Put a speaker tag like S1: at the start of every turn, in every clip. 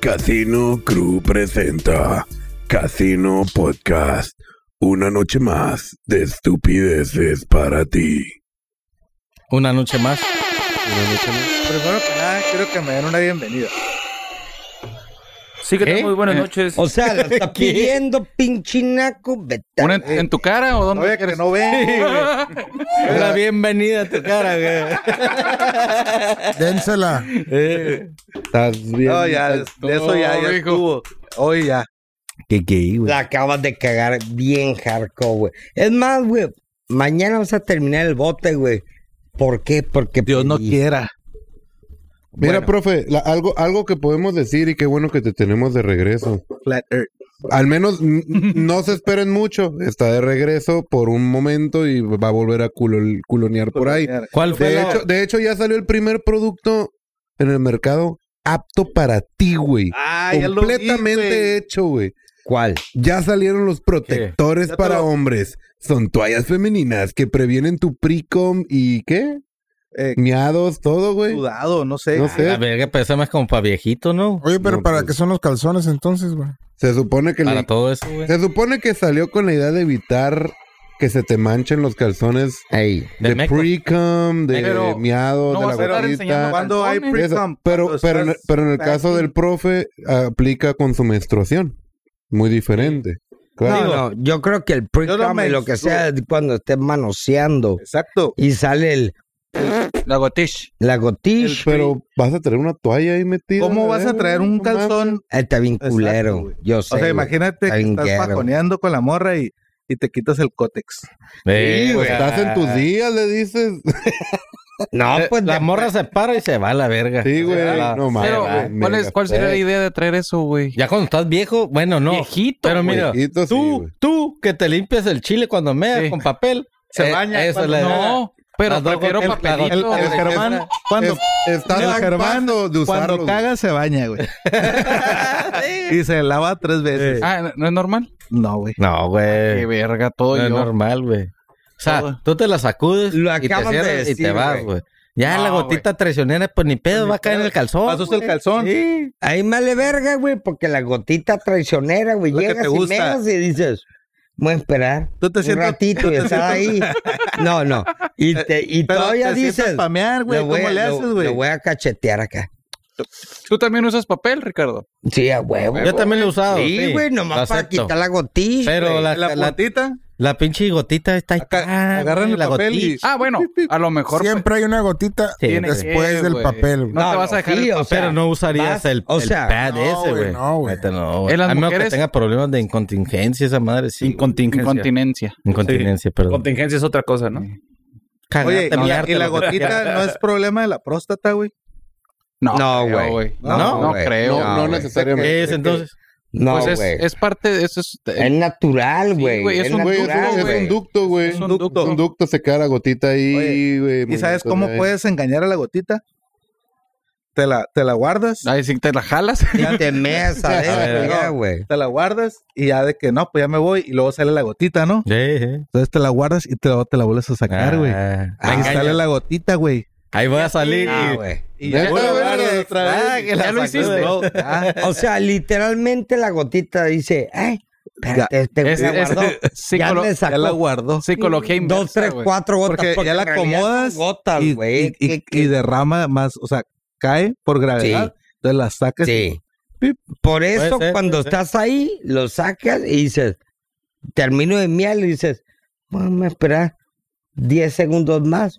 S1: Casino Crew presenta Casino Podcast. Una noche más de estupideces para ti.
S2: Una noche más.
S3: Primero que nada, quiero que me den una bienvenida.
S4: Sí, que tengan muy buenas noches.
S5: O sea, la está pidiendo pinchinaco, vete.
S2: ¿Una en, en tu cara o dónde?
S3: Oye, que no ven.
S2: Una bienvenida a tu cara, güey.
S6: Dénsela.
S2: Estás bien.
S3: No, ya, de de eso ya, ya estuvo. Hoy ya.
S2: ¿Qué, qué, güey?
S5: La acabas de cagar bien hardcore, güey. Es más, güey, mañana vas a terminar el bote, güey. ¿Por qué? Porque
S2: Dios no
S5: pedí.
S2: quiera.
S6: Mira, profe, la- algo, algo que podemos decir y qué bueno que te tenemos de regreso.
S3: Flat Earth.
S6: Al menos n- no se esperen mucho. Está de regreso por un momento y va a volver a culo- culonear por ahí.
S2: ¿Cuál fue
S6: De
S2: la-
S6: hecho, de hecho, ya salió el primer producto en el mercado apto para ti, güey.
S3: Ah, ya lo vi,
S6: Completamente
S3: güey.
S6: hecho, güey.
S5: ¿Cuál?
S6: Ya salieron los protectores
S3: Ya te
S6: para
S3: lo-
S6: hombres. Son toallas femeninas que previenen tu pricom y ¿qué?
S3: Eh,
S6: Miados, todo, güey.
S3: sudado, no sé.
S6: No sé.
S2: La verga, pero esa más como para viejito, ¿no?
S6: Oye,
S7: Pero para qué son los calzones entonces, güey.
S6: pues. Se supone que
S2: Para
S6: le-
S2: todo eso, güey.
S6: se supone que salió con la idea de evitar que se te manchen los calzones
S5: Ey.
S2: De
S6: de,
S2: meco.
S6: precum, de
S4: Pero
S6: miado,
S4: no
S6: de
S4: vas
S6: la
S4: a estar enseñando
S6: gotita.
S3: Ah, Cuando hay
S4: calzones.
S6: Eso,
S3: pre-cum,
S6: Pero,
S3: cuando
S6: pero, en,
S3: estás
S6: pero en el caso
S3: packing.
S6: del profe aplica con su menstruación. Muy diferente. Claro.
S5: No, no, yo creo que el pre
S3: Yo no me
S5: y lo que sea es cuando estés manoseando
S3: Exacto.
S5: y sale el,
S4: La gotish.
S5: la gotiche,
S6: Pero vas a traer una toalla ahí metida.
S3: ¿Cómo vas a
S6: eh,
S3: traer
S6: güey?
S3: un
S6: No mames.
S3: calzón?
S5: ahí está bien
S3: Exacto,
S5: culero.
S3: güey.
S5: yo sé.
S3: O sea,
S5: güey.
S3: imagínate que
S5: Está bien
S3: estás
S5: guerra.
S3: pajoneando con la morra y, y te quitas el cótex.
S2: Eh,
S6: Pues
S2: güey.
S6: estás en tus días, le dices.
S5: No,
S6: Ah,
S5: pues
S2: la
S5: de-
S2: morra se para y se va a la verga.
S6: Sí, güey.
S2: La-
S6: No mames.
S4: Pero,
S6: me
S4: ¿cuál, es, ¿cuál sería la
S6: gasté.
S4: idea de traer eso, güey?
S2: Ya cuando estás viejo, bueno, no.
S4: Viejito,
S2: Pero
S4: güey.
S2: mira,
S6: Viejito, sí,
S2: tú,
S6: güey.
S2: tú que te limpias el chile cuando meas
S4: Sí.
S2: con papel.
S3: Se
S2: eh,
S3: baña
S2: Esa es
S3: cuando-
S2: la idea.
S4: No, pero
S2: Las dos
S4: prefiero
S2: gotitas, la
S4: papelito.
S2: gotita.
S3: El
S4: güey.
S3: Germán, cuando,
S6: Es- estás
S3: el
S6: a un
S3: Germán,
S6: paso de usarlo,
S3: cuando
S6: güey.
S3: caga, se baña, güey. y se lava tres veces.
S4: Ah, ¿no- ¿no es normal?
S3: No, güey.
S2: No,
S4: Qué
S2: güey.
S4: verga, todo
S2: No es
S4: yo.
S2: normal, güey. O
S4: Todo.
S2: sea, tú te la sacudes
S5: Lo
S2: y te
S5: acabas de
S2: cierras y
S5: decir,
S2: te vas,
S5: güey.
S2: güey. Ya
S4: No,
S2: la gotita traicionera, pues ni pedo, va a caer en el calzón.
S3: Pasaste el
S2: güey.
S3: calzón.
S2: Sí.
S5: Ahí me vale verga, güey, porque la gotita traicionera, güey,
S3: Lo que
S5: llegas
S3: te
S5: y
S3: gusta.
S5: megas y dices, voy a esperar
S3: Tú te
S5: un
S3: sientas- Eh,
S5: ratito y está ahí. No, no. Y, te, y
S3: Pero
S5: todavía
S3: te sientas
S5: dices,
S3: pamear, güey.
S5: "Le voy
S3: ¿Cómo
S5: a-
S3: le
S5: lo-
S3: haces, güey?
S5: Lo voy a cachetear acá.
S4: ¿Tú también usas papel, Ricardo?
S5: Sí, a huevo.
S2: Yo también lo he usado.
S5: Sí, güey, nomás
S2: lo
S5: para
S2: acepto.
S5: quitar la gotita.
S2: Pero la,
S3: La
S2: la, la,
S3: puntita.
S2: pinche gotita está ahí.
S3: Acá- agarran
S2: güey,
S3: el
S2: la
S3: papel y-
S2: gotita.
S4: Ah, bueno, a lo mejor.
S7: Siempre hay una gotita
S2: Sí, pues,
S4: tiene
S7: después
S4: que,
S7: del
S4: güey.
S7: papel. güey.
S4: No, te vas a dejar.
S5: sí,
S4: el-
S5: o sea,
S2: Pero no usarías
S5: vas-
S2: el,
S5: o
S2: el
S5: sea,
S2: pad
S7: no,
S2: ese,
S7: güey,
S2: güey.
S7: no, güey.
S2: Neta, no, güey.
S4: En las
S2: A menos que
S4: mujeres-
S2: tenga problemas de incontingencia esa madre, sí. güey.
S4: Incontinencia.
S2: Incontinencia, perdón.
S4: Contingencia es otra cosa, ¿no?
S3: Oye,
S2: Cagarte,
S3: y la,
S2: miarte,
S3: y la
S2: lo que quieras.
S3: gotita no es problema de la próstata, güey.
S5: No,
S4: creo,
S5: güey.
S4: No,
S2: No,
S4: no
S5: güey.
S4: creo.
S6: No,
S5: No,
S6: no
S5: güey.
S6: necesariamente.
S2: ¿Qué es entonces?
S5: No,
S4: pues es,
S5: güey.
S4: es parte de eso. Es,
S5: Es natural,
S4: Sí,
S5: güey.
S4: güey, es
S5: es
S4: un-
S6: Güey, es,
S5: natural,
S6: un, es
S5: güey.
S6: un ducto, güey.
S4: Es un ducto.
S6: Un ducto se queda la gotita ahí,
S3: Oye,
S6: güey.
S3: ¿Y sabes
S6: muñeco,
S3: cómo
S6: güey.
S3: puedes engañar a la gotita? Te la, te la guardas,
S4: Ay, si te la jalas.
S5: Y te meas adentro
S3: ver,
S5: ya,
S3: no.
S5: güey.
S3: te la guardas y ya de que no, pues ya me voy y luego sale la gotita, ¿no?
S2: Sí, sí.
S3: Entonces te la guardas y te, te la vuelves a sacar, güey.
S2: Ah,
S3: Ahí
S2: me
S3: sale
S2: engañas.
S3: la gotita, güey.
S2: Ahí voy a salir.
S5: Ah,
S2: y-
S5: güey.
S3: Y ya,
S6: Ya está,
S3: la
S6: güey.
S3: guardas otra vez.
S2: Ah, que la
S4: Ya
S2: sacó
S4: lo
S2: de
S4: hiciste.
S2: nuevo.
S3: Ah,
S5: O sea, literalmente la gotita dice, ay, espérate, este güey
S4: Es-
S5: la
S4: es-
S5: guardó. ya
S4: psicolo-
S3: ya la
S5: me sacó
S3: guardó.
S4: Psicología inversa,
S5: dos, tres,
S4: güey.
S5: cuatro gotas.
S3: Porque ya la
S5: en realidad
S3: acomodas
S5: son gotas,
S3: y,
S5: güey.
S3: y- y-
S5: ¿Qué- qué-
S3: y derrama más, o sea, cae por gravedad. Entonces la sacas.
S5: Sí.
S3: Pip.
S5: Por
S2: Puede
S5: eso
S2: ser,
S5: cuando
S2: puede ser.
S5: estás ahí, lo sacas y dices, termino de miel y dices, vamos a esperar 10 segundos más.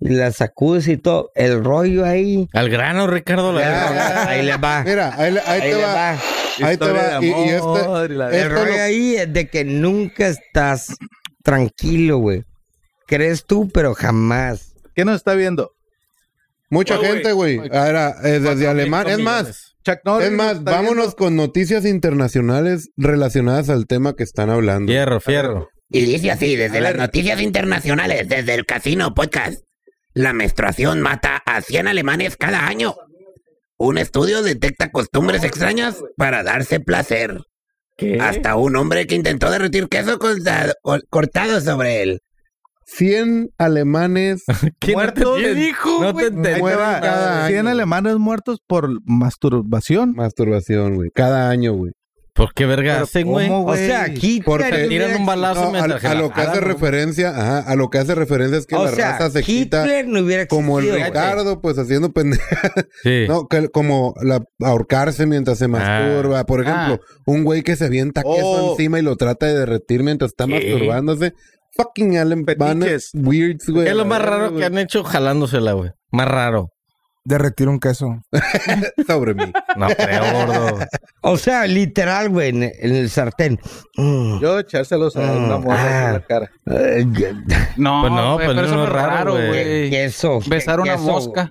S5: Y la sacudes y todo, el rollo ahí.
S2: Al grano, Ricardo. la
S5: el
S2: verga.
S5: rollo, ahí le va.
S6: Ah. Mira, ahí, le- ahí
S5: ahí
S6: te
S5: le
S6: va.
S5: va.
S6: Ahí te
S3: Historia
S6: va.
S3: de
S6: Y, y
S3: amor
S6: este,
S3: y la-
S5: El
S6: Esto
S5: rollo
S6: lo-
S5: ahí es de que nunca estás tranquilo, güey. Crees tú, pero jamás.
S3: ¿Qué nos está viendo?
S6: mucha
S4: Güey,
S6: gente, güey.
S4: güey.
S6: Ahora, eh, desde Alemán. Es más,
S2: millones.
S3: Chuck Norris.
S6: es más,
S3: está
S6: vámonos
S3: viendo.
S6: con noticias internacionales relacionadas al tema que están hablando.
S2: Fierro, fierro.
S8: Y dice así, desde las noticias internacionales, desde el Casino Podcast. La menstruación mata a 100 alemanes cada año. Un estudio detecta costumbres extrañas para darse placer. Hasta un hombre que intentó derretir queso corta- col- cortado sobre él.
S6: 100 alemanes
S2: ¿Qué
S9: Muertos.
S2: ¿Qué dijo, No te entendí.
S6: Muertos cada
S9: 100
S6: año.
S9: alemanes muertos por masturbación.
S6: Masturbación, güey. Cada año, güey.
S2: ¿Por qué verga hacen, güey?
S9: ¿cómo,
S5: O
S9: güey?
S5: sea, aquí
S6: Porque-
S5: Hitler-
S2: Tiran un balazo
S6: No, a,
S2: mientras
S6: a
S2: la
S6: lo que hace
S2: jalan, ¿no?
S6: referencia, ajá, a lo que hace referencia es que
S5: o
S6: la
S5: sea,
S6: raza se quita
S5: Hitler no hubiera existido.
S6: como el
S5: güey.
S6: Ricardo, pues haciendo pendejadas.
S2: Sí.
S6: No, que- como la, ahorcarse mientras se masturba. Por ejemplo, un güey que se avienta queso
S9: Oh.
S6: encima y lo trata de derretir mientras está masturbándose. Fucking
S9: Fetiches.
S6: alemanes weirds, güey.
S2: es lo más raro que han hecho jalándosela, güey. Más raro.
S10: Derretir un queso.
S6: Sobre mí.
S2: No creo, gordo.
S5: O sea, literal, güey, en, en el sartén. Mm,
S3: Yo echárselos
S6: eh,
S3: a una morra en la cara.
S5: eh, que-
S4: No,
S2: Pues no,
S4: güey,
S2: pues
S4: pero
S2: no,
S4: eso es raro,
S2: güey.
S4: güey.
S5: Queso.
S4: Besar una
S5: queso.
S4: mosca.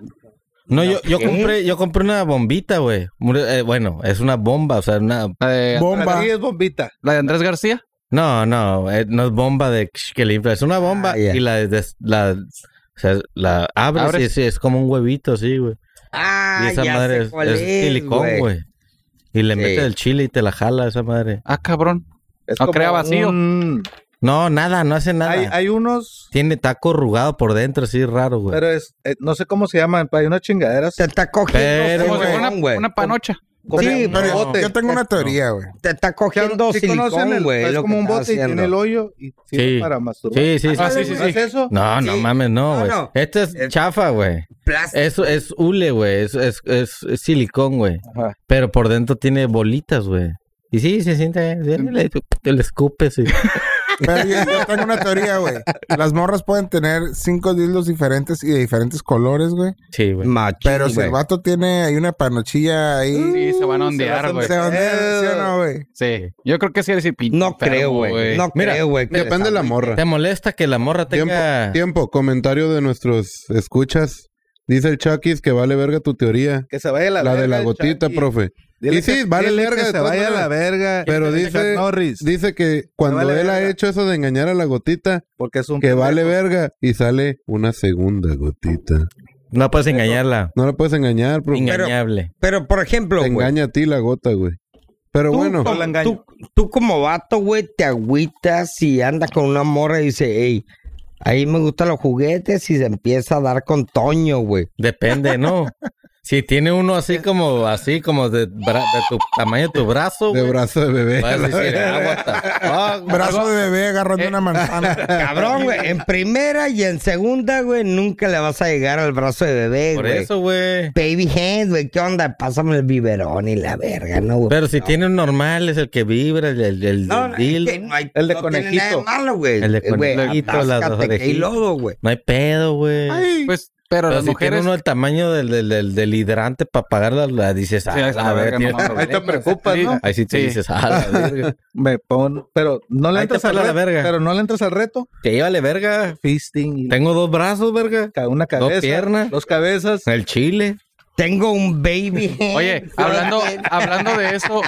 S2: No, yo, yo
S5: ¿Qué?
S2: compré, yo compré una bombita, güey. Mure- eh, bueno, es una bomba, o sea, una
S4: La de,
S10: Bomba.
S3: Sí, es bombita.
S4: la de Andrés García.
S2: no, no, eh, no es bomba de ksh que le infla, es una bomba
S5: Ah, ya.
S2: y la des- la o sea, la abres,
S4: Abres.
S2: y es, es como un huevito así, güey.
S5: Ah,
S2: y esa
S5: ya
S2: madre
S5: sé
S2: es,
S5: cuál
S2: es silicón, güey. Y le
S5: Sí.
S2: mete el chile y te la jala esa madre.
S4: Ah, cabrón.
S3: Es
S4: No
S3: como
S4: crea vacío.
S3: un-
S2: No, nada, no hace nada.
S3: Hay, hay unos,
S2: Tiene taco arrugado por dentro, así raro, güey.
S3: pero es, eh, no sé cómo se llaman, pero hay unas chingaderas
S5: Te está cogiendo
S2: Pero,
S4: Como si
S5: silicón,
S4: fuera
S5: güey.
S4: una, una panocha.
S3: como
S5: sí,
S3: un
S10: Pero
S3: bote.
S10: yo tengo una teoría, güey.
S5: Te está
S3: ¿Sí
S5: cogiendo
S3: conocen
S5: silicón,
S3: el-
S5: güey.
S3: Es
S5: lo
S3: como
S5: que
S3: un
S5: está
S3: bote y tiene
S5: haciendo.
S3: el hoyo y sirve
S2: Sí.
S3: para masturbar.
S2: Sí, sí, sí.
S4: Ah,
S2: sí.
S4: sí, sí,
S3: ¿No es
S4: sí.
S3: eso?
S2: No, no
S5: Sí.
S2: mames, no,
S5: No,
S2: güey.
S5: no.
S2: Esto es
S5: Es-
S2: chafa, güey.
S5: Plástico.
S2: Eso es hule, güey. Es, es, es- es silicón, güey.
S3: Ajá.
S2: Pero por dentro tiene bolitas, güey. Y sí, se siente. bien, Le, te le escupes. y-
S10: Pero yo, yo tengo una teoría, güey. Las morras pueden tener cinco dildos diferentes y de diferentes colores, güey.
S2: Sí, güey.
S5: Machín,
S10: Pero si
S5: güey.
S10: el vato tiene ahí una panochilla ahí.
S4: Sí, se van a ondear,
S3: hacen-
S4: güey.
S10: ¿Se dónde? ¿Sí o no, güey?
S4: Sí. Yo creo que sí eres pinche.
S5: No creo, güey. No
S2: Mira,
S5: creo, güey. que les
S6: Depende de la
S5: hable.
S6: morra.
S2: ¿Te molesta que la morra
S6: Tiempo,
S2: tenga.
S6: tiempo, comentario de nuestros escuchas. Dice el Chuckis que vale verga tu teoría.
S3: Que se vaya a la
S6: La de la
S3: verga,
S6: gotita,
S3: Chucky.
S6: profe.
S3: Dile
S6: Y sí,
S3: que-
S6: vale
S3: dile
S6: verga de
S3: Que se
S6: todas
S3: vaya a la
S6: maneras.
S3: verga.
S6: Pero
S3: Dile
S6: dice-
S3: Chuck Norris,
S6: Dice que cuando
S3: vale
S6: él ha
S3: verga.
S6: hecho eso de engañar a la gotita,
S3: porque es un
S6: que
S3: pendejo.
S6: vale verga, y sale una segunda gotita.
S2: No puedes engañarla.
S6: No la puedes engañar, profe.
S2: Engañable.
S5: Pero, por ejemplo,
S6: Te
S5: güey.
S6: engaña a ti la gota, güey. Pero
S5: tú,
S6: bueno,
S5: como-
S3: la engaño.
S5: tú, tú como vato, güey, te agüitas y andas con una morra y dices, hey, ahí me gustan los juguetes y se empieza a dar con Toño, güey.
S2: Depende, ¿no? Si tiene uno así como, así como de, bra- de tu tamaño de tu brazo,
S6: de
S2: güey.
S6: brazo de bebé.
S2: Vas a decir, "Ah, what the fuck, güey".
S10: Brazo de bebé agarrando
S4: Eh.
S10: una manzana.
S5: Cabrón, güey. En primera y en segunda, güey, nunca le vas a llegar al brazo de bebé,
S2: Por
S5: güey.
S2: eso, güey.
S5: Baby hand, güey, ¿qué onda? Pásame el biberón y la verga, ¿no, güey?
S2: Pero si tiene un normal, es el que vibra, el, el, el
S5: No, no, es
S2: dildo.
S5: que no hay-
S3: El de
S5: no tiene nada de
S3: conejito.
S5: malo, güey.
S2: El de
S5: Güey,
S2: conejito, las
S5: atáscate que hay
S2: orejitas.
S5: lodo, güey.
S2: No hay pedo, güey.
S4: Pues, pero,
S2: Pero
S4: las
S2: si tiene
S4: mujeres.
S2: uno el tamaño del, del, del, del hidrante para pagar la, la dices, ah,
S4: Sí, a
S2: la
S4: la verga,
S2: verga,
S4: no mames.
S3: Ahí te preocupas,
S4: Sí.
S3: ¿no?
S2: Ahí sí te
S4: Sí.
S2: dices, ah, la verga.
S3: Me pon, pero no le
S2: Ahí te
S3: entras al
S2: pela la
S3: reto,
S2: verga.
S3: pero no le entras al reto.
S2: que llévale verga.
S3: Fisting y
S2: Tengo dos brazos, verga.
S3: ca- una cabeza,
S2: piernas.
S3: dos cabezas.
S2: El chile.
S5: Tengo un baby hand.
S4: Oye, hablando, hablando de eso.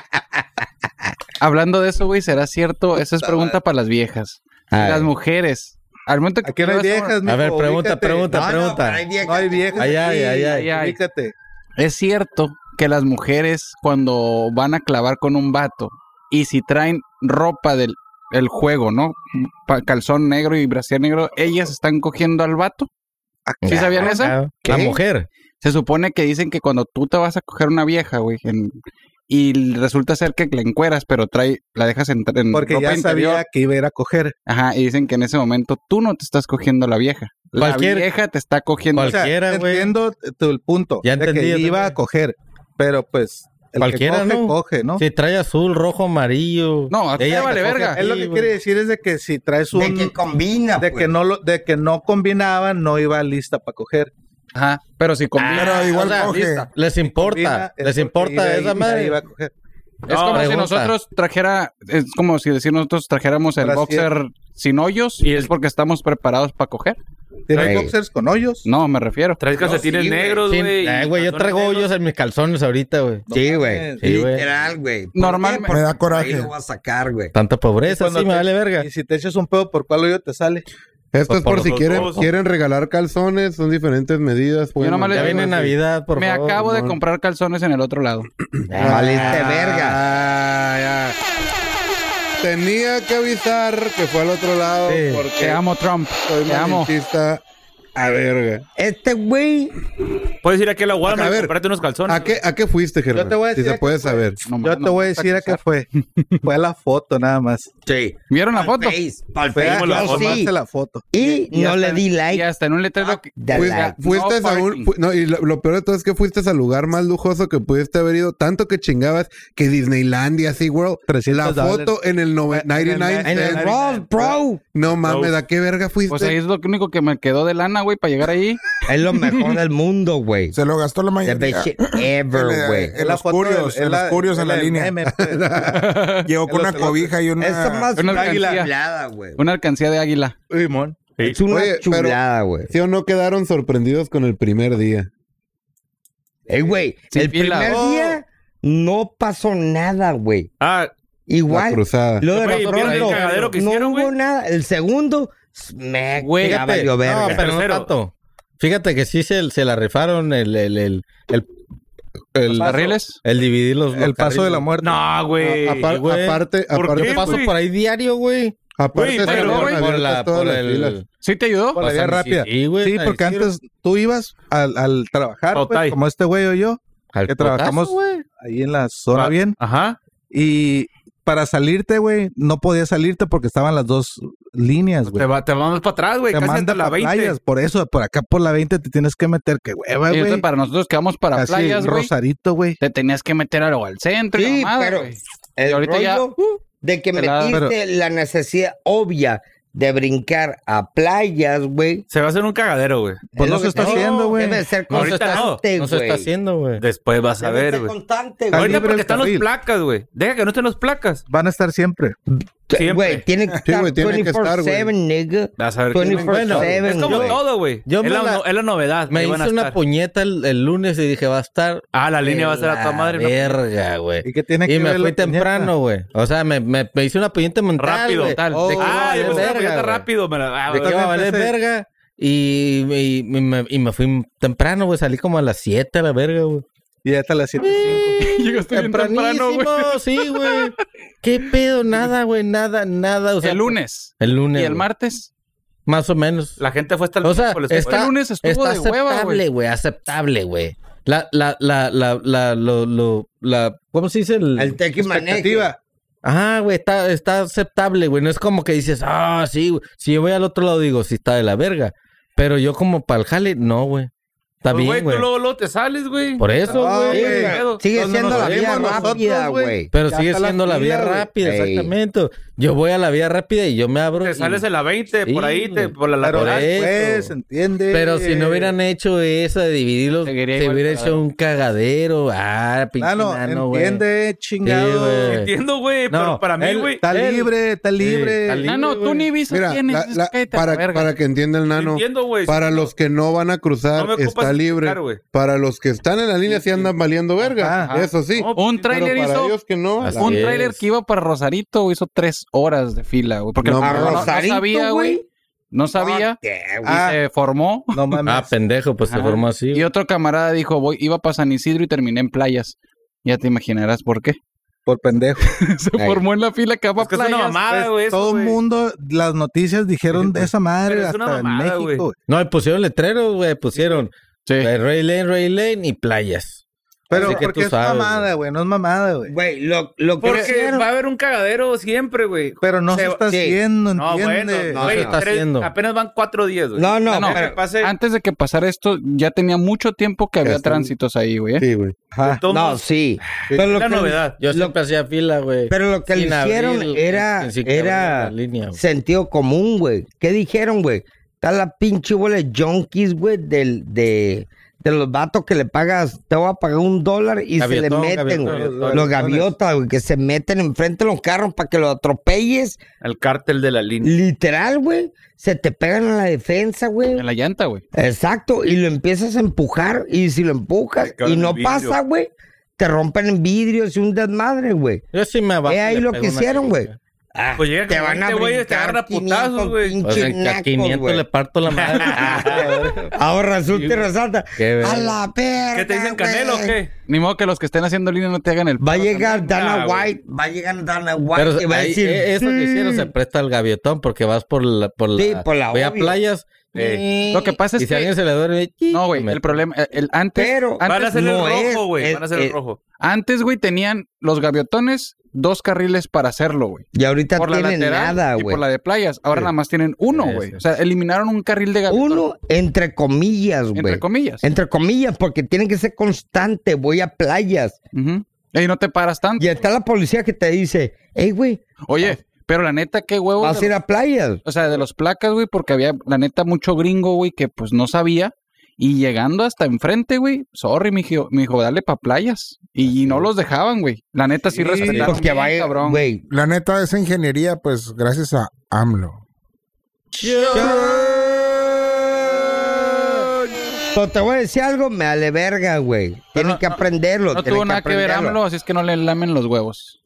S4: Hablando de eso, güey, ¿será cierto? Esa es pregunta para las viejas.
S5: A
S4: Las
S5: ver.
S4: mujeres. Al momento que
S3: Aquí no hay
S4: tú ves
S3: viejas,
S2: A ver,
S3: mijo,
S2: pregunta,
S3: ubícate.
S2: pregunta,
S5: No, no,
S2: pregunta.
S5: pero hay viejas.
S3: No hay viejas.
S2: Ay, ay,
S3: aquí,
S2: ay,
S4: ay, ay.
S3: ubícate.
S4: Es cierto que las mujeres cuando van a clavar con un vato y si traen ropa del el juego, ¿no? Pa- calzón negro y brasier negro, ellas están cogiendo al vato. ¿Sí sabían eso?
S2: La mujer.
S4: Se supone que dicen que cuando tú te vas a coger una vieja, güey, en- y resulta ser que la encueras, pero trae, la dejas en, en
S2: Mm,
S3: Porque
S4: ropa
S3: ya
S4: interior.
S3: sabía que iba a ir a coger.
S4: Ajá, y dicen que en ese momento tú no te estás cogiendo a la vieja. La
S2: Cualquier-
S4: vieja te está cogiendo.
S2: cual- Cualquiera, güey.
S3: Entiendo tu, el punto.
S2: Ya
S3: de
S2: entendí,
S3: que
S2: yo
S3: iba
S2: también.
S3: a coger, pero pues el
S2: Cualquiera,
S3: que coge,
S2: ¿no?
S3: coge, ¿no?
S2: Si trae azul, rojo, amarillo.
S4: No, a ti
S2: Ella
S4: te
S2: te
S4: vale
S2: coge
S4: verga.
S2: a ti,
S3: Es lo que
S2: güey.
S3: quiere decir es de que si traes un
S5: de que combina,
S3: de
S5: pues.
S3: que no lo, de que no combinaba, no iba lista para coger.
S4: Ajá, pero si combina.
S10: Pero igual
S2: Ah, o sea,
S10: coge.
S2: Les importa.
S3: Combina,
S2: Les
S3: es porque iba-
S2: importa esa
S3: iba-
S2: madre.
S3: iba a coger.
S4: Es como si
S2: pregunta.
S4: nosotros trajera, es como si decir nosotros trajéramos el
S3: Brasier.
S4: boxer sin hoyos y es porque estamos preparados para coger.
S3: ¿Tiene
S5: Ey.
S3: boxers con hoyos?
S4: No, me refiero.
S11: Traes calcetines negros,
S2: Sí, ay, güey, yo traigo hoyos en mis calzones ahorita, güey.
S5: Sí, güey.
S3: mames.
S2: Sí, güey.
S5: Literal, güey. ¿Por
S4: Normal-
S5: qué? Porque
S10: Me da coraje.
S5: Ahí lo voy a sacar, güey.
S2: Tanta
S3: Y
S2: pobreza,
S3: cuando
S2: sí, me
S3: te-
S2: vale verga.
S3: Y si te echas un pedo, ¿por cuál hoyo te sale?
S6: Esto
S2: Pues
S6: es por
S2: por
S6: si
S2: los
S6: quieren,
S2: dos.
S6: quieren regalar calzones, son diferentes medidas. pueden
S4: nomás le
S2: Ya
S6: mandar
S2: viene
S6: así.
S2: Navidad, por
S4: me
S2: favor.
S4: acabo de
S6: no.
S4: comprar
S5: Ah,
S4: calzones en el otro lado.
S5: Valiste verga.
S6: tenía que avisar que fue al otro lado
S2: Sí.
S4: Te
S6: porque
S4: amo, Trump.
S6: soy
S4: Te amo.
S6: malinchista a verga.
S5: Este güey,
S12: Puedes ir aquí a la Walmart
S6: A
S12: y
S6: ver,
S12: comprarte unos calzones.
S6: ¿A qué, ¿A qué fuiste, Germán?
S3: Yo te voy a
S6: si
S3: decir
S6: se
S3: a
S6: puede
S3: qué fue.
S6: saber.
S4: No,
S3: Yo
S4: no,
S3: te voy a
S4: no,
S3: decir a qué fue. Fue la foto nada más.
S11: Sí.
S4: ¿Vieron la foto?
S11: Face, pal
S3: Fue
S11: face.
S3: a
S12: Pedimos la
S3: a
S12: foto.
S3: tomarse la foto.
S5: y,
S4: Y- y
S5: no
S4: hasta-
S5: le di
S4: Y
S5: like.
S4: hasta en un letrero que...
S5: de
S6: Fuiste,
S5: like.
S6: fuiste
S4: No
S6: a un.
S4: parking.
S6: fu- no, y lo, lo peor de todo es que fuiste al lugar más lujoso que pudiste haber ido. Tanto que chingabas que Disneylandia, SeaWorld. La
S3: 300 dólares.
S6: foto en el nove-
S3: En el
S6: 99
S5: En el
S6: cents.
S5: Ross, bro.
S6: No mames, ¿a qué verga fuiste?
S4: Pues ahí es lo único que me quedó de lana, güey, para llegar ahí.
S5: Es lo mejor del mundo, güey.
S10: Se lo gastó la
S5: The
S10: mayoría.
S5: best shit ever, güey.
S10: En los curios, eh, en los curios en la línea.
S3: pues.
S10: Llegó con una cobija y una.
S5: Esa más
S4: Una
S5: águila.
S4: alcancía.
S5: chulada, güey.
S4: Una alcancía de águila.
S3: Simón.
S5: Es una
S6: Oye, pero-
S5: chulada, güey.
S6: ¿Sí o no quedaron sorprendidos con el primer día?
S5: Eh, güey,
S4: Sin
S5: el
S4: fila.
S5: primer
S4: Oh.
S5: día no pasó nada, güey.
S12: Ah,
S6: La
S5: Igual.
S6: cruzada.
S5: Lo de la
S12: Güey, ¿vieron el
S5: Frontlo,
S12: cagadero que
S5: no
S12: hicieron,
S5: hubo
S12: güey?
S5: nada. El segundo, me
S2: Güey,
S5: cagaba yo verga.
S2: pero no
S12: Tercero.
S2: tanto. Fíjate que sí se, se la rifaron el, el, el, el,
S4: ¿Los
S2: el,
S4: barriles?
S2: el dividir los, los
S10: El paso de la
S2: carriles.
S10: muerte.
S12: no, güey.
S6: A- apar-
S2: güey.
S6: aparte,
S12: ¿Por
S6: aparte,
S12: qué?
S2: Yo paso
S12: güey.
S2: por ahí diario, güey.
S6: aparte
S12: Güey, pero,
S6: salieron
S12: güey,
S2: Por la,
S6: abiertas pues todas
S2: por
S6: las filas.
S2: el...
S4: ¿Sí te ayudó?
S3: Por la vía
S2: Pasan-
S3: rápida.
S2: Sí, güey.
S3: Sí, porque
S2: ahí sí,
S3: antes tú ibas al, al trabajar, pues,
S12: Otay.
S3: como este güey o yo,
S2: al
S3: que
S2: potazo,
S3: trabajamos
S2: güey.
S3: ahí en la zona
S12: Ah.
S3: bien.
S12: Ajá.
S3: Y para salirte, güey, no podías salirte porque estaban las dos líneas, güey.
S12: Te, va, te vamos para atrás, güey.
S3: Te
S12: Casi hasta
S3: mandan
S12: la
S3: para
S12: 20.
S3: playas, por eso, por acá por la 20 te tienes que meter, que hueva,
S4: Y entonces
S3: güey.
S4: para nosotros que vamos para
S3: Casi
S4: playas, güey,
S3: Rosarito, güey.
S4: te tenías que meter a lo- al centro y
S5: Sí,
S4: la mamada,
S5: pero
S4: güey.
S5: El
S4: Y ahorita ya-
S5: rollo uh, de que
S4: Pelada.
S5: metiste la necesidad obvia de brincar a playas, güey.
S12: Se va a hacer un cagadero, güey.
S3: Pues
S5: Es
S3: no
S5: lo
S3: se
S5: que
S3: está
S5: te digo,
S3: haciendo, güey.
S5: Debe de ser
S12: No se está-
S5: constante,
S2: No se está
S5: Este, güey.
S2: haciendo, güey.
S12: Después vas a
S5: Debe de
S12: ver,
S5: ser
S12: güey.
S5: constante,
S3: Está
S5: güey.
S12: Ahorita
S3: libre
S12: porque
S3: el
S12: están los
S3: carril.
S12: placas, güey. Deja que no estén los placas.
S3: Van a estar siempre.
S12: siempre.
S5: Güey, tiene que
S6: Sí,
S5: estar
S6: güey, tiene que estar, güey.
S5: 24-7, nigga.
S12: Vas a ver. qué-
S5: 24-7,
S12: Es como
S5: güey.
S12: todo, güey.
S2: Yo
S12: Es
S2: me
S12: la,
S2: la-
S12: es la novedad.
S2: Me
S12: ahí van a
S2: hice una
S12: estar.
S2: puñeta el, el lunes y dije, va a estar...
S12: Ah, la línea va a ser a
S2: la
S12: toda madre. no-
S2: Verga, güey.
S3: ¿Y qué tiene que
S2: Y me
S3: ver la
S2: fui
S3: puñeta?
S2: temprano, güey. O sea, me, me, me hice una puñeta mental.
S12: Rápido.
S2: güey,
S12: Tal.
S2: de que iba a
S12: Ah,
S2: valer
S12: yo me
S2: verga,
S12: puse
S2: güey.
S12: rápido. Me la... ah,
S2: De que
S12: güey.
S2: iba a valer verga. Y, y- y me, y me fui temprano, güey. Salí como a las 7 a la verga, güey.
S3: Y ya está la 7.5.
S4: Llegaste
S2: Tempranísimo, sí, güey. ¿Qué pedo? Nada, güey. Nada, nada. O sea,
S4: El lunes.
S2: El
S4: ¿Y
S2: lunes.
S4: el
S2: güey.
S4: martes?
S2: Más o menos.
S12: La gente fue hasta el
S2: O sea,
S12: miércoles, güey.
S2: está,
S4: El Este lunes estuvo
S2: está
S4: de hueva,
S2: aceptable,
S4: güey.
S2: güey. Aceptable, güey. La, la, la, la, la, lo, lo, la, ¿cómo se dice? El,
S5: El tequi maneje.
S3: Pues Expectativa.
S2: Ah, güey, está, está aceptable, güey. No es como que dices, ah, sí, güey. Si yo voy al otro lado, digo, sí está de la verga. Pero yo como para el jale, no, güey. Está
S12: Pues,
S2: bien,
S12: Güey,
S2: güey.
S12: tú luego, luego te sales, güey.
S2: Por eso,
S3: Ah,
S2: güey.
S3: güey.
S5: Sigue
S3: Donde
S5: siendo
S3: nos
S5: la vía
S3: vemos nosotros,
S5: rápida,
S3: güey.
S5: güey.
S2: Pero
S3: Ya
S2: sigue
S3: está la
S2: siendo la vía
S3: fila, güey.
S2: rápida,
S5: Ey.
S2: exactamente. Yo voy a la vía rápida y yo me abro.
S12: Te
S2: y-
S12: sales en la 20, por ahí,
S2: Sí,
S12: te,
S2: güey.
S12: por la
S3: Pero pues,
S2: Por
S12: lateral.
S2: eso.
S3: después, ¿entiendes?
S2: Pero si no hubieran hecho eso de dividirlos,
S4: Seguiría
S2: se
S4: igual
S2: hubiera
S4: el
S2: hecho
S4: cagadero.
S2: un cagadero. Ah, pinche
S3: Ah, no,
S2: nano, güey.
S3: entiende, chingado.
S2: Sí, güey.
S12: Entiendo, güey,
S2: No,
S12: pero para mí,
S2: él-
S12: güey.
S3: Está
S2: Él-
S3: libre, está libre.
S2: está libre.
S4: Ah, no, tú ni visa
S6: Mira,
S4: tienes.
S6: la-
S4: es
S6: la-
S4: cállate a la
S6: para,
S4: verga.
S6: para que entienda el nano,
S12: Entiendo, güey.
S6: para los que no van a cruzar,
S12: No me ocupas
S6: está libre.
S12: explicar, güey.
S6: para los que están en la línea, sí andan valiendo verga.
S3: Ajá.
S6: Eso sí.
S12: No,
S4: Un
S6: Pero
S4: trailer
S6: para
S4: hizo...
S6: ellos que no.
S2: Así
S6: la-
S4: Un tráiler
S2: es.
S4: que iba para Rosarito güey, hizo tres horas de fila, güey. Porque
S6: No,
S4: no,
S5: A
S6: no,
S4: no
S5: Rosarito,
S4: sabía, güey.
S5: güey.
S4: No sabía.
S5: ¿Qué, güey?
S3: Ah.
S4: Y se formó.
S3: No mames.
S2: Ah, pendejo, pues se
S4: Ajá.
S2: formó así.
S4: Y otro camarada dijo, voy, iba para San Isidro y terminé en playas. Ya te imaginarás por qué.
S3: por pendejo.
S4: Se
S5: Ay.
S4: formó en la fila que va para
S12: Es que es una
S4: playas.
S12: mamada,
S3: Pues,
S12: Ah, güey. eso,
S3: todo el
S12: güey.
S3: mundo, las noticias dijeron de esa madre
S12: Pero es
S3: hasta
S12: una mamada,
S3: en
S12: güey.
S3: México. güey.
S2: No, y pusieron letreros, güey. Pusieron
S4: Sí.
S2: eh, Ray Lane, Ray Lane y playas.
S3: Pero
S2: Así que
S3: porque
S2: tú
S3: es
S2: sabes,
S3: mamada, güey, no es mamada, güey.
S5: Güey, lo, lo que
S12: Porque
S5: hicieron-
S12: va a haber un cagadero siempre, güey.
S3: Pero no se,
S12: Se-
S3: está
S5: sí.
S3: haciendo,
S12: No, bueno,
S3: ¿entiendes?
S5: no,
S12: güey,
S5: se
S2: está
S12: tres-
S2: haciendo.
S12: apenas van cuatro días, güey.
S5: No, no,
S4: No, no,
S12: Que
S5: pero-
S12: pase,
S4: Antes de que pasara esto, ya tenía mucho tiempo que había
S6: está-
S4: tránsitos ahí, güey. ¿eh?
S6: Sí, güey.
S3: Ajá.
S12: todo
S5: no,
S12: mundo-
S5: sí. Pero lo
S12: la
S5: que-
S12: novedad.
S2: Yo siempre hacía fila, güey.
S5: Pero lo que le
S2: Sin
S5: hicieron
S2: abrir, eh,
S5: era,
S2: sin- sin que abriera
S5: era
S2: la línea, güey.
S5: sentido común, güey. ¿Qué dijeron, güey? Está la pinche bola de junkies, güey, del, de, de los vatos que le pagas, te voy a pagar un dólar y
S2: Gaviotón,
S5: se le meten,
S2: gaviotón,
S5: güey.
S2: gaviotón.
S5: Los gaviotas, güey, que se meten enfrente de los carros para que los atropelles.
S12: El cártel de la línea.
S5: Literal, güey. Se te pegan a la defensa, güey.
S4: En la llanta, güey.
S5: Exacto, y lo empiezas a empujar, y si lo empujas
S12: cago
S5: y
S12: en
S5: no
S12: el vidrio.
S5: pasa, güey, te rompen en vidrios y un desmadre, güey.
S2: Yo sí me abajo.
S5: Eh, Es ahí lo que hicieron, güey. Ah,
S12: Pues llega
S5: te
S12: como
S5: van a
S12: este güey, te
S5: brincar
S12: agarra
S5: 500
S12: putazos, güey.
S5: pinches
S2: O sea, que a
S5: nacos,
S2: 500
S5: güey.
S2: le parto la madre.
S5: Ahora resulta y resalta.
S2: Qué
S5: A
S2: verga.
S5: la perra.
S12: ¿Qué te dicen, Canelo o
S5: güey.
S12: qué?
S4: Ni modo que los que estén haciendo línea no te hagan el.
S5: Va a llegar Dana
S12: Ah, güey.
S5: White. Va a llegar Dana White.
S2: Pero
S5: y va a
S2: ahí,
S5: decir. "Mm,
S2: eh, eso que hicieron se presta al gaviotón porque vas por la. Por la,
S5: Sí, por la
S2: voy a
S5: obvia.
S2: playas.
S12: Eh,
S4: Lo que pasa
S2: y
S4: es
S2: si a alguien
S4: que.
S2: se le duerme.
S4: No, güey.
S2: me-
S4: El problema. El, el- antes.
S5: Pero-
S12: Van a
S4: Antes,
S12: hacer
S5: no
S12: el
S5: es,
S12: rojo, güey.
S5: es- eh,
S12: Van a hacer el
S5: es-
S12: rojo.
S4: antes, güey, tenían los gaviotones dos carriles para hacerlo, güey.
S5: Y ahorita
S4: Por la
S5: tiene
S4: lateral
S5: nada,
S4: y por
S5: güey.
S4: la de playas. Ahora nada más tienen uno,
S2: Sí,
S4: güey.
S2: sí.
S4: O sea, eliminaron un carril de gaviotón.
S5: Uno, entre comillas,
S4: Entre
S5: güey. Eh,
S4: comillas.
S5: Entre comillas, porque tiene que ser constante. Voy a playas.
S4: Ujú. Y no te paras tanto.
S5: Y está la policía que te dice, hey, güey,
S4: Oye, pero la neta, qué huevo.
S5: vas a
S4: de-
S5: ir a playas.
S4: O sea, de los placas, güey, porque había, la neta, mucho gringo, güey, que pues no sabía. Y llegando hasta enfrente, güey, sorry, mi hijo, mi hijo, dale pa' playas. Y, y no los dejaban, güey. La neta, sí,
S10: Sí,
S4: respetaron.
S5: Porque
S4: bien,
S5: va a ir,
S4: cabrón.
S5: güey.
S10: La neta, esa ingeniería, pues gracias a AMLO.
S5: Pero te voy a decir algo, me vale verga, güey. Tienen
S4: no-
S5: que aprenderlo.
S4: No
S5: tienen
S4: tuvo nada que ver
S5: aprenderlo.
S4: AMLO, así es que no le lamen los huevos.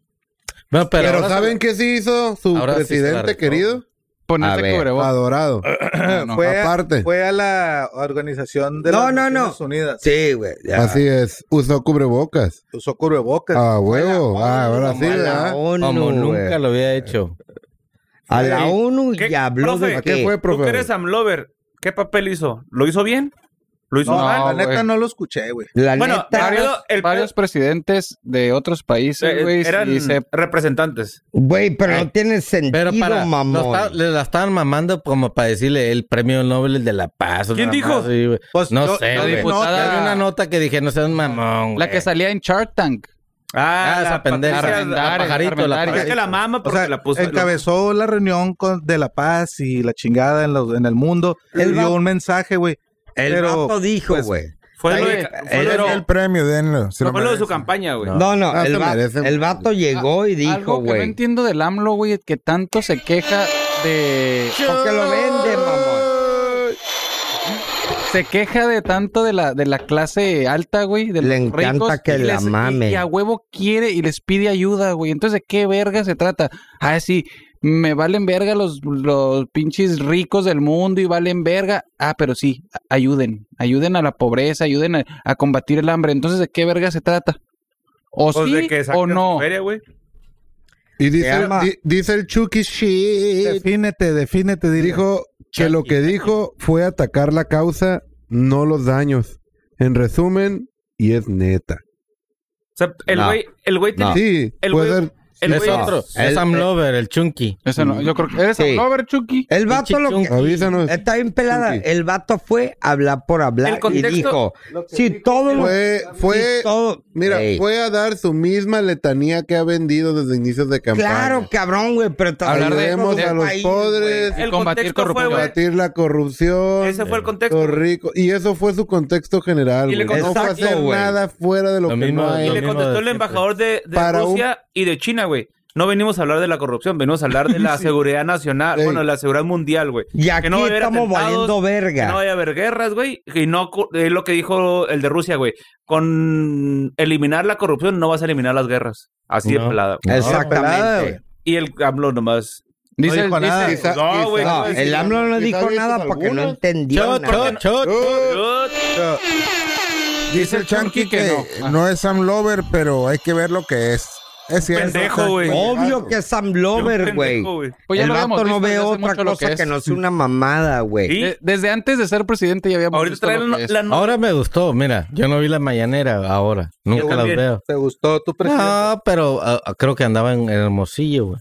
S2: No, pero,
S6: Pero,
S2: ahora-
S6: ¿saben qué sí hizo su
S2: ahora sí se la
S6: presidente
S2: rifó.
S6: querido?
S5: A
S4: Ponerse
S5: ver.
S4: cubrebocas.
S6: Adorado.
S4: No, no.
S6: Fue-
S4: Fue...
S6: a- Aparte.
S9: Fue a la organización de
S5: No,
S9: las
S5: no,
S9: Naciones
S5: no.
S9: Unidas.
S5: Sí, güey. ya.
S6: Así es. Usó cubrebocas.
S9: Usó cubrebocas.
S6: Ah, huevo. Ah, ahora sí,
S5: a la
S6: ¿verdad?
S5: ONU,
S2: como
S5: güey.
S2: nunca lo había hecho.
S5: A la ONU
S12: ¿Qué,
S5: y habló
S12: profe?
S5: de
S12: ¿A
S6: ¿Qué
S5: qué.
S6: fue,
S12: Tú que eres
S6: profe?
S12: Amlover, ¿qué papel hizo? ¿Lo hizo bien? ¿Lo hizo
S4: No,
S12: mal?
S9: la neta
S4: güey.
S9: no lo escuché, güey.
S5: La
S12: Bueno,
S5: neta,
S12: Pero
S4: Varios,
S12: el-
S4: varios presidentes de otros países,
S12: Eh,
S4: güey,
S12: eran
S4: sí se-
S12: representantes.
S5: güey, pero no tiene sentido,
S2: Pero para. lo
S5: mamón.
S2: está- le la estaban mamando como para decirle el premio Nobel de la Paz.
S12: ¿Quién
S2: nada
S12: dijo?
S2: más, sí, güey.
S9: Pues,
S2: no
S9: yo-
S2: sé,
S9: yo
S2: güey.
S9: di nota.
S2: Yo vi una nota que dije, no seas un mamón.
S4: la
S2: güey.
S4: que salía en Shark Tank.
S2: Ah, esa pendeja.
S12: Patricia-
S4: Armendariz,
S2: La pajarito, la
S4: Armendariz.
S12: Es que
S2: pajarito.
S12: la mama porque la puso.
S3: encabezó la reunión con- de la paz y la chingada en, los- en el mundo.
S5: El
S3: dio
S5: va-
S3: un mensaje, güey.
S5: el
S3: pero,
S5: vato dijo,
S3: pues,
S5: güey.
S12: Fue lo
S4: Ahí,
S12: de, fue lo de-
S10: El premio, denlo. se lo
S12: fue lo de
S10: merece.
S12: su campaña, güey.
S5: No, no,
S6: Ah,
S5: el,
S6: se
S5: va-
S6: merece, güey.
S5: el vato llegó y dijo,
S4: Ah, Algo que no
S5: güey.
S4: entiendo del AMLO, güey, que tanto se queja de...
S5: Porque lo vende, mamón.
S4: se queja de tanto de la, de la clase alta, güey. De los
S5: Le encanta
S4: ricos,
S5: que
S4: y
S5: la
S4: les- y-
S5: mamen.
S4: Y, a huevo quiere y les pide ayuda, güey. Entonces, ¿de qué verga se trata? Ah, sí, me valen verga los, los pinches ricos del mundo y valen verga. Ah, pero sí, a- ayuden. Ayuden a la pobreza, ayuden a, a combatir el hambre. Entonces, ¿de qué verga se trata? O
S12: Pues
S4: sí
S12: de que
S4: o
S12: saquen
S4: no.
S12: su feria, güey.
S6: Y
S5: Se
S6: dice,
S5: llama-
S6: di- dice el Chucky Shit.
S3: Defínete, defínete, dijo.
S6: Dijo que lo que dijo fue atacar la causa, no los daños. En resumen, y es neta.
S12: O sea, el
S5: No.
S12: güey, el güey tenía-
S6: Sí,
S12: El
S6: puede
S12: güey-
S6: ser.
S12: el
S2: Es
S12: güey-
S2: otro.
S5: El-
S2: Es Sam Lover, el chunky.
S4: Eso no, yo creo que eres
S5: Sí.
S4: un lover, Chucky.
S5: El vato lo que...
S6: Avísanos.
S5: Está bien pelada.
S6: Sí.
S5: El vato fue a hablar por hablar
S12: El contexto-
S5: y dijo, si todo lo-
S6: Fue,
S5: si
S6: fue,
S5: todo-
S6: mira,
S5: Ey,
S6: fue a dar su misma letanía que ha vendido desde inicios de campaña.
S5: Claro, cabrón, güey, pero está
S4: Hablar de-
S6: Ayudemos
S4: de-
S6: a los
S5: país,
S6: pobres,
S12: el
S4: combatir
S12: contexto fue, güey.
S6: combatir la corrupción.
S12: Ese fue el contexto.
S6: Los ricos. Y eso fue su contexto general.
S12: Y le
S6: güey. No fue
S5: contestó-
S6: hacer
S5: Exacto, güey.
S6: nada fuera de
S2: Lo
S6: lo, que
S2: mismo-
S6: no
S12: Y
S6: hay.
S2: lo
S12: le
S2: mismo
S12: contestó
S2: de
S12: el
S2: siempre.
S12: embajador de, de
S6: Para un-
S12: Rusia y de China, güey. No venimos a hablar de la corrupción, venimos a hablar de la seguridad nacional,
S6: Ey.
S12: bueno, de la seguridad mundial, güey.
S5: Y aquí
S12: que no va a haber
S5: estamos
S12: atentados,
S5: valiendo
S12: Que no
S5: verga.
S12: vaya a haber guerras, güey. Y no cu- es lo que dijo el de Rusia, güey. Con eliminar la corrupción no vas a eliminar las guerras. Así de
S2: No.
S12: pelada.
S9: pelada,
S5: Exactamente.
S9: güey.
S12: Y el AMLO nomás.
S4: Dice,
S3: dijo
S4: dice-
S3: nada.
S6: Quizá-
S12: No, güey,
S6: quizá-
S5: No,
S12: no,
S5: el AMLO no
S6: quizá
S5: dijo
S6: dijo
S5: nada porque no
S6: algunas.
S5: entendió nada.
S2: Chot, chot.
S5: Uh.
S10: Dice el Chanqui que, no. es Sam Lover, pero hay que ver lo que es. Es cierto.
S12: Pendejo, güey.
S5: Obvio que es Sam Lover, güey.
S4: Pues ya
S5: el
S4: lo habíamos
S5: vato no
S4: visto
S5: ve
S4: desde hace
S5: otra
S4: mucho lo
S5: cosa
S4: que
S5: que,
S4: es.
S5: no sea una mamada, güey.
S12: Y
S4: de- desde antes de ser presidente ya habíamos
S12: ahorita
S4: visto
S12: trae
S4: lo
S12: la,
S4: que es.
S12: la no-
S2: Ahora me gustó, mira, yo no vi la mañanera ahora, nunca las
S12: también.
S2: veo.
S9: ¿Te gustó tu presidente?
S2: No, pero ah, ah, creo que andaba en, en Hermosillo, güey.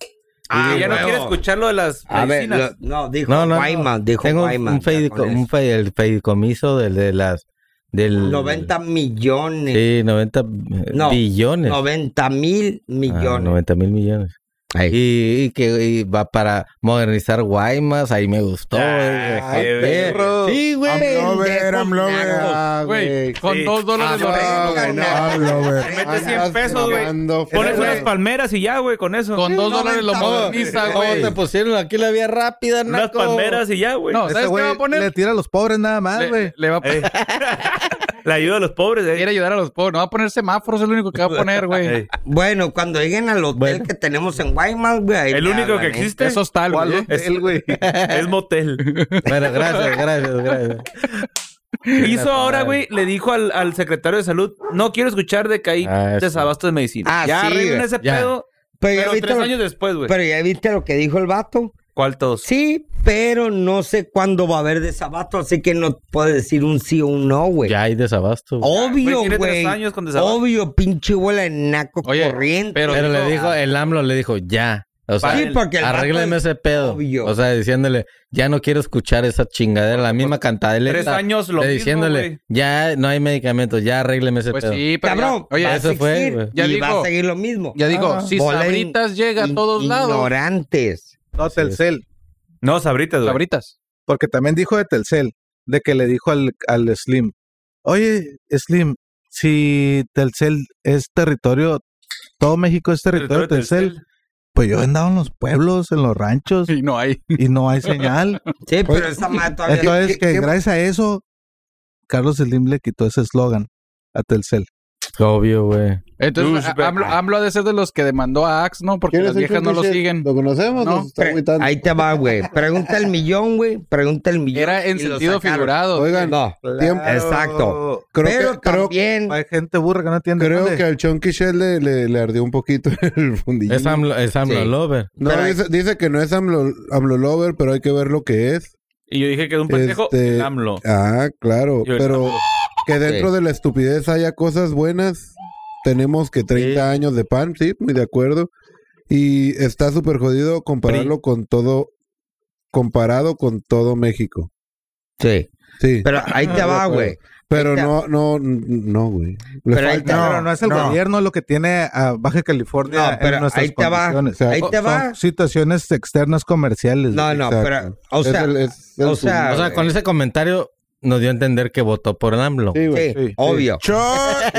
S5: Ah,
S12: que ya no
S5: huevo.
S12: quiere escuchar lo de las
S5: A ver,
S12: medicinas.
S5: lo- no, dijo
S2: No, no, no.
S5: Guaymas, dijo
S2: Tengo un,
S5: Guaymas,
S2: un, feidico-
S5: con eso.
S2: un fe- el feidicomiso del, de las... Del,
S5: 90 millones.
S2: Sí, 90
S5: No,
S2: billones.
S5: 90 mil
S2: Ah,
S5: millones.
S2: 90 mil millones.
S5: Ahí.
S2: Y, y que y va para modernizar Guaymas, ahí me gustó.
S12: Ah,
S2: eh,
S12: qué
S2: eh, sí, güey.
S10: I'm Lover, I'm
S5: Pendejos
S10: Lover.
S5: nacos.
S6: Ah,
S4: Güey,
S6: güey.
S4: con
S12: Sí.
S4: dos dólares
S5: Ah,
S4: lo
S5: güey.
S4: arreglas.
S6: Ah, güey, no, I'm Lover.
S12: Mete
S6: Andas
S12: 100 pesos, güey.
S6: mamando,
S12: Pones
S6: güey.
S12: unas palmeras y ya, güey, con eso.
S4: Con dos
S5: no,
S4: dólares lo
S5: no,
S4: moderniza,
S2: ¿Cómo
S4: Ah, güey.
S2: te pusieron aquí la vía rápida,
S12: unas
S2: naco?
S12: palmeras y ya, güey.
S4: No, ¿sabes
S3: Ese
S4: qué
S3: güey
S4: va a poner?
S3: Le tira a los pobres nada más,
S4: Le,
S3: güey.
S4: le va a poner.
S12: La ayuda a los pobres, eh.
S4: Quiere ayudar a los pobres. No va a poner semáforos, es lo único que va a poner, güey.
S2: Ah,
S5: Bueno, cuando lleguen al hotel que tenemos en Guaymas, güey. ahí
S12: El
S5: me
S12: único que
S5: hablan, ¿eh?
S12: existe.
S4: Eso está, güey.
S12: ¿Cuál hotel, güey? Es motel.
S2: Bueno, gracias, gracias, gracias.
S12: Hizo ahora, güey, le dijo al, al secretario de salud, no quiero escuchar de que hay
S2: Ah, eso.
S12: desabasto de medicina.
S5: Ah,
S12: ya
S5: sí,
S12: arreglen
S5: güey,
S12: ese
S2: ya.
S12: pedo,
S5: ya
S12: pero,
S5: viste
S12: tres
S5: lo-
S12: años después, güey.
S5: Pero ya viste lo que dijo el vato.
S12: ¿Cuál todos?
S5: Sí, pero no sé cuándo va a haber desabasto, así que no puedo decir un sí o un no, güey.
S2: Ya hay desabasto. güey.
S5: Obvio,
S12: Güey, tiene tres
S5: güey.
S12: años con desabasto.
S5: Obvio, pinche bola de naco
S4: Oye,
S5: corriente.
S4: pero-
S2: Pero le dijo, "Eh, el AMLO le dijo, ya. O sea,
S5: ah. Sí, porque el vato
S2: arrégleme
S5: es
S2: ese pedo.
S5: obvio.
S2: O sea, diciéndole, ya no quiero escuchar esa chingadera, la misma cantadeleta.
S12: Tres años lo
S2: Le
S12: mismo,
S2: diciéndole,
S12: güey.
S2: ya no hay medicamentos, ya arrégleme ese
S4: Pues
S2: pedo.
S4: sí, pero.
S5: Cabrón,
S4: ya- oye,
S5: va a
S2: eso fue,
S5: existir
S2: güey.
S4: Ya
S5: y va
S4: digo.
S5: a seguir lo mismo.
S4: ya digo, si
S5: Bola de
S4: Sabritas llega a
S5: in-
S4: todos lados.
S5: Ignorantes.
S3: No, Telcel.
S12: No, sabritas, güey.
S4: Sabritas.
S3: Porque también dijo de Telcel, de que le dijo al, al Slim, oye, Slim, si Telcel es territorio, todo México es territorio,
S12: Territorio
S3: Telcel,
S12: Telcel.
S3: pues yo he andado en los pueblos, en los ranchos,
S4: Y no hay.
S3: y no hay señal.
S5: Sí, pero esa madre todavía.
S3: Entonces,
S5: ¿Qué-
S3: que
S5: qué-
S3: gracias a eso, Carlos Slim le quitó ese eslogan a Telcel.
S2: Obvio, güey.
S12: Luz,
S4: Entonces,
S12: ve-
S4: a- AMLO, AMLO ha de ser de los que demandó a Axe, ¿no? Porque
S6: ¿Quién
S4: las
S6: es el
S4: viejas no lo
S6: Chupiche?
S4: siguen.
S6: ¿Lo conocemos?
S4: No,
S6: Nos está
S5: pre-
S6: agüitando.
S5: Ahí te va, güey. Pregunta el millón, güey. Pregunta el millón.
S4: Era en
S5: y lo
S4: sentido
S5: sacaron.
S4: figurado.
S6: Oigan,
S5: No.
S6: tiempo-
S5: Exacto.
S6: Creo
S5: pero
S6: que- creo-
S5: también.
S3: Hay gente burra que no entiende.
S6: Creo
S3: ¿dónde?
S6: que al Chunky Shell le, le, le ardió un poquito el fundillo.
S2: Es AMLO, es AMLO
S5: Sí.
S2: Lover.
S6: No,
S5: Pero-
S6: dice, dice que no es AMLO, AMLO Lover, pero hay que ver lo que es.
S12: Y yo dije que de un pendejo,
S6: Este-
S12: el AMLO.
S6: Ah, claro.
S12: Yo- "Ah,
S6: Pero que dentro
S5: Sí.
S6: de la estupidez haya cosas buenas. Tenemos que 30 años de pan, sí, muy de acuerdo. Y está súper jodido compararlo con todo, comparado con todo México.
S5: Sí.
S6: Sí, pero,
S5: Pero ahí te va, güey. ahí
S6: no, no, no, güey. Le
S5: Pero ahí
S6: falta-
S5: te va.
S3: No, no es el
S5: No.
S3: gobierno lo que tiene a Baja California
S5: No, pero
S3: en nuestras
S5: ahí te va,
S3: condiciones.
S6: ahí
S3: Son
S5: te va.
S3: situaciones externas comerciales.
S5: No, no,
S6: Exacto.
S5: pero. O
S6: Es
S5: sea,
S6: el- es el
S5: o sea,
S2: O sea, con ese comentario nos dio a entender que votó por AMLO.
S6: Sí, güey,
S5: sí,
S6: sí, sí.
S5: obvio.
S10: Short.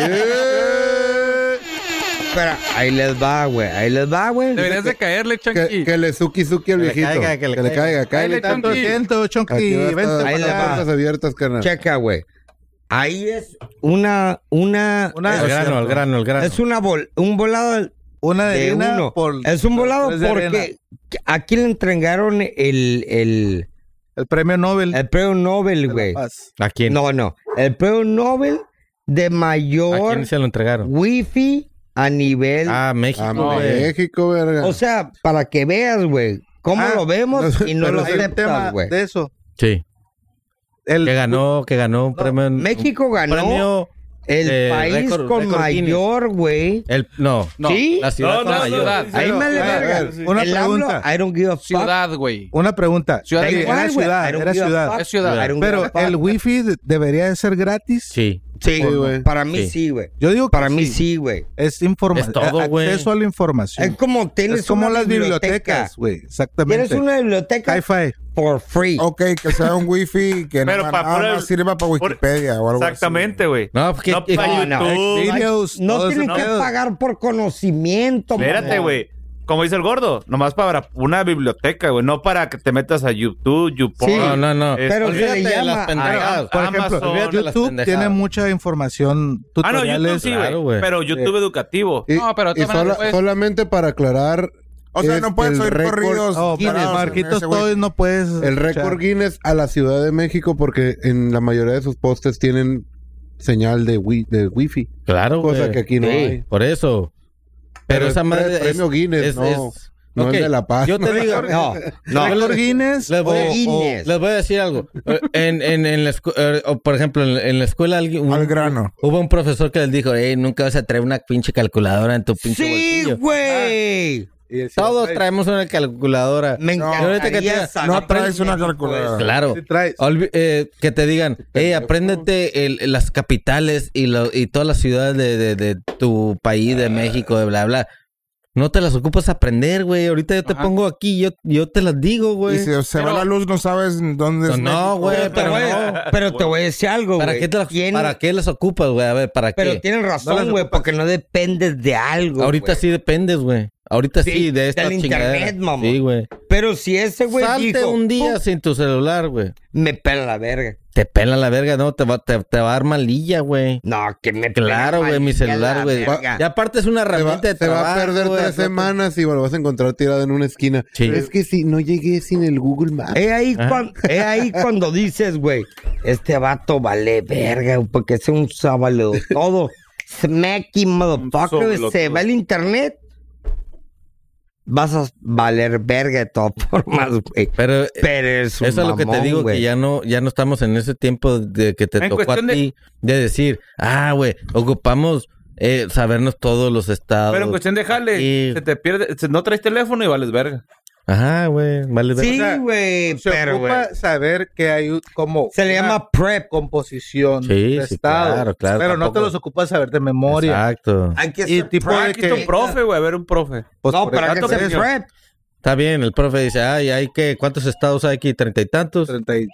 S5: Pero ahí les va, güey. Ahí les va, güey.
S4: Deberías de caerle,
S6: Que,
S4: Chanqui.
S6: que le suki suki al
S2: Que le
S6: viejito.
S2: caiga, que le
S6: caiga. cáele
S4: Cáele,
S6: tanto.
S4: Chunky.
S3: Siento, Chonky,
S6: Aquí va a
S3: vente
S6: estar-
S3: para
S5: Ahí
S6: las
S5: le va.
S6: puertas abiertas, carnal.
S5: Checa, güey. Ahí es una. una,
S3: Una-
S2: el grano, el grano, el grano.
S5: es una bol, un volado
S3: Una de,
S5: de
S3: arena
S5: uno.
S3: por
S5: Es un volado
S3: tres de arena.
S5: porque aquí le entregaron el, el,
S3: el premio Nobel de
S5: el premio Nobel,
S3: la
S5: Eh, güey.
S3: Paz.
S2: ¿A quién?
S5: No, no. El premio Nobel de
S2: ¿A
S5: mayor
S2: quién se lo entregaron?
S5: wifi a nivel.
S2: Ah, México,
S6: A
S2: güey.
S6: México, verga.
S5: o sea, para que veas, güey, cómo
S3: Ah,
S5: lo vemos y no
S3: Pero
S5: lo
S3: hay un tema
S5: aceptas, güey.
S3: de eso.
S2: Sí.
S3: El,
S2: Que ganó, que ganó un premio. en-
S5: México
S2: un
S5: ganó
S2: premio.
S5: el
S2: eh,
S5: país
S2: récord-
S5: con
S2: récord Guinness.
S5: mayor, güey.
S2: El, no,
S4: No,
S5: ¿Sí?
S2: la ciudad con mayor.
S5: Ahí me le
S3: A ver,
S5: verga.
S3: una
S5: El AMLO,
S3: pregunta.
S5: I don't give a fuck.
S4: ciudad, güey.
S3: Una pregunta.
S4: Ciudad
S5: Da
S4: de-
S5: igual,
S3: era
S5: güey.
S3: ciudad,
S5: I don't
S3: era
S5: give a
S3: ciudad.
S5: fuck.
S4: Es ciudad.
S5: I don't give a
S3: Pero
S5: fuck.
S3: el wifi de- debería de ser gratis.
S2: Sí.
S5: Sí,
S6: Sí, güey.
S5: para mí
S2: Sí.
S5: sí, güey.
S3: Yo digo que
S5: Para mí sí, güey.
S3: Es información.
S2: Es todo, güey.
S3: Acceso a la
S5: Es
S3: información.
S5: como tienes
S3: Es como
S5: una
S3: las bibliotecas, güey.
S5: Tienes
S3: Exactamente.
S5: una biblioteca
S3: Hi-Fi.
S5: for free.
S10: Ok, que sea un wifi que
S12: Pero
S10: no,
S12: pa'
S10: nada
S12: pura-
S10: más sirva para
S12: pura-
S10: Wikipedia o algo así.
S12: Exactamente, güey.
S2: No, pues, porque
S12: No, pa'
S5: no,
S12: YouTube.
S3: Videos.
S5: No
S3: todo
S5: tienen
S3: ese
S5: que
S3: pedo.
S5: pagar por conocimiento,
S12: Espérate,
S5: mamón.
S12: güey. Como dice el gordo, nomás para una biblioteca, güey. No para que te metas a YouTube, YouPorn.
S5: Sí.
S2: No, no, no.
S12: Eh,
S5: Pero se
S2: Olvídate
S5: le
S2: de
S5: llama.
S2: las pendejadas.
S3: Por ejemplo,
S12: Amazon.
S3: olvídate,
S2: las
S3: YouTube
S2: pendejadas.
S3: tiene mucha información,
S12: Ah, no,
S3: tutoriales.
S12: YouTube sí, güey.
S2: claro, güey.
S12: pero YouTube educativo.
S6: Y-
S4: No, pero de
S6: y
S4: todas maneras,
S6: sola-
S4: pues-
S6: solamente para aclarar.
S10: O sea,
S6: es
S10: no pueden
S6: el
S10: ser
S6: récord-
S10: corridos.
S3: Oh,
S10: parados
S3: pero
S10: en
S3: Marquitos
S10: ese wifi.
S3: todos no puedes.
S6: El récord Guinness a la Ciudad de México porque en la mayoría de sus postes tienen señal de, wi de wifi.
S2: Claro, güey.
S6: Cosa que aquí no
S2: Sí,
S6: hay.
S2: Por eso. Pero,
S6: Pero
S2: esa
S6: es
S2: madre.
S6: pre- premio Guinness, no. No es
S2: Ok,
S6: de La Paz.
S2: Yo te digo.
S5: No, no.
S3: récord Guinness.
S2: Les voy,
S5: O
S2: o-
S5: Guinness.
S2: les voy a decir algo. Eh, En, en, en la escu- eh, o, por ejemplo, en, en la escuela alguien- un-
S10: Al grano.
S2: hubo un profesor que les dijo, "Ey, nunca vas a traer una pinche calculadora en tu pinche
S5: Sí,
S2: bolsillo". Ah,
S5: güey.
S2: Todos traemos una calculadora.
S5: Me
S10: No.
S2: Ahorita que te-
S5: encantaría saber.
S10: No traes una calculadora.
S2: Claro.
S3: Sí traes.
S2: Olvi- eh, que te digan, hey, apréndete el- las capitales y, lo- y todas las ciudades de, de- de tu país, de México, de bla, bla. No te las ocupas aprender, güey. Ahorita yo te
S4: Ajá.
S2: pongo aquí, yo, yo te las digo,
S10: Y
S2: güey.
S10: si se va
S4: Pero-
S10: la luz, no sabes dónde es
S2: Pues No,
S10: México.
S2: güey,
S5: Pero,
S2: pero
S5: te voy-
S2: no.
S5: pero te voy a decir algo,
S2: ¿Para
S5: güey.
S2: qué, te las-
S5: Tiene-
S2: ¿Para qué las ocupas, güey? A ver, ¿para
S5: Pero
S2: qué?
S5: tienes razón, güey, porque no dependes de algo.
S2: Ahorita
S5: güey.
S2: sí dependes, güey. Ahorita sí, de esta
S5: del
S2: chingadera.
S5: internet, mamá.
S2: Sí, güey.
S5: Pero si ese güey
S2: Salte
S5: dijo,
S2: un día
S5: "Pum",
S2: sin tu celular, güey.
S5: me pela la verga.
S2: Te pela la verga, no, te va, te, te va a dar malilla, güey.
S5: No, que me pela
S2: Claro, güey, mi
S5: malilla
S2: celular,
S5: la
S2: güey.
S5: verga.
S2: Y aparte es una
S6: Se va,
S2: herramienta de
S6: se va
S2: trabajo.
S6: a perder
S2: güey,
S6: tres
S2: aparte-
S6: semanas y lo vas a encontrar tirado en una esquina.
S2: Sí. Eh,
S6: Es que si no llegué sin el Google Maps.
S5: Es ahí,
S2: Ajá.
S5: cuan- es ahí cuando dices, güey, este vato vale verga, porque es un sábado todo. Smacky motherfucker, güey, se
S12: sabalotodo.
S5: va el internet. Vas a valer verga de todas formas, güey.
S2: Pero eh,
S5: Pero es un
S2: eso es lo que te
S5: mamón,
S2: digo,
S5: güey.
S2: que ya no, ya no estamos en ese tiempo de que te
S12: En
S2: tocó a
S12: cuestión de-
S2: ti de... decir, ah, güey, ocupamos eh, sabernos todos los estados.
S12: Pero en cuestión de jale,
S2: Sí.
S12: se te pierde, se- no traes teléfono y vales verga.
S2: Ajá, güey, vale. verga.
S5: Sí,
S3: O sea,
S5: güey,
S3: Se
S5: pero, güey.
S3: ocupa saber que hay un- como
S5: Se le
S3: una
S5: llama prep.
S3: composición
S2: Sí,
S3: de
S2: sí,
S3: estado,
S2: claro, claro,
S3: pero no te
S2: tampoco-
S3: los ocupas saber de memoria.
S2: Exacto.
S5: Hay que
S3: Y
S5: ser
S3: tipo
S5: prep.
S3: de
S12: Aquí está un
S3: que-
S12: profe, güey, a ver un profe.
S3: Pues,
S5: No,
S3: por
S5: pero hay
S3: tanto,
S5: que ser
S3: señor,
S5: prep.
S2: Está bien, el profe dice, ay, hay que, ¿cuántos estados hay aquí? ¿Treinta y tantos?
S3: 30 y-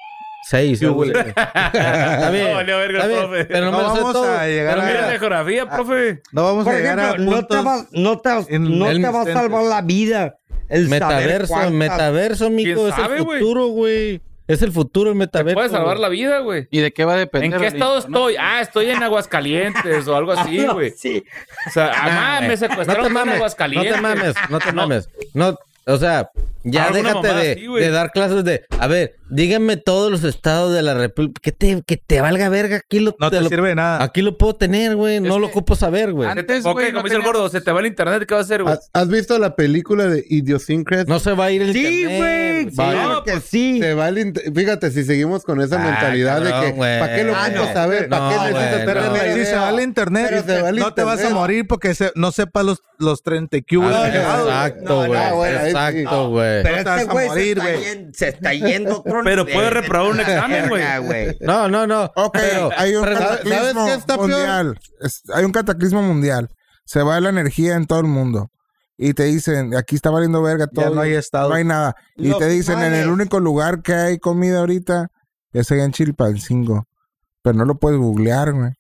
S2: Seis.
S3: Sí,
S2: ¿no?
S3: güey.
S2: Está bien.
S12: No, valió verga el
S2: está bien,
S12: profe.
S2: Pero no,
S3: No
S2: me lo sé
S3: vamos
S2: todo.
S3: a llegar
S2: Pero
S3: a-
S12: Mira
S2: mira,
S12: la geografía, profe.
S3: No vamos
S5: Por
S3: a llegar
S5: ejemplo,
S3: a
S5: no te,
S3: puntos-
S5: va, no te,
S3: en-
S5: no te va a
S3: existentes.
S5: salvar la vida. El saber
S2: Metaverso,
S5: cuántas-
S2: metaverso, mijo,
S12: ¿Quién
S2: es
S12: sabe,
S2: el
S12: güey?
S2: futuro, güey. Es el futuro el metaverso.
S12: Puedes salvar
S2: güey.
S12: la vida, güey.
S4: ¿Y de qué va a depender?
S12: ¿En qué
S4: el
S12: estado
S4: internet?
S12: estoy? Ah, estoy en Aguascalientes o algo así,
S5: Ah, No,
S12: güey.
S5: sí.
S12: O sea, ah,
S2: güey.
S12: me
S2: No te
S12: secuestraron en
S2: mames, no
S12: Aguascalientes.
S2: te mames, no te
S12: No.
S2: mames. No, o sea, ya
S12: Alguna
S2: déjate
S12: mamá
S2: de,
S12: así, güey.
S2: de dar clases de, a ver, díganme todos los estados de la república, que te, que te valga verga, aquí lo,
S3: no te,
S2: lo-
S3: sirve de nada.
S2: aquí lo puedo tener, güey, no
S4: Es
S2: lo
S4: que-
S2: ocupo saber, güey.
S4: Antes,
S12: Ok,
S4: güey, no
S12: como dice el
S4: teníamos-
S12: gordo, se te va el internet, ¿qué vas a hacer, güey?
S6: ¿Has, has visto la película de Idiosincras?
S2: No se va a ir el
S5: Sí,
S2: internet,
S5: güey.
S2: Va-
S5: claro
S12: no,
S5: que sí.
S6: Se va el inter- Fíjate, si seguimos con esa
S2: Ah,
S6: mentalidad de
S2: cabrón,
S6: que,
S2: güey.
S6: ¿para qué lo
S2: Ah,
S6: ocupo
S2: no.
S6: saber? ¿Para
S2: No,
S6: qué necesito
S2: güey,
S6: tener
S2: no.
S6: la
S3: Pero si
S6: idea?
S3: se va al
S6: Pero
S3: internet,
S6: se va al
S3: no te vas a
S6: internet.
S3: morir porque se- no sepas los, los 30 y que
S12: pues,
S3: hubo.
S2: Ah,
S3: Ah, güey.
S2: exacto, güey.
S6: no, güey, ahí sí.
S2: exacto, güey.
S5: Pero
S3: te vas
S5: este
S3: a
S5: güey se,
S3: morir,
S5: está
S3: güey.
S5: yen- se está yendo otro
S12: Pero
S5: nivel.
S12: puede reprobar un examen, güey.
S5: Verga, güey.
S2: No, no, no.
S10: Ok,
S2: Pero-
S10: hay un
S2: pero-
S10: cataclismo
S6: ¿sabes qué está peor?
S10: mundial. Es- hay un cataclismo mundial. Se va la energía en todo el mundo. Y te dicen, aquí está valiendo verga todo.
S3: Ya no hay estado.
S10: no hay nada. Y
S5: Los
S10: te dicen, en
S5: mares.
S10: el único lugar que hay comida ahorita es allá en Chilpancingo. Pero no lo puedes googlear, güey.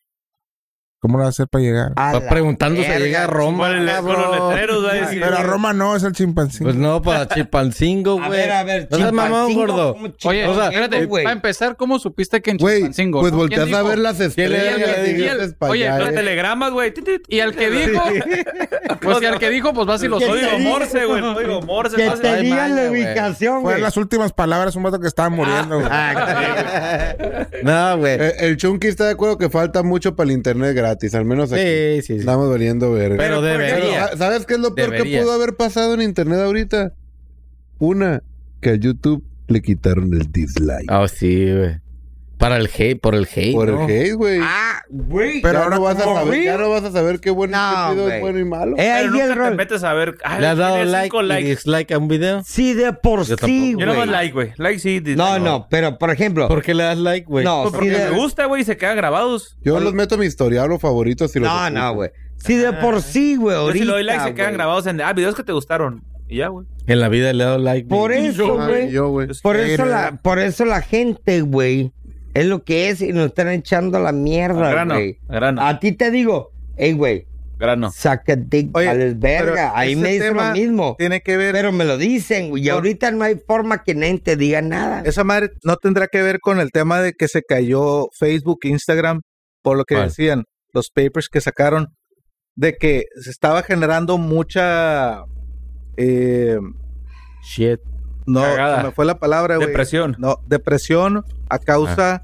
S10: ¿Cómo lo vas a hacer para llegar?
S5: A
S2: Va
S5: la
S2: preguntando si
S5: verga,
S2: llega a Roma.
S12: Con el- con los letreros, va a decir,
S10: Pero a Roma no, es el Chilpancingo.
S2: Pues no, para Chilpancingo,
S5: A
S2: güey.
S5: ver, a ver.
S2: No seas mamón,
S5: Chilpancingo,
S2: gordo.
S5: ¿cómo chingado,
S4: Oye,
S2: O sea,
S4: espérate,
S5: eh, güey.
S4: para empezar, ¿cómo supiste que en
S6: Güey,
S4: Chilpancingo?
S6: pues
S4: no? ¿Quién
S6: volteas a
S4: dijo?
S6: ver las estrellas.
S4: le-
S6: le
S4: y
S6: dices,
S4: el-
S6: "Es pa'
S4: oye,
S6: allá,
S12: Los
S6: eh".
S12: telegramas, güey. tit, tit.
S4: Y al que dijo, pues y al que dijo, pues vas y lo
S12: El
S5: ¿Qué
S4: soy.
S12: código
S5: te digo?
S12: Morse, güey. El código Morse.
S5: Que
S12: no hace-
S5: te diga
S2: maña,
S5: la
S2: güey.
S5: ubicación,
S10: Fueron
S5: güey. Ah,
S10: las últimas palabras, un vato que estaba muriendo, güey.
S2: No, güey.
S6: Eh, el Chunky está de acuerdo que falta mucho para el internet gratis, al menos aquí.
S2: Sí, sí, sí.
S6: Estamos valiendo verga.
S2: Pero debería.
S6: Pero, ah, ¿Sabes qué es lo peor
S2: Debería.
S6: que pudo haber pasado en internet ahorita? Una, que a YouTube le quitaron el dislike.
S2: Ah, sí, güey. Para el hate, por el hate.
S6: por
S2: ¿no?
S6: el hate, güey.
S5: Ah, güey.
S6: Pero
S10: Ya
S6: ahora
S10: no
S6: vas a
S10: como
S6: saber,
S5: vi.
S6: ya no vas a saber qué bueno
S5: No,
S6: qué chido
S5: güey.
S6: es bueno y malo.
S5: Eh, ahí
S12: Pero
S5: el
S12: nunca te
S5: rol.
S12: metes a ver. ah,
S2: ¿Le has dado
S12: tiene
S2: like
S12: cinco
S2: y
S12: likes.
S2: dislike a un video?
S5: Sí, de por
S2: Yo
S5: sí,
S2: tampoco.
S12: Yo no más
S5: güey.
S12: like, güey. Like sí. dislike
S5: No, no, pero por ejemplo.
S2: ¿Por qué le das like, güey?
S5: No,
S12: Pues
S5: sí
S12: porque
S5: de-
S12: me gusta, güey, y se quedan grabados.
S6: Yo los meto a mi historial o favorito si los
S5: No,
S6: ocupo.
S5: no, güey. Si de por sí, güey,
S12: Ah. Yo
S5: ahorita,
S12: si le doy like, se
S5: güey.
S12: quedan grabados en. Ah, videos que te gustaron. Y ya, güey.
S2: En la vida le he dado like.
S5: Por
S2: güey.
S5: eso,
S6: Ah,
S5: güey.
S6: Yo, güey.
S5: Por eso, la, por eso la gente, güey, es lo que es y nos están echando la
S12: Al
S5: mierda,
S12: grano.
S5: güey.
S12: al Grano.
S5: A ti te digo, hey, güey,
S12: Grano.
S5: saca dick,
S3: Oye,
S5: vales
S3: pero
S5: verga. Ahí
S3: ese
S5: me dicen lo
S3: tema
S5: mismo.
S3: Tiene que ver.
S5: Pero me lo dicen, güey. Y
S3: No.
S5: ahorita no hay forma que nadie te diga nada.
S3: Esa madre no tendrá que ver con el tema de que se cayó Facebook, Instagram, por lo que
S2: ¿Cuál?
S3: decían, los papers que sacaron, de que se estaba generando mucha. eh,
S2: Shit.
S3: no,
S12: Cagada.
S3: se me fue la palabra, güey.
S12: Depresión.
S3: No, depresión a causa
S2: Ah.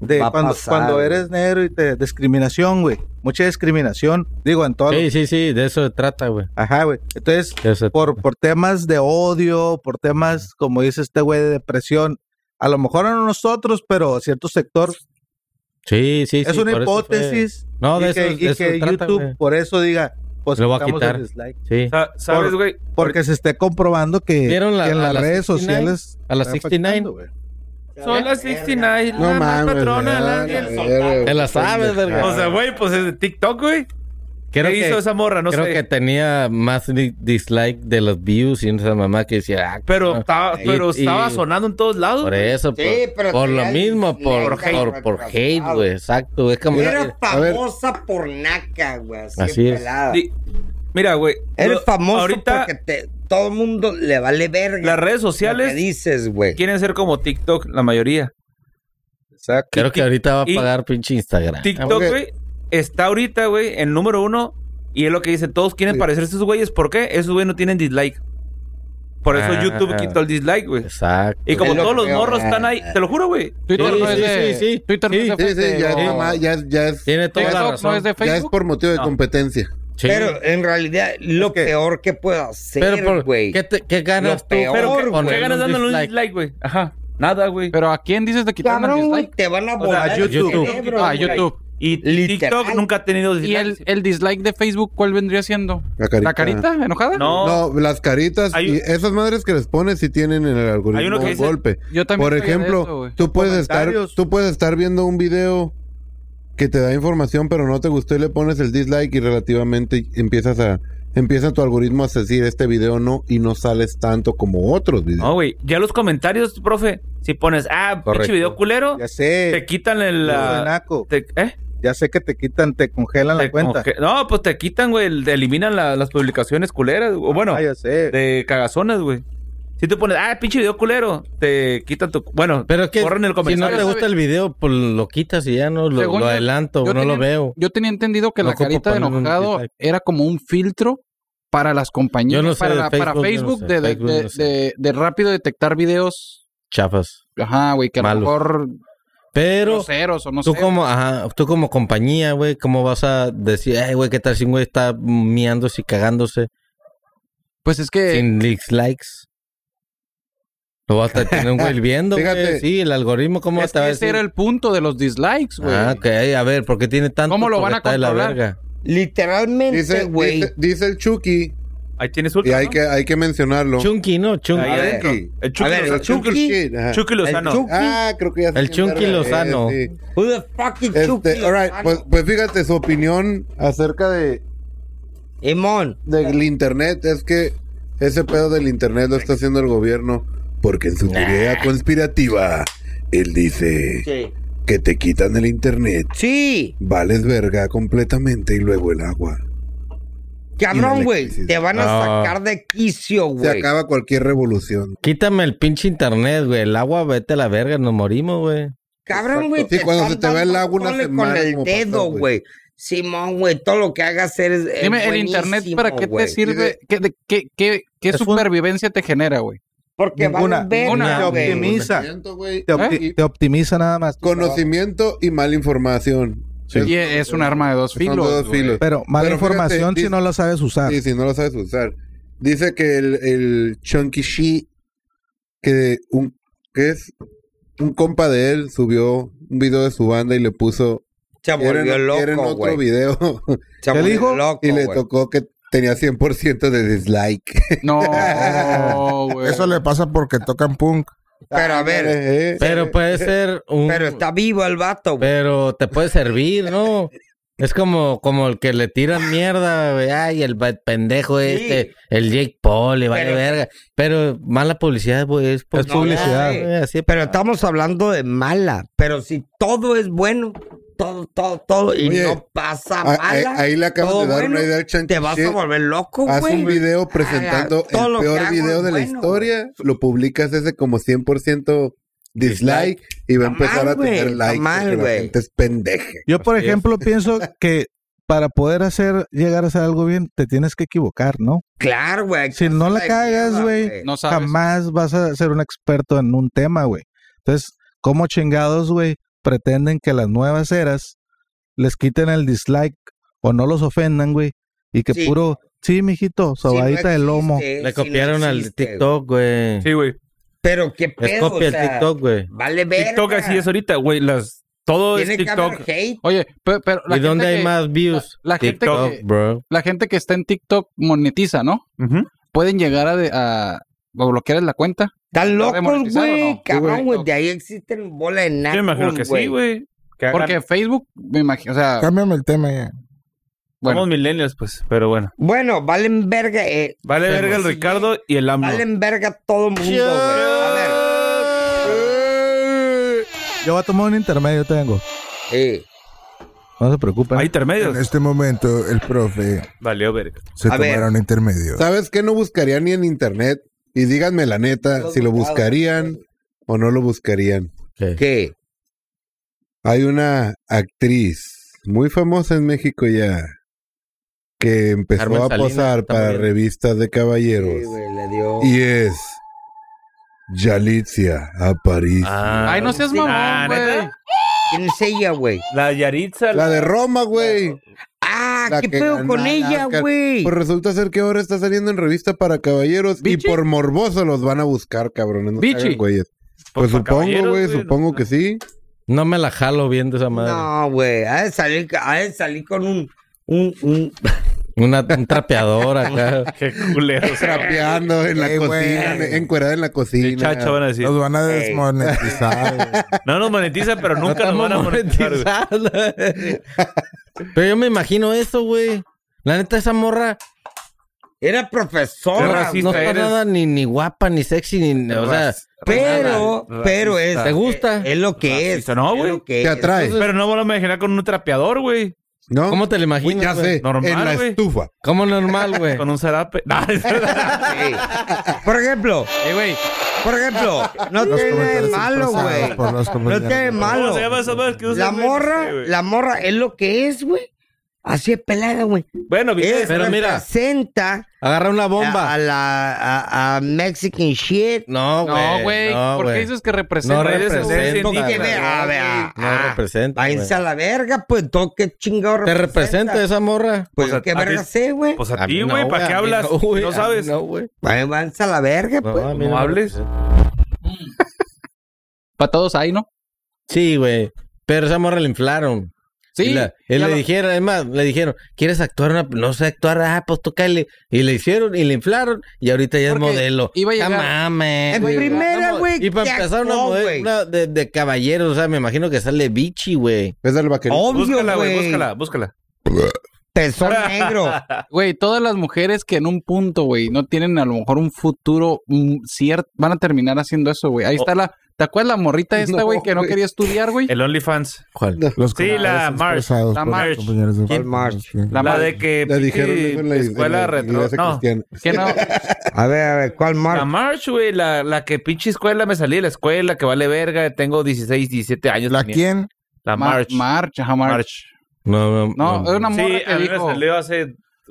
S3: de
S5: Va a
S3: cuando,
S5: pasar,
S3: cuando
S5: güey.
S3: eres negro y te discriminación, güey. Mucha discriminación, digo, en todo.
S2: Sí, sí, sí, de eso se trata, güey.
S3: Ajá, güey. Entonces,
S2: De eso se
S3: por, por temas de odio, por temas, como dice este güey, de depresión. A lo mejor no nosotros, pero cierto sector.
S2: Sí, sí, sí.
S3: es una
S2: por eso fue.
S3: hipótesis.
S2: No, de
S3: y
S2: eso,
S3: que, y
S2: de eso
S3: que
S2: se trata,
S3: YouTube,
S2: güey.
S3: por eso diga, pues
S2: Lo va a
S3: quitamos
S2: quitar.
S3: el dislike.
S2: Sí.
S12: Sa- ¿Sabes,
S3: Por-
S12: güey?
S3: Porque se esté comprobando que,
S2: ¿Vieron la-
S3: que en
S2: a
S3: las
S2: la
S3: redes
S2: 69?
S3: sociales.
S2: A las
S3: está
S2: 69.
S3: afectando, güey.
S12: Son las 69.
S6: No
S12: la más
S6: mames.
S12: patrona,
S6: ya,
S12: la-
S6: la verga.
S2: Te la sabes, verga.
S12: O sea, güey, pues es de TikTok, güey. ¿Qué
S2: Creo que-
S12: hizo esa morra? No
S2: Creo
S12: sé.
S2: que tenía más di- dislike de los views y esa mamá que decía, ah,
S12: Pero,
S2: no.
S12: estaba,
S2: Y-
S12: pero
S2: y-
S12: estaba sonando en todos lados.
S2: Por
S12: güey.
S2: eso,
S5: Sí,
S2: por,
S5: pero
S2: por
S5: te
S2: lo
S5: da
S2: mismo, por,
S5: dislike,
S2: por, por
S5: retrasado.
S2: hate, güey. Exacto, es como...
S5: Era
S6: a ver.
S5: famosa por naca, güey. Así,
S2: Así es.
S5: pelada.
S12: Di- Mira, güey.
S5: Eres
S12: lo-
S5: famoso
S12: ahorita
S5: porque te- todo el mundo le vale verga.
S12: las redes sociales
S5: Lo que dices, güey.
S12: quieren ser como TikTok, la mayoría.
S2: Creo que ahorita va a
S12: Y-
S2: pagar pinche Instagram.
S12: TikTok, güey, está ahorita, güey, en número uno. Y es lo que dicen, todos quieren parecerse a esos güeyes. ¿Por qué? Esos güeyes no tienen dislike. Por eso
S2: Ah.
S12: YouTube quitó el dislike, güey.
S2: Exacto.
S12: Y como
S5: Es lo
S12: todos los
S5: peor.
S12: morros están ahí, te lo juro, güey.
S4: Twitter
S2: Sí,
S4: no es
S2: sí, sí,
S4: de.
S2: sí.
S4: Twitter no es de
S6: Sí, sí, ya es,
S4: Facebook.
S6: mamá- ya es- ya es-
S2: Tiene toda la
S4: TikTok no es
S2: razón.
S4: de
S6: ya es
S4: Facebook.
S6: por motivo de
S12: No.
S6: competencia.
S2: Sí.
S5: Pero en realidad, lo
S6: Es que-
S5: peor que puedo
S2: Pero,
S5: hacer,
S2: por-
S5: güey.
S2: ¿qué, te- qué ganas
S5: Lo
S2: tú?
S5: peor,
S12: Pero ¿qué-
S5: güey.
S12: ¿qué, ganas dándole un dislike, güey? Ajá. Nada, güey.
S4: Pero ¿a quién dices de quitar el
S5: Cabrón, güey,
S4: dislike?
S5: te van a
S12: sea,
S5: volar. el
S2: YouTube.
S5: cerebro,
S4: Ah,
S5: güey.
S4: YouTube.
S12: Y
S5: Literal.
S12: TikTok nunca ha tenido
S4: ¿Y el,
S12: dislike.
S4: el dislike de Facebook cuál vendría siendo?
S6: La carita. Ah.
S4: ¿La carita enojada?
S12: No,
S6: No, las caritas
S12: Hay-
S6: y esas madres que les pones si tienen en el
S12: Hay
S6: algoritmo
S12: uno que
S6: un
S12: dice-
S6: golpe.
S4: Yo también.
S6: Por
S4: sabía de
S6: ejemplo,
S4: eso, güey.
S6: tú puedes estar
S3: Comentarios.
S6: tú puedes estar viendo un video que te da información pero no te gustó y le pones el dislike y relativamente empiezas a empieza tu algoritmo a decir este video no y no sales tanto como otros videos.
S12: no, güey. Ya los comentarios, profe, si pones, ah, pinche
S2: Correcto.
S12: video culero,
S3: Ya
S12: te
S3: sé.
S12: quitan el...
S3: Te,
S12: la-
S3: naco.
S12: te- ¿Eh?
S3: Ya sé que te quitan, te congelan
S12: Te
S3: la cuenta.
S12: conge- No, pues te quitan, güey, el- te eliminan la- las publicaciones culeras, o bueno,
S3: Ah, ya sé.
S12: de cagazonas, güey. Si te pones, ah, pinche video culero, te quitan tu... Bueno,
S2: Pero es que
S12: borran el
S2: si no
S12: comentario.
S2: te gusta el video, pues lo quitas y ya no lo,
S4: Según
S2: lo
S4: yo-
S2: adelanto,
S4: yo
S2: no lo
S4: tenía-
S2: veo.
S4: Yo tenía entendido que
S2: No
S4: la
S2: ocupo
S4: carita de
S2: poner un
S4: enojado
S2: dislike.
S4: era como un filtro para las
S2: Yo
S4: compañías,
S2: no sé
S4: para,
S2: de
S4: la- para
S2: Facebook, yo no
S4: Facebook,
S2: sé,
S4: de, de-
S2: Facebook
S4: de-
S2: no sé.
S4: de- de rápido detectar videos.
S2: Chafas.
S4: Ajá, güey, que a lo
S2: Malos.
S4: mejor
S2: Pero
S4: groseros o no
S2: tú
S4: sé.
S2: como, ajá, tú como compañía, güey, ¿cómo vas a decir, ay, güey, qué tal si un güey está miándose y cagándose
S4: Pues es
S5: Eh,
S4: que
S2: sin dislikes? Lo vas a tener un güey viendo, güey.
S6: Fíjate.
S2: Sí, el algoritmo, ¿cómo
S4: es
S2: te va a
S4: que
S2: decir?
S4: ese era el punto de los dislikes, güey.
S2: Ah, ok, a ver, ¿por qué tiene tanto?
S4: ¿Cómo lo van a
S2: Porque está de la
S4: controlar?
S2: verga.
S5: Literalmente,
S6: Dice,
S5: güey.
S6: dice- dice el Chucky
S12: Ahí tienes
S6: y
S12: ultra,
S6: hay
S12: ¿no?
S6: que hay que mencionarlo.
S2: Chunky, ¿no? Chunky.
S12: Ahí
S6: A ver,
S12: adentro.
S6: Chucky.
S12: El Chucky,
S5: A ver,
S12: Lozano.
S5: el Chucky.
S6: ajá.
S12: Chucky Lozano.
S5: El Chucky.
S6: Ah, creo que ya sé
S2: El
S6: quién te
S2: Chucky
S6: refieres,
S2: Lozano.
S6: sí.
S5: Who the fucking Chucky
S6: Este, all right,
S5: Lozano?
S6: pues, pues fíjate su opinión acerca de
S5: Emón,
S6: del internet es que ese pedo del internet lo está haciendo el gobierno porque en su teoría conspirativa él dice
S5: Sí.
S6: que te quitan el internet,
S5: Sí,
S6: vales verga completamente y luego el agua.
S5: cabrón, güey.
S6: electricidad.
S5: Te van a
S2: No.
S5: sacar de quicio,
S6: Se
S5: güey.
S6: acaba cualquier revolución.
S2: Quítame el pinche internet, güey. El agua, vete a la verga, nos morimos, güey.
S5: Cabrón, güey.
S6: Sí, cuando
S5: están
S6: se te va el
S5: dando
S6: agua una
S5: tole
S6: semana
S5: Con el
S6: como
S5: dedo,
S6: pasó, güey.
S5: güey. Simón, güey, todo lo que hagas eres. es
S4: Dime, el internet,
S5: buenísimo,
S4: ¿para qué
S5: güey.
S4: te sirve? ¿Qué, de- qué- qué- qué
S2: Es un-
S4: supervivencia te genera, güey?
S5: Porque
S3: Ninguna,
S5: van verga,
S4: ninguna
S3: te
S4: Ah,
S5: güey.
S3: optimiza.
S6: Conocimiento, güey,
S3: Te, opti-
S6: ¿Eh?
S3: te optimiza nada más. tu
S6: Conocimiento y mala información. Es-
S4: Y es, un arma de dos
S6: son de
S4: filos.
S6: dos
S4: güey.
S6: filos.
S3: trabajo. Pero mala
S6: Pero fíjate,
S3: información
S6: dice-
S3: si no lo sabes usar.
S6: Sí, si no lo sabes usar. Dice que el, el Chunky Shi, que un que es un compa de él subió un video de su banda y le puso
S5: Se volvió
S6: "Quieren- quieren
S5: loco,
S6: otro
S5: güey.
S6: video
S3: ¿Qué
S5: Se volvió
S3: dijo?
S5: loco,
S6: y le
S5: güey.
S6: tocó que tenía 100% de dislike.
S4: No, güey.
S10: Eso le pasa porque tocan punk.
S5: Pero a ver,
S6: Eh, eh.
S2: Pero puede ser un.
S5: pero está vivo el vato, güey.
S2: Pero te puede servir, ¿no? Es como, como el que le tiran mierda, güey. Ay, el ba- pendejo este, el Jake Paul, le vale
S5: Pero- Pues
S2: verga. Pero mala publicidad, güey. Es,
S3: Es publicidad.
S2: güey, así,
S5: Pero estamos hablando de mala. Pero si todo es bueno, todo, todo, todo, y
S6: Oye,
S5: no pasa
S6: Ah, ahí,
S5: mala,
S6: ahí le acabas
S5: todo
S6: de dar
S5: bueno,
S6: una idea al Chunky
S5: te vas
S6: Shi.
S5: a volver loco, güey.
S6: Haz un video presentando
S5: Ah, todo lo
S6: el
S5: que
S6: peor
S5: hago
S6: video
S5: es
S6: de la
S5: bueno,
S6: historia, lo publicas ese como 100% dislike y va a
S5: Está
S6: empezar
S5: mal,
S6: a tener
S5: güey,
S6: likes
S5: está mal,
S6: porque la
S5: güey.
S6: gente es pendeje.
S3: Yo, por ejemplo, pienso que para poder hacer, llegar a hacer algo bien, te tienes que equivocar, ¿no?
S5: Claro, güey.
S3: Si no la
S5: Ay,
S3: cagas,
S5: mierda,
S3: güey,
S4: No sabes.
S3: jamás vas a ser un experto en un tema, güey. Entonces, ¿cómo chingados, güey, pretenden que las nuevas eras les quiten el dislike o no los ofendan, güey? Y que
S5: Sí.
S3: puro, sí, mijito,
S5: Si no
S3: sobadita de lomo.
S5: existe,
S2: Le
S5: si no
S2: copiaron al
S5: existe,
S2: TikTok, güey.
S12: Sí, güey.
S5: Pero qué pedo,
S2: es copia
S5: o sea,
S2: el TikTok, güey.
S5: Vale ver.
S12: TikTok así es ahorita, güey. Las... Todo es
S5: Tiene
S12: TikTok.
S5: que haber hate.
S4: Oye, pero, pero la
S2: ¿Y
S4: gente
S2: dónde hay
S4: que-
S2: más views?
S4: la- la gente
S2: TikTok,
S4: que-
S2: bro.
S4: La gente que está en TikTok monetiza, ¿no?
S12: Ujú.
S4: Pueden llegar a, de- a- a bloquear la cuenta.
S5: Están locos,
S4: demonetizado
S5: güey.
S4: o no?
S5: Cabrón,
S4: Sí,
S5: güey.
S4: güey.
S5: De ahí existen bola de nada.
S12: Yo me imagino que sí, güey. Que hagan-
S4: Porque Facebook, me imagino, o sea,
S10: Cámbiame el tema ya.
S12: Somos
S4: bueno,
S12: millennials, pues, pero bueno.
S5: Bueno, valen verga. eh,
S12: Vale verga el Ricardo y el AMLO.
S5: valen verga todo el mundo, güey. A
S3: Yo voy a tomar un intermedio, tengo.
S5: ver. eh,
S3: No se preocupen.
S12: Hay intermedios.
S10: En este momento, el profe
S12: Valió verga.
S10: se
S5: A ver.
S10: tomaron intermedio.
S6: ¿Sabes qué no buscaría ni en internet? Y díganme la neta, si lo buscarían o no lo buscarían.
S5: ¿Qué?
S6: Hay una actriz muy famosa en México ya que empezó
S2: Carmen
S6: a
S2: Salinas
S6: posar para
S2: también.
S6: revistas de caballeros.
S5: Sí, güey, le dio.
S6: Y es Yalitzia a París.
S12: Ah,
S4: Ay, no seas
S12: sí. Ah,
S4: mamón,
S12: ¿neta?
S4: güey.
S5: ¿Quién es ella, güey?
S12: La Yaritza.
S6: La de Roma, güey.
S5: Ah,
S6: La
S5: ¿qué
S6: que
S5: pedo
S6: ganó
S5: con
S6: el
S5: ella,
S6: Oscar.
S5: güey?
S6: Pues resulta ser que ahora está saliendo en revista para caballeros
S4: ¿Bichi?
S6: y por morboso los van a buscar, cabrones. No se
S4: ¿Bichi?
S6: hagan güeyes. Pues, supongo, güey, supongo que sí.
S2: No me la jalo viendo esa madre.
S5: No, güey. Ha de salir, ha de salir con un, un, un-
S2: Una, un trapeador acá.
S12: Qué culero.
S6: Trapeando en la
S10: Ey, güey.
S6: cocina, encuerada en la
S12: Sí,
S6: cocina.
S12: chacho, van a decir.
S10: Nos van a desmonetizar. güey.
S12: No nos monetiza, pero nunca
S2: Estamos
S12: nos van a monetizar. güey.
S2: monetizando. Pero yo me imagino eso, güey. La neta, esa morra
S5: Era
S12: Qué
S5: profesora.
S12: racista
S2: no está
S12: eres.
S2: nada ni, ni guapa, ni sexy, ni. O sea,
S5: Pero,
S12: Racista.
S5: pero es. eh,
S2: ¿Te gusta?
S5: Es, lo que
S12: Racista,
S5: es.
S12: no, güey.
S5: Es lo que
S6: Te
S5: es.
S6: atrae,
S12: Pero no me lo imaginar con un trapeador, güey.
S6: ¿no?
S2: ¿cómo te la imaginas?
S6: ya
S2: güey?
S6: sé,
S12: Normal,
S6: en la
S12: güey.
S6: estufa.
S2: ¿Cómo normal, güey?
S12: Con un zarape. No, es verdad.
S5: Sí. Por ejemplo,
S4: Ey, güey.
S5: por ejemplo, no
S10: Los
S5: tiene nada de
S10: comentarios
S5: malo,
S10: expresados
S5: güey.
S10: por los
S5: No tiene nada de
S10: comentarios.
S12: ¿Cómo
S5: malo.
S12: se llama esa madre que usa,
S5: La
S12: güey? No
S5: morra,
S12: sé, güey.
S5: la morra es lo que es, güey. Así es pelada, güey.
S12: Bueno, bien.
S5: Es
S2: pero mira.
S5: representa
S2: Agarra una
S5: a,
S2: bomba.
S5: a la a, a Mexican shit.
S2: No, güey.
S4: No, güey. ¿Por qué
S2: güey.
S4: dices que representa?
S2: No
S12: Hay descendencia
S2: representa.
S12: indígena,
S2: güey.
S5: Dime, a ver, a-
S2: No
S5: a-
S2: representa. güey.
S5: váyanse a la verga, pues, todo qué chingado
S2: ¿Te representa esa morra?
S5: Pues,
S12: O sea,
S5: ¿qué
S12: a
S5: verga
S12: ti-
S5: sé, güey?
S12: Pues a
S2: mí
S12: ti,
S2: no,
S12: güey, ¿para
S2: a
S12: qué
S2: mí
S12: hablas?
S2: No, güey,
S12: No
S2: a mí
S12: sabes.
S2: No, güey.
S5: Váyanse a la verga,
S2: No,
S5: pues.
S2: a mí
S12: ¿No
S2: me
S12: hables?
S2: representa.
S4: Para todos ahí, ¿no?
S2: Sí, güey. Pero esa morra le inflaron.
S4: Sí.
S2: Y la- y
S4: ya
S2: le
S4: lo-
S2: dijeron, además, le dijeron, ¿quieres actuar? una- No sé actuar, ah, pues tú cáele. Y le hicieron y le inflaron y ahorita ya
S4: Porque
S2: es modelo.
S4: iba a llegar-
S2: No mames,
S5: En
S2: güey.
S5: primera, güey.
S2: Y para
S5: ¿qué
S2: empezar una
S5: actuó,
S2: modelo
S5: güey?
S2: una de, de caballero, o sea, me imagino que sale bichi, güey.
S6: Es del vaquerito.
S5: Obvio,
S12: Búscala, güey,
S5: güey.
S12: búscala, búscala.
S5: Pezón negro.
S4: Güey, todas las mujeres que en un punto, güey, no tienen a lo mejor un futuro mm, cierto, van a terminar haciendo eso, güey. Ahí está la... ¿Te acuerdas la morrita esta,
S6: No,
S4: güey, que no
S6: güey.
S4: quería estudiar, güey?
S12: El OnlyFans.
S2: ¿Cuál?
S10: Los
S12: Sí, la
S6: pues,
S10: comentarios
S12: March,
S10: expresados
S4: la
S10: por los
S4: March.
S10: compañeros de-
S5: ¿Quién? March.
S10: Sí.
S12: La,
S4: La madre.
S12: de que.
S6: Le dijeron
S12: pinche
S6: eso en la,
S12: escuela
S6: en la
S12: retro.
S6: iglesia
S12: No,
S6: cristiana.
S4: Que no...
S5: A ver, a ver, ¿cuál
S12: la
S5: marca?
S12: March, güey, la, la que pinche escuela me salí de la escuela, que vale verga, tengo 16, 17 años.
S10: ¿La
S12: tenía.
S10: quién?
S12: La
S4: Ma-
S12: March.
S4: March, ajá, March.
S12: March.
S2: No, no,
S4: No, era una
S12: Sí,
S4: morra
S12: a
S4: que
S12: mí me
S4: dijo...
S12: salió hace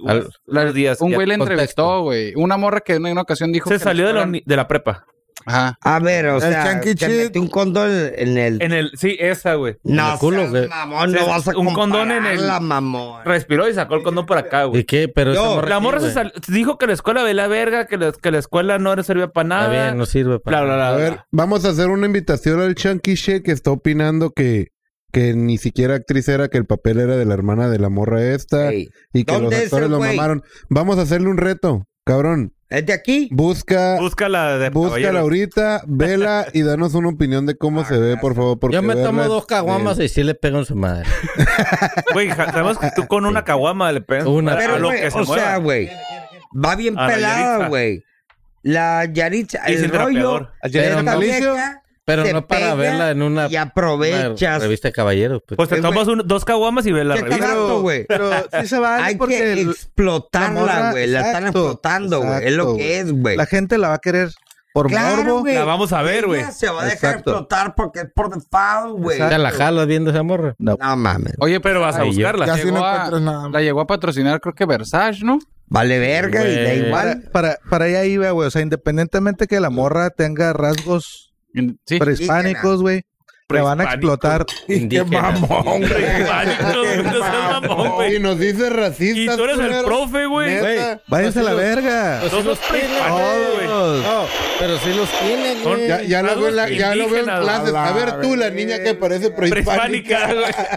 S2: Al-
S12: unos días.
S4: Un
S12: ya.
S4: güey le
S2: contexto.
S4: entrevistó, güey. Una morra que en una ocasión dijo...
S12: Se
S4: que
S12: salió de la,
S4: fueran-
S12: uni- de la prepa.
S4: Ajá.
S5: A ver, o
S10: El
S5: sea,
S10: Chunky
S5: te
S10: Cheat.
S5: metí un condón en el...
S12: En el, sí, esa, güey.
S5: no,
S2: el culo,
S5: seas
S2: güey.
S5: mamón,
S12: Se-
S5: no vas a
S12: un condón en el-
S5: compararla, mamón.
S12: Respiró y sacó el condón por acá, güey.
S2: ¿Y qué? Pero esa morra
S12: La
S2: qué,
S12: morra se
S2: güey?
S12: sal- dijo que la escuela ve la verga, que la, que la escuela no le servía para nada.
S2: Está bien, no sirve
S12: Ah, Bla,
S2: para
S12: bla, bla.
S6: A
S12: bla.
S6: ver, vamos a hacer una invitación al Chunky She que está opinando que, que ni siquiera actriz era, que el papel era de la hermana de la morra esta
S5: Ey,
S6: y que los
S5: ¿Dónde es
S6: actores
S5: el
S6: lo
S5: güey?
S6: mamaron. Vamos a hacerle un reto, cabrón.
S5: ¿Es de aquí?
S6: Busca,
S12: Búscala de
S6: ah, búscala
S12: caballero.
S6: ahorita, vela y danos una opinión de cómo se ve, por favor. porque
S2: Yo me tomo
S6: verla-
S2: dos caguamas y sí le pego en su madre.
S12: Güey, ja- sabemos que tú con una caguama le pegas
S2: Una.
S12: a- a
S5: Pero,
S12: lo
S5: güey,
S12: que se
S5: o sea,
S12: mueva.
S5: güey, va bien
S12: A la Yaritza.
S5: pelada, güey. La Yaritza,
S12: Y
S5: el
S12: sin
S5: rollo
S12: trapeador.
S5: de
S2: Pero
S5: esta
S2: no-
S5: vieja
S2: Pero
S5: se
S2: no para
S5: pega
S2: verla en una,
S5: y
S2: una
S5: aprovechas.
S2: revista de caballeros. pues.
S12: Pues te
S6: Eh,
S12: tomas un- dos caguamas y ves la
S5: ¿Qué está
S12: revista.
S5: dando, güey?
S3: Pero sí se vale
S5: Hay
S3: porque
S5: que
S3: el-
S5: explotarla,
S3: morra-
S5: güey. La están
S3: exacto,
S5: explotando, güey. Es lo
S3: exacto,
S5: que es, güey.
S3: la gente la va a querer por morbo.
S5: güey.
S12: La vamos a ver, güey.
S5: Ella Se va a dejar
S3: Exacto.
S5: explotar porque es por default, güey.
S2: Ya la jalas viendo esa morra.
S5: No mames.
S4: Oye, pero
S12: Pero vas a buscarla.
S10: Ya si no
S4: Llegó a-
S10: encuentras nada.
S4: la llegó a patrocinar, creo que Versace, ¿no?
S5: Vale verga y da
S2: Güey.
S3: Para,
S5: igual.
S3: para, para allá iba, güey. O sea, independientemente que la morra tenga rasgos
S4: Sí.
S3: prehispánicos, güey, le van a explotar.
S2: Indígena.
S12: Pánico, güey, no seas mamón, güey.
S6: Y nos dice
S12: Y
S6: racistas.
S12: tú eres el
S6: culeros.
S12: profe, güey.
S6: Neta.
S2: Güey.
S3: Váyanse a la verga.
S2: Pues sí
S12: Todos
S2: los
S12: los
S2: tiene,
S12: prehispánicos,
S2: güey. No, pero sí los tiene,
S12: Son-
S2: güey.
S6: Ya, ya lo veo en la- ya lo veo en
S12: Indígenas,
S6: clases. A ver tú, la niña que parece prehispánica.
S12: Prehispánica, güey.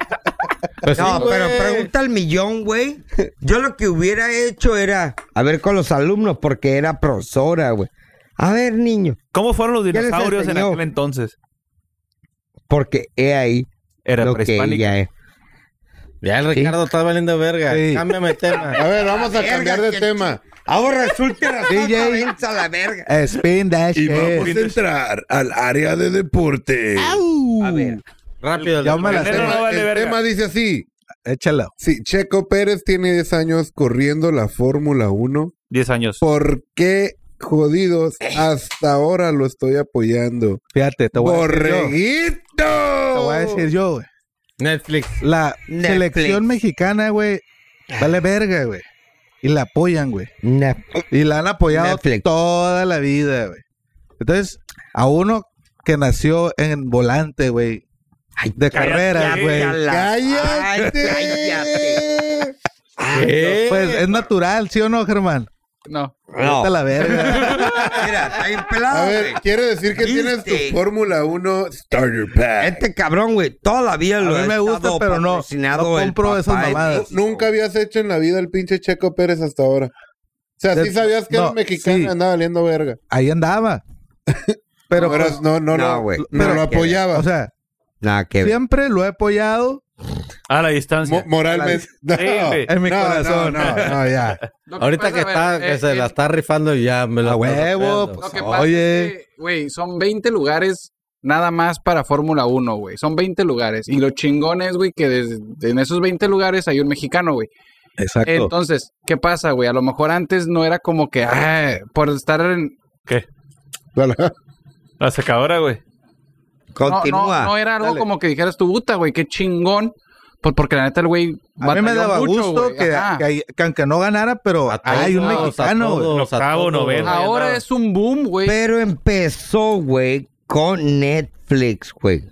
S2: Pues sí,
S5: No,
S2: güey.
S5: pero pregunta al millón, güey. Yo lo que hubiera hecho era, a ver, con los alumnos, porque era profesora, güey. A ver, niño,
S12: ¿Cómo fueron los
S5: les
S12: dinosaurios en
S5: enseñó?
S12: aquel entonces?
S5: porque he ahí
S12: Era
S5: lo que
S12: prehispánica.
S5: ella es.
S2: Ya el Ricardo está valiendo verga.
S3: Sí.
S2: Cámbiame el
S6: A
S2: tema.
S6: ver, vamos a
S5: Verga,
S6: cambiar de
S5: que-
S6: tema.
S5: Ahora resulta que
S3: DJ.
S5: a la verga.
S3: Spin that
S8: Y vamos
S3: shit.
S8: a entrar al área de deporte.
S5: A ver,
S2: Rápido.
S3: Ya me la sé.
S12: No, no vale
S6: el
S12: verga.
S6: tema dice así.
S3: échala.
S6: Sí, Checo Pérez tiene 10 años corriendo la Fórmula 1.
S12: 10 años.
S6: ¿Por qué, jodidos, hasta ahora lo estoy apoyando?
S3: Fíjate, te voy a decir yo.
S6: ¡Borreguito!
S3: Te voy a decir yo, güey.
S2: Netflix.
S3: La
S5: Netflix.
S3: selección mexicana, güey, vale verga, güey. Y la apoyan, güey.
S5: Nep-
S3: Y la han apoyado
S5: Netflix.
S3: toda la vida, güey. Entonces, a uno que nació en volante, güey,
S5: Ay,
S3: de carrera, güey,
S6: ¡Cállate!
S5: Ay, cállate.
S3: pues es natural, ¿sí o no, Germán?
S4: No.
S3: Vete a la verga.
S5: Mira, está bien pelado.
S6: A ver,
S5: güey.
S6: quiere decir que tienes
S5: Viste.
S6: tu Fórmula 1 Starter Pack.
S5: Este cabrón, güey, todavía lo
S3: A mí
S5: ha
S3: me gusta,
S5: estado
S3: pero no-
S5: patrocinado
S3: no
S5: el
S3: compro esas
S5: papá de
S3: mamadas.
S5: México.
S6: Nunca habías hecho en la vida el pinche Checo Pérez hasta ahora. O sea, sí
S3: De-
S6: sabías que
S3: no,
S6: era mexicano y
S3: sí.
S6: andaba valiendo verga.
S3: Ahí andaba. Pero,
S6: Pero
S3: pues,
S6: no,
S5: No,
S6: no, no,
S5: güey.
S6: no,
S5: Pero-
S6: lo apoyaba.
S3: o sea,
S5: Nada
S2: Eh,
S5: que ver.
S3: siempre lo he apoyado.
S12: A la distancia.
S6: Mo- moralmente. No,
S12: Sí, güey.
S3: En mi
S6: no,
S3: corazón.
S6: No, no, no, ya. Pues,
S2: Ahorita que,
S6: eh,
S2: está, que se la está rifando ya me la
S3: A huevo,
S2: pedo.
S3: pues.
S4: eh, Lo que pasa
S3: Oye.
S4: es que, güey, son 20 lugares nada más para Fórmula 1, güey. Son 20 lugares. Y lo chingón es, güey, que desde- en esos 20 lugares hay un mexicano, güey.
S3: Exacto.
S4: Entonces, ¿qué pasa, güey? A lo mejor antes no era como que, ah, por estar en...
S12: La secadora, güey.
S4: No,
S5: Continúa.
S4: no, no era algo
S3: Dale.
S4: como que dijeras tu puta, güey, qué chingón. Pues porque la neta el güey...
S3: a mí me
S4: batalló
S3: daba
S4: mucho,
S3: gusto
S4: güey.
S3: que,
S4: Ajá.
S3: que hay- que aunque no ganara, pero
S2: A
S3: hay un
S2: todos, a
S3: mexicano, güey.
S2: todos,
S12: El octavo,
S2: a todos.
S12: noveno.
S4: Ahora es un boom, güey.
S5: Pero empezó, güey, con Netflix, güey.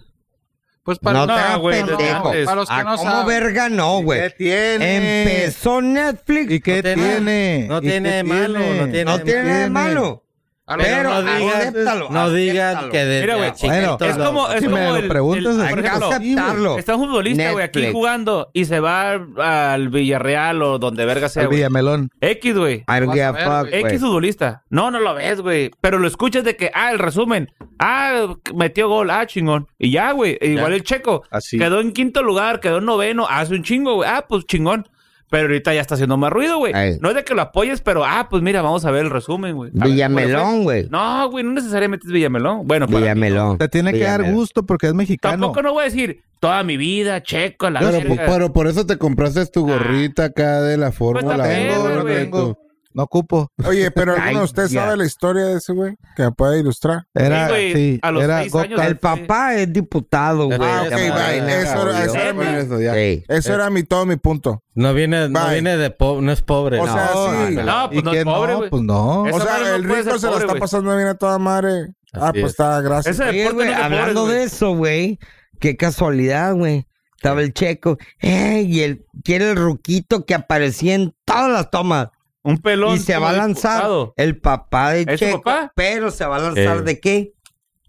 S4: Pues para
S5: no te
S12: no,
S5: hagas
S12: güey, desde
S5: pendejo.
S12: antes.
S4: para los que
S5: Ah,
S4: no
S5: ¿Cómo
S4: saben.
S5: verga no, güey?
S3: ¿Qué tiene?
S5: Empezó Netflix.
S3: ¿Y qué
S2: No tiene-
S3: tiene?
S2: no
S3: ¿Y qué
S2: tiene de malo, no tiene-
S5: no tiene nada de
S3: tiene.
S5: malo. Pero
S2: Pero no digas-
S5: acéptalo.
S2: No digan
S5: acéptalo.
S2: que desde
S12: Mira, güey,
S2: chiquito
S3: bueno,
S12: Es
S2: lo-
S12: como, es
S3: Si
S12: como
S3: me lo
S12: el,
S3: preguntas,
S12: el-
S3: hay
S12: por
S5: que
S12: ejemplo,
S5: aceptarlo.
S12: está un futbolista, güey, aquí
S5: Netflix.
S12: jugando y se va al- al Villarreal o donde verga sea,
S3: El
S12: güey.
S3: Villamelón.
S12: X, güey.
S5: I don't give a fuck, güey.
S12: X futbolista. No, no lo ves, güey. Pero lo escuchas de que, ah, el resumen. Ah, metió gol. Ah, chingón. Y ya, güey. E Igual el checo.
S3: Así.
S12: Quedó en quinto lugar, quedó en noveno. Hace un chingo, güey. Ah, pues chingón. Pero ahorita ya está haciendo más ruido, güey.
S5: Ay.
S12: No es de que lo apoyes, pero, ah, pues mira, vamos a ver el resumen, güey. A ver, ¿cuál
S5: Villamelón, güey.
S12: fue? No, güey, no necesariamente es Villamelón. Bueno, para
S5: Villamelón.
S3: Te tiene que dar
S5: Villamelón.
S3: gusto porque es mexicano.
S12: Tampoco no voy a decir toda mi vida, checo, la
S6: Pero, po-
S5: pues,
S12: verga.
S6: pero por eso te compraste tu
S10: Ah.
S6: gorrita acá de la Fórmula
S12: también,
S6: 1.
S12: güey.
S6: Beto.
S3: No ocupo.
S10: Oye, pero
S5: Ay,
S10: ¿alguno de ustedes
S5: ya.
S10: sabe la historia de ese güey? Que me pueda ilustrar.
S3: Era,
S12: Sí, güey,
S3: sí,
S12: a los
S3: era
S12: seis
S3: Gokhan.
S12: años
S5: El papá es diputado, güey.
S2: Ah,
S5: de
S2: ok,
S5: Morena,
S10: bye. Eso era-
S5: güey.
S10: eso era-
S6: Bueno, eso ya.
S5: Sí.
S10: Eso era mi todo mi punto.
S2: No viene, no
S10: Bye.
S2: viene de po- no es pobre.
S10: O
S2: no.
S10: sea, sí.
S12: No,
S3: ¿Y
S12: pues no
S3: qué
S12: es pobre,
S3: no?
S12: güey.
S3: Pues no.
S12: Es-
S10: O
S12: Esa madre
S10: sea,
S12: no
S10: el
S12: puede
S10: rico
S12: ser
S10: se la
S12: pobre,
S10: está
S12: güey.
S10: pasando bien a toda madre. Ah,
S2: Así
S10: pues
S2: es.
S10: está, gracias.
S12: Ese
S5: Oye,
S12: deporte
S5: güey,
S12: no es de
S5: hablando
S12: pobres,
S5: de
S12: güey.
S5: eso, güey, qué casualidad, güey. Estaba el checo, eh, y el, quiere el ruquito que aparecía en todas las tomas.
S12: Un pelón.
S5: Y se va a
S12: como
S5: lanzar
S12: Diputado.
S5: el papá de
S12: ¿Es su
S5: Checo,
S12: papá?
S5: pero se va a lanzar
S12: Eh.
S5: de qué?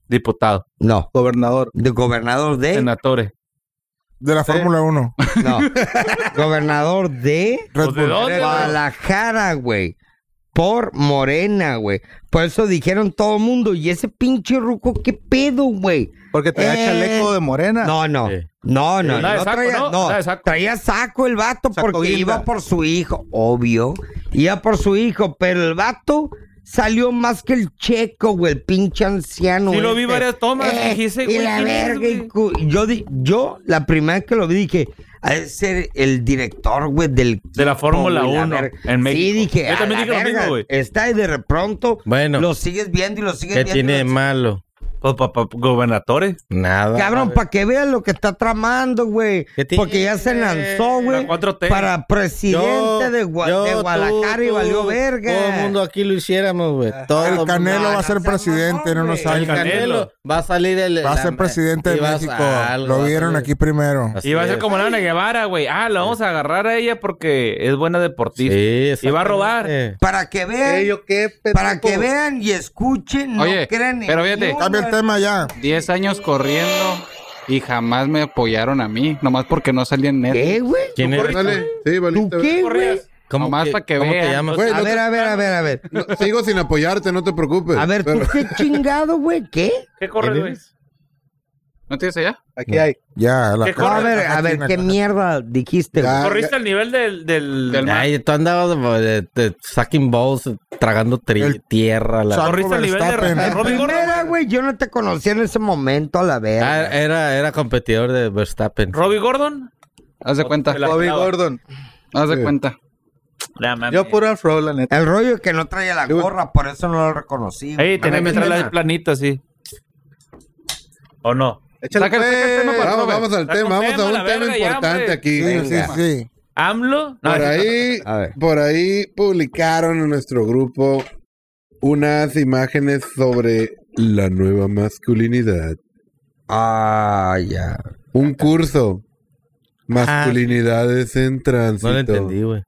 S12: Diputado.
S5: No,
S3: Gobernador.
S5: de gobernador de, no,
S12: Senatore.
S10: De la Fórmula 1.
S5: gobernador de
S10: Red
S12: Pues, ¿de
S10: Bull.
S12: dónde, güey?
S5: Guadalajara, güey. Por Morena, güey. Por eso dijeron todo el mundo, y ese pinche ruco, qué pedo, güey.
S3: Porque te da
S5: Eh.
S3: chaleco de morena.
S5: No, no,
S2: Sí.
S5: no, no,
S12: Nada de
S5: no,
S12: Eh, saco,
S5: traía,
S12: ¿no?
S5: no,
S12: Nada de saco.
S5: traía saco el vato
S3: Saco
S5: porque
S3: guinda.
S5: iba por su hijo, obvio, iba por su hijo, pero el vato salió más que el checo, güey, el pinche anciano.
S12: Sí, lo vi
S5: este.
S12: varias tomas, dijiste,
S5: y
S12: güey,
S5: la
S12: ¿quién es,
S5: verga, y
S12: güey?
S5: cu- yo, di- yo la primera vez que lo vi dije, ha de ser el director, güey, del...
S12: De la
S5: equipo,
S12: Fórmula
S5: güey, la
S12: 1
S5: verga".
S12: en
S5: Sí,
S12: México.
S5: dije,
S12: Yo
S5: "A
S12: también
S5: la
S12: dije lo mismo,
S5: verga,
S12: güey.
S5: Está y de repronto
S2: Bueno.
S5: lo sigues viendo y lo sigues
S2: ¿Qué
S5: viendo. y
S2: tiene de
S5: lo
S2: malo?
S12: Pues, pa- pa- Gobernatore.
S2: Nada.
S5: Cabrón, para que vean lo que está tramando, güey.
S2: Ah, ¿Qué tiene?
S5: Porque ya se lanzó, güey.
S12: La 4T.
S5: Para presidente de, Gua-
S2: Yo,
S5: de
S2: tú,
S5: Guadalajara y
S2: tú,
S5: valió verga.
S2: Todo el mundo aquí lo hiciéramos, güey. Todo
S10: Ah, El Canelo va a ser
S5: no seas
S10: presidente en
S5: mamón,
S10: unos
S5: güey.
S2: El
S10: años.
S2: Canelo va a salir el
S10: Va a
S2: la-
S10: ser presidente
S2: y
S10: de
S2: vas a
S10: México.
S2: algo, Ah.
S10: Lo
S2: va a
S10: vieron
S2: salir.
S10: aquí primero.
S2: Así
S12: Y va a ser
S2: es.
S12: como la Ana Guevara, güey. Ah, la vamos a agarrar a ella porque es buena deportista.
S2: Sí,
S12: Y va a robar.
S2: exactamente.
S5: Para que vean. para que vean y escuchen.
S4: Oye,
S5: no crean en
S4: pero fíjate,
S5: ni una-
S10: Cambia el tema ya.
S4: 10 años corriendo y jamás me apoyaron a mí, nomás porque no salía en Netflix.
S5: ¿Qué, güey?
S2: ¿Quién es?
S6: Dale, sí,
S5: ¿Tú
S6: valiste.
S5: qué, güey?
S12: Correas.
S2: ¿Cómo
S4: Nomás pa' que
S2: cómo te
S4: vean.
S2: llamas?
S6: Güey,
S5: A
S6: no
S5: ver, a ver, a ver, a ver.
S6: te- sigo sin apoyarte, no te preocupes.
S5: A ver, tú
S6: Pero-
S5: qué chingado, güey, ¿qué?
S12: ¿Qué corres, güey?
S4: ¿No tienes allá?
S3: Aquí hay.
S10: Ya, la
S12: ¿Qué
S5: No, a
S12: corre?
S5: ver, a ver, ¿qué mierda dijiste,
S10: Ya.
S5: güey?
S12: Ah, Corriste al nivel del... del,
S4: Del-
S2: Ay, tú andabas de, de- de sucking balls, tragando tri-
S10: El-
S2: tierra. La...
S10: Saco
S12: Corriste al nivel de,
S10: Verstappen.
S12: de Robin
S5: Primera,
S12: Gordon. güey.
S5: güey, yo no te conocía en ese momento a la verga.
S2: Ah, era, era competidor de Verstappen.
S12: Robbie Gordon.
S4: Haz de cuenta.
S12: Se la Bobby clava. Gordon.
S4: Haz de
S12: Sí.
S4: cuenta.
S12: Yo
S4: puro afro,
S12: la
S4: neta.
S5: El rollo es que no traía la gorra, por eso no lo reconocí. güey.
S12: Ey, tenés que traerla de planito, sí. ¿O no?
S6: Saca- saca el tema para eh, Vamos, Robert. vamos al
S12: Saca un
S6: tema, vamos a un
S12: la
S6: tema
S12: verga, ya,
S6: importante
S12: hombre.
S6: aquí. Sí, Venga. sí, sí.
S12: AMLO. No,
S6: por
S12: ese-
S6: ahí,
S5: A ver.
S6: por ahí publicaron en nuestro grupo unas imágenes sobre la nueva masculinidad.
S5: Ah, ya.
S6: Un curso. Masculinidades en tránsito.
S2: No lo entendí, güey.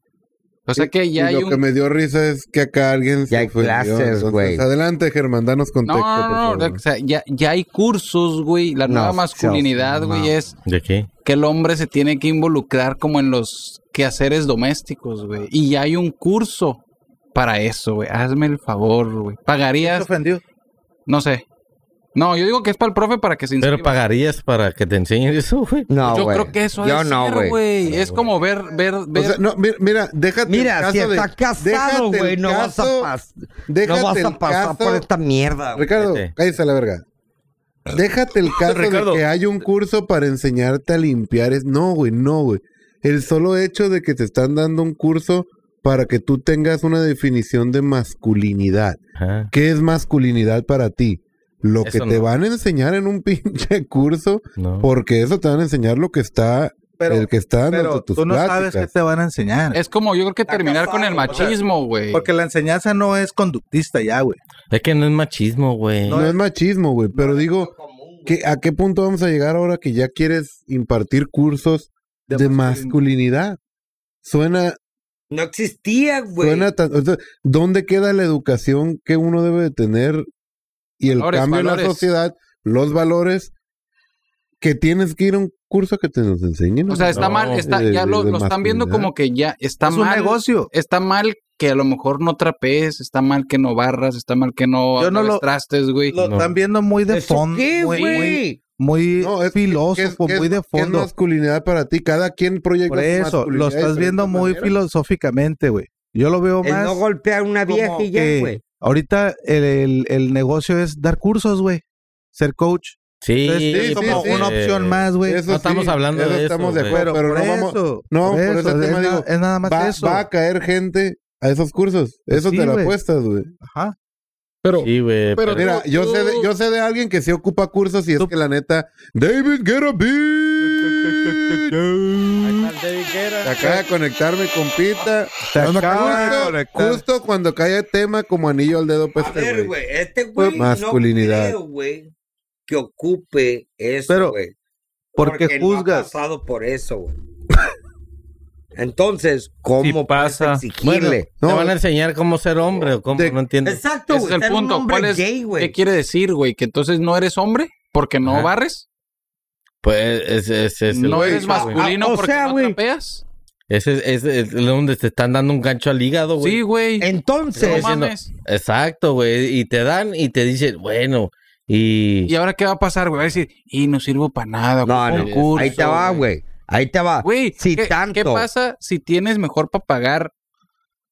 S4: O sea que ya
S6: Y
S4: hay
S6: lo
S4: un-
S6: que me dio risa es que acá alguien se ofendió.
S5: clases,
S6: Entonces,
S5: güey.
S6: Adelante, Germán, danos
S4: No,
S6: contexto,
S4: no,
S6: por
S4: no,
S6: favor.
S4: no, o sea, ya, ya hay cursos, güey. La nueva
S6: No,
S4: masculinidad,
S6: no.
S4: güey, es
S2: ¿De qué?
S4: que el hombre se tiene que involucrar como en los quehaceres domésticos, güey. Y ya hay un curso para eso, güey. Hazme el favor, güey. ¿Pagarías? ¿Te
S3: ofendió?
S4: No sé. No, yo digo que es para el profe para que se inscriba.
S2: Pero pagarías para que te enseñen eso, güey.
S5: No,
S4: yo creo que eso es güey. Es como ver, ver, ver.
S6: O sea, no, mira, mira, déjate
S4: Mira,
S6: el caso
S4: si
S6: de-
S4: está
S5: casado,
S6: déjate el
S5: güey, no vas a
S6: caso-
S5: pas-
S6: déjate
S5: no vas
S6: el
S5: a pasar
S6: caso-
S5: por esta mierda, güey.
S6: Ricardo,
S2: Vete.
S6: cállese a la verga. Déjate el caso
S12: Ricardo.
S6: de que hay un curso para enseñarte a limpiar. Es... No, güey, no, güey. El solo hecho de que te están dando un curso para que tú tengas una definición de masculinidad.
S2: Ajá.
S6: ¿Qué es masculinidad para ti? Lo
S2: Eso
S6: que te
S2: no.
S6: van a enseñar en un pinche curso,
S2: No.
S6: porque eso te van a enseñar lo que está, el que está dando
S3: Pero
S6: tus
S3: tú no sabes qué
S6: pláticas.
S3: te van a enseñar.
S4: Es como yo creo que terminar con el machismo, güey.
S3: Porque la enseñanza no es conductista ya, güey.
S2: Es que no es machismo, güey.
S6: No, es machismo, güey, pero digo, que ¿a qué punto vamos a llegar ahora que ya quieres impartir cursos de, masculinidad? Suena,
S5: No existía, güey.
S6: suena tan... o sea, ¿Dónde queda la educación que uno debe de tener y el
S4: Valores,
S6: cambio en la
S4: valores.
S6: sociedad, los valores que tienes que ir a un curso que te nos enseñen?
S4: O sea, está mal, está,
S6: De-
S4: ya
S6: de-
S4: lo,
S6: de
S4: lo están viendo
S6: masculinidad.
S4: como que ya está
S3: Es un
S4: mal.
S3: negocio.
S4: Está mal que a lo mejor no trapees, está mal que no barras, está mal que no
S3: Yo no
S4: laves
S3: lo-
S4: trastes, güey.
S3: Lo están viendo muy de fondo.
S5: ¿Qué,
S3: muy-
S5: güey?
S3: Muy, muy
S6: No, es-
S3: filósofo,
S6: ¿Qué es-
S3: pues, muy de
S6: qué es
S3: fondo.
S6: masculinidad para ti? Cada quien proyecta
S3: Por
S6: su
S3: eso, lo
S6: masculinidad de
S3: estás viendo
S6: diferentes
S3: muy
S6: maneras.
S3: filosóficamente, güey. Yo lo veo
S5: El
S3: más.
S5: no golpear a una vieja
S3: como
S5: y ya,
S3: que
S5: güey.
S3: Ahorita el, el- el negocio es dar cursos, güey. Ser coach.
S2: Sí, pues, eh,
S3: Entonces, es
S6: sí,
S3: como
S6: sí,
S3: una
S2: sí.
S3: opción más, güey.
S6: Eso
S2: No estamos hablando
S6: eso
S2: de eso,
S6: estamos de
S2: güey.
S6: acuerdo, pero,
S3: Pero
S6: no
S3: por
S6: vamos.
S3: eso,
S6: no, por,
S3: por
S6: ese
S3: eso,
S6: tema
S3: es
S6: digo,
S3: na- es nada más
S6: va,
S3: eso. Pues
S6: va a caer gente a esos cursos. Eso
S3: sí,
S6: te lo
S3: güey.
S6: apuestas, güey.
S3: Ajá.
S6: Pero,
S2: Sí, güey. Pero,
S6: mira, yo sé, de, yo sé de alguien que sí ocupa cursos y es que la neta, David Guerra Acaba de conectarme con Pita.
S3: Te acaba de
S6: Justo,
S3: conectar.
S6: justo cuando cae el tema como anillo al dedo, pues
S5: A
S6: este
S5: ver,
S6: güey.
S5: güey, este güey
S6: Masculinidad.
S5: no creo, güey, que ocupe eso,
S3: Pero,
S5: güey.
S3: porque
S5: no ha
S3: juzgas.
S5: pasado por eso, güey. Entonces, ¿cómo
S12: Sí pasa.
S5: puedes
S2: bueno,
S5: exigirle?
S2: te
S6: eh,
S2: van a enseñar cómo ser hombre o cómo, no entiendo.
S5: Exacto,
S4: Ese
S5: güey.
S4: es el
S5: ser un
S4: punto.
S5: hombre
S4: ¿Cuál es,
S5: gay, güey.
S4: ¿Qué quiere decir, güey? ¿Que entonces no eres hombre? ¿Porque no
S2: Ajá.
S4: barres?
S2: Pues ese es, es,
S4: ¿No
S2: el-
S4: eres
S2: güey.
S4: masculino
S5: Ah, o
S4: porque
S5: sea,
S4: no
S5: güey.
S4: trapeas?
S2: Ese es, es, es donde te están dando un gancho al hígado, güey.
S4: Sí, güey.
S5: Entonces,
S4: No
S2: Estás diciendo-
S4: mames.
S2: Exacto, güey. Y te dan y te dicen, bueno, y...
S4: ¿Y ahora qué va a pasar, güey? Va a decir, y no sirvo para nada,
S5: no,
S4: ocupo
S5: no,
S4: un curso,
S5: ahí te va, güey. Ahí te va.
S4: Güey,
S5: si
S4: ¿qué,
S5: tanto.
S4: ¿qué pasa si tienes mejor para pagar?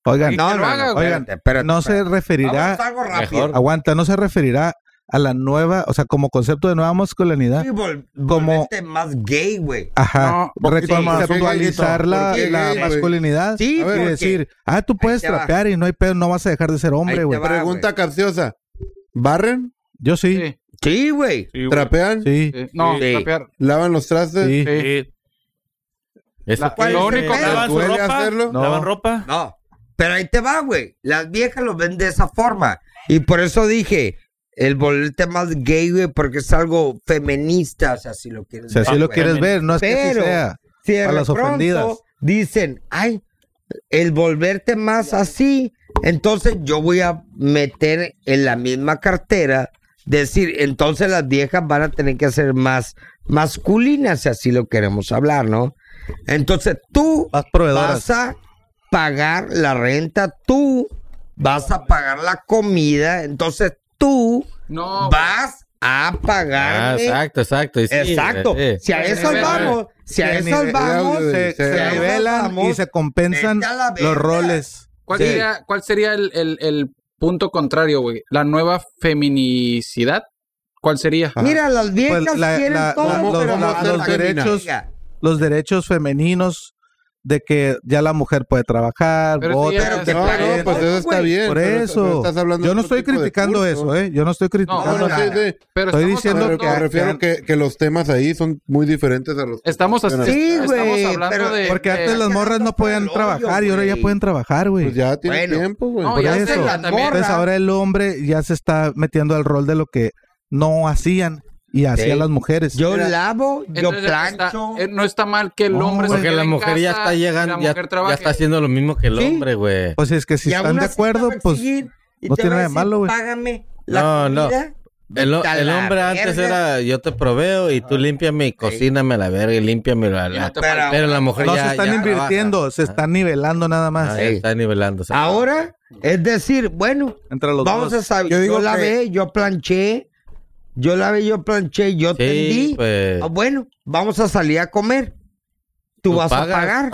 S3: Oigan,
S4: Que lo
S5: No, no, no,
S4: haga, güey.
S5: espérate, espérate,
S3: no se
S5: espérate.
S3: referirá.
S5: Vamos a algo rápido.
S2: Mejor.
S3: Aguanta, no se referirá a la nueva, o sea, como concepto de nueva masculinidad.
S5: Sí, vol-
S3: Como-
S5: volverte más gay, güey.
S3: Ajá.
S4: No,
S3: Recon-
S5: sí, más
S3: conceptualizar
S6: gay,
S3: la,
S6: porque
S3: la
S6: gay, güey.
S3: masculinidad
S5: Sí,
S3: y
S5: porque-
S3: decir, ah, tú puedes
S5: te va.
S3: trapear y no hay pedo, no vas a dejar de ser
S5: Ahí
S3: hombre,
S5: te
S3: güey.
S5: va,
S6: Pregunta capciosa. ¿Barren?
S3: Yo sí.
S4: Sí.
S5: Sí, güey.
S12: Sí, güey.
S6: ¿Trapean?
S3: Sí.
S4: Eh, no,
S5: Sí.
S4: trapear.
S6: ¿Lavan los trastes?
S3: Sí.
S4: Sí.
S12: Sí.
S2: Eso
S4: La-
S2: que
S4: lo
S2: dice-
S4: único que-
S12: ¿Lavan su
S6: ¿Duele
S12: ropa?
S6: hacerlo?
S3: No.
S12: ¿Lavan ropa?
S5: No, pero ahí te va, güey. Las viejas lo ven de esa forma. Y por eso dije, el volverte más gay, güey, porque es algo feminista, o sea, si lo quieres
S3: Si así
S5: ver,
S3: lo
S5: güey.
S3: quieres ver, no es que así
S5: Pero,
S3: sea.
S5: Si de
S3: para las
S5: pronto
S3: ofendidas.
S5: Dicen, ay, el volverte más así, entonces yo voy a meter en la misma cartera, decir, entonces las viejas van a tener que ser más masculinas, si así lo queremos hablar, ¿no? Entonces tú
S3: Más proveedoras.
S5: vas a pagar la renta, tú vas a pagar la comida, entonces tú
S4: No,
S5: vas a
S2: Ah,
S5: pagar.
S2: exacto, exacto. y sí,
S5: Exacto.
S2: eh, eh.
S5: Si a
S4: Sí,
S5: eso
S4: sí,
S5: vamos, si a
S3: Se
S5: eso
S3: nive-
S5: vamos,
S3: se, se
S5: si a eso
S3: nivelan y
S5: vamos,
S3: se compensan
S5: vete a la verga.
S3: los roles.
S4: ¿Cuál
S3: Sí.
S4: sería, cuál sería el, el- el punto contrario, güey? ¿La nueva feminicidad? ¿Cuál sería?
S5: Mira, las viejas
S3: Pues, la-
S5: quieren
S3: la-
S5: todo,
S3: la- los- la-
S5: pero no se
S3: los
S5: la
S3: derechos-
S5: niega.
S3: los derechos femeninos de que ya la mujer puede trabajar,
S6: Pero eso ya
S3: vota,
S6: es- No, no, pues eso está
S3: Güey,
S6: bien,
S3: Por
S6: pero- pero
S3: eso.
S6: estás hablando
S3: yo
S6: de
S3: no
S6: otro
S3: estoy
S6: tipo de
S3: criticando
S6: curso.
S3: eso, ¿eh? Yo no estoy criticando.
S6: bueno, sí, sí.
S4: Pero
S3: estoy
S4: estamos
S3: diciendo
S6: Pero
S3: que,
S6: me refiero que, que los temas ahí son muy diferentes a los.
S4: Estamos,
S6: Bueno,
S5: Sí,
S4: estamos
S5: güey,
S4: hablando
S5: pero-
S4: de...
S3: porque
S4: de-
S3: antes las morras no podían trabajar y ahora ya
S5: güey.
S3: pueden trabajar, güey.
S6: Pues ya tiene
S5: Bueno.
S6: tiempo, güey.
S4: No,
S3: Por
S4: ya
S3: eso.
S4: se la- también-
S3: Entonces ahora el hombre ya se está metiendo al rol de lo que no hacían y hacían
S5: Sí.
S3: las mujeres.
S5: Yo lavo, yo
S4: Entonces,
S5: plancho.
S4: está- eh, no está mal que el
S3: No,
S4: hombre se
S2: Porque
S4: quede
S2: la
S4: en
S2: mujer ya
S4: casa
S2: está
S4: y la
S2: llegando, ya,
S4: mujer
S2: ya
S4: trabaje.
S2: está haciendo lo mismo que el
S5: Sí.
S2: hombre, güey.
S3: Pues es que si
S5: Y aún
S3: están de
S5: así te va a
S3: acuerdo, pues
S5: exigir y
S3: no
S5: te
S3: tiene
S5: va
S3: nada de
S5: a decir,
S3: malo, güey.
S5: Págame la
S2: No, no.
S5: comida.
S2: El,
S5: Vete a
S2: el
S5: la
S2: hombre antes
S5: verga.
S2: era yo te proveo y tú límpiame y cocíname la verga y límpiame la,
S4: Ya
S2: la-
S4: no te
S5: Pero-
S4: falta.
S2: Pero la mujer
S3: no
S2: ya
S3: se están
S2: ya
S3: invirtiendo,
S2: trabaja.
S3: se están nivelando nada más
S2: Ah, ya
S5: Sí.
S2: está nivelándose.
S5: Ahora, es decir, bueno,
S3: entre los
S5: vamos a
S3: dos.
S5: saber. Yo,
S10: Yo digo que-
S5: lavé, yo planché. Yo lavé, yo planché, yo
S2: sí,
S5: tendí.
S2: pues,
S5: Ah, bueno, vamos a salir a comer. Tú,
S2: Tú
S5: vas
S2: pagas.
S5: a pagar.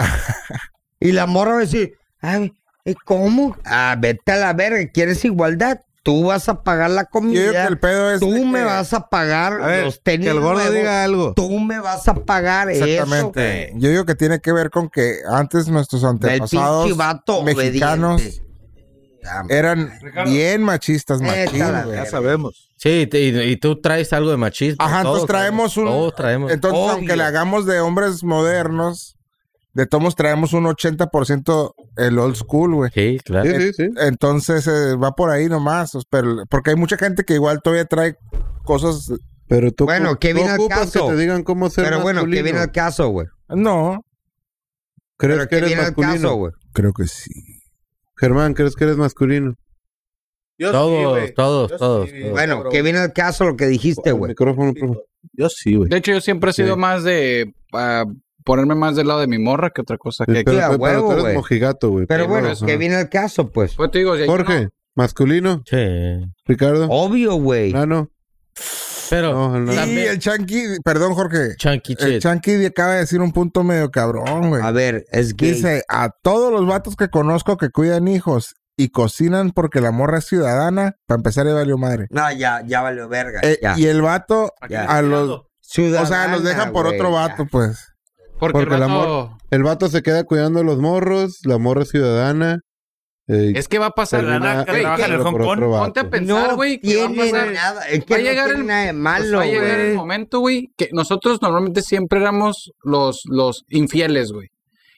S5: y la morra va a decir, ay, ¿y ¿cómo? Ah, vete a la verga, ¿quieres igualdad? Tú vas a pagar la
S10: Yo digo que
S5: comida.
S10: el pedo es. de
S5: Tú me
S10: que-
S5: vas a pagar
S3: A ver,
S5: los
S3: que
S5: tenis
S3: el gordo
S5: nuevos.
S3: diga algo.
S5: Tú me vas a pagar eso.
S10: Exactamente. Yo digo que tiene que ver con que antes nuestros
S5: Del
S10: antepasados
S5: pinche vato
S10: mexicanos
S5: obediente. Ah,
S10: eran bien machistas,
S5: Vete a
S10: machín,
S5: la
S10: güey.
S3: Ya sabemos.
S2: sí, te- y, y tú traes algo de machismo.
S10: Ajá,
S2: todos
S10: entonces traemos un.
S2: Todos traemos.
S10: Entonces,
S5: Obvio.
S10: aunque le hagamos de hombres modernos, de tomos traemos un 80% el old school, güey.
S2: sí, claro.
S6: Sí, sí, sí.
S10: Entonces eh, va por ahí nomás, pues, pero, porque hay mucha gente que igual todavía trae cosas.
S6: Pero tú.
S5: Bueno,
S6: ocu-
S5: que
S6: tú
S5: viene al
S6: ocupas
S5: caso.
S6: que te digan cómo ser
S5: Pero bueno, que
S6: masculino.
S5: viene al caso, güey.
S10: No,
S6: ¿Crees
S5: Pero
S6: que
S5: que
S6: eres
S5: viene al caso,
S6: masculino?
S5: güey.
S10: creo que sí.
S6: Germán, ¿crees que eres masculino?
S3: Yo
S2: Todos, todos, todos, todos.
S5: Bueno, que viene al caso lo que dijiste,
S6: El
S5: güey.
S6: micrófono, por favor.
S3: Yo sí, güey.
S4: De hecho, yo siempre he sido más de ah, ponerme más del lado de mi morra que otra cosa. Que,
S6: Pero,
S5: a
S6: pero
S5: huevo,
S6: tú eres
S5: güey.
S6: mojigato, güey.
S5: Pero bueno,
S6: Ajá.
S5: que viene al caso, pues.
S4: Pues te digo, si yo
S6: Jorge,
S4: no-
S6: masculino,
S2: Sí.
S6: Ricardo.
S5: Obvio, güey.
S6: Nano.
S2: Pero
S6: No, no.
S10: Y
S2: también
S10: el Chanqui, perdón, Jorge.
S2: Chunky
S10: El
S2: Chit.
S10: Chanqui acaba de decir un punto medio cabrón, güey.
S5: A ver, es gay.
S10: Dice, a todos los vatos que conozco que cuidan hijos y cocinan porque la morra es ciudadana, para empezar ya valió madre.
S5: No, ya, ya valió verga.
S10: Eh,
S5: ya.
S10: y el vato
S5: Ya.
S10: a los... O sea,
S5: Ciudadana,
S10: los dejan por
S5: güey,
S10: otro
S5: ya.
S10: vato, pues.
S4: porque,
S6: porque
S4: el
S6: el
S4: rato-
S6: El vato se queda cuidando a los morros, la morra es ciudadana. eh,
S4: Es que va a pasar.
S12: Termina-
S4: güey,
S12: trabaja en el
S6: pero
S12: Hong
S6: por
S12: Kong.
S6: otro vato.
S4: Ponte a pensar,
S5: No
S4: güey. que va a
S5: tiene
S4: pasar-
S5: nada. Es
S4: Va a
S5: que no
S4: llegar
S5: tiene
S4: el-
S5: nada de
S4: pues
S5: malo,
S4: va a llegar el
S5: güey.
S4: momento, güey, que nosotros normalmente siempre éramos los, los infieles, güey.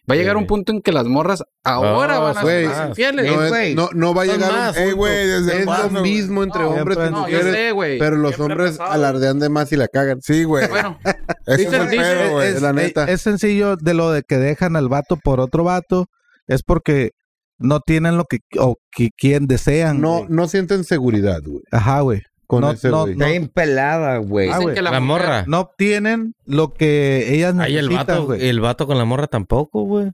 S4: Va a llegar
S2: Sí.
S4: un punto en que las morras ahora
S2: No,
S4: van a ser
S6: güey,
S4: las infieles.
S6: No, es-
S5: güey.
S6: no, no va a
S2: Son
S6: llegar un-
S2: más,
S6: Ey, güey, desde
S10: ¿Desde
S6: es lo
S10: cuándo, güey?
S6: mismo entre
S4: No,
S6: hombres y
S3: siempre-
S4: no, yo
S6: mujeres,
S4: sé, güey.
S6: pero los
S12: Siempre ha
S6: hombres
S12: pasado.
S6: alardean de más y la cagan.
S10: Sí, güey.
S4: Bueno,
S10: Ese es
S4: dicen-
S10: el pedo, güey.
S6: la neta.
S3: Es sencillo de lo de que dejan al vato por otro vato, es porque no tienen lo que o que quien desean.
S6: No,
S3: güey.
S6: no sienten seguridad, güey.
S3: Ajá, güey.
S6: Con
S3: No,
S6: ese
S3: no,
S6: güey.
S3: no.
S5: Está bien pelada, güey.
S3: Ah,
S4: dicen
S3: güey,
S4: que la,
S2: La
S4: mujer-
S2: morra.
S3: No obtienen lo que ellas
S2: Ahí el
S3: necesitan,
S2: vato,
S3: güey.
S2: el vato con la morra tampoco, güey.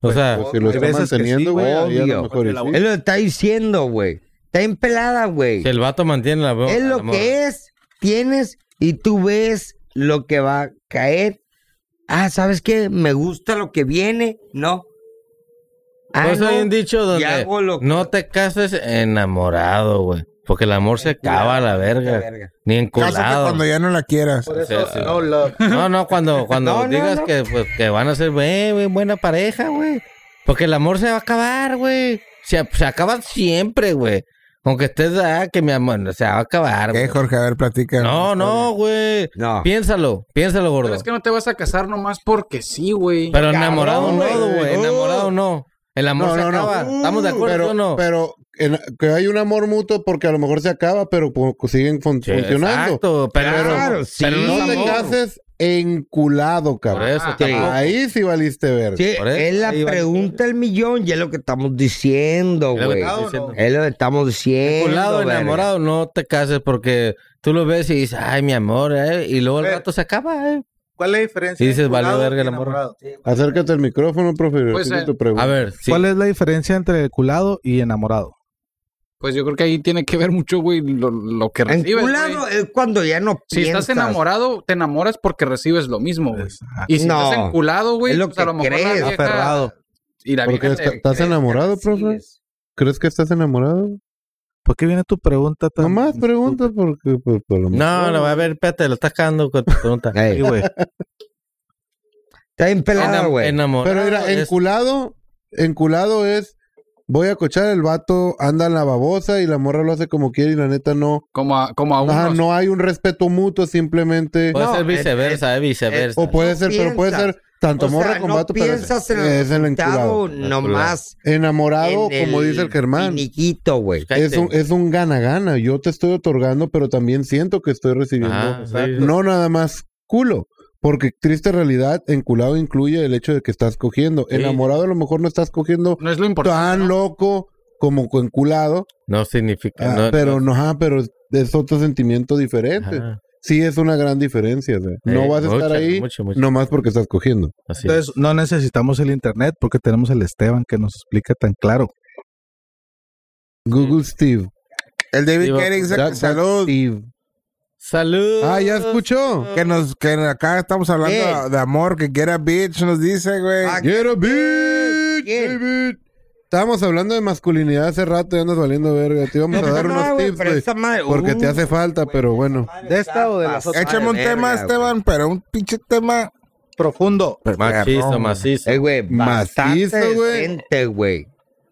S2: O sea,
S6: Pues si lo
S3: hay
S6: está
S3: veces que
S6: manteniendo,
S3: sí,
S6: güey, ahí a
S5: obvio.
S6: lo mejor y sí.
S5: Él lo está diciendo, güey. Está bien pelada, güey.
S2: si el vato mantiene la
S5: Es lo que es, tienes y tú ves lo que va a caer. Ah, ¿sabes qué? Me gusta lo que viene. No. Ah,
S2: Pues
S5: no.
S2: hay un dicho
S5: Y
S2: donde
S5: hago lo que-
S2: no te cases enamorado, güey. Porque el amor se acaba a la
S5: La
S2: verga.
S5: verga.
S2: Ni
S10: Cásate
S2: enculado.
S10: cuando ya no la quieras.
S2: Sí, sí. ah, No, no, cuando, cuando
S5: No, no,
S2: digas
S5: no.
S2: Que, pues, que van a ser eh, güey, buena pareja, güey. Porque el amor se va a acabar, güey. Se, se acaba siempre, güey. Aunque estés, ah, que mi amor, se va a acabar,
S10: ¿Qué,
S2: güey.
S10: Jorge? A ver, platica.
S2: No, no, güey.
S5: No.
S2: Piénsalo, piénsalo, gordo.
S4: Pero es que no te vas a casar nomás porque sí, güey.
S2: Pero enamorado no,
S6: güey.
S2: güey.
S6: No.
S2: Enamorado no. El amor
S6: No,
S2: se
S6: no, no. Uh,
S2: acaba. ¿Estamos de acuerdo
S6: pero,
S2: o no?
S6: pero en- que hay un amor mutuo porque a lo mejor se acaba, pero pues, siguen fun-
S2: Sí,
S6: funcionando.
S2: Exacto, pero,
S5: Claro,
S2: pero
S5: sí.
S2: no
S6: No
S2: es
S6: te
S2: amor.
S6: cases enculado,
S2: Por
S6: cabrón.
S2: eso,
S4: Ah,
S2: tampoco.
S6: Ahí sí valiste ver.
S5: Sí,
S2: Por eso,
S5: es la
S2: ahí va.
S5: pregunta del millón y es lo que estamos diciendo,
S2: Es lo que
S5: güey.
S2: te estoy diciendo.
S5: Es lo que estamos diciendo.
S2: Enculado,
S5: verga.
S2: enamorado, no te cases porque tú lo ves y dices, ay, mi amor, eh, y luego el
S3: Eh.
S2: rato se acaba, eh.
S3: ¿Cuál es la diferencia?
S2: Y dices,
S3: entre
S2: valió
S3: culado
S2: verga
S3: y
S2: la morra.
S3: enamorado?
S6: Acércate al micrófono, profe.
S4: Pues,
S6: repite
S4: eh,
S6: tu pregunta.
S2: A ver, sí.
S3: ¿Cuál es la diferencia entre el culado y enamorado?
S4: Pues yo creo que ahí tiene que ver mucho, güey, lo, lo que recibes.
S5: Enculado
S4: güey.
S5: es cuando ya no
S4: Si
S5: piensas.
S4: estás enamorado, te enamoras porque recibes lo mismo, güey. Y si
S5: No.
S4: estás enculado, güey,
S5: Es lo
S4: pues a
S5: que
S4: lo mejor la
S5: crees.
S4: vieja-
S3: Aferrado.
S4: Y la
S6: Porque
S4: vieja
S6: está-
S4: te-
S6: estás enamorado, profe.
S5: Recibes.
S6: ¿Crees que estás enamorado?
S3: ¿Por qué viene tu pregunta tan
S6: Nomás pregunta porque pues, por lo
S2: No, no, a ver, espérate, lo estás cagando con tu pregunta.
S5: Ey.
S3: Sí, güey.
S5: Está bien pelada,
S2: Enam-
S5: güey.
S2: enamorado
S6: Ah, Pero era
S2: es-
S6: enculado, enculado es voy a cochar el vato, anda en la babosa y la morra lo hace como quiere y la neta no.
S4: Como a, como a
S6: Ajá,
S4: unos.
S6: Ah, no hay un respeto mutuo, simplemente
S2: Puede
S5: No,
S2: ser
S5: eh,
S2: viceversa, eh, viceversa.
S6: o puede ser, pero puede
S5: piensas.
S6: ser tanto
S5: O sea,
S6: morra como
S5: no
S6: vato, pero es,
S5: piensas en el
S6: es el
S5: resultado
S6: enculado.
S5: nomás.
S6: Enamorado,
S5: en
S6: como dice el Germán.
S5: finiquito, güey.
S6: Es un, es un gana-gana. Yo te estoy otorgando, pero también siento que estoy recibiendo.
S2: Ah, sí.
S6: No nada más culo. Porque triste realidad, enculado incluye el hecho de que estás cogiendo. Enamorado a lo mejor no estás cogiendo
S4: No es lo importante.
S6: tan loco como con enculado.
S2: No significa.
S6: ah,
S2: no-
S6: pero no, ah, pero es otro sentimiento diferente.
S2: Ajá.
S6: Sí, es una gran diferencia. o sea,
S2: Eh,
S6: no vas a
S2: mucho,
S6: estar ahí
S2: mucho, mucho.
S6: nomás porque estás cogiendo.
S2: Así es.
S3: Entonces, no necesitamos el internet porque tenemos el Esteban que nos explica tan claro.
S6: Google Steve.
S10: El David
S2: Digo,
S10: Kerrick
S6: Duck,
S10: sa-
S6: Duck,
S10: salud.
S6: Steve.
S2: Salud.
S6: Ah, ya escuchó.
S10: Que nos, que acá estamos hablando
S5: ¿Qué?
S10: de amor, que get a bitch, nos dice, güey.
S5: Ah,
S6: Get a bitch,
S5: ¿Quién?
S6: David. Estábamos hablando de masculinidad hace rato y andas valiendo verga. Te íbamos a dar
S5: No,
S6: unos
S5: güey,
S6: tips,
S5: pero
S6: güey,
S5: esa madre-
S6: porque te
S5: Uh,
S6: hace falta, pero bueno.
S3: ¿De esta o de las otras?
S10: Échame un
S5: Madre
S10: tema,
S5: verga,
S10: Esteban, pero un pinche tema.
S3: Profundo.
S6: Ah,
S2: Macizo,
S10: perrón,
S2: macizo.
S5: Eh, güey, bastante
S6: Macizo, güey.
S5: decente, güey.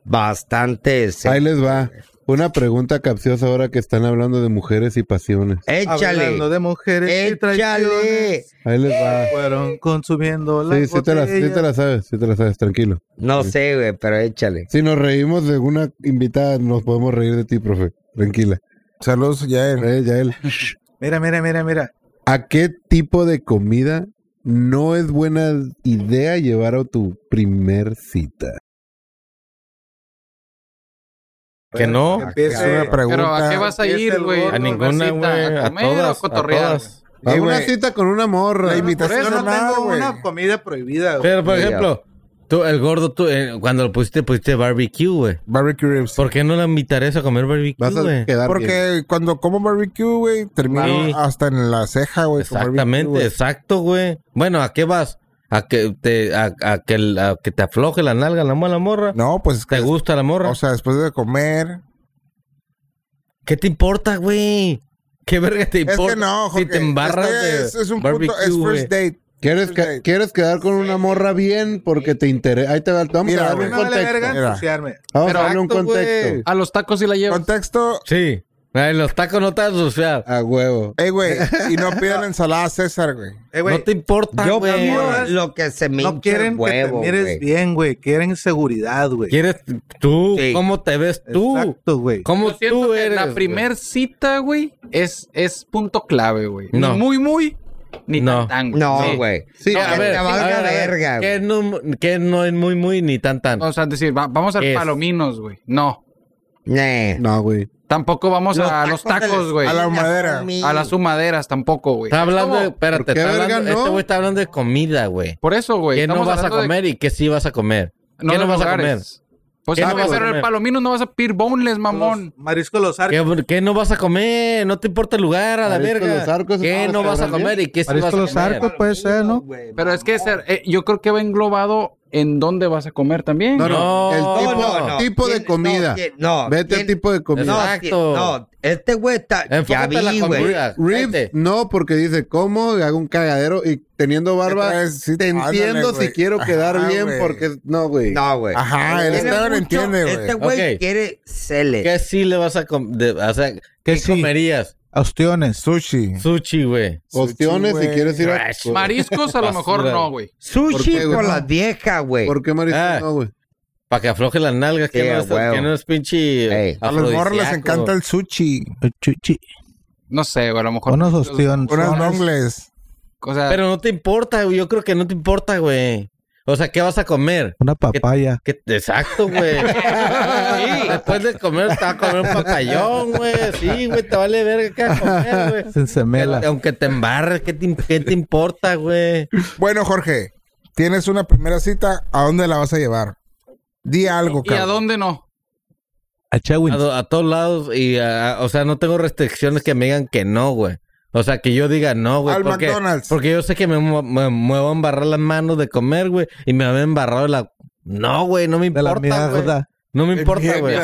S5: Bastante
S6: Ahí
S5: decente.
S6: les va. Una pregunta capciosa ahora que están hablando de mujeres y pasiones.
S3: Hablando
S5: Échale.
S3: de mujeres y
S5: Échale.
S3: traiciones.
S6: Ahí les
S5: Eh,
S6: va.
S3: Fueron consumiendo la
S6: Sí, sí te, la, sí te la sabes, sí te la sabes, tranquilo.
S5: No sé, güey, pero échale.
S6: Si nos reímos de alguna invitada, nos podemos reír de ti, profe. Tranquila.
S10: Saludos, ya.
S6: Eh, Yael.
S3: Mira, mira, mira, mira.
S6: ¿A qué tipo de comida no es buena idea llevar a tu primer cita?
S2: Que no.
S10: Empieza una pregunta.
S4: Pero ¿a qué vas a ir, güey?
S2: A ninguna,
S4: ¿Cita?
S2: güey. A
S4: ¿A comer o a
S2: todas. A
S4: cotorrear?
S2: todas.
S6: A
S10: Sí,
S6: una
S10: güey.
S6: cita con una morra.
S10: La invitación
S4: eso
S10: no
S4: no
S10: nada, güey.
S3: comida prohibida,
S2: Pero, por
S5: Ya.
S2: ejemplo, tú, el gordo, tú, eh, cuando lo pusiste, pusiste barbecue, güey.
S10: Barbecue ribs.
S2: ¿Por qué no la invitarías a comer barbecue,
S6: Vas a
S2: güey?
S6: quedar bien.
S10: Porque cuando como barbecue, güey, termino
S2: Sí.
S10: hasta en la ceja, güey. con barbecue,
S2: Exactamente,
S10: güey.
S2: exacto, güey. Bueno, ¿a qué vas? ¿A que te, a, a que, el- a que te afloje la nalga la mala morra?
S10: No, pues es
S2: ¿Te
S10: que.
S2: gusta la morra?
S10: O sea, después de comer.
S2: ¿Qué te importa, güey? ¿Qué verga te
S10: Es
S2: importa?
S10: que no, Jorge.
S2: Si te embarras
S10: es, que
S2: de
S10: es, es un
S2: barbecue,
S10: punto, es
S2: güey.
S10: first date.
S6: ¿Quieres,
S10: First
S6: que-
S10: date.
S6: quieres quedar con una morra bien porque te interesa. Ahí te va. te Vamos
S10: Mira,
S6: a darle
S10: güey.
S6: un
S10: No vale
S6: contexto.
S10: verga
S6: Vamos
S4: Pero
S6: a darle un
S4: acto,
S6: contexto.
S4: A los tacos y la llevas.
S10: Contexto,
S2: Sí. Ay, los tacos no te van a ensuciar.
S6: A huevo.
S10: Ey, güey, y no pidan ensalada a César, güey.
S3: Eh,
S2: no te importa,
S5: Yo
S2: güey.
S5: pido lo que se me
S3: no
S5: hincha el
S3: quieren
S5: huevo,
S3: que te mires
S5: güey.
S3: bien, güey. Quieren seguridad, güey.
S2: ¿Quieres tú?
S5: Sí.
S2: ¿Cómo te ves tú?
S3: Exacto, güey.
S2: ¿Cómo
S4: Yo siento
S2: tú
S4: que
S2: eres?
S4: la
S2: güey?
S4: primer cita, güey, es, es punto clave, güey.
S2: No.
S4: Ni muy, muy, ni
S2: No.
S4: tan, tan, Sí.
S5: No, güey.
S6: Sí,
S5: No,
S6: a
S5: que
S6: ver,
S5: te valga verga,
S2: Que
S5: güey.
S2: no, que no es muy, muy, ni tan, tan.
S4: O sea, decir, va- vamos a
S2: Es.
S4: palominos, güey. No.
S5: Nah.
S6: No, güey.
S4: Tampoco vamos a los tacos, güey.
S10: a la madera.
S4: A las sumaderas tampoco, güey.
S2: Está hablando,
S4: ¿Cómo?
S2: de-
S6: ¿Por
S2: espérate,
S6: qué
S2: está
S6: verga
S2: hablando,
S6: no?
S2: este güey está hablando de comida, güey.
S4: Por eso, güey.
S2: ¿Qué no
S4: estamos
S2: vas a
S4: hablando de-
S2: comer y qué sí vas a comer? ¿Qué
S4: de
S2: no vas a comer?
S4: lugares. Pues
S2: ¿Qué
S4: sí,
S2: no
S4: güey,
S2: vas a
S4: pero el
S2: comer?
S4: palomino no vas a pedir boneless, mamón.
S3: Los marisco los arcos.
S2: ¿Qué, qué no vas a comer? No te importa el lugar, a la
S6: Marisco
S2: verga.
S6: Los Arcos es
S2: ¿Qué
S6: un
S2: no vas a
S6: restaurante.
S2: comer y qué sí vas a
S3: Marisco
S2: comer?
S3: los arcos puede ser, ¿no?
S4: Pero es que ser- eh, yo creo que va englobado en dónde vas a comer también.
S6: No, no. El
S2: No,
S6: tipo,
S2: no,
S5: no.
S6: tipo de
S5: ¿Quién-
S6: comida.
S5: no, quién- no,
S6: Vete al
S5: quién-
S6: tipo de comida.
S5: No,
S2: Exacto.
S5: No, este güey está. Ya
S2: Enfócate en la
S5: vi, güey.
S2: comida.
S6: Ribs,
S2: Vete.
S6: no, porque dice, ¿cómo? Y Hago un cagadero y teniendo barba,
S10: Entonces, sí,
S6: te
S10: ándale,
S6: entiendo
S10: güey.
S6: si quiero quedar
S10: Ajá,
S6: bien
S10: güey.
S6: porque... No, güey.
S5: No, güey.
S10: Ajá, el
S5: Tiene
S10: Esteban
S5: mucho-
S10: entiende, güey.
S5: Este güey
S2: Ok.
S5: quiere celes.
S2: ¿Qué sí le vas a comer? O sea, ¿qué
S3: sí?
S2: comerías?
S3: Ostiones.
S10: Sushi.
S2: Sushi, güey.
S6: Opciones
S10: Sí,
S6: si
S10: güey.
S6: quieres ir a...
S4: Mariscos a lo mejor
S2: Basura.
S4: no, güey.
S6: ¿Por
S5: Sushi
S6: qué,
S5: con
S6: güey?
S5: las viejas, güey.
S6: ¿Por qué marisco?
S2: Ah.
S6: No, güey.
S2: Para que afloje las nalgas, que,
S5: Sí,
S2: no,
S5: a
S2: es,
S5: huevo.
S2: que no es pinche.
S5: Ey.
S10: A los morros les
S2: afrodisíaco.
S10: encanta el sushi.
S3: Chuchi.
S4: No sé, güey. A lo mejor.
S3: Unos ostiones.
S10: Unos nongles.
S4: O sea,
S2: Pero no te importa, güey. Yo creo que no te importa, güey. O sea, ¿qué vas a comer?
S3: Una papaya.
S2: ¿Qué- Exacto, güey. Sí, Después de comer, te vas a comer un papayón, güey. Sí, güey, te vale verga qué vas a comer, güey.
S3: Sensemela.
S2: Pero Aunque te embarres, ¿qué te, qué te importa, güey?
S10: Bueno, Jorge, tienes una primera cita, ¿a dónde la vas a llevar? Di algo,
S4: ¿y a
S10: cabrón.
S4: dónde no?
S3: A
S2: A, do- a todos lados y, a- a- o sea, no tengo restricciones que me digan que no, güey. O sea, que yo diga no, güey.
S10: Al
S2: porque,
S10: McDonald's.
S2: Porque yo sé que me, mu- me, me voy a embarrar las manos de comer, güey. Y me había embarrado la... No, güey, no me
S3: De la
S2: importa, güey.
S3: mierda.
S2: No me importa, güey.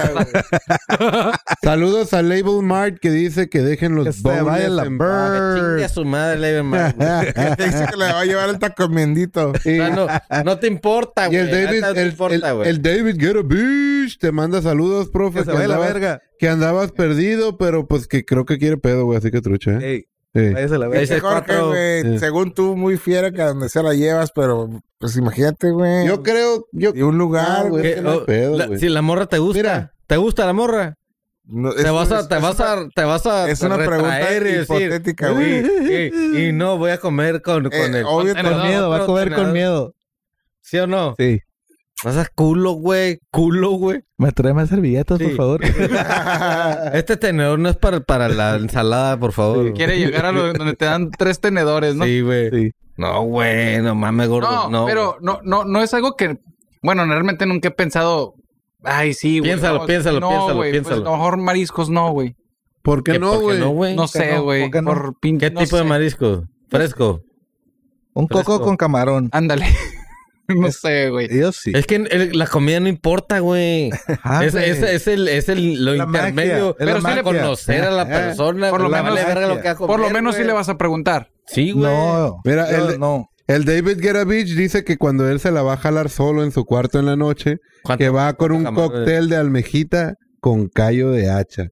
S6: Saludos a Label Mart que dice que dejen los
S10: se vaya la
S6: en paz.
S2: Chingue a
S10: bird.
S2: su madre, Label Mart, güey.
S10: Te dice que le va a llevar el taco mendito.
S6: Y-
S2: O sea, no, no te importa,
S6: Y
S2: güey.
S6: el David,
S2: Neta, no te
S6: el,
S2: importa,
S6: el-
S2: güey.
S6: el David Get a Bitch te manda saludos, profe.
S3: Que se vaya la
S6: andabas-
S3: verga.
S6: que andabas perdido, pero pues que creo que quiere pedo, güey, así que trucha, ¿eh?
S3: Ey,
S6: Sí.
S3: váyase a la verga.
S2: Ese
S10: Dice Jorge,
S2: cuatro-
S10: güey,
S6: Sí.
S10: según tú, muy fiera que a donde sea la llevas, pero pues imagínate, güey.
S6: Yo creo, yo
S10: Y un lugar,
S6: Ah,
S10: güey.
S2: Que-
S6: que no hay
S2: oh,
S6: pedo,
S2: la-
S6: güey.
S2: si la morra te gusta,
S6: Mira.
S2: ¿te gusta la morra?
S10: No,
S2: Te
S10: es-
S2: vas a,
S10: es-
S2: te
S10: es
S2: vas
S10: una-
S2: a, te vas a.
S10: Es una pregunta
S2: retraer y decir,
S10: hipotética, güey.
S2: "Uy, Y, y no voy a comer con, con
S10: Eh,
S2: el.
S10: obvio,
S2: contenedor,
S3: Con miedo, va a
S2: otro
S3: comer con
S2: contenedor".
S3: miedo.
S2: ¿Sí o no?
S3: Sí.
S2: Vas a culo, güey. Culo, güey.
S3: Me trae más servilletas, por
S2: Sí.
S3: favor.
S2: Este tenedor no es para, para la ensalada, por favor.
S4: Quiere llegar a lo- donde te dan tres tenedores, ¿no?
S2: Sí, güey.
S3: Sí.
S2: No, güey. No mames, gordo.
S4: No,
S2: No,
S4: pero no, no, no es algo que. Bueno, realmente nunca he pensado. Ay, sí, güey.
S2: Piénsalo,
S4: no,
S2: piénsalo,
S4: no,
S2: piénsalo,
S4: güey, pues,
S2: piénsalo.
S4: a lo mejor mariscos no, güey.
S6: ¿Por qué no, güey?
S4: No sé,
S3: no?
S4: güey.
S3: ¿Por qué no?
S4: Por pin-
S2: ¿Qué
S4: no
S2: tipo de
S4: sé.
S2: marisco? Fresco.
S3: Un coco
S2: Fresco.
S3: con camarón.
S4: Ándale. no sé, güey.
S3: Ellos sí.
S2: Es que el- la comida no importa, güey.
S3: Ajá,
S2: es,
S3: güey.
S2: es, es el, es el, lo
S3: La
S2: intermedio.
S3: magia, es la
S2: Pero sí
S3: magia.
S2: le conocer a la persona.
S4: Por
S2: Por
S4: lo
S2: lo menos,
S4: menos-
S2: verga lo que va a
S4: Por lo
S2: comer,
S4: menos sí
S2: güey.
S4: le vas a preguntar.
S2: Sí, güey.
S3: No.
S6: Mira,
S3: Yo
S6: el-
S3: no.
S6: El David Get a Bitch dice que cuando él se la va a jalar solo en su cuarto en la noche,
S2: ¿Cuánto-
S6: que va con un
S2: cuánto Ah, jamás,
S6: cóctel de almejita con callo de hacha.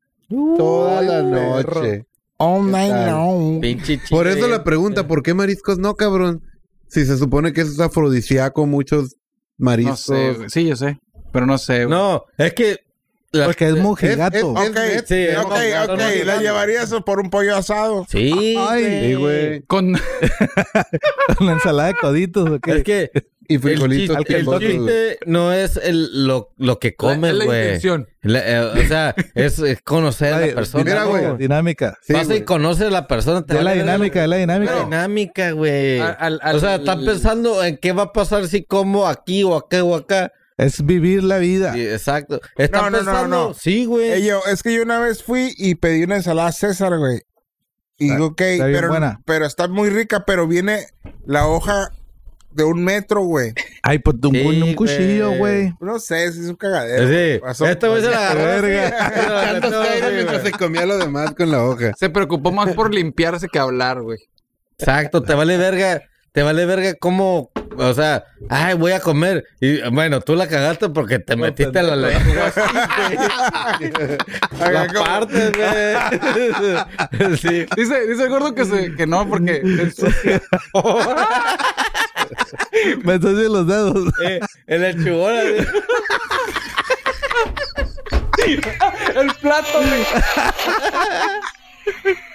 S6: Toda la noche.
S10: All night
S6: tal?
S10: long.
S2: Pinche chile.
S6: Por eso la pregunta, ¿por qué mariscos no, cabrón? Si se supone que eso es afrodisíaco, muchos
S4: No
S6: mariscos.
S4: sé, güey. Sí, yo sé. Pero no sé, güey.
S2: No, es que. la-
S3: Porque es mojigato.
S6: Es-
S10: Ok,
S6: es-
S2: sí, es
S10: ok,
S2: mojigato,
S10: ok.
S2: es
S10: La
S2: mojigato.
S10: llevarías por un pollo asado.
S2: Sí.
S6: Sí, güey.
S4: Con...
S3: Una ensalada de coditos. ¿o qué?
S2: Es que
S6: Y
S2: el
S6: frijolitos
S2: chiste, el
S6: quemosos, güey.
S2: chiste no es el, lo, lo que comes, güey. La- eh, O sea, es es conocer a
S3: Oye,
S2: la persona.
S6: mira,
S2: ¿no?
S6: güey,
S3: Dinámica.
S6: Sí,
S2: Pasa y
S6: güey.
S2: conoces a la persona. te
S3: Es la
S2: vale verga.
S3: dinámica, es la
S2: La
S3: dinámica.
S2: dinámica, güey.
S4: Al- al- al-
S2: O sea, están pensando en qué va a pasar si como aquí o acá o acá.
S3: Es vivir la vida.
S2: Sí, exacto. Están
S10: No, no, no,
S2: pensando.
S10: no.
S2: Sí, güey.
S10: Eh, yo- es que yo una vez fui y pedí una ensalada César, güey. Y digo, ok,
S3: está bien
S10: pero,
S3: buena.
S10: pero está muy rica, pero viene la hoja de un metro, güey.
S3: Ay, pues un,
S2: Sí,
S3: un cuchillo, güey.
S2: güey.
S10: No sé, si es un cagadero.
S2: Sí.
S10: güey. Pasó-
S2: Este güey se la agarró.
S6: Tantos aires mientras se comía lo demás con la hoja.
S4: Se preocupó más por limpiarse que hablar, güey.
S2: Exacto, te vale verga, te vale verga cómo, o sea, ay, voy a comer. Y bueno, tú la cagaste porque te metiste a la la parte, güey. Sí.
S4: Dice, dice el gordo que, se, que no, porque
S3: Me ensucié los dedos.
S2: Eh, el enchubón. así.
S4: el plato, güey.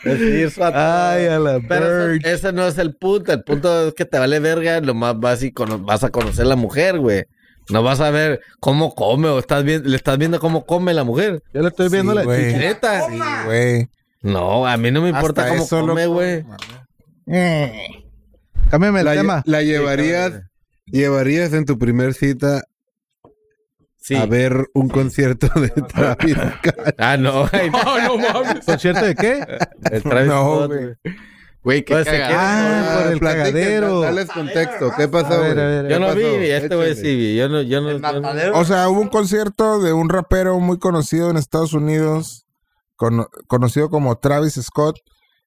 S3: Ay, a la
S2: Pero
S3: bird.
S2: ese, ese no es el punto, el punto es que te vale verga, lo más vas y cono- vas a conocer la mujer, güey. No vas a ver cómo come o estás vi- le estás viendo cómo come la mujer.
S3: Yo le estoy viendo
S10: Sí,
S3: la
S10: güey.
S3: chicha.
S2: Neta.
S10: Güey.
S2: No, a mí no me importa
S10: Hasta
S2: cómo
S10: eso,
S2: come,
S10: loco.
S2: güey.
S3: Cámbiame el
S6: La,
S3: tema.
S6: lle- la llevarías, llevarías en tu primer cita
S2: Sí.
S6: a ver un concierto de Travis Scott.
S2: Ah, no, ay, no.
S4: No, no mames.
S3: ¿Concierto de qué?
S2: El Travis
S10: No,
S2: Scott,
S10: güey.
S4: Güey, qué
S2: Pues se
S4: cagado.
S3: Ah, por el
S6: platiquen,
S3: cagadero.
S6: Dales contexto. ¿Qué
S3: A
S6: pasó?
S3: ver,
S6: güey?
S3: a ver, a
S6: ¿Qué
S2: Yo no vi,
S6: pasó?
S2: y este güey
S6: Échale.
S2: sí vi. Yo no, yo no. yo no-
S10: O sea, hubo un concierto de un rapero muy conocido en Estados Unidos, cono- conocido como Travis Scott,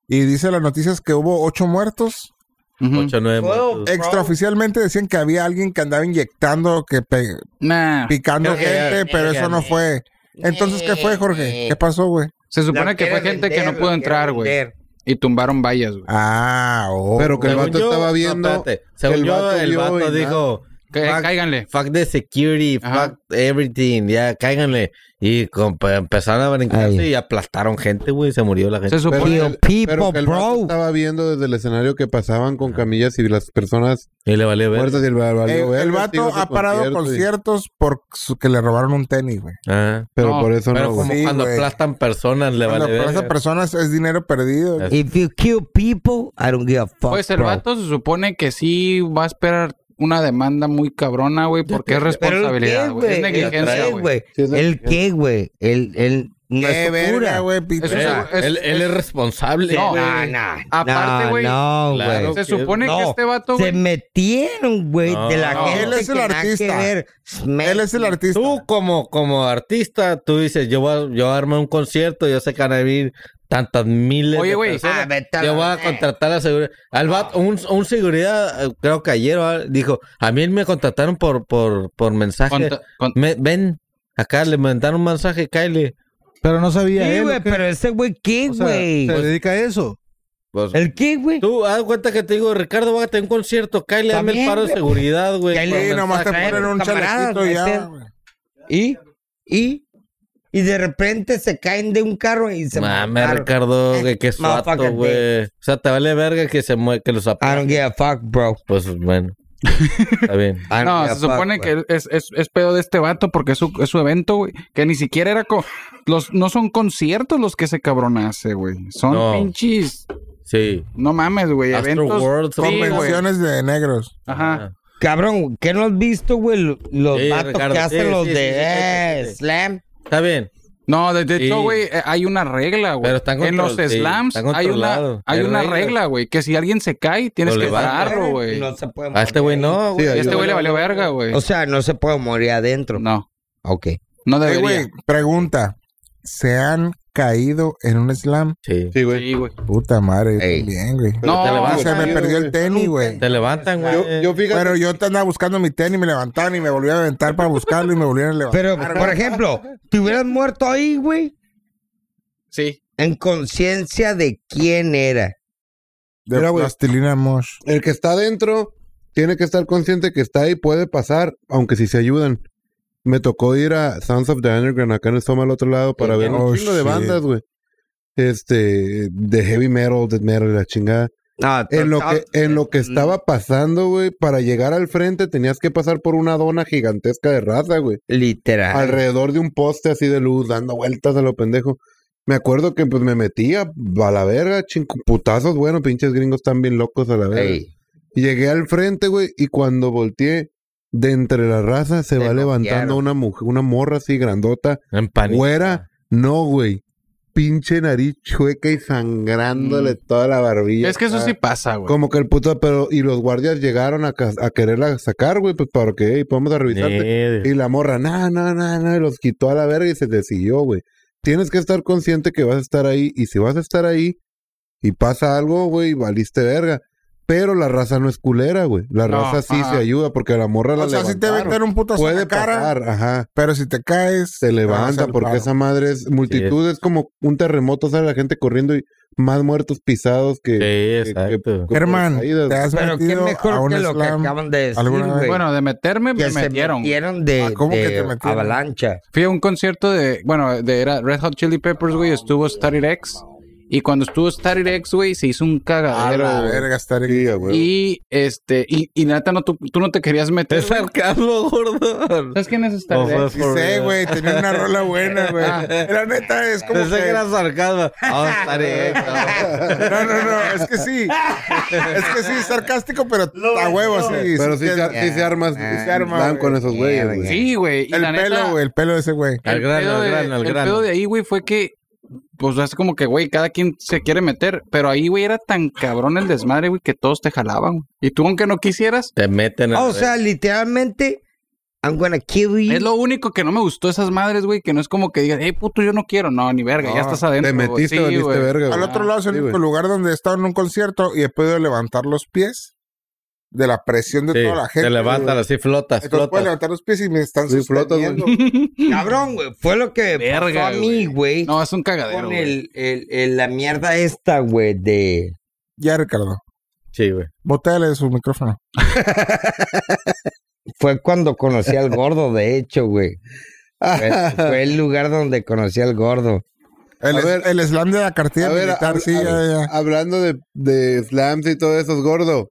S10: y dice las noticias que hubo ocho muertos.
S4: Ujú.
S2: Ocho, nueve muertos.
S10: Extraoficialmente decían que había alguien que andaba inyectando, que pe-
S4: Nah.
S10: picando
S2: Creo que
S10: gente,
S2: ya-
S10: pero eso no fue. Entonces, ¿qué fue, Jorge?
S5: Eh,
S10: ¿Qué pasó, güey?
S4: Se supone que fue gente que no pudo entrar, güey. Y tumbaron vallas, güey.
S10: Ah, oh.
S6: Pero que el
S2: Según
S6: vato
S2: yo-
S6: estaba
S2: no,
S6: viendo.
S2: espérate. Según
S6: el
S2: yo,
S6: vato
S2: el
S6: vio
S2: vato
S6: y
S2: dijo:
S4: Que-
S2: Fuck.
S4: Cáiganle.
S2: fuck the security,
S4: Ajá.
S2: fuck everything. Ya, cáiganle. Y com- pe- empezaron a brincarse
S5: Ay.
S2: y aplastaron gente, güey. y Se murió la gente.
S4: Se supone.
S5: Pero- people,
S6: pero que el vato
S5: bro.
S6: estaba viendo desde el escenario que pasaban con camillas y las personas
S2: Y le valió ver.
S6: muertas y el valió
S10: Eh, el,
S6: verga, sí,
S10: vato
S6: otro
S10: ha parado
S6: concierto y-
S10: conciertos por su- que le robaron un tenis, güey.
S2: Ah,
S6: Pero
S4: No,
S6: por eso
S2: Pero
S6: no, güey.
S2: como
S10: Sí,
S2: cuando
S10: güey.
S2: aplastan personas, le
S10: Bueno,
S2: vale
S10: para esas
S2: ver.
S10: personas es dinero perdido.
S2: Es-
S5: If you kill people, I don't give a fuck.
S4: Pues el
S5: bro.
S4: vato se supone que sí va a esperar una demanda muy cabrona, güey, porque es
S5: Pero el qué,
S4: responsabilidad, güey. Es
S5: güey. El
S4: negligencia,
S5: qué,
S4: güey.
S5: güey. El qué, güey. El, el, No
S10: Qué
S5: es su
S10: verga,
S5: cura.
S10: güey, pito.
S4: Eso es-
S2: Él, él es, responsable.
S4: No,
S2: güey.
S5: No, no.
S4: Aparte,
S5: no,
S4: güey,
S5: No, güey.
S2: claro
S4: se supone que
S5: No,
S4: este vato,
S5: Se
S4: güey,
S5: metieron, güey,
S2: No.
S5: de la
S10: No.
S5: gente.
S10: Él es el
S5: que nada
S10: artista.
S5: que ver. Smack.
S10: Él es el artista.
S2: Tú como, como artista, tú dices, yo voy a, yo armo un concierto, yo sé que van a vivir tantas miles
S4: Oye,
S2: de
S4: güey,
S2: personas.
S5: Ah, vete a
S2: yo
S5: la-
S2: voy a contratar a seguridad. Al vato- un, un seguridad, eh, creo que ayer ah, dijo, a mí me contrataron por, por, por mensaje.
S4: con- con-
S2: Me- ven, acá le mandaron un mensaje, Kylie.
S3: Pero no sabía
S5: Sí,
S3: él.
S5: güey,
S3: ¿o qué?
S5: pero ese güey, ¿qué,
S3: O sea,
S5: güey?
S3: se dedica a eso.
S2: Pues,
S5: ¿El qué, güey?
S2: Tú, haz cuenta que te digo, Ricardo, voy a tener un concierto, Kylie, dame el
S5: También,
S2: paro de
S5: güey.
S2: seguridad, güey.
S5: Kylie,
S2: por
S10: Sí, nomás te
S2: mensaje.
S10: ponen un
S5: camaradas,
S10: chalequito y ya.
S5: este-
S10: güey.
S5: ¿Y? ¿Y? Y de repente se caen de un carro y se
S2: Mame,
S5: mataron.
S2: Ricardo,
S5: Eh,
S2: que qué suato,
S5: motherfucker, Ah.
S2: güey. O sea, te vale verga que se mue que los
S5: I
S2: apagan.
S5: don't give a fuck, bro.
S2: Pues bueno. Está bien.
S5: I don't
S4: No,
S5: give a
S4: se
S5: fuck,
S4: supone
S5: güey.
S4: que es, es, es pedo de este vato porque es su, es su evento, güey. Que ni siquiera era co- los No son conciertos los que se cabrón hace, güey. Son
S2: No.
S4: pinches.
S2: Sí.
S4: No mames, güey.
S2: Astro
S4: Eventos.
S2: World,
S4: sí, güey.
S10: Convenciones de negros.
S2: Ah.
S4: Ajá.
S5: Cabrón, ¿qué no has visto, güey? lo- Los
S2: Sí,
S5: vatos
S2: Ricardo,
S5: que hacen
S2: sí,
S5: los
S2: sí,
S5: de
S2: sí, sí, sí,
S5: eh,
S2: sí, sí.
S5: Slam.
S2: Está bien.
S4: No, de, de hecho,
S2: Sí.
S4: güey, eh, hay una regla, güey.
S2: Pero están
S4: En los
S2: control- sí,
S4: slams
S2: están
S4: hay una,
S2: controlado.
S4: hay
S2: Hay
S4: una
S2: reglas.
S4: regla, güey. Que si alguien se cae, tienes
S2: Lo
S4: que
S2: levantas.
S4: pararlo, güey.
S5: No se puede
S2: A este güey no,
S6: Sí,
S2: güey.
S4: Y este güey le valió verga, güey.
S5: O sea, no se puede morir adentro.
S4: No,
S5: Ok.
S4: no
S10: Eh,
S4: debería.
S10: güey, pregunta. ¿Se han caído en un slam?
S2: Sí.
S6: Sí, güey.
S4: Sí, güey.
S10: Puta madre, yo
S5: Ey.
S10: también, güey.
S4: No,
S2: te
S10: Ah, se
S2: levantan.
S10: me perdió el tenis, güey.
S2: Te levantan, güey.
S6: Yo, yo fíjate.
S10: Pero yo te andaba buscando mi tenis, me levantaron y me volví a aventar para buscarlo y me volvieron a levantar.
S5: Pero, por ejemplo, te hubieras muerto ahí, güey,
S4: Sí.
S5: en conciencia de quién era.
S10: De
S6: Mira, güey.
S10: plastilina mosh.
S6: El que está adentro tiene que estar consciente que está ahí, puede pasar, aunque si se ayudan. Me tocó ir a Sounds of the Underground acá en el Soma al otro lado para ver
S10: Oh,
S6: un chingo de
S10: shit.
S6: bandas, güey. Este, de heavy metal, death metal, la chingada.
S5: No, to-
S6: En lo que, en lo
S10: Mm.
S6: que estaba pasando, güey, para llegar al frente tenías que pasar por una dona gigantesca de raza, güey.
S5: Mm, Literal.
S6: Alrededor de un poste así de luz, dando vueltas a lo pendejo. Me acuerdo que pues me metía a la verga, chingo, putazos, bueno, pinches gringos están bien locos a la verga.
S5: Ey,
S6: Llegué al frente, güey, y cuando volteé, de entre la raza se
S5: Te
S6: va levantando
S5: noquearon.
S6: una mujer, una morra así grandota,
S2: En pánico.
S6: güera. No, güey. Pinche nariz chueca y sangrándole toda la barbilla.
S4: Es que eso
S6: Ah,
S4: sí pasa, güey.
S6: Como que el puto, pero, y los guardias llegaron a, ca- a quererla sacar, güey, pues para que, hey, podemos a revisarte.
S2: Sí.
S6: Y la morra, Ah, no, no, no, no, y los quitó a la verga y se te siguió, güey. Tienes que estar consciente que vas a estar ahí, y si vas a estar ahí y pasa algo, güey, valiste verga. Pero la raza no es culera, güey. La
S4: No,
S6: raza sí
S4: ajá.
S6: se ayuda porque a la morra la
S10: O sea, si te
S6: levantaron.
S10: aventan un puto en
S6: Puede
S10: la cara,
S6: pasar, ajá.
S10: pero si te caes...
S6: Se
S10: te vas
S6: levanta
S10: al
S6: porque
S10: paro.
S6: esa madre es multitud, es como un terremoto, sale la gente corriendo y más muertos pisados que...
S2: Sí,
S6: que-
S2: exacto.
S6: que-
S10: Germán,
S6: caídas.
S10: te has
S5: Pero qué
S10: metido a
S5: mejor
S10: un
S5: que lo que
S10: slam.
S5: acaban de decir,
S10: alguna vez.
S5: güey.
S4: Bueno, de meterme,
S5: que
S4: me
S5: se
S4: metieron.
S5: metieron de,
S10: Ah, ¿cómo que
S5: de
S10: te metieron?
S5: avalancha.
S4: Fui a un concierto de, bueno, de era Red Hot Chili Peppers, güey, estuvo Starry X. Y cuando estuvo Starry X, güey, se hizo un
S10: A
S4: cagadero.
S10: la
S4: güey.
S10: verga, estar aquí.
S6: Sí, a huevo.
S4: Y este, y, y neta, no, tú, tú no te querías meter.
S2: Es
S4: güey.
S2: sarcasmo, gordo.
S4: ¿Sabes quién es
S2: No,
S4: Starry
S2: fue
S4: X?
S10: Sí
S2: for
S10: sé,
S2: real.
S10: güey, tenía una rola buena, güey. La neta es como
S2: Pensé que
S10: que...
S2: era sarcasmo.
S6: Oh,
S2: Ah, estaré.
S10: No, no, no, es que sí. Es que sí, es sarcástico, pero a huevo sí.
S6: Pero sí,
S10: sí
S6: se, ar-
S10: tiene-
S6: sí se armas,
S5: Ah,
S6: sí se arma, van con esos güeyes, güey.
S4: Sí, güey. y
S10: El
S4: la neta,
S10: pelo, güey, el pelo de ese güey.
S2: Al
S4: el
S2: grano,
S4: pedo
S2: al
S4: de-
S2: grano, al
S4: el
S2: grano.
S4: pedo de ahí, güey, fue que, pues, es como que, güey, cada quien se quiere meter. Pero ahí, güey, era tan cabrón el desmadre, güey, que todos te jalaban. güey. Y tú, aunque no quisieras,
S2: Te meten a
S5: Ah, o sea, literalmente, I'm gonna kill you.
S4: es lo único que no me gustó esas madres, güey, que no es como que digas, hey, puto, yo no quiero. No, ni verga, ya
S10: No,
S4: estás adentro.
S6: Te
S4: güey.
S6: metiste,
S4: Sí,
S6: valiste
S4: güey.
S6: verga,
S10: Al
S6: güey.
S10: otro lado es el
S6: Ah, Sí,
S10: único
S6: güey.
S10: lugar donde he estado en un concierto y he podido levantar los pies de la presión de
S2: Sí,
S10: toda la gente.
S2: Te levantan
S10: güey.
S2: así, flotas,
S10: Entonces puedo
S2: flotas.
S10: levantar los pies y me están
S6: Sí, flotas,
S10: sosteniendo.
S5: Cabrón, güey. Fue lo que me
S4: Verga,
S5: pasó a mí, güey.
S4: No, es un cagadero.
S5: con
S4: güey.
S5: el, el, el- la mierda esta, güey, de...
S10: Ya, Ricardo.
S2: Sí, güey.
S10: Botale su micrófono.
S5: Fue cuando conocí al gordo, de hecho, güey. Fue, fue el lugar donde conocí al gordo.
S10: El,
S6: A ver,
S10: el slam de la cartilla
S6: A ver,
S10: militar,
S6: hab-
S10: sí,
S6: hab-
S10: ya, ya.
S6: hablando de, de slams y todo eso, gordo.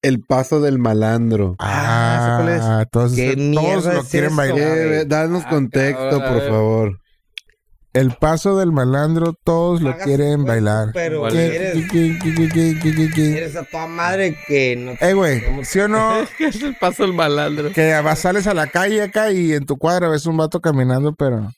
S6: El paso del malandro.
S10: Ah,
S3: ¿ese cuál
S10: todos,
S5: ¿Qué
S10: todos
S5: mierda
S10: lo
S5: es
S10: quieren
S5: eso,
S10: bailar.
S5: güey?
S6: Eh,
S4: Ah,
S6: danos contexto,
S2: cabrón, a
S6: por
S2: ver.
S6: favor.
S10: El paso del malandro, todos lo
S5: Pagas
S10: quieren
S5: impuestos,
S10: bailar.
S5: Pero
S2: ¿Cuál
S10: ¿Qué,
S5: eres,
S10: qué, qué, qué, qué, qué, qué, qué?
S5: eres a tu madre que no...
S10: Eh, güey, ¿sí o no?
S2: ¿Qué es el paso del malandro?
S10: Que vas- sales a la calle acá y en tu cuadra ves un vato caminando, pero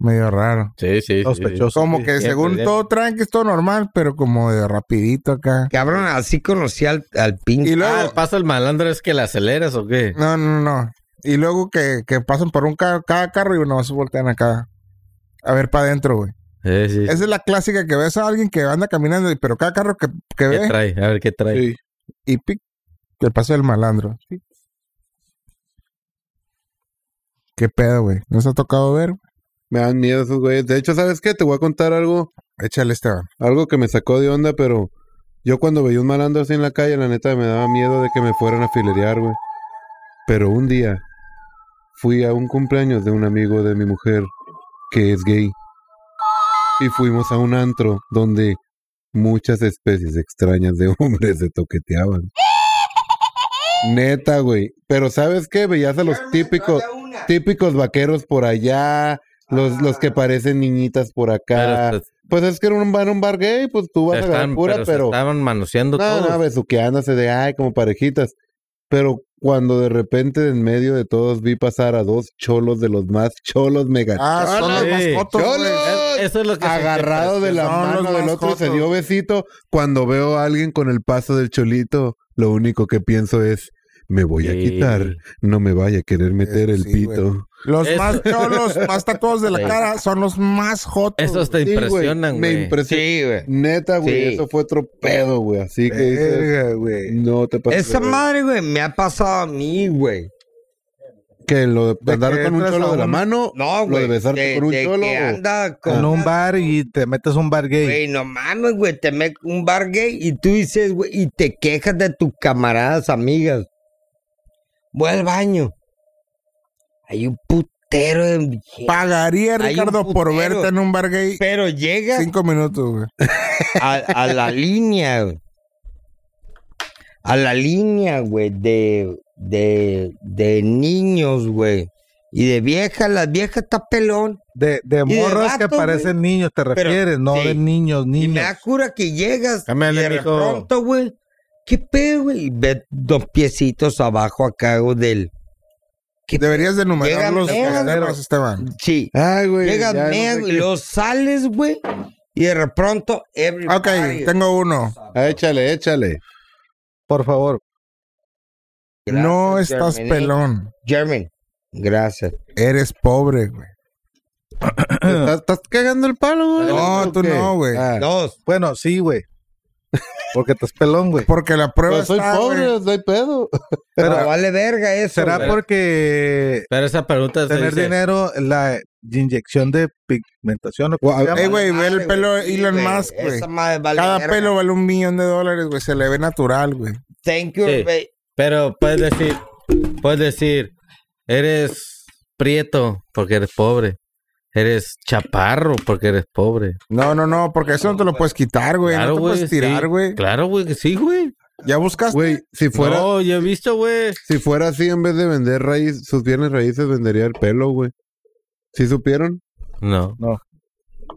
S10: Medio raro.
S13: Sí, sí.
S3: Sospechoso.
S10: Como que según todo tranqui, es todo normal, pero como de rapidito acá.
S5: Cabrón, así conocí al, al pinche.
S10: Y luego,
S2: Ah, el paso del malandro es que la aceleras o qué?
S10: no, no, no. Y luego que, que pasan por un ca- cada carro y uno se voltean acá. A ver para adentro, güey.
S2: Sí, sí.
S10: Esa es la clásica que ves a alguien que anda caminando, y- pero cada carro que, que
S2: ¿Qué
S10: ve,
S2: trae? A ver qué trae.
S10: Sí. y pic, el paso del malandro. ¿Qué pedo, güey? ¿Nos ha tocado ver?
S6: Me dan miedo esos güeyes. De hecho, ¿sabes qué? Te voy a contar algo,
S10: Échale, Esteban.
S6: algo que me sacó de onda, pero yo cuando veía un malandro así en la calle, la neta me daba miedo de que me fueran a filerear, güey. Pero un día fui a un cumpleaños de un amigo de mi mujer que es gay. Y fuimos a un antro donde muchas especies extrañas de hombres se toqueteaban. Neta, güey. Pero ¿sabes qué? Veías a los típicos, típicos vaqueros por allá, los, los que parecen niñitas por acá.
S2: Pero se-
S6: Pues es que era un bar, un bar gay, pues tú vas a
S2: Están,
S6: ganar pura,
S2: pero se
S6: pero...
S2: estaban manoseando
S6: No,
S2: todos.
S6: no, besuqueándose de ay, como parejitas. Pero cuando de repente en medio de todos vi pasar a dos cholos de los más cholos mega
S10: Ah, son los
S2: sí.
S10: mascotos, güey.
S2: Es- Eso es lo que se-
S6: agarrado de la
S10: No,
S6: mano
S10: los
S6: del otro se
S10: mascotos.
S6: dio besito. Cuando veo a alguien con el paso del cholito, lo único que pienso es me voy a
S2: Sí.
S6: quitar, no me vaya a querer meter
S10: Eso
S6: el
S10: sí,
S6: pito.
S10: Los
S2: Eso-
S10: más cholos, más tatuados de la
S2: Sí.
S10: cara, son los más jotos.
S2: Esos te
S6: Sí, güey,
S2: impresionan, güey.
S6: Me impresionó.
S5: Sí, güey.
S6: Neta, güey,
S5: Sí.
S6: eso fue otro pedo, güey. Así que dices,
S10: Verga, güey.
S6: no te pases de
S5: Esa
S6: verga.
S5: madre, güey, me ha pasado a mí, güey.
S6: que lo de
S10: De
S6: andar
S10: que
S6: con un
S10: entras
S6: cholo
S10: a
S6: de la
S10: un-
S6: mano,
S5: No,
S6: lo
S5: güey.
S6: de besarte
S5: de-
S6: con un
S5: de
S6: cholo.
S5: que
S6: o-
S4: Ah,
S5: anda con
S3: En un bar y te metes a un bar gay.
S5: ah. Güey, no mames, güey, te metes un bar gay y tú dices, güey, y te quejas de tus camaradas, amigas. Voy al baño. Hay un putero de viejas,
S10: Pagaría,
S5: Hay un
S10: Ricardo, por
S5: putero.
S10: verte en un bar gay
S5: Pero llega
S10: cinco minutos, güey.
S5: a, a la línea, güey. A la línea, güey, de, de, de niños, güey. Y de viejas, las viejas está pelón.
S3: De, de
S5: de
S3: morras que
S5: vato,
S3: parecen niños, te refieres, no
S5: sí.
S3: de niños,
S5: Y me
S3: niños.
S5: da cura que llegas
S2: Cámbiale,
S5: y de
S2: mijo.
S5: pronto, güey. ¿Qué pedo, güey? Y Ve dos piecitos abajo acá, güey, del... ¿Qué
S10: Deberías de numerar
S5: Llegan
S10: los
S5: megas,
S10: cagaderos,
S5: güey.
S10: Esteban.
S5: Sí.
S6: Ay, güey.
S5: Llegas,
S6: ya no
S5: mea,
S6: sé
S5: güey,
S6: qué-
S5: luego sales, güey. Y de pronto, everybody.
S10: Ok, tengo uno.
S6: Ah, Échale, échale.
S3: Por favor,
S10: No estás
S5: Germany.
S10: pelón.
S5: German, gracias.
S10: Eres pobre, güey.
S6: ¿Estás, estás cagando el palo, güey?
S10: No,
S6: ¿O
S10: tú
S6: qué?
S10: no, güey.
S6: Ah,
S5: Dos.
S3: bueno, sí, güey. Porque estás pelón, güey.
S10: Porque la
S6: pero
S10: prueba
S6: Pues soy
S10: está,
S6: pobre,
S10: güey.
S6: soy pedo.
S5: Pero
S3: Pero
S5: vale verga eso.
S3: será
S5: güey.
S3: porque
S2: Pero esa pregunta se
S3: tener
S2: dice-
S3: dinero, la inyección de pigmentación. ¿o cómo se
S6: Guau,
S3: llama?
S10: Ey, güey, ve el
S5: Madre,
S10: pelo de
S5: sí,
S10: Elon Musk, güey.
S5: Esa madre vale
S10: Cada
S5: verga.
S10: pelo vale un millón de dólares, güey. Se le ve natural, güey.
S5: Thank you,
S2: Sí.
S5: güey.
S2: Pero puedes decir, puedes decir, eres prieto porque eres pobre. Eres chaparro porque eres pobre.
S10: No, no, no, porque eso no te lo puedes quitar, güey.
S2: Claro,
S10: no te
S2: güey,
S10: puedes tirar,
S2: sí.
S10: güey.
S2: Claro, güey, que sí, güey.
S10: ¿Ya buscaste?
S6: Güey, si fuera,
S2: No, yo he visto, güey.
S6: si fuera así, en vez de vender raíz, sus bienes raíces, vendería el pelo, güey. ¿Sí supieron?
S2: No.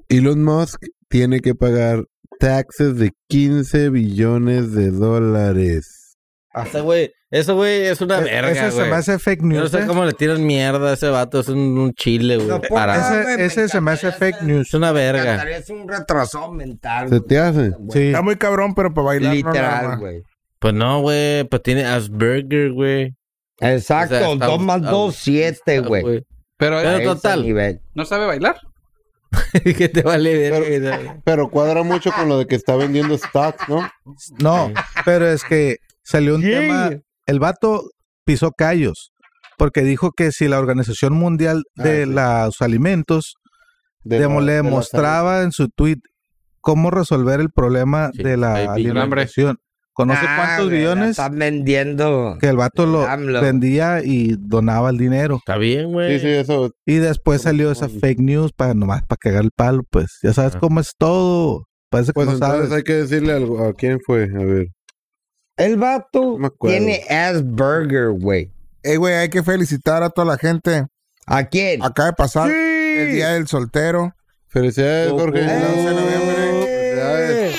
S6: Elon Musk tiene que pagar taxes de 15 billones de dólares.
S2: Ah. Ese güey, eso güey es una
S3: E-
S2: verga,
S3: ese se
S2: güey.
S3: me hace fake
S2: Yo no
S3: news.
S2: sé
S3: ¿eh?
S2: cómo le tiran mierda a ese vato. Es un, un chile, güey.
S5: No,
S2: parado.
S5: pongas-
S3: Ese, ese se me hace fake news.
S2: Es una
S5: Me
S2: verga.
S5: encantaría, Es un retraso mental.
S6: ¿Se
S5: güey.
S6: te hace?
S3: Sí.
S10: Está muy cabrón, pero para bailar no nada
S5: Literal,
S10: más.
S5: güey.
S2: Pues no, güey. Pues tiene Asperger, güey.
S5: Exacto,
S2: O sea, está-
S5: dos más
S2: está-
S5: dos, siete, Este güey.
S4: Pero
S5: A ese
S2: Pero total.
S5: nivel.
S4: no sabe bailar.
S2: que te vale verga.
S6: Pero cuadra mucho con lo de que está vendiendo stocks, ¿no?
S3: No, pero es que salió un
S5: Yeah.
S3: tema. El vato pisó callos porque dijo que si la Organización Mundial de
S6: Ah, sí.
S3: los Alimentos
S6: De
S3: demo-
S6: la-
S3: le
S6: de la
S3: mostraba en su tweet cómo resolver el problema
S2: Sí,
S3: de
S2: ahí
S3: la
S2: vi.
S4: El hambre.
S3: alimentación. Con no sé
S5: Ah,
S3: cuántos
S5: güey, la
S3: billones
S5: Están vendiendo.
S3: que el vato lo
S5: AMLO.
S3: vendía y donaba el dinero.
S2: Está bien,
S6: salud.
S2: güey.
S6: Sí,
S3: eh,
S6: sí, eso.
S3: Y después salió esa fake news para nomás para cagar el palo, pues. Ya sabes
S2: Ah.
S3: cómo es todo. Parece que
S6: Pues
S3: no
S6: entonces
S3: sabes.
S6: hay que decirle algo. ¿A quién fue? A ver.
S5: El vato
S6: No me acuerdo.
S5: tiene Asperger, güey.
S10: Ey, güey, hay que felicitar a toda la gente.
S5: ¿A quién?
S10: Acaba de pasar el Día del Soltero.
S6: Felicidades, Jorge.
S10: el 11 de noviembre.
S6: Felicidades.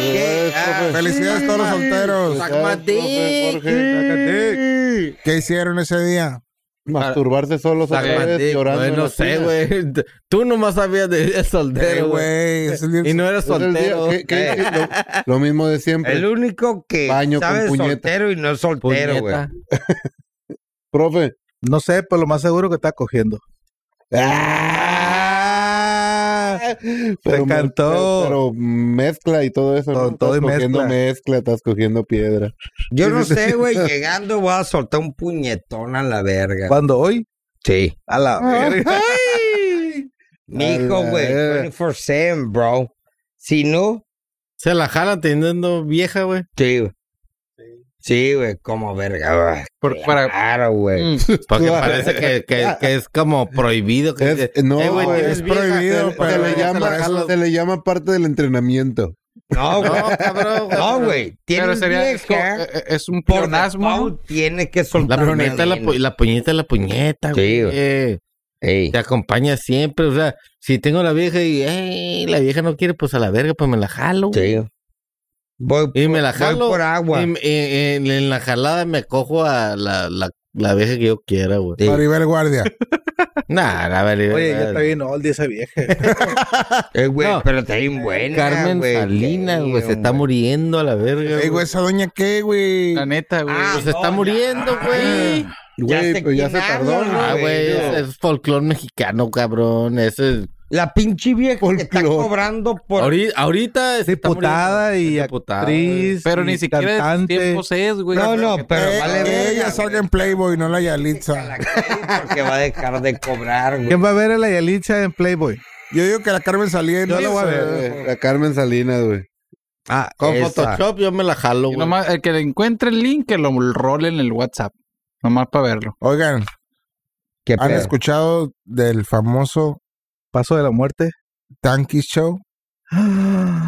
S6: Felicidades, profe.
S10: Felicidades a todos los solteros.
S6: Felicidades, profe, Jorge.
S10: ¿Qué hicieron ese día?
S6: Masturbarse solos otra vez,
S2: Dick,
S6: llorando.
S2: güey,
S6: en
S2: no
S6: la
S2: sé,
S6: tina.
S2: güey. Tú nomás sabías de vida soltero, güey. Y no eras
S6: Es el día-
S2: soltero. Eh,
S6: ¿qué- qué- Lo, lo mismo de siempre.
S5: El único que
S6: Baño
S5: sabe
S6: con puñeta.
S5: soltero y no es soltero, güey.
S2: Puñeta.
S6: Profe.
S3: No sé, pero lo más seguro que está cogiendo. ¡Ah! Te
S6: me-
S3: encantó.
S6: Pero, pero mezcla y todo eso. ¿no?
S3: Con todo
S6: Estás
S3: y
S6: cogiendo
S3: mezcla.
S6: mezcla, estás cogiendo piedra.
S5: Yo no sé, güey. Llegando voy a soltar un puñetón a la verga.
S3: ¿Cuándo hoy?
S5: Sí.
S3: A la verga.
S5: Mi hijo, güey. 24-7, bro. Si no,
S2: Se la jala teniendo vieja, güey.
S5: sí, güey. Sí, güey, como verga.
S4: Por-
S5: para...
S4: para-
S5: Claro, güey.
S2: Porque parece que, que- que es como prohibido. que-
S6: Es- no,
S2: Eh, güey,
S6: güey,
S2: tienes
S6: es
S2: vieja, te-
S6: prohibido. se,
S2: te
S6: le
S2: la
S6: llama,
S2: jalas.
S6: se le llama parte del entrenamiento.
S5: No, güey.
S2: No, cabrón. güey.
S5: No, güey.
S4: Pero
S5: Tienes
S4: sería, es, como-
S5: vieja.
S4: eh, eh, es un
S5: Por
S4: pleonasmo.
S5: default tienes que
S2: La
S5: soltar.
S2: puñeta es la, pu- la puñeta es la puñeta,
S5: Sí,
S2: güey. Eh,
S5: Ey.
S2: Te acompaña siempre. O sea, si tengo la vieja y "Ey, la vieja no quiere, pues a la verga, pues me la jalo.
S5: Sí. Voy,
S2: Y me la jalo.
S5: voy por agua.
S2: Y m- eh, en, en la jalada me cojo a la, la, la vieja que yo quiera, güey.
S5: Sí.
S10: Maribel Guardia.
S2: Nah, la verga.
S3: Oye, ya
S2: la-
S3: está bien old esa vieja.
S5: Eh, güey,
S2: No.
S5: pero está bien buena.
S2: Carmen
S5: ah, güey.
S2: Salinas, güey, se
S5: Sí,
S2: está muriendo a la verga.
S10: Ey, güey, esa doña qué, güey.
S4: La neta, güey.
S5: Ah,
S2: Pues se está
S5: no,
S2: muriendo,
S5: ya.
S2: güey.
S5: sé
S6: Güey, pues ya se
S5: quién
S6: tardó,
S5: habla,
S6: ¿no?
S2: Ah, güey,
S5: güey,
S2: es, es folclore mexicano, cabrón. Eso es.
S5: La pinche vieja que está
S6: Folclor.
S5: cobrando por.
S2: Ahorita, ahorita es
S3: Diputada y
S2: Diputada,
S3: actriz.
S4: pero ni
S3: y
S4: siquiera de tus
S3: cantante.
S4: tiempos es, güey.
S5: No, no, pero
S10: Eh,
S5: vale
S10: que
S5: verga,
S10: ella salga en Playboy, no la Yalitza.
S5: la calle porque va a dejar de cobrar, güey.
S3: ¿Quién va a ver a la Yalitza en Playboy?
S10: Yo digo que la Carmen Salinas.
S3: Yo la voy a ver.
S6: Eh, La Carmen Salinas, güey.
S5: Ah,
S2: Con
S5: esa.
S2: Photoshop yo me la jalo,
S4: Y
S2: güey.
S4: nomás, el que le encuentre el link, que lo role en el WhatsApp. Nomás para verlo.
S10: Oigan,
S5: ¿Qué
S10: ¿han
S5: pedo?
S10: escuchado del famoso
S3: Paso de la muerte.
S10: Tanky Show?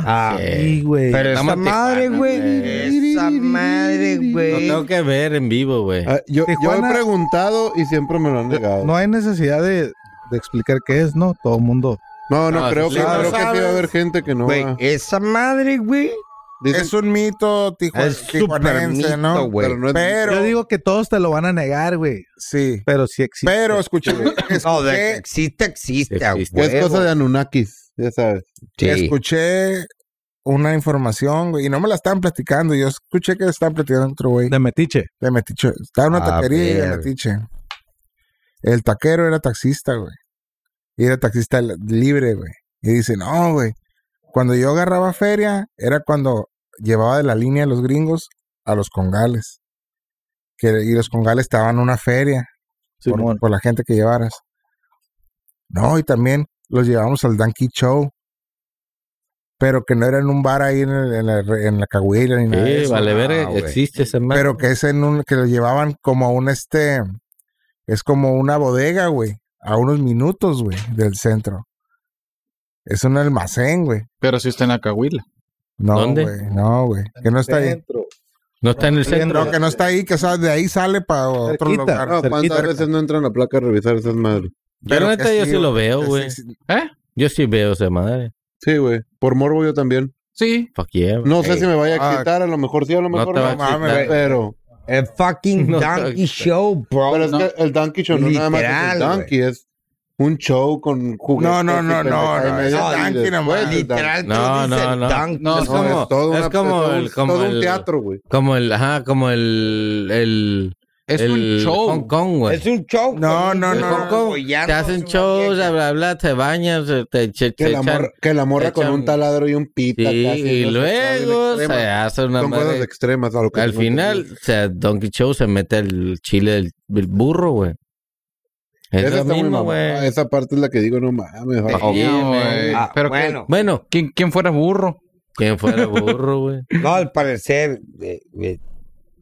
S5: Ah,
S2: Sí.
S3: Sí, güey.
S5: pero esa
S2: Estamos en Tijuana,
S5: madre,
S2: güey.
S5: güey. Esa madre,
S2: Lo
S5: güey.
S2: tengo que ver en vivo, güey.
S6: Ah, yo, yo
S3: Tijuana-
S6: he preguntado y siempre me lo han negado.
S3: No hay necesidad de, de explicar qué es, ¿no? Todo el mundo.
S6: No, no,
S2: No,
S6: creo,
S2: sí
S6: que,
S2: lo
S6: creo que sí
S2: sabes.
S6: va a haber gente que no
S5: Güey,
S6: va.
S5: esa madre, güey.
S6: Dicen-
S10: Es un mito tijua-
S5: Es
S10: tijuanense,
S5: súper mito,
S10: ¿no?
S5: güey.
S6: Pero no es-
S10: Pero-
S3: Yo digo que todos te lo van a negar, güey.
S10: Sí.
S3: Pero sí existe.
S10: Pero escuché,
S5: No, de que
S10: escuché,
S5: existe, existe, a
S2: Existe.
S6: que es cosa
S5: huevo.
S6: de Anunnakis, ya sabes.
S5: Sí.
S10: escuché una información, güey, y no me la estaban platicando. Yo escuché que estaban platicando otro güey.
S3: De metiche.
S10: De Metiche. Estaba en una
S5: A
S10: taquería y de
S5: Ah, ver.
S10: Metiche. El taquero era taxista, güey. Y era taxista li- libre, güey. Y dice, no, güey. Cuando yo agarraba feria, era cuando llevaba de la línea a los gringos a los congales. Que, y los congales estaban una feria por,
S3: Simón.
S10: por la gente que llevaras. No, y también los llevábamos al Donkey Show. Pero que no era en un bar ahí en, el- en la, en la cahuila ni nada. de
S2: Sí,
S10: eso.
S2: vale, verga,
S5: güey.
S2: existe ese madre.
S10: Pero que es en un, que lo llevaban como a un este, es como una bodega, güey, a unos minutos, güey, del centro. Es un almacén, güey.
S4: Pero si está en Acahuila.
S10: No,
S2: ¿Dónde?
S10: güey, no, güey. Que no está ahí.
S2: No está en el centro.
S10: No, que no está ahí, que o sea, de ahí sale para otro
S3: Cerquita.
S10: lugar.
S6: No,
S3: Cerquita.
S6: ¿cuántas veces no entran a placa a revisar esas madres?
S2: Yo la neta,
S10: que
S2: yo sí lo veo,
S10: Sí,
S2: güey.
S10: sí, sí.
S2: Yo sí veo esa madre.
S6: Sí, güey. Por morbo yo también.
S4: Sí.
S2: Fuck yeah, güey.
S6: No sé si me vaya a
S10: Ah.
S6: quitar, a lo mejor sí, a lo
S2: No
S6: mejor
S2: te va a
S6: no.
S2: quitar.
S10: mames,
S6: pero,
S5: El fucking
S2: No,
S5: donkey
S2: no,
S5: show, bro.
S6: pero es que el Donkey Show no nada más es
S5: Literal,
S6: el
S5: güey.
S6: Donkey, es un show con juguetes.
S10: No, no, no,
S6: y
S10: no,
S6: pendejadas
S10: no,
S6: y
S10: es
S6: media,
S10: Donkey
S6: y después
S10: nomás.
S6: pues, el Donkey.
S5: Literal,
S2: No,
S5: no,
S2: no, no.
S5: no,
S4: No,
S2: Es
S6: No,
S2: como-
S6: es todo
S2: es
S6: una-
S2: como
S6: es todo un-
S2: el- como
S6: todo un
S2: el-
S6: teatro, güey.
S2: Como el, ajá, como el, el,
S4: Es un
S2: el Hong
S4: show.
S2: Kong, güey.
S5: Es un show.
S10: No,
S5: con-
S10: no,
S2: El
S10: no,
S2: Hong
S10: no,
S2: Kong,
S5: apoyando
S2: te
S5: a
S2: hacen
S5: su
S2: shows, bla,
S5: vieja.
S2: bla, bla, te bañas, te, te,
S6: Que
S2: te
S6: la,
S2: echan-
S6: morra, que la morra
S2: te
S6: con
S2: echan-
S6: un taladro y un pita.
S2: Sí,
S6: casi,
S2: y
S6: no sé,
S2: luego
S6: son
S2: se
S6: extremas.
S2: hace una
S6: Son cosas
S2: madre.
S6: extras a lo que
S2: Al
S6: tengo
S2: final,
S6: entendido.
S2: o sea, Donkey Show se mete el chile del, del burro, güey. Es
S6: Esa
S2: lo
S6: está muy
S2: mismo,
S6: mamada, Ah,
S2: güey.
S6: Esa parte es la que digo, no
S4: Eh,
S6: mames.
S2: Sí,
S6: va.
S2: güey.
S4: güey.
S5: Ah,
S4: Pero que-
S5: bueno,
S2: Bueno,
S4: ¿quién, quién fuera burro?
S2: quien fuera burro, güey.
S5: no, al parecer. eh, eh,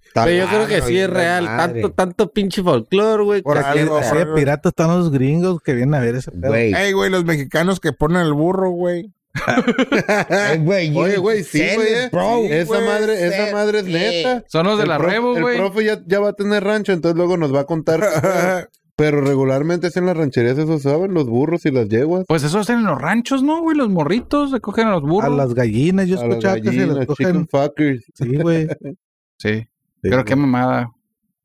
S5: está
S2: Pero yo creo que
S5: raro,
S2: sí
S5: y
S2: es
S5: la
S2: real.
S5: madre.
S2: Tanto, tanto pinche folclore, güey.
S10: Por
S2: que sí
S10: algo,
S2: es
S3: Así de
S2: real.
S3: piratas Eh, están los gringos que vienen a ver ese pedo.
S5: Güey,
S10: Ey, güey, los mexicanos que ponen el burro, güey.
S5: eh, güey,
S6: Oye,
S5: you
S6: güey, sí,
S5: sell
S6: güey.
S5: it,
S6: eh.
S5: bro.
S6: Sí, esa
S5: güey,
S6: madre,
S5: sell
S6: esa madre es
S5: it.
S6: neta.
S4: Son los de
S6: El
S4: la
S6: profe-
S4: Rebo, güey.
S6: El profe ya, ya va a tener rancho, entonces luego nos va a contar. Pero regularmente es en las rancherías, eso saben, los burros y las yeguas.
S4: Pues eso hacen en los ranchos, ¿no, güey? Los morritos se cogen a los
S3: A
S4: burros.
S3: las gallinas, yo
S6: A las
S3: escuchaba que se Eh,
S6: gallinas,
S3: las
S6: chicken
S3: cogen.
S6: fuckers.
S3: Sí, güey.
S4: Sí. Pero qué mamada.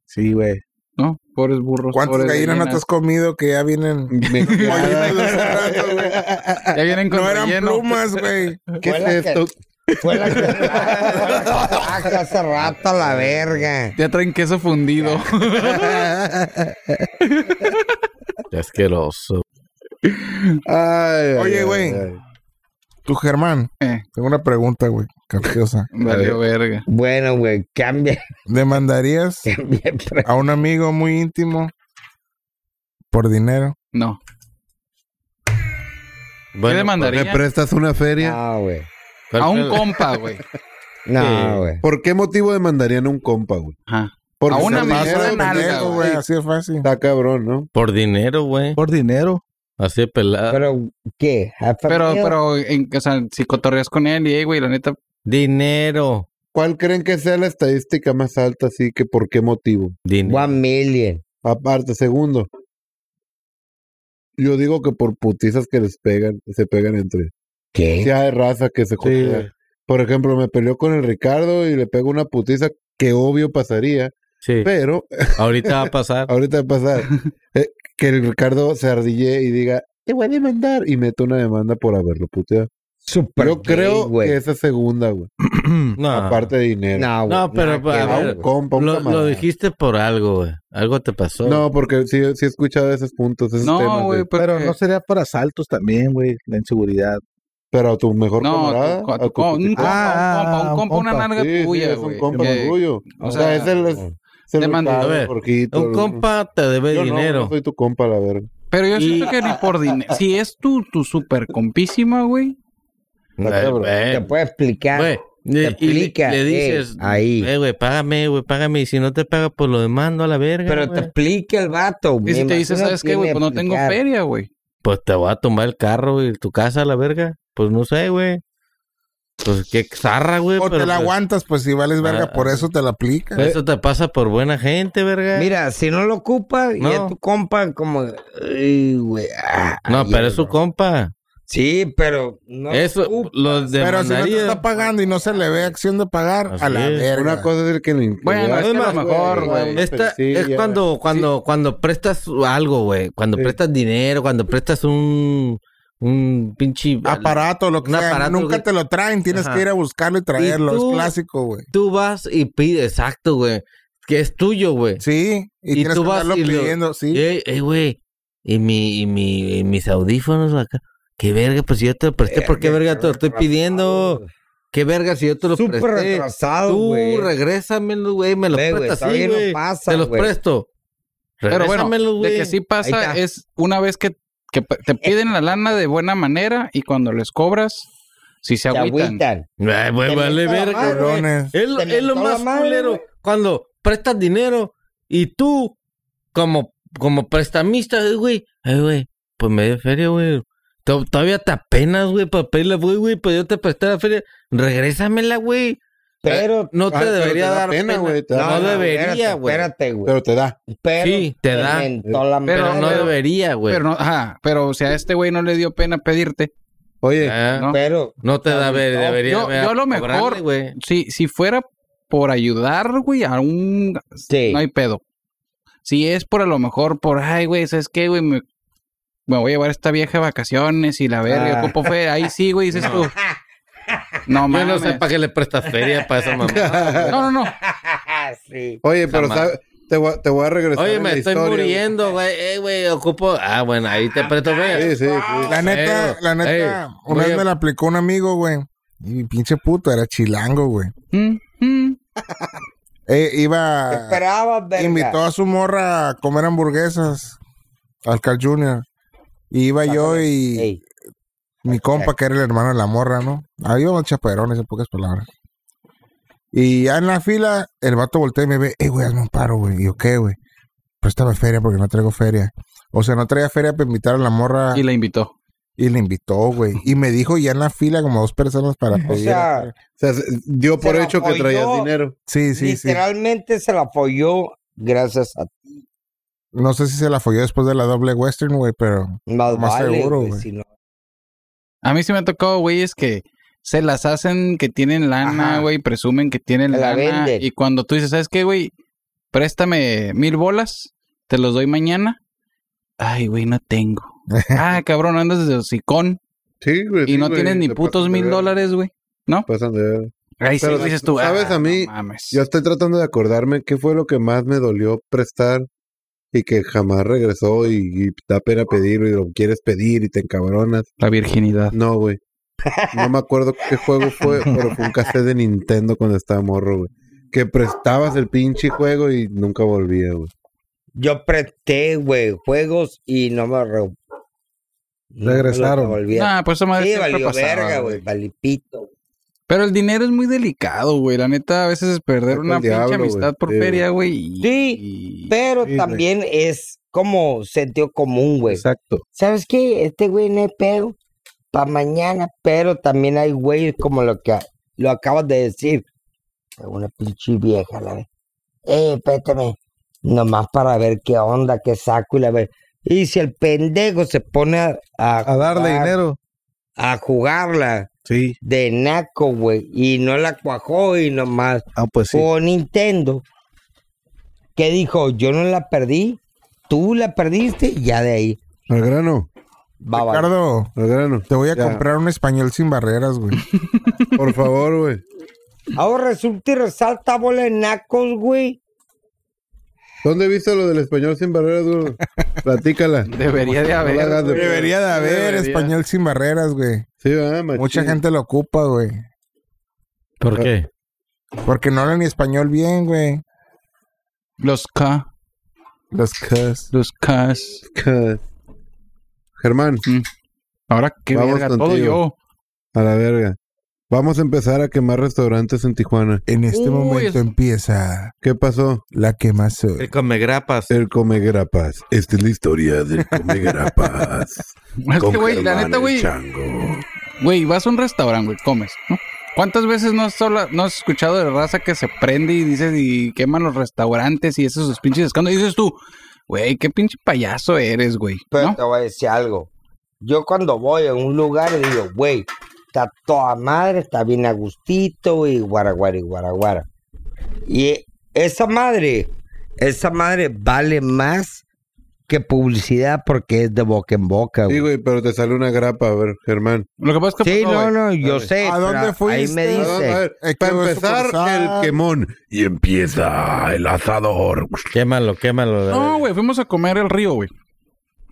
S3: Sí, güey.
S4: ¿no? Pobres burros.
S10: ¿Cuántas
S4: pobres
S10: gallinas no te
S4: gallinas.
S10: has comido que ya vienen? Mollitos de cerrado, güey?
S4: Ya vienen con
S10: No eran
S4: relleno.
S10: plumas, güey.
S6: ¿Qué
S5: Fue la
S6: es
S5: que-
S6: esto?
S5: Fue la que trajo hace rato la verga.
S4: Ya traen queso fundido.
S2: Qué asqueroso.
S10: Oye, güey. Tú, Germán,
S4: Eh.
S10: tengo una pregunta, güey, capciosa.
S4: Valió verga.
S5: Bueno, güey, cambia,
S10: ¿Demandarías
S5: cambia. pero-
S10: a un amigo muy íntimo por dinero?
S4: No. ¿Qué
S2: Bueno,
S4: le
S6: ¿Me
S4: mandaría?
S6: prestas una feria?
S5: No, güey.
S2: ¿cuál
S4: A
S2: fue
S4: un
S2: la-
S4: compa, güey.
S5: No, güey.
S6: ¿Por qué motivo demandarían a un compa, güey?
S4: Ajá.
S6: Porque
S4: A una
S6: está
S4: masa
S10: Dinero,
S4: de
S6: dinero,
S4: nalga,
S10: pendejo, güey, así de fácil.
S6: Está cabrón, ¿no?
S2: Por dinero, güey.
S3: Por dinero.
S2: Así de pelada.
S5: Pero, ¿qué? ¿Hasta
S4: Pero,
S5: mío?
S4: pero, en- o sea, si cotorreas con él y, "Ey, güey, la neta,
S2: Dinero.
S6: ¿Cuál creen que sea la estadística más alta, así que por qué motivo?
S2: Dinero.
S5: One million.
S6: Aparte, segundo. Yo digo que por putizas que les pegan, se pegan entre.
S5: ¿Qué?
S2: ah,
S6: Si hay raza que se jodea. Por ejemplo, me peleó con el Ricardo y le pego una putiza que obvio pasaría,
S2: Sí.
S6: pero
S2: Ahorita va a pasar.
S6: ahorita va a pasar eh, que el Ricardo se ardille y diga, te voy a demandar y meto una demanda por haberlo puteado.
S5: Super
S6: Yo
S5: gay,
S6: creo
S5: güey.
S6: que esa es segunda, güey.
S2: No.
S6: Aparte de dinero.
S5: No, güey,
S2: No, pero,
S5: nada que
S2: a
S6: A
S5: ver,
S6: un
S2: ver,
S5: güey.
S6: compa, un
S2: Lo,
S6: camarada.
S2: lo dijiste por algo, güey. Algo te pasó.
S6: No, porque sí, sí he escuchado esos puntos, esos temas.
S4: no,
S6: de-
S4: güey,
S3: Pero
S4: porque-
S3: no sería para asaltos también, güey. La inseguridad.
S6: Pero a tu mejor
S4: No,
S6: camarada.
S4: tu- a tu
S6: a tu
S4: com- un
S6: putita.
S4: compa,
S3: Ah,
S4: un compa, un
S3: un
S4: compa, una
S3: compa.
S4: nalga
S6: Sí, sí,
S4: tuya,
S6: es un
S4: güey.
S6: compa
S4: Que-
S6: tuyo.
S4: o
S6: O sea,
S4: sea,
S6: es el... Es, es el
S4: demanda.
S6: Ricardo,
S2: A ver,
S6: Jorgito,
S2: Un
S6: el-
S2: compa te debe
S6: Yo no,
S2: dinero.
S6: No, soy tu compa, la verga.
S4: Pero yo siento que ni por dinero. Si es tu, tu super compísima, güey.
S2: Eh, eh,
S5: Te puedo explicar.
S2: güey,
S5: te
S2: le- y le,
S5: explica,
S2: le
S5: eh,
S2: dices,
S5: ahí.
S2: eh, güey, págame, güey, págame. Y si no te paga, pues lo demando a la verga.
S5: Pero te
S2: güey.
S5: explica el vato,
S4: Y
S5: güey.
S4: si te dice,
S5: Imagino
S4: ¿sabes qué, güey?
S5: tiene
S4: Pues no tengo
S5: explicar.
S4: feria, güey.
S2: Pues te voy a tomar el carro y tu casa a la verga. Pues no sé, güey. Pues qué zarra, güey.
S10: O
S2: pero
S10: te la
S2: pues,
S10: aguantas, pues si vales verga,
S2: Ah,
S10: por eso te la aplicas.
S2: Eso te pasa por buena gente, verga.
S5: Mira, si no lo ocupa y
S2: No.
S5: es tu compa, como. Ay, güey. ah,
S2: no,
S5: ay,
S2: pero es su compa.
S5: Sí, pero. No
S2: Eso, los
S10: Pero si no te está
S2: demandaría.
S10: pagando y no se le ve acción de pagar,
S2: Así
S10: a la
S2: es.
S10: verga.
S6: Una cosa es el que le
S4: Bueno, es que a lo
S2: Además,
S4: mejor, güey.
S2: Esta es cuando, cuando, cuando prestas algo, güey. Cuando
S6: Sí.
S2: prestas dinero, cuando prestas un, un pinche
S10: Ah, aparato, lo que
S2: Un
S10: sea.
S2: aparato,
S10: Nunca
S2: güey.
S10: te lo traen, tienes
S2: Ajá.
S10: que ir a buscarlo y traerlo.
S2: tú?
S10: Es clásico, güey.
S2: Tú vas y pides, exacto, güey. Que es tuyo, güey.
S10: Sí, y,
S2: Y
S10: tienes
S2: tú
S10: que
S2: vas y
S10: estarlo
S2: lo-
S10: pidiendo, sí.
S2: Ey, ey, güey. Y mi, y mi, y mis audífonos acá. Qué verga, pues si yo te lo presté, ¿por qué verga te lo estoy pidiendo? Qué verga si yo te lo
S5: Súper
S2: presté.
S5: retrasado,
S2: Tú
S5: güey.
S2: regrésamelo, güey. Me lo
S5: Ve, güey,
S2: prestas
S5: todavía
S2: así,
S5: no
S2: güey.
S5: pasa,
S2: Te los
S5: güey.
S2: presto.
S4: Pero bueno,
S2: Regrésamelo, güey.
S4: de que sí
S5: Ahí
S4: pasa
S5: está.
S4: es una vez que, que pa- te piden la lana de buena manera y cuando les cobras, si se
S5: Te
S4: agüitan.
S5: agüitan.
S2: Ay, güey,
S5: Te
S2: vale
S5: mentó la
S2: verga,
S5: madre,
S2: güey.
S10: cabrones.
S2: Es, lo-
S5: Te
S2: es lo
S5: mentó la
S2: más
S5: madre,
S2: culero
S5: güey.
S2: cuando prestas dinero y tú, como, como prestamista, eh, güey, ay, güey, pues me dio feria, güey. To- Todavía te apenas, güey, para pedirle, güey, güey, pues yo te presté la feria. Regrésamela, güey.
S5: Pero.
S2: No te
S6: Ay, Ah, pero te
S2: debería
S6: da
S2: dar
S6: pena,
S2: pena,
S6: güey, te da
S2: No,
S6: pena.
S2: debería,
S5: espérate,
S2: güey.
S5: Espérate, güey.
S6: Pero te da.
S5: Pero
S2: Sí, te da.
S5: mentó la
S2: Pero
S5: madre.
S2: no debería, güey.
S4: Pero no, ajá, pero o sea, a este güey no le dio pena pedirte.
S6: Oye,
S2: Ah,
S4: no.
S2: no,
S5: Pero.
S2: te da,
S5: No,
S2: ver- debería.
S4: yo-
S2: ver-
S4: yo a lo mejor-
S2: cobrarle, güey.
S4: Si, si fuera por ayudar, güey, a un...
S5: Sí.
S4: No hay pedo. Si es por a lo mejor por, ay, güey, ¿sabes qué, güey? Me, me voy a llevar a esta vieja de vacaciones y la verga,
S5: Ah.
S4: ocupo fe. Ahí sí, güey, dices tú. No,
S2: Yo no
S4: mames.
S2: sé para qué le prestas feria para esa mamá.
S4: No, no, no.
S5: sí.
S6: oye, pero
S4: Jamás.
S6: ¿sabes? Te, voy a, te voy a regresar.
S2: Oye,
S6: en
S2: me
S6: la
S2: estoy
S6: historia,
S2: muriendo, güey. Eh, güey, ocupo. Ah, bueno, ahí te presto feria.
S6: güey. Sí, sí, sí.
S10: La neta,
S2: Eh,
S10: la neta,
S2: eh,
S10: una
S2: oye.
S10: vez me la aplicó un amigo, güey. Y pinche puto, era chilango, güey.
S4: Mm, mm.
S10: Eh, iba,
S5: Esperabas, verga.
S10: invitó a su morra a comer hamburguesas al Carl Jr. Y iba yo y
S5: Ah, Ey,
S10: mi compa, que era el hermano de la morra, ¿no? Ahí íbamos chaperones, en pocas palabras. Y ya en la fila, el vato voltea y me ve, ey, güey, hazme un paro, güey. Y yo, ¿qué, güey? Préstame feria porque no traigo feria. O sea, no traía feria para invitar a la morra.
S5: Ah.
S4: Y la invitó.
S10: Y le invitó, güey. Y me dijo ya en la fila como dos personas para
S5: O
S10: pedir.
S5: sea,
S6: O sea, se- dio por
S5: Se la
S6: hecho que
S5: apoyó.
S6: traías dinero.
S10: sí, sí, sí.
S5: literalmente se la folló gracias a
S10: No sé si se la folló después de la doble western, güey, pero
S5: Más,
S10: Más
S5: vale,
S10: seguro,
S5: güey,
S10: güey.
S5: si no-
S4: A mí sí me ha tocado, güey, es que se las hacen que tienen lana,
S5: Ajá.
S4: güey, presumen que tienen
S5: Te la
S4: lana.
S5: venden.
S4: Y cuando tú dices, ¿sabes qué, güey? préstame mil bolas, te los doy mañana. Ay, güey, no tengo. Ah, cabrón, andas desde hocicón
S6: Sí, güey.
S4: y no tienes ni putos mil dólares, güey.
S6: Pasan de verga.
S4: Ahí sí
S6: Pero,
S4: dices tú,
S6: ¿sabes?
S4: ah,
S6: A mí,
S4: no mames.
S6: Yo estoy tratando de acordarme qué fue lo que más me dolió prestar y que jamás regresó y, y da pena pedirlo y lo quieres pedir y te encabronas.
S4: La virginidad.
S6: No, güey. No me acuerdo qué juego fue, pero fue un cassette de Nintendo cuando estaba morro, güey. Que prestabas el pinche juego y nunca volvía, güey.
S5: Yo presté, güey, juegos y no me re- no
S10: Regresaron.
S5: me lo devolvieron.
S4: Ah, pues eso me
S5: sí, valió verga, güey. Valipito.
S4: Pero el dinero es muy delicado, güey. La neta, a veces es perder
S6: Saca el
S4: una pinche
S6: diablo, güey.
S4: amistad por
S6: Sí,
S4: feria, güey. y-
S5: Sí,
S4: y-
S5: Pero también es como sentido común, güey.
S3: Exacto.
S5: ¿Sabes qué? Este güey no es pedo para mañana, pero también hay güeyes como lo que lo acabas de decir. Una pinche vieja, la ve. Eh, pétame. Nomás para ver qué onda, qué saco y la ve. Y si el pendejo se pone a,
S3: A darle
S5: jugar-
S3: dinero.
S5: a jugarla
S3: Ah, Sí.
S5: de naco, güey, y no la cuajó y nomás
S3: Ah, pues sí.
S5: o Nintendo, que dijo, yo no la perdí, tú la perdiste, y ya de ahí.
S6: Al grano,
S5: Va, va.
S10: Ricardo,
S6: al grano.
S10: te voy a
S6: Ya.
S10: comprar un español sin barreras, güey.
S6: Por favor, güey.
S5: Ahora resulta y resalta bola de nacos, güey.
S6: ¿Dónde viste lo del español sin barreras, güey? Platícala.
S4: Debería de
S6: No la
S4: haber.
S6: hagas de-
S10: Debería de haber
S4: Debería.
S10: español sin barreras, güey.
S6: Sí, ¿verdad, machín?
S10: Mucha gente lo ocupa, güey.
S9: ¿Por qué?
S10: Porque no hablan ni español bien, güey.
S4: Los K,
S10: Los cas.
S4: los Ks.
S6: Germán,
S4: Ahora qué
S6: Vamos
S4: verga, todo
S6: contigo.
S4: yo.
S6: a la verga. Vamos a empezar a quemar restaurantes en Tijuana.
S10: En este
S4: Uy,
S10: momento
S4: eso-
S10: empieza
S6: ¿Qué pasó?
S10: la
S6: Eh,
S10: quemazón.
S2: Come grapas.
S8: El come grapas. Esta es la historia del come grapas.
S4: Es que, güey, la neta, güey,
S8: Chango.
S4: güey, vas a un restaurante, güey, comes, ¿no? ¿Cuántas veces no has, habla- no has escuchado de raza que se prende y dices y queman los restaurantes y esos sus pinches escándalos? Y dices tú, güey, qué pinche payaso eres, güey,
S5: Pero
S4: ¿no?
S5: te voy a decir algo. Yo cuando voy a un lugar y digo, güey, está toda madre, está bien a gustito y guaraguara y guaraguara. Y esa madre, esa madre vale más que publicidad porque es de boca en boca, güey.
S6: Sí, güey, pero te sale una grapa, a ver, Germán.
S4: Lo que pasa es que... pues,
S5: Sí,
S4: no,
S5: no,
S4: güey.
S5: no, yo sé.
S10: ¿A dónde
S5: pero Ahí me
S10: fuiste?
S5: dice.
S10: ¿A
S6: A ver,
S10: Eh,
S6: para
S10: que voy a
S6: empezar,
S10: sucursal.
S6: el quemón.
S8: Y empieza el asador.
S2: Quémalo, quémalo.
S4: No, güey, fuimos a comer el río, güey.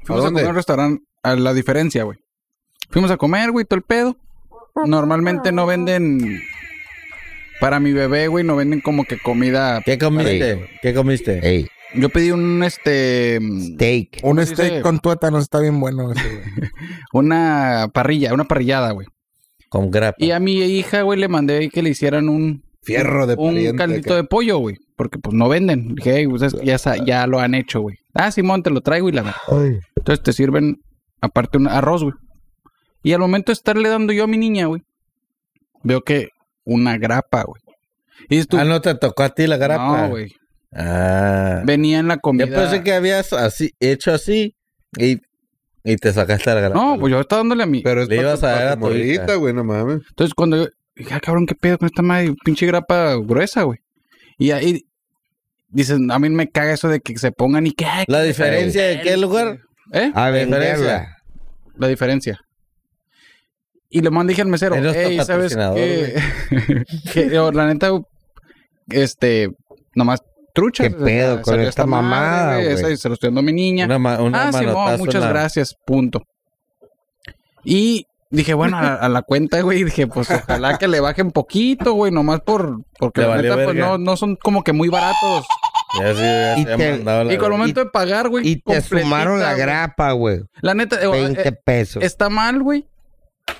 S4: Fuimos
S6: ¿A
S4: a,
S6: dónde?
S4: comer al restaurante, a la diferencia, güey. Fuimos a comer, güey, todo el pedo. Normalmente no venden... Para mi bebé, güey, no venden como que comida...
S2: ¿Qué comiste? ¿Qué comiste?
S5: Ey,
S4: Yo pedí un, este... mm,
S5: steak.
S10: Un
S4: ¿Cómo se
S10: steak
S4: dice?
S10: con tuétano está bien bueno. ese, güey.
S4: Una parrilla, una parrillada, güey.
S2: Con grapa.
S4: Y a mi hija, güey, le mandé ahí que le hicieran un,
S6: Fierro de
S4: un
S6: pariente,
S4: caldito
S6: ca-
S4: de pollo, güey. Porque pues no venden. Dije, "Ey, ustedes ya, sa- ya lo han hecho, güey. Ah, Simón, te lo traigo y la verdad. Entonces te sirven aparte un arroz, güey. Y al momento de estarle dando yo a mi niña, güey, veo que una grapa, güey. Y dices tú,
S2: Ah, no te tocó a ti la grapa.
S4: no, güey.
S2: Ah.
S4: Venía en la comida.
S2: Yo pensé que habías así, hecho así y, y te sacaste la grapa.
S4: No, pues yo estaba dándole a mi...
S6: Pero es
S2: Le
S6: para
S2: ibas
S6: tu-
S2: a
S6: para
S2: dar
S6: tu
S2: a tu hija.
S6: morrita, güey, no mames.
S4: Entonces cuando yo dije, ah, cabrón, qué pedo con esta madre, pinche grapa gruesa, güey. Y ahí dicen, a mí me caga eso de que se pongan y que, ay,
S2: La diferencia de qué lugar.
S4: ¿eh?
S5: A venderla.
S2: Diferencia.
S4: La diferencia. Y le mandé dije al mesero,
S2: Eres nuestro
S4: hey, ¿sabes
S2: patrocinador,
S4: qué? que yo, la neta, este, nomás trucha.
S5: ¿Qué pedo con esta mamada, güey?
S4: Se lo estoy dando a mi niña.
S2: Una, ma- una
S4: ah, sí,
S2: manotazo en
S4: muchas
S2: la-
S4: gracias, punto. Y dije, bueno, a, a la cuenta, güey, dije, pues ojalá que le bajen poquito, güey, nomás por, porque
S2: Le
S4: la
S2: valió
S4: neta, pues
S2: verga.
S4: no, no son como que muy baratos.
S2: Ya sí, ya
S5: Y
S2: se ha
S5: te-
S2: mandado la-
S4: Y con el momento de pagar, güey,
S5: Y te
S4: completita,
S5: sumaron la
S4: güey.
S5: grapa, güey.
S4: La neta, eh,
S5: 20
S4: eh,
S5: pesos.
S4: está mal, güey.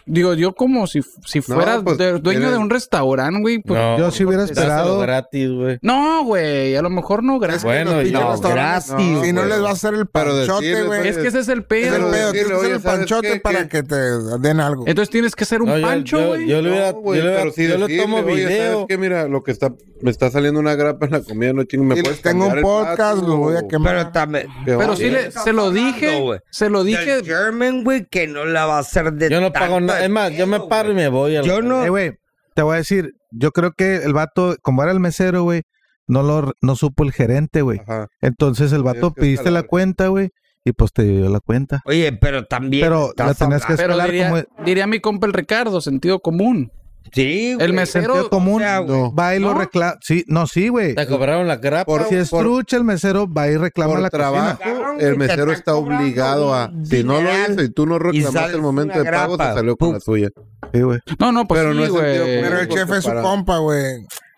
S4: Digo, yo como si, si fuera
S6: pues,
S4: de- dueño
S6: eres-
S4: de un restaurante, güey. pues-
S2: No,
S3: Yo si hubiera
S2: dáselo
S3: esperado.
S2: gratis, güey.
S4: no, güey, a lo mejor no, gracias.
S2: Bueno,
S10: Los
S2: y-
S10: pinches
S2: no,
S10: restaurantes,
S5: gratis,
S10: Si no
S6: güey.
S10: les va a hacer el
S6: Pero
S10: panchote,
S6: decirles,
S10: güey.
S4: Es que ese es el
S10: Es el
S4: pedo.
S10: pedo. Tienes que
S6: decirle,
S10: hacer
S6: oye,
S10: el
S6: ¿sabes
S10: panchote
S6: qué?
S10: para
S6: ¿Qué?
S10: que te den algo.
S4: Entonces tienes que ser un
S2: No, yo-
S4: pancho,
S2: yo-
S4: güey.
S2: Yo le hubiera-
S6: No, güey,
S2: yo le hubiera-
S6: pero sí
S2: yo le
S6: decirle,
S2: tomo
S6: oye, ¿sabes
S2: video.
S6: qué? mira, lo que está, me está saliendo una grapa en la comida, no chingo, me
S10: Y
S6: puedes
S10: tengo un
S6: cambiar el
S10: podcast,
S6: plato,
S10: lo voy a
S6: o-
S10: quemar.
S5: también.
S6: ¿Qué
S4: Pero
S6: onda?
S4: sí, le, se lo dije.
S5: güey.
S4: Se lo dije.
S5: Del German, güey, que no la va a hacer de
S2: Yo no pago
S5: tanto
S2: nada. Es más, yo me
S5: pedo,
S2: paro y me voy. a la-
S5: güey. Yo no.
S3: Eh, güey, te voy a decir, yo creo que el vato, como era el mesero, güey, no lo no supo el gerente, güey.
S6: Ajá.
S3: Entonces el vato
S6: que
S3: pediste la
S6: escalar.
S3: cuenta, güey, y pues te dio la cuenta.
S5: Oye, pero también.
S3: Pero la
S5: estás
S3: tenías que
S5: hablando-
S4: Pero
S3: escalar
S4: diría,
S3: como
S4: diría mi compa el Ricardo, sentido común.
S5: Sí, güey.
S4: El mesero
S3: sentido común.
S5: o sea, güey,
S3: no. Va y lo
S4: ¿no?
S3: reclama. Sí, no, sí, güey.
S2: Te cobraron la grapa.
S6: Por,
S3: Si es
S6: por-
S3: trucha el mesero, va y reclama
S6: por
S3: la
S6: trabajo,
S3: cocina.
S5: Cabrón, güey,
S6: el
S5: te
S6: mesero
S5: están
S6: está
S5: cobrando
S6: obligado a.
S5: un
S6: Si no lo
S5: dineral
S6: hizo y tú no reclamaste
S5: sales
S6: el momento
S5: una
S6: de pago, te
S5: grapa.
S6: salió con la suya.
S3: Sí, güey.
S4: No, no, pues
S6: Pero
S4: sí,
S6: no es
S4: güey.
S6: sentido común.
S10: Pero el
S6: Porque
S10: chef es su
S6: para-
S10: compa, güey.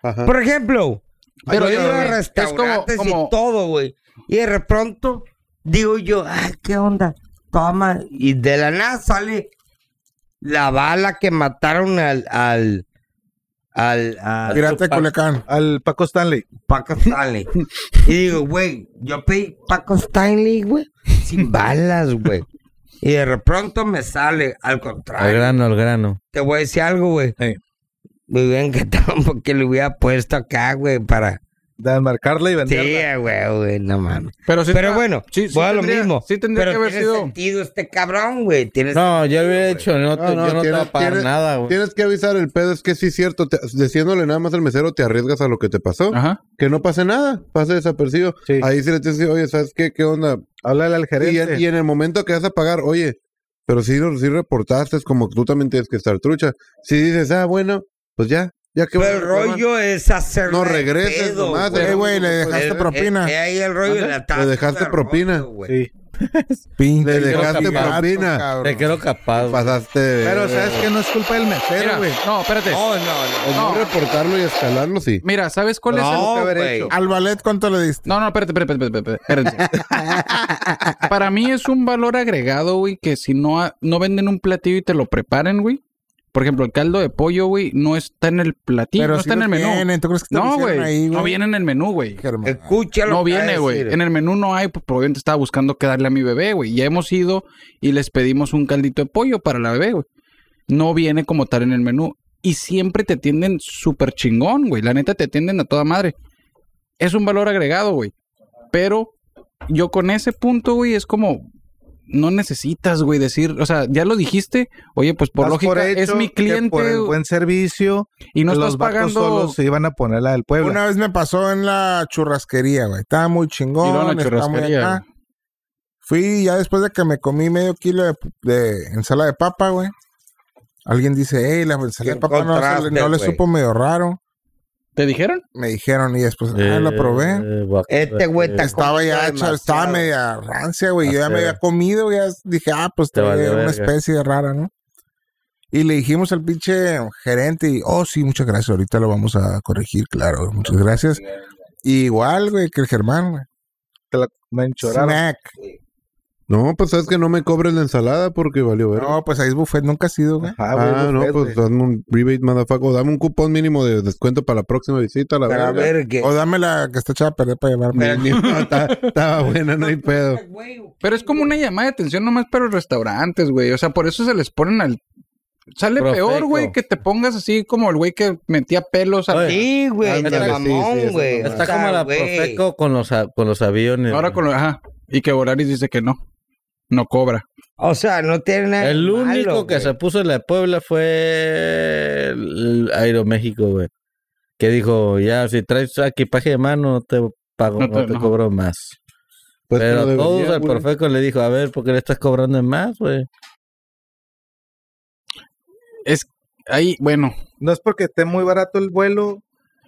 S6: Ajá.
S5: Por ejemplo,
S4: Pero
S5: yo
S4: yo-
S5: iba a
S4: es como-
S5: restaurantes
S4: como-
S5: y todo, güey. Y de pronto digo yo, ay, ¿qué onda? Toma. Y de la nada sale la bala que mataron al. al al,
S6: Ah,
S5: al
S10: Pirata de Culiacán.
S3: Al Paco Stanley.
S5: Paco Stanley. Y digo, güey, yo pedí Paco Stanley, güey, sin balas, güey. Y de pronto me sale, al
S2: Al
S5: contrario.
S2: grano, al grano.
S5: Te voy a decir algo, güey.
S3: Sí.
S5: Me hubiera encantado porque le hubiera puesto acá, güey, para.
S3: De enmarcarla y
S5: Sí,
S3: venderla.
S5: güey, güey, no mames.
S4: Pero, sí
S5: Pero
S4: está-
S5: bueno,
S4: sí, sí
S5: voy a lo
S4: tendría-
S5: mismo.
S4: Sí tendría
S5: Pero
S4: que haber
S5: tiene
S4: sido.
S5: sentido este cabrón, güey. Tiene
S2: No, yo hubiera hecho, no, te- yo no te voy a pagar nada, güey.
S6: tienes que avisar el pedo, es que sí es cierto, te- diciéndole nada más al mesero te arriesgas a lo que te pasó,
S4: Ajá.
S6: que no pase nada, pase desapercibido.
S3: Ah. Sí.
S6: Ahí sí le tienes que decir, oye, ¿sabes qué? ¿Qué onda?
S3: Háblale al
S6: Y
S3: gerente.
S6: en, y en el momento que vas a pagar, oye, pero si, si reportaste, es como que tú también tienes que estar trucha. Si dices, ah, bueno, pues ya, ya que...
S5: Pero el rollo es hacer.
S6: No regreses nomás, eh, güey, le
S10: dejaste propina.
S5: eh, ahí el rollo de la taza
S6: Le dejaste
S5: de
S6: propina.
S5: rollo, güey.
S3: Sí.
S6: Le
S10: Pinche
S6: dejaste
S10: gato,
S6: propina,
S10: cabrón.
S2: Te quedo capaz. güey.
S6: pasaste...
S3: Pero sabes que no es culpa del mesero,
S4: Mira,
S3: güey.
S4: no, espérate.
S5: No, no,
S6: O no
S4: No.
S6: reportarlo y escalarlo, sí.
S4: Mira, ¿sabes cuál es el
S5: no. No, güey.
S10: Al ballet, ¿cuánto le diste?
S4: No, no, espérate, espérate, espérate, espérate, espérate. espérate. Para mí es un valor agregado, güey, que si no, ha- no venden un platillo y te lo preparan, güey. Por ejemplo, el caldo de pollo, güey, no está en el platillo,
S10: Pero
S4: no
S10: si
S4: está en
S10: lo
S4: el menú.
S10: tienen, ¿tú crees que te lo
S4: no,
S10: hicieron
S4: güey,
S10: ahí,
S4: no
S10: güey?
S4: viene en el menú, güey.
S10: Germán.
S5: Escucha lo
S4: No
S5: que va a
S4: viene, güey.
S5: decir.
S4: En el menú no hay, pues probablemente estaba buscando qué darle a mi bebé, güey. Ya hemos ido y les pedimos un caldito de pollo para la bebé, güey. No viene como tal en el menú. Y siempre te tienden súper chingón, güey. La neta te tienden a toda madre. Es un valor agregado, güey. Pero yo con ese punto, güey, es como. No necesitas, güey, decir. O sea, ya lo dijiste. Oye, pues por
S3: Das
S4: lógica,
S3: hecho
S4: es mi
S3: que
S4: cliente
S3: Por el buen servicio.
S4: y no estás
S3: los vatos
S4: pagando.
S3: solos se iban a ponerla del pueblo.
S10: Una vez me pasó en la churrasquería, güey. Estaba muy chingón.
S4: Y luego en la
S10: estaba muy
S4: churrasquería,
S10: acá. Fui ya después de que me comí medio kilo de, de ensalada de papa, güey. Alguien dice, hey, la ensalada
S5: Qué
S10: de papa no, se le- no le
S5: contraste,
S10: supo medio raro.
S4: ¿Te dijeron?
S10: Me dijeron y después, ah, la probé.
S5: Este güey está
S10: Estaba ya hecha,
S5: demasiado.
S10: estaba media rancia, güey. Yo ya me
S2: Demasiado.
S10: había comido, ya dije, ah, pues
S2: Te
S10: trae
S2: valió
S10: una
S2: verga.
S10: especie rara, ¿no? Y le dijimos al pinche gerente, y, oh, sí, muchas gracias, ahorita lo vamos a corregir, claro, muchas gracias. Y igual, güey, que el Germán, güey.
S3: Te la- me enchoraron.
S10: Snack.
S6: No, pues sabes que no me cobres la ensalada porque valió ver.
S10: No, pues ahí es buffet, nunca ha sido, güey.
S3: Ajá, güey,
S6: Ah, no,
S3: buffet,
S6: pues
S3: güey.
S6: dame un rebate, motherfucker. Dame un cupón mínimo de descuento para la próxima visita. La
S5: Para
S6: verga.
S5: ver qué.
S10: O dame la que está echada a perder para llevarme.
S6: Ni- ni- no, está- Estaba buena, no hay pedo.
S4: Pero es como una llamada de atención nomás para los restaurantes, güey. O sea, por eso se les ponen al... Sale
S2: Profeco.
S4: peor, güey, que te pongas así como el güey que metía pelos. a-
S2: Oye,
S5: Sí, güey,
S6: Ándale,
S5: de
S6: sí, sí,
S5: mamón,
S6: eso
S5: güey.
S6: no
S2: Está como la
S5: güey.
S2: Profeco con los, a- con los aviones.
S4: Ahora con lo... Ajá. Y que Volaris dice que no. No cobra.
S5: O sea, no tiene nada.
S2: El
S5: de
S2: único
S5: malo,
S2: que
S5: güey.
S2: se puso en la Puebla fue el Aeroméxico, güey. Que dijo, ya, si traes equipaje de mano, no te pago,
S4: No
S2: no
S4: te-
S2: te,
S4: no.
S2: cobro más.
S6: Pues,
S2: Pero
S6: no
S2: todos
S6: debería,
S2: al
S6: güey.
S2: Profeco le dijo, a ver, ¿por qué le estás cobrando de más, güey?
S4: Es... Ahí, bueno.
S3: No es porque esté muy barato el vuelo.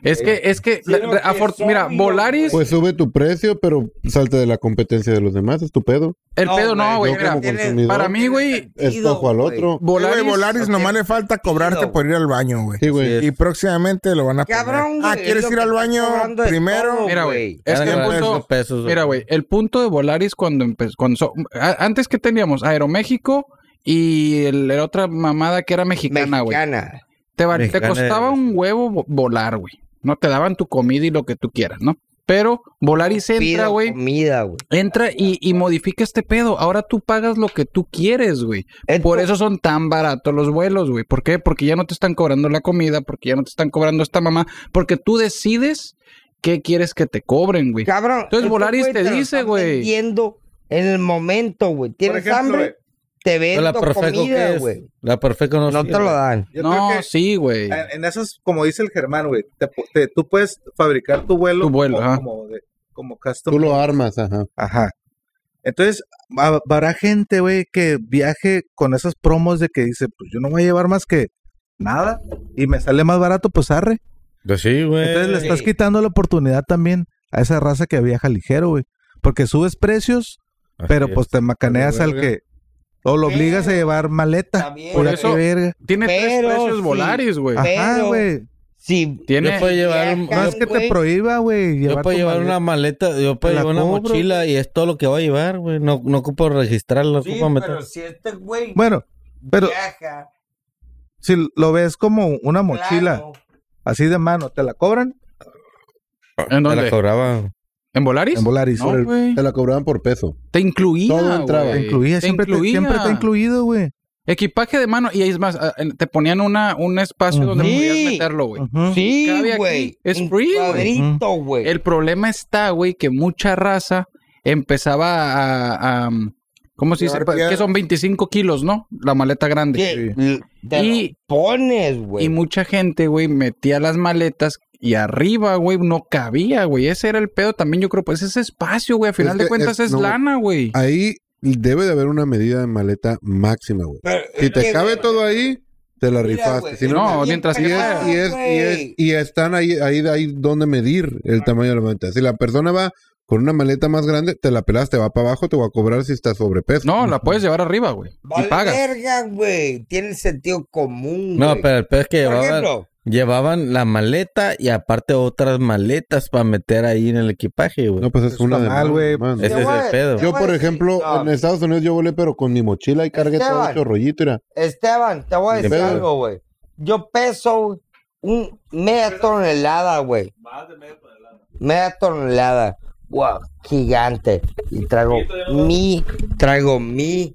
S4: Es que, es que...
S5: Sí,
S4: la-
S5: no,
S4: la-
S5: que
S4: afor-
S5: son
S4: mira,
S5: los-
S4: Volaris...
S6: Pues sube tu precio, pero salte de la competencia de los demás, es tu pedo.
S4: el pedo no, güey.
S6: yo
S4: mira,
S6: como consumidor-
S4: para mí, güey,
S6: Escojo al otro.
S10: Volaris,
S4: Volaris...
S10: Volaris nomás le falta cobrarte
S5: sentido,
S10: por ir al baño, güey.
S6: Sí, güey.
S2: Así
S10: Y próximamente lo van a poner.
S5: Cabrón, güey.
S10: Ah, ¿quieres ir al baño primero?
S4: Mira,
S5: Mira,
S4: güey.
S5: güey.
S4: Es que el
S2: Ganan
S4: punto...
S2: 45 pesos,
S4: Mira, güey, el punto de Volaris cuando empezó, cuando so- a- antes que teníamos Aeroméxico y el- la otra mamada que era mexicana, güey.
S5: Mexicana.
S4: Te, va- te
S2: Mexicana
S4: costaba
S2: era-
S4: un huevo vo- volar, güey. No te daban tu comida y lo que tú quieras, ¿no? Pero Volaris entra,
S5: Pido
S4: güey.
S5: comida, güey.
S4: Entra y, y modifica este pedo. Ahora tú pagas lo que tú quieres, güey.
S5: Esto-
S4: Por eso son tan baratos los vuelos, güey. ¿Por qué? Porque ya no te están cobrando la comida, porque ya no te están cobrando esta mamá, porque tú decides qué quieres que te cobren, güey.
S5: Cabrón.
S4: Entonces,
S5: estos
S4: Volaris
S5: güey
S4: te
S5: lo
S4: dice,
S5: están
S4: güey.
S5: vendiendo en el momento, güey. ¿Tienes hambre? te vendo
S2: la Profeco
S5: comida,
S2: que es.
S5: güey.
S2: La Profeco no,
S5: No te
S2: sirve.
S5: lo dan.
S13: Yo
S4: no,
S13: creo que eh,
S4: sí, güey.
S6: eh,
S13: en, en esos, como dice el Germán, güey, te pu- te- tú puedes fabricar tu vuelo,
S4: Tu vuelo,
S13: como,
S4: ajá.
S13: como, de- como custom.
S6: Tú lo armas, ajá.
S13: Ajá.
S3: Entonces, ha- habrá gente, güey, que viaje con esas promos de que dice, pues yo no voy a llevar más que nada y me sale más barato, pues arre.
S2: Pues sí, güey.
S3: Entonces le estás quitando la oportunidad también a esa raza que viaja ligero, güey. Porque subes precios,
S2: Así
S3: pero
S2: es.
S3: pues te macaneas al que... O lo obligas a llevar maleta.
S5: También,
S3: Por
S4: Por
S3: eso,
S4: eso-
S3: verga.
S4: Tiene tres
S5: Pero
S4: precios
S5: sí.
S4: volaris, güey.
S3: Ajá,
S5: pero-
S3: güey.
S5: Si
S2: Yo
S4: Tiene.
S2: puedo llevar, un-
S3: No
S5: Viajas,
S3: es que te
S5: güey.
S3: prohíba, güey.
S2: yo puedo
S3: tu
S2: llevar una
S3: maleta.
S2: maleta, yo puedo
S3: Te la
S2: llevar una
S3: cobro.
S2: mochila y es todo lo que voy a llevar, güey. No, no ocupo registrarlo,
S5: Sí,
S2: ocupo meter.
S5: pero si este güey
S3: Bueno, pero
S5: viaja,
S3: si lo ves como una mochila,
S5: claro,
S3: así de mano, ¿te la cobran?
S4: ¿En
S2: Te la
S4: dónde?
S2: cobraba.
S4: ¿En volaris?
S3: En Volaris.
S4: No, güey.
S6: Te la cobraban por peso.
S4: Te incluía.
S6: Todo entraba.
S4: güey.
S3: Te incluía,
S4: Te
S3: siempre, te-
S4: incluía.
S3: siempre está incluido, güey.
S4: Equipaje de mano. Y es más, ah, eh, te ponían una, un espacio donde
S5: Ujú.
S4: podías
S5: Sí.
S4: meterlo, güey.
S3: Ujú.
S5: Sí,
S4: Cabe aquí,
S5: güey.
S4: es
S5: un
S4: free, güey.
S5: cuadrito, güey.
S4: El problema está, güey, que mucha raza empezaba a. a, ¿Cómo se dice?
S10: Llevar piedras.
S4: Que son 25 kilos, ¿no? La maleta grande.
S5: Que l- te
S4: Y-
S5: lo pones, güey.
S4: Y mucha gente, güey, metía las maletas y arriba, güey, no cabía, güey. Ese era el pedo también, yo creo. Pues ese espacio, güey, a final
S6: Es
S4: de
S6: que
S4: cuentas
S6: es-
S4: es
S6: no, Ah, güey.
S4: lana, güey.
S6: Ahí debe de haber una medida de maleta máxima, güey.
S5: Pero
S6: Si
S5: es que,
S6: te cabe
S5: güey,
S6: todo ahí, te la
S5: mira,
S6: rifaste.
S5: güey,
S6: Si
S4: no,
S6: no,
S5: está bien
S4: mientras
S6: y es,
S5: pelado,
S6: y es, y es-
S5: güey.
S6: y están ahí, ahí, ahí donde medir el tamaño de la maleta. Si la persona va con una maleta más grande, te la pelas, te va para abajo, te va a cobrar si está sobrepeso.
S4: No, la puedes llevar arriba, güey. Y
S5: Vale
S4: pagas.
S5: verga, güey. Tiene sentido común,
S2: No,
S5: güey.
S2: pero el peor es que
S5: Por
S2: llevaban,
S5: ejemplo,
S2: llevaban la maleta y aparte otras maletas para meter ahí en el equipaje, güey.
S6: No, pues es una de
S3: mal,
S6: más,
S3: güey.
S6: man.
S2: Ese
S5: te
S2: es
S5: voy a-
S2: el pedo.
S5: te
S6: Yo,
S5: voy a
S6: por
S5: decir-
S6: ejemplo,
S5: no,
S6: en Estados Unidos yo volé, pero con mi mochila y cargué todo
S5: Esteban.
S6: hecho rollito, mira.
S5: Esteban, te voy a
S6: Ni
S5: decir
S6: pedo.
S5: algo, güey. Yo peso un media tonelada, güey. Media tonelada. Wow, gigante. Y traigo mi, traigo mi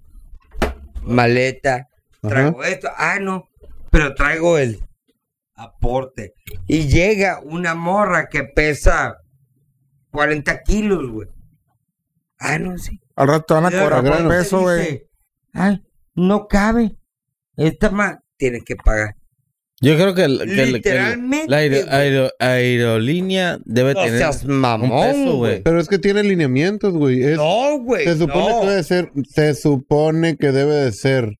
S5: maleta. Traigo esto. Ah, no. Pero traigo el aporte. Y llega una morra que pesa 40 kilos, güey. Ah, no, sí.
S10: Al rato te van a
S5: Ya,
S10: cobrar
S5: aparte
S10: por peso, güey.
S5: dice, Ay, no cabe. Esta más tiene que pagar.
S2: Yo creo que, el- que el- que el-
S5: Literalmente.
S2: la aero-
S5: güey.
S2: aero- aerolínea debe
S5: no
S2: tener
S5: seas
S2: un
S5: mamón,
S2: peso,
S5: güey.
S2: güey.
S6: Pero es que tiene lineamientos, güey. Es-
S5: No, güey.
S6: se supone
S5: no.
S6: que debe ser, se supone que debe de ser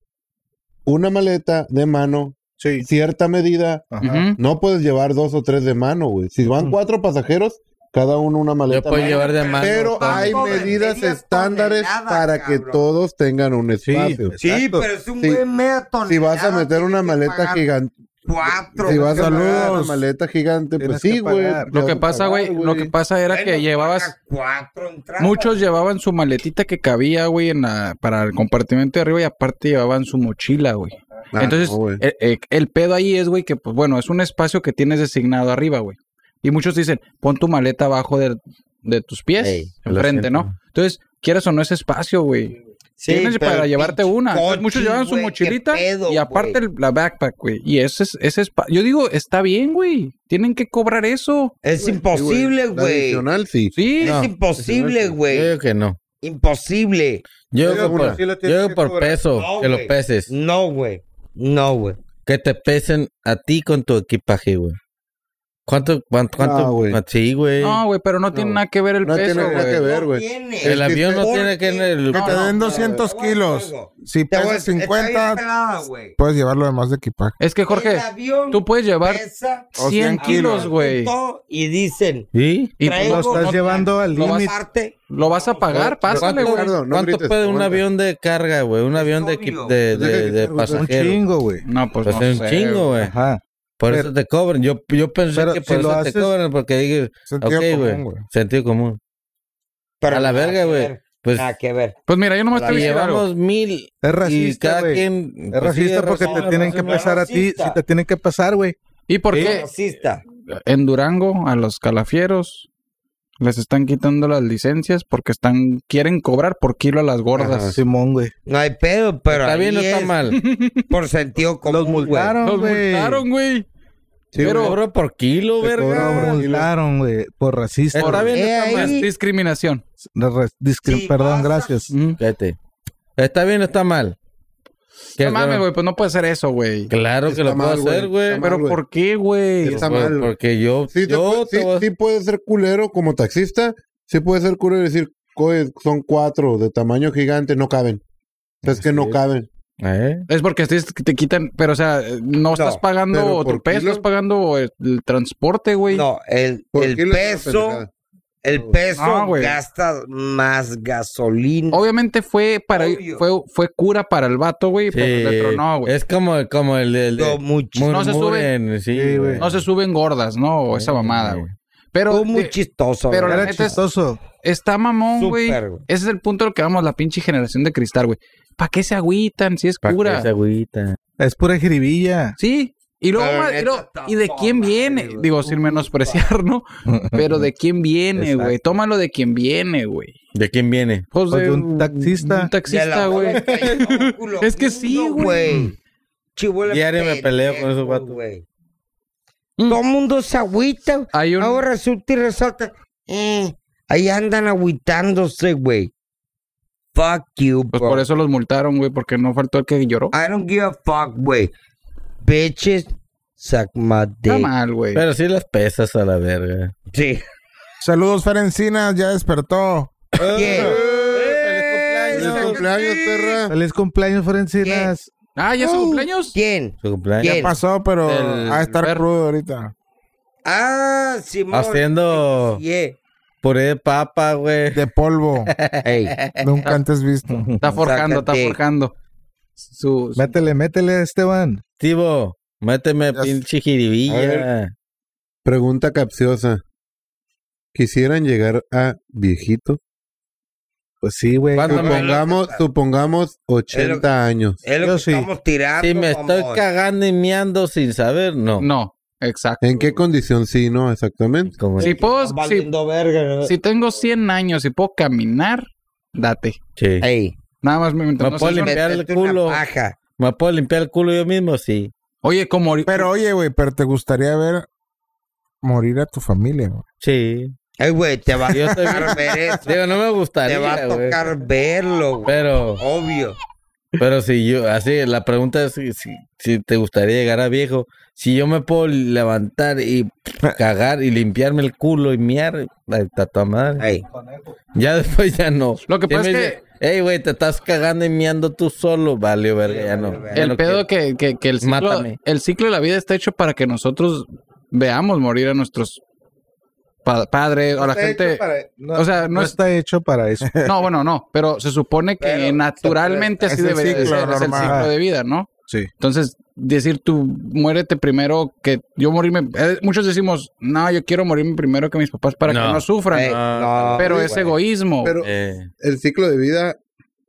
S6: una maleta de mano,
S3: Sí.
S6: cierta medida.
S4: Ujú.
S6: No puedes llevar dos o tres de mano, güey. Si
S5: Mm.
S6: van cuatro pasajeros, cada uno una
S2: Yo
S6: maleta.
S2: puedo
S6: más.
S2: llevar de mano.
S6: pero
S2: todo.
S6: hay
S5: Tampoco
S6: medidas
S5: venderías
S6: estándares
S5: toneladas,
S6: para que
S5: cabrón.
S6: todos tengan un espacio.
S5: Sí, pero es un
S6: Sí.
S5: güey media tonelada.
S6: Si vas a meter
S5: tiene
S6: una
S5: que
S6: maleta
S5: pagar
S6: gigante,
S5: Cuatro.
S6: si vas a
S5: güey.
S6: meter una
S3: Saludos.
S6: maleta gigante,
S3: Tienes
S6: pues sí,
S3: que
S6: güey.
S3: pagar.
S4: Lo que pasa, güey, lo que pasa era
S5: Bueno,
S4: que llevabas.
S5: paga Cuatro entradas.
S4: Muchos llevaban su maletita que cabía, güey, en la- para el compartimento de arriba y aparte llevaban su mochila, güey.
S6: Ah,
S4: Entonces,
S6: no, güey.
S4: eh, eh, el pedo ahí es, güey, que, pues bueno, es un espacio que tienes designado arriba, güey. Y muchos dicen, pon tu maleta abajo de, de tus pies,
S5: Ey,
S4: enfrente, ¿no? Entonces, quieras o no ese espacio, güey.
S5: Sí,
S4: tienes
S5: pero
S4: para
S5: el
S4: llevarte
S5: pinche
S4: una. Entonces,
S5: coche,
S4: muchos llevan su
S5: güey, qué
S4: mochilita
S5: pedo,
S4: y aparte
S5: güey.
S4: el- la backpack, güey. Y ese, es- ese espacio. Yo digo, está bien, güey. Tienen que cobrar eso.
S5: Es imposible,
S6: La
S5: güey.
S6: adicional, sí.
S4: Sí.
S5: Es imposible,
S2: Yo
S5: güey.
S2: digo que no.
S5: Imposible.
S2: Yo digo
S13: Pero
S2: por,
S13: sí lo
S2: yo
S13: tienes
S2: digo
S13: que
S2: por
S13: cobrar.
S2: peso,
S5: No,
S2: que lo
S5: güey.
S2: peses.
S5: No, güey. No, güey.
S2: Que te pesen a ti con tu equipaje, güey. ¿Cuánto, cuánto, cuánto?
S6: No, güey.
S2: sí, güey.
S4: No, güey, pero no, tiene nada que ver el
S6: No
S4: peso,
S6: tiene nada que
S4: güey.
S6: ver,
S5: No
S6: güey.
S5: tiene.
S2: el avión no
S5: ¿Por
S2: tiene que...
S5: qué?
S2: el-
S10: Que te
S4: No,
S10: den
S4: no,
S5: Te
S10: 200
S5: voy a decir
S10: kilos.
S5: algo. Te
S10: Si
S5: voy a-
S10: pesas
S5: está bien
S10: 50,
S5: pelada, güey.
S10: puedes llevar lo demás de equipaje.
S4: Es que, Jorge,
S5: El avión
S4: tú puedes llevar
S5: pesa
S4: 100 kilos, güey.
S5: todo Y dicen,
S2: ¿Sí?
S4: Y
S5: Traigo-
S3: Lo
S4: pues,
S3: estás
S4: no-
S3: llevando al
S4: no vas-
S3: límite.
S5: parte,
S4: Lo vas a pagar, pásale, güey.
S6: Perdón, no
S2: ¿Cuánto
S6: grites,
S2: puede un
S6: aguanta.
S2: avión de carga, güey? Un avión de,
S5: obvio.
S3: Pues
S2: equi- de,
S6: Deja que
S2: de, de
S6: cargue, güey.
S3: Un
S2: pasajeros.
S3: chingo, güey.
S4: No, pues,
S2: Pues
S4: no
S2: es un
S4: sé,
S2: chingo, güey.
S3: Ajá.
S2: Por
S3: Pero-
S2: eso te cobran. Yo, yo pensé
S3: Pero
S2: que por
S3: si
S2: eso
S3: lo
S2: te
S3: haces-
S2: cobran, porque dije,
S10: Sentido
S2: ok,
S10: común,
S2: güey,
S10: güey.
S2: sentido común.
S5: pero
S2: a la
S5: nada
S2: verga,
S5: que
S2: güey.
S5: ver,
S2: Pues
S5: Nada Ah, que ver.
S4: Pues mira, yo nomás
S5: La
S4: te voy a decir algo.
S2: llevamos mil
S3: Es
S2: y
S3: racista,
S2: cada
S3: güey.
S2: quien...
S3: Es
S2: pues, sí,
S3: racista porque
S2: racista,
S3: te tienen
S2: no,
S3: que
S2: no,
S3: pesar a ti.
S5: racista.
S3: Si te tienen que pesar, güey.
S4: ¿Y por
S5: No,
S4: qué
S5: racista.
S4: en Durango a los calafieros les están quitando las licencias porque están quieren cobrar por kilo a las gordas?
S3: A Simón, güey.
S5: No hay pedo, pero
S2: Está bien o
S5: ahí
S2: está
S5: es
S2: mal.
S5: por sentido común,
S3: Los
S5: güey.
S3: multaron,
S4: Los
S3: güey.
S4: multaron, güey.
S6: Sí,
S2: Pero
S6: güey.
S2: cobro por kilo,
S6: Te
S2: verga.
S6: cobran
S3: Los multaron, güey. Por racista.
S2: Está bien,
S5: Eh,
S2: está mal.
S5: ahí-
S4: Es discriminación.
S3: Re- discri-
S5: Sí,
S3: Perdón,
S5: pasa.
S3: gracias.
S4: Mm.
S2: Fíjate. ¿Está bien o está mal? ¿Qué,
S4: No mames,
S2: güey?
S4: güey, pues no puede ser eso, güey.
S2: Claro que
S6: Está
S2: lo puedo
S6: mal, güey.
S2: hacer, güey.
S6: Está mal,
S4: Pero
S6: güey.
S4: ¿por qué, güey?
S6: Está
S2: Por-
S6: mal, güey.
S2: Porque yo,
S6: Sí, te
S2: yo
S6: puede-
S2: te
S6: sí-
S2: voy a-
S6: sí puede ser culero como taxista. Sí puede ser culero y decir, "Coe, son cuatro de tamaño gigante, no caben. Es que no caben.
S2: ¿Eh?
S4: Es porque te, te quitan, pero o sea, no, estás
S6: pero
S4: pagando
S6: ¿por
S4: tu peso,
S6: kilo?
S4: estás pagando el, el transporte, güey.
S5: No, el,
S6: ¿Por
S5: el
S6: qué le hacen la
S5: peso,
S6: pendejada?
S5: el peso
S4: No, güey.
S5: gasta más gasolina.
S4: Obviamente fue para
S5: Obvio.
S4: fue, fue cura para el vato, güey, pero le tronó, güey.
S2: eh, es como, como el, el de
S5: Lo mucho.
S2: murmuren,
S4: No se
S2: sí,
S3: Sí,
S2: güey.
S3: güey.
S4: No se suben gordas, ¿no? O esa mamada, güey. Pero
S5: Fue muy
S4: eh,
S5: chistoso.
S4: pero
S5: güey.
S4: la
S3: Era
S4: neta es-
S3: chistoso.
S4: está mamón, güey.
S5: Súper, güey.
S4: Ese es el punto al que vamos la pinche generación de cristal, güey. ¿Para qué se agüitan si es
S2: Pa' que
S4: cura?
S2: se agüita.
S3: Es pura jiribilla.
S4: Sí. Y luego,
S5: Pero
S4: ma-
S5: neta
S4: y, luego-
S5: está
S4: ¿y de
S5: toda
S4: quién
S5: madre,
S4: viene?
S5: güey.
S4: Digo, sin menospreciar, ¿no? Pero de quién viene, güey. Tómalo de quién viene, güey.
S2: ¿De quién viene?
S4: Pues
S3: Pues de un taxista.
S4: Un
S5: De la
S4: taxista, güey.
S5: bola que yo, culo
S4: Es que sí,
S5: lindo,
S4: güey.
S5: Chibola
S2: Diario Mm. me peleo con esos vatos.
S5: güey.
S4: Mm.
S5: Todo mundo se agüita. güey.
S4: Hay un-
S5: Ahora resulta y resalta. Eh, ahí andan agüitándose, güey. Fuck you,
S4: Pues
S5: bro.
S4: por eso los multaron, güey, porque no faltó el que lloró.
S5: I don't give a fuck, güey. Bitches, suck my
S4: Está
S5: dick.
S4: mal, güey.
S2: Pero sí las pesas a la verga.
S5: Sí.
S10: Saludos, Ferencinas, ya despertó.
S2: Ah.
S5: Yeah.
S6: ¡Feliz
S5: Esa-
S6: cumpleaños, perra!
S3: Feliz cumpleaños, Ferencinas.
S4: Ah, ¿ya es su cumpleaños?
S5: ¿Quién?
S2: Su cumpleaños.
S5: ¿Quién?
S10: Pasó, pero
S4: El
S10: a estar
S4: perro.
S10: crudo ahorita.
S5: Ah, Simón.
S2: Haciendo
S5: Yeah.
S2: puré de papa, güey.
S10: De polvo.
S5: Ey,
S10: Nunca antes visto.
S4: Está forjando, está
S5: Sácate.
S4: forjando. Su, su-
S3: Pues Métele, métele, Esteban.
S2: Tibo, méteme
S10: Ya
S2: pinche jiribilla.
S6: Pregunta capciosa. ¿Quisieran llegar a viejito?
S3: Pues sí, güey.
S2: ¿Cuándo me-
S6: Supongamos, supongamos 80 años.
S5: es lo
S3: Yo
S5: que
S3: sí.
S5: estamos tirando.
S2: Si me estoy
S5: mamón.
S2: cagando y meando sin saber, no.
S4: No, exacto.
S6: ¿En qué condición sí, no? Exactamente.
S2: Como-
S4: Si puedo,
S5: Está
S4: si,
S5: valiendo verga. ¿no?
S4: si tengo 100 años y puedo caminar, date.
S2: Sí.
S5: Ey,
S4: Nada más me
S2: ¿Me
S4: mientras no
S2: puedo
S4: seas un-
S2: limpiar el
S5: métete una
S2: culo?
S5: paja.
S2: ¿Me puedo limpiar el culo yo mismo? Sí.
S4: Oye, como ahorita-
S10: Pero oye, güey, pero te gustaría ver morir a tu familia, güey.
S2: Sí.
S5: Ey, güey, te va a
S2: Yo estoy
S5: tocar ver eso.
S2: Digo, no me
S5: Te va a
S2: gustaría, güey.
S5: tocar verlo, güey.
S2: Pero,
S5: Obvio.
S2: pero si yo, así, la pregunta es si, si- si te gustaría llegar a viejo. Si yo me puedo levantar y cagar y limpiarme el culo y miar, ay, está toda madre.
S5: Ey,
S2: Ya después ya no.
S4: Lo que
S2: Ya
S4: pasa
S2: me
S4: es
S2: dice, Ey, güey, te estás cagando y miando tú solo. Vale, verga, ya no.
S5: vale,
S2: ya
S4: el
S2: no
S4: pedo
S2: quiero.
S4: que, que, que el, ciclo,
S2: Mátame.
S4: el ciclo de la vida está hecho para que nosotros veamos morir a nuestros pa- padres o a la gente.
S3: No,
S4: O sea,
S3: no
S4: no es.
S3: está hecho para eso.
S4: No, bueno, no, pero se supone que
S5: Pero,
S4: naturalmente así
S10: es el
S4: debería de
S10: ciclo
S4: ser. Es el
S10: normal.
S4: ciclo de vida, ¿no?
S3: Sí.
S4: Entonces, decir tú muérete primero que yo morirme. eh, muchos decimos, no, yo quiero morirme primero que mis papás para que
S2: No.
S4: no sufran.
S5: ey, no,
S4: pero es
S5: güey.
S4: egoísmo.
S6: Pero
S2: Eh,
S6: el ciclo de vida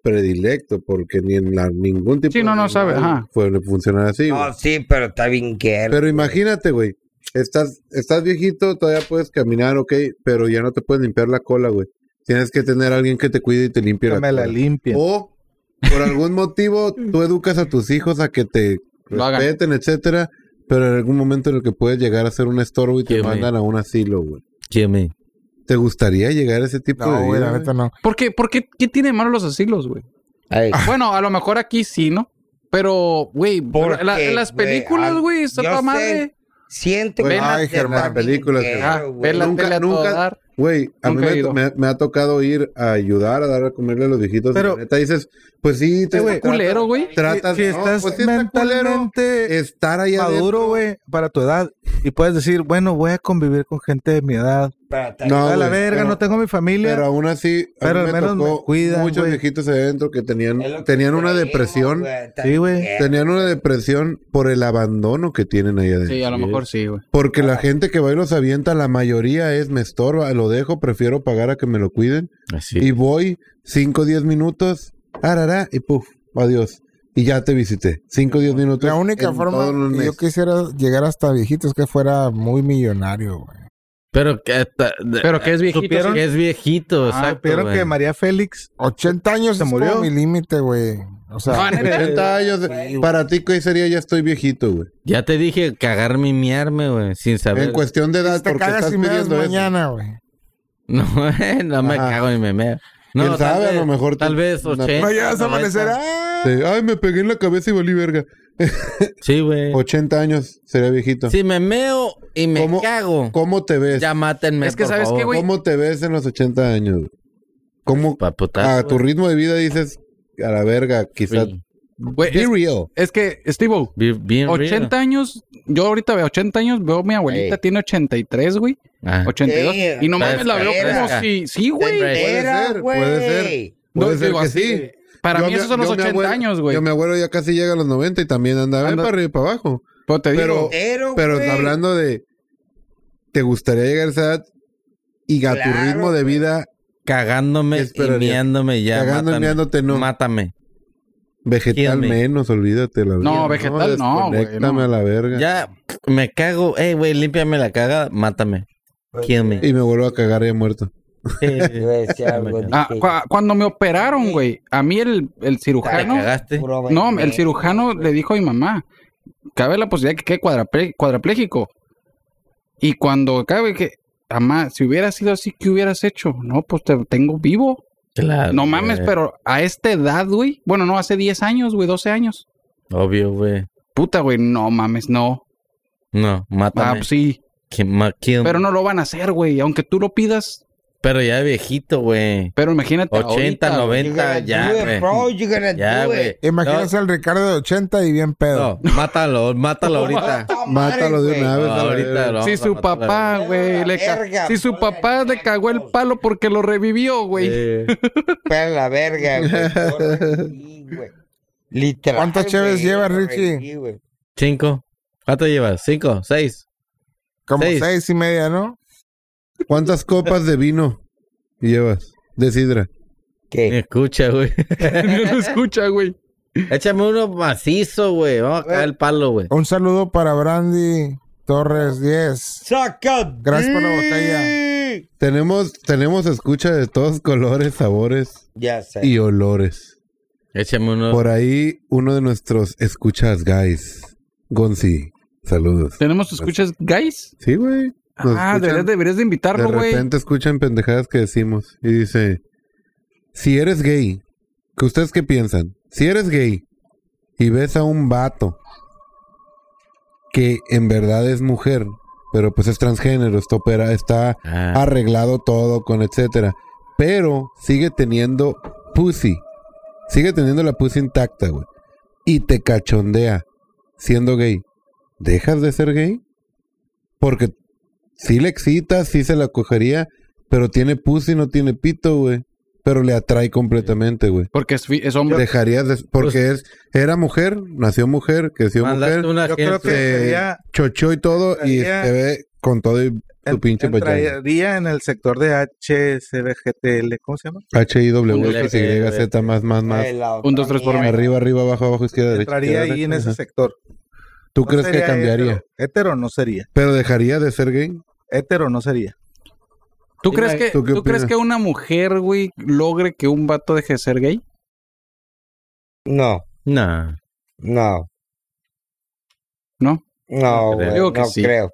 S6: predilecto, porque ni en la- ningún tipo
S4: Sí, no,
S6: de
S4: no sabe,
S6: animal
S4: ajá.
S6: puede funcionar así. güey.
S5: No, sí, pero está bien que
S6: Pero imagínate, güey. Estás, estás viejito, todavía puedes caminar, ok, pero ya no te puedes limpiar la cola, güey. Tienes que tener a alguien que te cuide y te limpie
S3: Que
S6: la
S3: me
S6: cola.
S3: la limpien.
S6: o, por algún motivo, tú educas a tus hijos a que te
S4: Lo hagan.
S6: respeten, etcétera, pero en algún momento en el que puedes llegar a ser un estorbo y te
S2: Sí, güey.
S6: mandan a un asilo, güey.
S2: Jimmy.
S6: ¿Te gustaría llegar a ese tipo
S10: No,
S6: de
S10: güey,
S6: vida?
S10: la
S6: güey?
S10: neta no.
S4: ¿Por qué, por qué, qué tiene de malo los asilos, güey?
S5: Ey.
S4: Bueno, a lo mejor aquí sí, ¿no? Pero, güey,
S5: ¿Por
S4: la-
S5: qué,
S4: en las
S5: güey?
S4: películas,
S5: Ay,
S4: güey, está
S5: yo
S4: toda
S5: sé.
S4: madre.
S5: Siento
S6: Güey,
S5: que
S6: ay,
S5: las de
S6: Germán,
S5: Barbie
S6: películas,
S5: Quintero,
S4: Ah,
S5: güey.
S4: vela,
S6: Nunca-
S4: vela a
S6: nunca-
S4: todo dar.
S6: Güey, a mí
S4: Nunca he
S6: me,
S4: ido.
S6: me- me ha tocado ir a ayudar, a dar a comerle a los viejitos.
S3: Pero-
S6: Pero, neta, dices, pues sí, te
S3: güey.
S4: Culero, güey.
S6: tratas
S3: si
S6: no,
S3: estás
S6: pues sí está culero
S3: mentalmente
S6: estar allá
S3: maduro, güey, para tu edad, y puedes decir, bueno, voy a convivir con gente de mi edad.
S5: Espérate.
S6: No,
S3: a la
S6: güey,
S3: verga,
S6: pero-
S3: no tengo mi familia.
S6: Pero aún así, a
S3: Pero
S6: mí
S3: al
S6: me
S3: menos me
S6: tocó
S3: cuidan,
S6: muchos
S3: güey.
S6: viejitos adentro que tenían
S5: Es lo que
S6: tenían una
S5: creemos,
S6: depresión,
S5: güey, está
S3: Sí, güey.
S5: bien.
S6: tenían una depresión por el abandono que tienen ahí adentro.
S4: Sí, a lo mejor sí, güey.
S6: Porque
S5: Ah.
S6: la gente que va y los avienta, la mayoría es me estorba, lo dejo, prefiero pagar a que me lo cuiden.
S2: Así.
S6: Y voy 5 o 10 minutos, arará, y puf, adiós. Y ya te visité. 5 o 10 minutos.
S10: La única
S6: en
S10: forma
S6: todo un
S10: que yo
S6: mes.
S10: quisiera llegar hasta viejito es que fuera muy millonario, güey.
S2: Pero que, hasta-
S4: Pero que es viejito,
S2: supieron
S4: sí.
S2: que es viejito,
S13: Ah,
S2: exacto.
S3: Supieron
S2: güey.
S3: que María Félix,
S10: 80 años
S3: ¿Se
S10: es
S3: murió?
S10: como mi límite, güey. O
S4: No,
S10: sea,
S4: neta.
S6: 80 años. Para ti, ¿qué sería? Ya estoy viejito, güey.
S2: Ya te dije cagarme y miarme, güey, sin saber.
S6: En cuestión de edad,
S10: te
S6: porque
S10: cagas
S6: estás
S10: y me das
S6: pidiendo eso.
S10: mañana, güey.
S2: No, eh, no me
S6: Ajá.
S2: cago ni me meo.
S6: ¿Quién
S2: No, tal
S6: sabe? a
S2: vez-
S6: lo mejor.
S2: Tal vez
S6: una-
S2: 80.
S10: Vayas a
S2: 90.
S10: amanecer. ¡ah!
S6: Sí, Ay, me pegué en la cabeza y valí verga.
S2: Sí, güey.
S6: 80 años sería viejito.
S2: Si me meo y me
S6: ¿Cómo-
S2: cago,
S6: ¿Cómo te ves?
S2: ya mátenme.
S4: Es que
S2: por
S4: ¿sabes qué,
S2: favor.
S4: güey?
S6: ¿Cómo te ves en los 80 años? ¿Cómo
S2: Pa' putar,
S6: a
S2: güey.
S6: tu ritmo de vida dices a la verga? Ah, Quizás.
S2: Sí.
S4: Güey,
S6: Be
S4: es,
S6: real.
S4: es que, Steve,
S2: Bien, bien real.
S4: 80 años, yo ahorita veo 80 años, veo a mi abuelita,
S5: Ey.
S4: tiene 83, güey,
S2: Ah.
S4: 82.
S5: Sí,
S4: y no mames,
S2: pues,
S4: la veo
S2: verga.
S4: como si, sí, güey.
S5: Era,
S6: ser,
S5: güey.
S6: puede ser. Puede
S4: No,
S6: ser
S4: digo
S6: que
S4: así,
S6: sí.
S4: güey. Para
S6: Yo
S4: mí
S6: mi-
S4: esos son los
S6: yo mi
S4: 80
S6: abuelo-
S4: años, güey.
S6: Yo mi abuelo ya casi llega a los 90 y también andaba
S4: Anda-
S6: para arriba y para abajo.
S4: Pero te digo,
S6: Pero,
S5: Pero,
S6: pero
S5: güey.
S6: hablando de, ¿te gustaría llegar a esa edad y a tu
S5: Claro,
S6: ritmo de vida
S2: Cagándome y
S6: Esperaría.
S2: meándome ya.
S6: Cagando y
S2: mátame.
S6: meándote, no.
S2: Mátame.
S6: vegetal
S2: Kill me.
S6: menos? Olvídate la
S4: No, vegetal no, güey,
S6: desconéctame
S4: no.
S6: a la verga.
S2: Ya me cago. Eh, güey, límpiame la cagada. Mátame. Kill me.
S6: Y me vuelvo a cagar ya muerto.
S2: Eh,
S5: Yo decía algo.
S4: ah,
S5: dije,
S4: cua- cuando me operaron, güey, a mí el, el
S2: ¿Te
S4: cirujano,
S2: cagaste?
S5: puro
S4: no,
S5: vainero.
S4: el cirujano le dijo a mi mamá, cabe la posibilidad que quede cuadraple- cuadrapléjico. Y cuando cabe que, mamá, si hubiera sido así, ¿qué hubieras hecho? No, pues te tengo vivo.
S2: Claro.
S4: No mames,
S2: güey.
S4: pero a esta edad, güey. Bueno, no, hace 10 años, güey, 12 años.
S2: Obvio, güey.
S4: Puta, güey, no mames, no.
S2: No,
S4: Ah,
S2: mátame.
S4: pues sí.
S2: Que ma- kill me.
S4: Pero no lo van a hacer, güey. Aunque tú lo pidas.
S2: Pero ya viejito, güey.
S4: Pero imagínate.
S2: 80,
S4: ahorita, güey.
S5: You gonna
S2: 90, ya,
S5: do it,
S2: güey.
S5: bro, you gonna
S2: Ya,
S5: do it.
S2: güey.
S10: Imagínense al Ricardo de 80 y bien pedo.
S2: No, no, mátalo, mátalo ahorita.
S5: Puta madre,
S6: Mátalo de
S5: güey.
S6: una vez.
S2: No,
S6: a la verga.
S2: ahorita lo
S4: Si
S2: vamos a
S4: su
S2: matar.
S4: papá, güey, le ca-
S5: Verga,
S4: Si su
S5: ponle
S4: papá le cagó el palo porque lo revivió, güey.
S2: Eh,
S5: Pero la verga, güey. Corre, sí, güey. Literal.
S10: ¿Cuántas cheves
S5: güey,
S10: llevas,
S5: corre,
S10: Richie?
S5: sí, güey.
S2: Cinco. ¿Cuánto llevas? Cinco, seis.
S10: Como
S2: Seis.
S10: seis y media, ¿no?
S6: ¿Cuántas copas de vino llevas? De sidra.
S5: ¿Qué?
S2: Escucha, güey.
S4: No lo escucha, güey.
S2: Échame uno macizo, güey. Vamos a caer el palo, güey.
S10: Un saludo para Brandy Torres 10.
S5: Saca.
S10: Gracias por la botella.
S6: Tenemos, tenemos escucha de todos colores, sabores
S5: Ya sé.
S6: y olores.
S2: Échame uno.
S6: Por ahí, uno de nuestros escuchas, guys. Gonzi, saludos.
S4: Tenemos escuchas, guys.
S6: Sí, güey. Nos
S4: Ah,
S6: Pues, escuchan.
S4: deberías, deberías de
S6: De
S4: invitarlo, güey.
S6: repente escuchan pendejadas que decimos y dice, si eres gay, ¿que ustedes qué piensan? Si eres gay y ves a un vato que en verdad es mujer, pero pues es transgénero, está, opera- está
S2: Ah.
S6: arreglado todo con etcétera, pero sigue teniendo pussy, sigue teniendo la pussy intacta, güey, y te cachondea siendo gay, ¿dejas de ser gay? Porque sí le excita, sí se la cogería, pero tiene pussy, no tiene pito, güey. Pero le atrae completamente, güey.
S4: Porque es, fi- es hombre.
S6: Dejarías de- porque
S13: Pues-
S6: es, era mujer, nació mujer, creció
S2: Mandaste
S6: mujer,
S2: una
S13: Yo creo
S2: gente.
S6: se
S13: que sería-
S6: chochó y todo y
S13: entraría-
S6: se ve con todo y tu
S13: En-
S6: pinche pachanga.
S13: entraría en el sector de HSBGTL, ¿cómo se llama?
S6: H I W
S2: Un
S6: X Y Z más más más.
S5: Ay, la
S4: Un, dos, tres por mí.
S6: Arriba, arriba, abajo, abajo, izquierda, derecha.
S13: Entraría
S6: izquierda,
S13: ahí en
S6: derecha.
S13: ese sector.
S6: ¿Tú
S13: No
S6: crees que
S13: sería
S6: cambiaría?
S13: Hétero, Hétero no sería.
S6: Pero dejaría de ser gay.
S13: Hétero no sería.
S4: ¿Tú crees que,
S6: ¿Tú qué
S4: ¿tú crees
S6: opinas?
S4: que una mujer, güey, logre que un vato deje de ser gay?
S5: No,
S2: No.
S4: ¿No?
S5: no. No,
S2: No creo.
S5: güey,
S4: Digo que
S5: no
S4: sí.
S5: creo.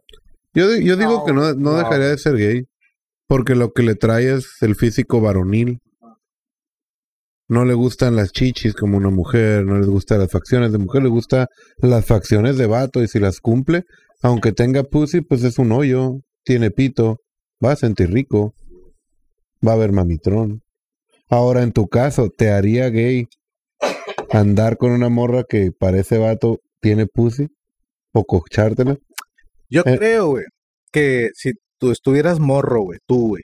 S6: Yo, di- yo digo
S5: No,
S6: que no, no
S5: no.
S6: dejaría de ser gay. Porque lo que le trae es el físico varonil. No le gustan las chichis como una mujer, no les gustan las facciones de mujer, le gustan las facciones de vato y si las cumple, aunque tenga pussy, pues es un hoyo, tiene pito, va a sentir rico, va a haber mamitrón. Ahora en tu caso, ¿te haría gay andar con una morra que parece vato, tiene pussy? ¿O cochártela?
S13: Yo
S6: Eh.
S13: creo, güey, que si tú estuvieras morro, güey, tú, güey,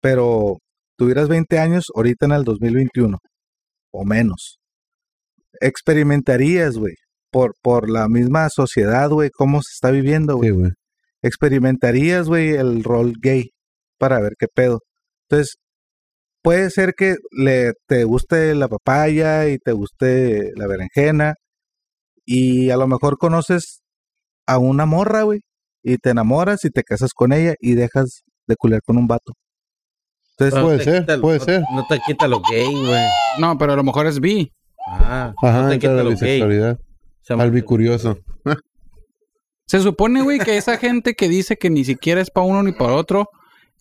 S13: pero tuvieras 20 años ahorita en el 2021, o menos, experimentarías, güey, por, por la misma sociedad, güey, cómo se está viviendo, güey.
S6: Sí, güey.
S13: experimentarías, güey, el rol gay para ver qué pedo. Entonces, puede ser que le te guste la papaya y te guste la berenjena y a lo mejor conoces a una morra, güey, y te enamoras y te casas con ella y dejas de culiar con un vato. Entonces,
S6: Pues puede
S2: te
S6: ser,
S2: quita lo-
S6: puede
S2: no-
S6: ser.
S2: No te quita lo gay, güey.
S4: No, pero a lo mejor es bi.
S2: Ah,
S6: Ajá,
S2: no te
S6: entra
S2: quita lo
S6: la
S2: gay.
S6: bisexualidad.
S2: Se llama-
S6: Albicurioso.
S4: Se supone, güey, que esa gente que dice que ni siquiera es para uno ni para otro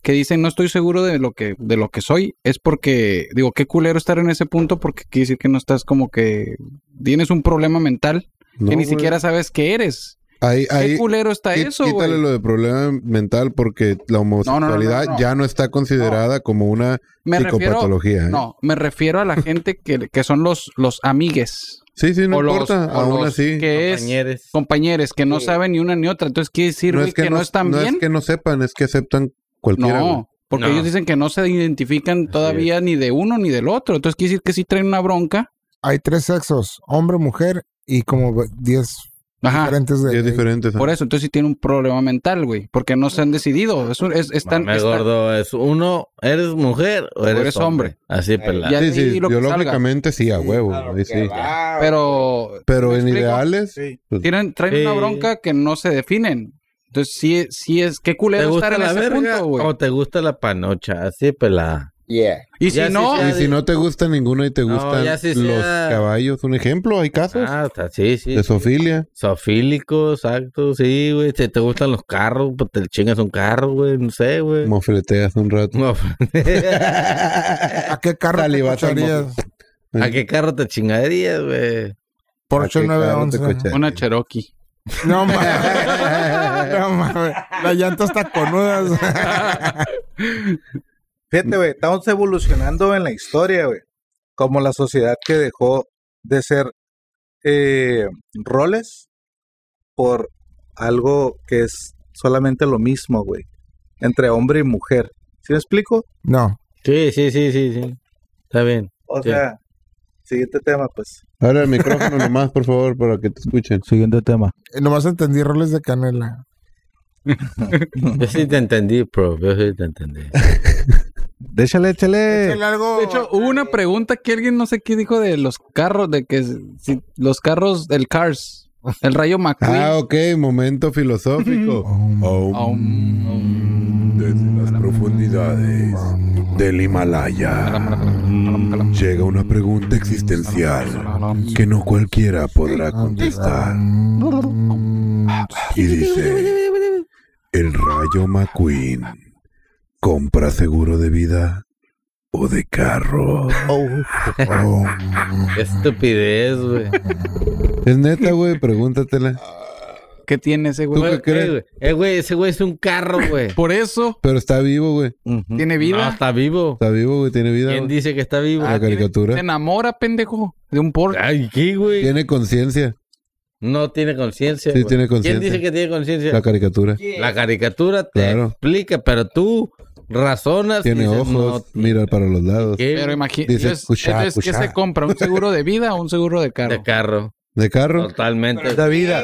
S4: que dicen no estoy seguro de lo que de lo que soy es porque digo qué culero estar en ese punto porque quiere decir que no estás como que tienes un problema mental
S6: No,
S4: que ni
S6: güey.
S4: siquiera sabes qué eres.
S6: Ahí,
S4: ¿Qué
S6: ahí,
S4: culero está
S6: quí-
S4: eso,
S6: quítale
S4: güey?
S6: lo de problema mental porque la homosexualidad
S4: no, no.
S6: ya no está considerada como una
S4: Me refiero
S6: psicopatología. ¿eh?
S4: no, me refiero a la gente que, que son los los amigues
S6: Sí, sí, no
S4: o los-
S6: importa.
S4: o
S6: aún
S4: los
S6: así,
S4: que es
S2: compañeros.
S4: compañeros que no saben ni una ni otra, entonces quiere decir
S6: no
S4: güey,
S6: es que no,
S4: están
S6: no
S4: bien.
S6: es que no sepan, es que aceptan cualquiera. güey.
S4: No, porque ellos dicen que no se identifican todavía ni de uno ni del otro. Entonces quiere decir que sí traen una bronca.
S10: Hay tres sexos, hombre, mujer y como ve- 10
S4: Ajá.
S10: diferentes de...
S6: Sí, es diferente. ¿sabes?
S4: Por eso, entonces sí tienen un problema mental, güey. Porque no se han decidido. Es, un- es, están,
S2: Me gordo, es uno, ¿eres mujer o eres,
S4: eres
S2: hombre?
S4: hombre.
S2: Así pelado.
S4: ya
S6: Sí, sí,
S4: di lo que
S6: biológicamente sí, a huevo. ahí sí.
S4: pero
S6: Pero
S4: ¿Me
S6: en
S4: explico?
S6: ideales,
S4: tienen, traen una bronca que no se definen. Entonces sí, sí es... Qué
S2: ¿Te
S4: culero estar
S2: gusta
S4: en
S2: la
S4: ese
S2: verga
S4: punto, güey.
S2: o te gusta la panocha? Así pelada.
S5: Yeah.
S4: Y
S2: ya
S4: si
S2: sí
S4: no...
S2: sea-
S6: y si no te gusta ninguno y te
S2: No,
S6: gustan
S2: ya sí
S6: los
S2: sea-
S6: caballos, un ejemplo, hay casos
S2: Ah, está, sí, sí.
S6: de sofilia.
S2: Sofílico, exacto, sí, güey. Si te gustan los carros, pues te chingas un carro, güey. No sé, güey.
S6: Mofleteas un rato.
S2: No,
S10: ¿A qué carro te
S6: Salivata al
S10: cocharías?
S6: mofle-
S2: ¿A qué carro te chingarías, güey?
S10: Porsche
S6: ¿A qué carro te
S10: 911.
S6: cocharías?
S4: Una Cherokee.
S10: No mames. No mames. Las llantas taconudas.
S13: Fíjate, güey, estamos evolucionando en la historia, güey. Como la sociedad que dejó de ser eh, roles por algo que es solamente lo mismo, güey. Entre hombre y mujer. ¿Sí me explico?
S10: No.
S2: Sí, sí, sí, sí, sí. Está bien.
S13: O
S2: Sí.
S13: sea, siguiente tema, pues.
S6: Ahora el micrófono nomás, por favor, para que te escuchen.
S3: Siguiente tema.
S10: Nomás entendí roles de canela.
S2: Yo sí te entendí, bro. Yo sí te entendí.
S3: Déchale, échale.
S10: El algo...
S4: De hecho, hubo una pregunta que alguien no sé qué dijo de los carros, de que si- los carros del Cars, el rayo McQueen.
S6: Ah, ok, momento filosófico.
S4: Um,
S8: Desde las profundidades del Himalaya llega una pregunta existencial que no cualquiera podrá contestar.
S6: Mm.
S8: Y dice, ¿el rayo McQueen compra seguro de vida o de carro?
S2: Qué estupidez, güey.
S6: Es neta, güey, pregúntatela.
S4: ¿Qué tiene ese
S6: ¿Tú
S4: güey?
S6: qué crees?
S2: Eh, güey, eh, güey, ese güey es un carro, güey.
S4: Por eso
S6: Pero está vivo, güey.
S3: Mm,
S4: tiene
S2: No,
S4: vida.
S2: está vivo.
S6: Está Ah, vivo, güey, tiene vida.
S2: ¿Quién
S6: güey.
S2: dice Ah, que está vivo?
S6: La
S4: Se
S6: caricatura.
S4: enamora, pendejo, de un Porsche.
S2: Ay, ¿qué, güey?
S6: Tiene conciencia.
S2: No tiene conciencia,
S6: Sí,
S2: güey.
S6: tiene
S2: ¿Quién
S6: conciencia.
S2: dice que tiene conciencia?
S6: La caricatura.
S2: La caricatura te
S6: Claro.
S2: explica, pero tú razonas. y
S6: Tiene
S2: dices,
S6: ojos,
S2: no,
S6: mira para los lados.
S2: ¿qué
S4: Pero imagínate,
S6: Dice,
S4: entonces,
S6: "Cuchá,
S4: entonces, ¿qué
S6: cuchá".
S4: se compra? ¿Un seguro de vida o un seguro de carro?
S2: de carro?
S6: ¿De carro?
S2: Totalmente.
S13: De vida,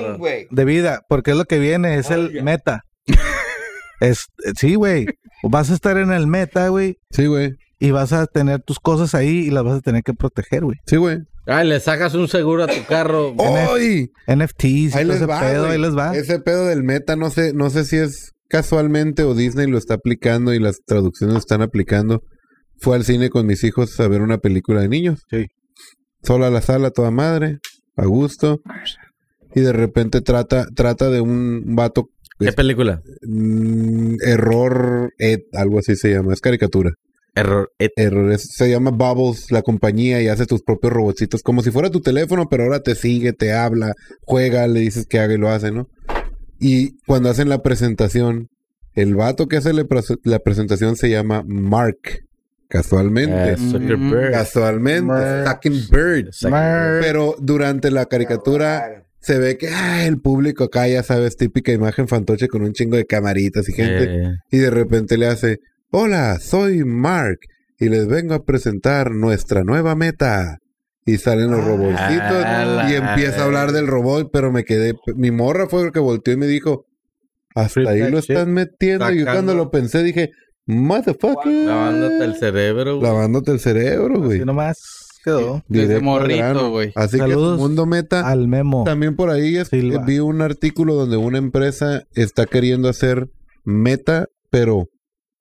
S13: de vida, porque es lo que viene, es el meta. es, sí, güey. Vas a estar en el meta, güey,
S6: Sí, güey.
S13: y vas a tener tus cosas ahí y las vas a tener que proteger, güey.
S6: Sí, güey.
S2: Ay, le sacas un seguro a tu carro.
S6: ¡Ay!
S13: NFTs, y todo
S6: Ahí les
S13: ese
S6: va,
S13: pedo,
S6: güey.
S13: ahí les va.
S6: Ese pedo del meta, no sé, no sé si es casualmente o Disney lo está aplicando y las traducciones lo están aplicando. Fue al cine con mis hijos a ver una película de niños.
S13: Sí.
S6: Sola a la sala, toda madre, a gusto. Y de repente trata, trata de un vato
S2: ¿Qué película?
S6: mm, error ed, algo así se llama, es caricatura.
S2: Error. Eh,
S6: Errores. Se llama Bubbles, la compañía, y hace tus propios robotitos, como si fuera tu teléfono, pero ahora te sigue, te habla, juega, le dices que haga y lo hace, ¿no? Y cuando hacen la presentación, el vato que hace la pres- la presentación se llama Mark. Casualmente.
S2: eh,
S5: Mm-hmm.
S2: Zuckerberg.
S6: Casualmente. Fucking Bird.
S2: Zuckerberg.
S6: Pero durante la caricatura se ve que ah, el público acá, ya sabes, típica imagen fantoche con un chingo de camaritas y gente.
S2: Eh,
S6: Y de repente le hace, hola, soy Mark y les vengo a presentar nuestra nueva meta. Y salen los robotcitos
S2: la
S6: y empieza a hablar del robot, pero me quedé, mi morra fue la que volteó y me dijo, hasta ahí lo están metiendo. Y yo cuando lo pensé dije, motherfucker.
S2: Lavándote el cerebro. güey.
S6: Lavándote el cerebro, güey.
S13: Así nomás quedó
S4: Desde
S6: Directo al
S4: morrito,
S6: grano.
S4: güey.
S6: Así que
S13: Saludos
S6: mundo meta.
S13: al
S3: Oh,
S13: memo.
S6: También por ahí es- eh,
S13: Silva.
S6: vi un artículo donde una empresa está queriendo hacer meta, pero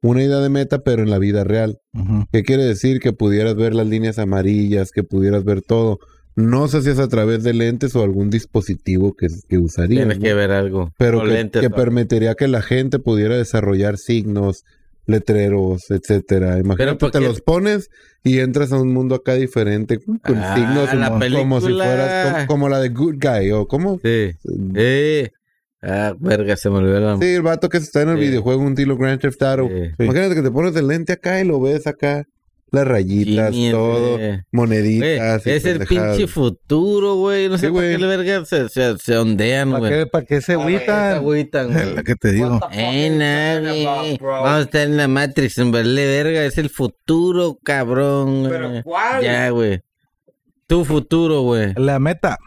S6: una idea de meta, pero en la vida real.
S13: Ujú.
S6: ¿Qué quiere decir? Que pudieras ver las líneas amarillas, que pudieras ver todo. No sé si es a través de lentes o algún dispositivo que, que usarías,
S2: Tienes
S6: ¿no?
S2: que ver algo.
S6: Pero
S2: O
S6: que,
S2: lentes,
S6: que
S2: o-
S6: permitiría que la gente pudiera desarrollar signos, letreros, etcétera. Imagínate,
S2: ¿por
S6: te
S2: qué?
S6: los pones y entras a un mundo acá diferente con con
S2: Ah,
S6: signos
S2: la
S6: como, como si
S2: película.
S6: fueras co- como, la de Good Guy o como
S2: Sí. Eh. Ah, verga, se me olvidó la...
S6: sí, el vato que está en el
S2: Sí.
S6: videojuego un tiro Grand Theft Auto.
S2: eh, Sí.
S6: Imagínate que te pones el lente acá y lo ves acá las rayitas,
S2: Jimmy,
S6: todo,
S2: güey. eh. Güey,
S6: moneditas, y
S2: es el
S6: pendejadas.
S2: pinche futuro, güey. No
S6: Sí,
S2: sé por
S6: güey.
S2: qué la verga se, se, se ondean,
S3: ¿Para
S2: Ah, güey.
S3: qué, pa' qué se
S2: Se
S3: agüitan?
S2: agüitan,
S3: Es
S2: güey.
S3: lo que te digo.
S2: Eh, no, güey. Vamos a estar en la Matrix, en verle verga. Es el futuro, cabrón. güey.
S5: eh,
S2: Ya, güey. Tu futuro, güey.
S3: La meta.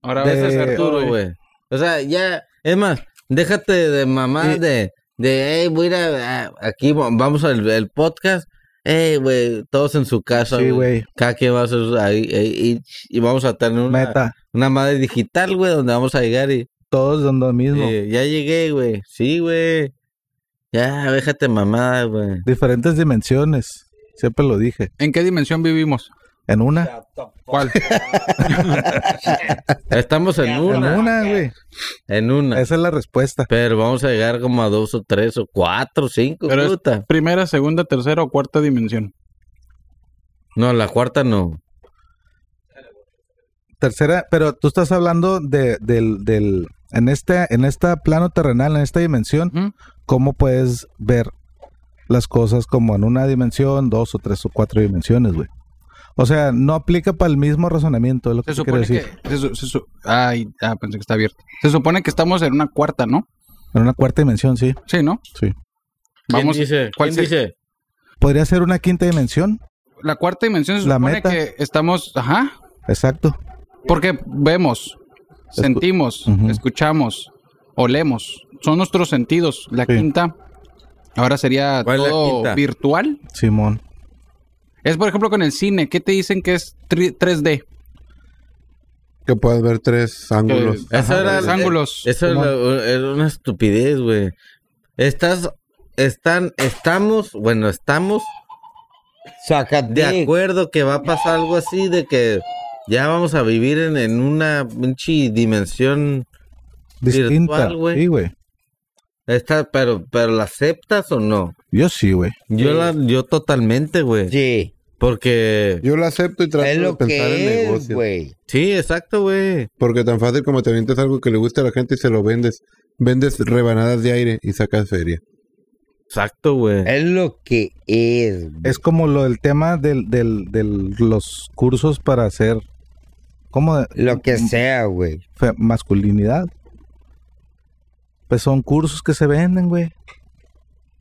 S4: Ahora
S3: De-
S4: vas a
S2: Es
S4: hacer
S2: Arturo, güey. O sea, ya, es más, déjate de mamá de, de, hey, voy a ir a, a- aquí, va- vamos al el podcast. Hey, güey, todos en su casa.
S3: Sí, güey.
S2: Cada quien va a su- ahí, ahí, y, y vamos a tener una,
S3: Meta.
S2: una madre digital, güey, donde vamos a llegar y,
S3: Todos son lo mismo.
S2: eh, ya llegué, güey. Sí, güey. Ya, déjate mamada, güey.
S3: Diferentes dimensiones. Siempre lo dije.
S4: ¿En qué dimensión vivimos?
S3: En una.
S4: ¿Cuál?
S2: Estamos en
S3: En
S2: una,
S3: una, güey.
S2: en una.
S3: Esa es la respuesta.
S2: Pero vamos a llegar como a dos o tres o cuatro o cinco,
S4: Pero es-
S2: puta.
S4: Primera, segunda, tercera o cuarta dimensión.
S2: No, la cuarta no.
S3: Tercera, pero tú estás hablando de, del, del, en este, en esta plano terrenal, en esta dimensión,
S4: Ujú.
S3: cómo puedes ver las cosas como en una dimensión, dos o tres o cuatro dimensiones, güey. O sea, no aplica para el mismo razonamiento, es lo que
S4: Se
S3: te quiero
S4: supone que...
S3: decir.
S4: se su- se su- ay, ah, pensé que está abierto. Se supone que estamos en una cuarta, ¿no?
S3: En una cuarta dimensión, sí.
S4: Sí, ¿no?
S3: Sí.
S4: Vamos,
S2: ¿Quién dice?
S4: ¿cuál
S2: ¿Quién
S4: se-
S2: dice?
S3: ¿Podría ser una quinta dimensión?
S4: la cuarta dimensión se
S3: La
S4: supone
S3: meta.
S4: que estamos, ajá,
S3: Exacto.
S4: porque vemos,
S3: Escu-
S4: sentimos,
S3: Ujú.
S4: escuchamos, olemos, son nuestros sentidos. La
S3: Sí.
S4: quinta ahora sería
S2: ¿Cuál es la
S4: todo
S2: quinta?
S4: virtual.
S3: Simón.
S4: Es por ejemplo con el cine, ¿qué te dicen que es tri- 3D?
S6: que puedas ver tres ángulos.
S2: Eso Pues, era,
S4: los ángulos.
S2: Eso era, era una estupidez, güey. Estás, están, estamos, bueno, estamos
S5: Sácate.
S2: de acuerdo que va a pasar algo así de que ya vamos a vivir en, en una pinche dimensión.
S3: Distinta.
S2: Virtual, güey.
S3: Sí, güey.
S2: Está, pero, pero ¿la aceptas o no?
S3: Yo sí, güey.
S2: Yo
S5: Sí.
S2: la, yo totalmente, güey.
S5: Sí.
S2: Porque,
S6: Yo lo acepto y trato
S5: Es
S6: de
S5: lo
S6: pensar en
S5: que es,
S6: negocios.
S5: güey.
S2: sí, exacto, güey.
S6: Porque tan fácil como te avientas algo que le gusta a la gente y se lo vendes. Vendes rebanadas de aire y sacas feria.
S2: Exacto, güey.
S5: Es lo que es. güey.
S3: Es como lo del tema del, del, del- los cursos para hacer. ¿Cómo? de-
S5: Lo que sea, güey.
S3: fe- masculinidad. Pues son cursos que se venden, güey.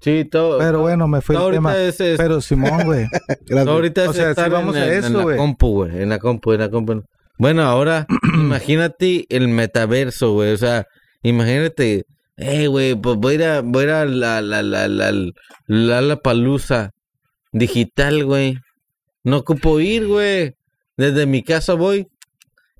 S2: Sí, todo.
S3: Pero bueno, me fue
S2: todo
S3: el tema.
S2: ahorita es, es-
S3: Pero Simón, güey.
S2: No, ahorita
S3: O
S2: es
S3: sea, sí
S2: estar
S3: vamos
S2: en,
S3: a
S2: en-
S3: eso,
S2: en la
S3: güey.
S2: compu, güey. En la compu, en la compu. Bueno, ahora imagínate el metaverso, güey. O sea, imagínate, hey, güey, pues voy a ir a, voy a ir a la, la, la, la, la, palusa digital, güey. No ocupo ir, güey. Desde mi casa voy.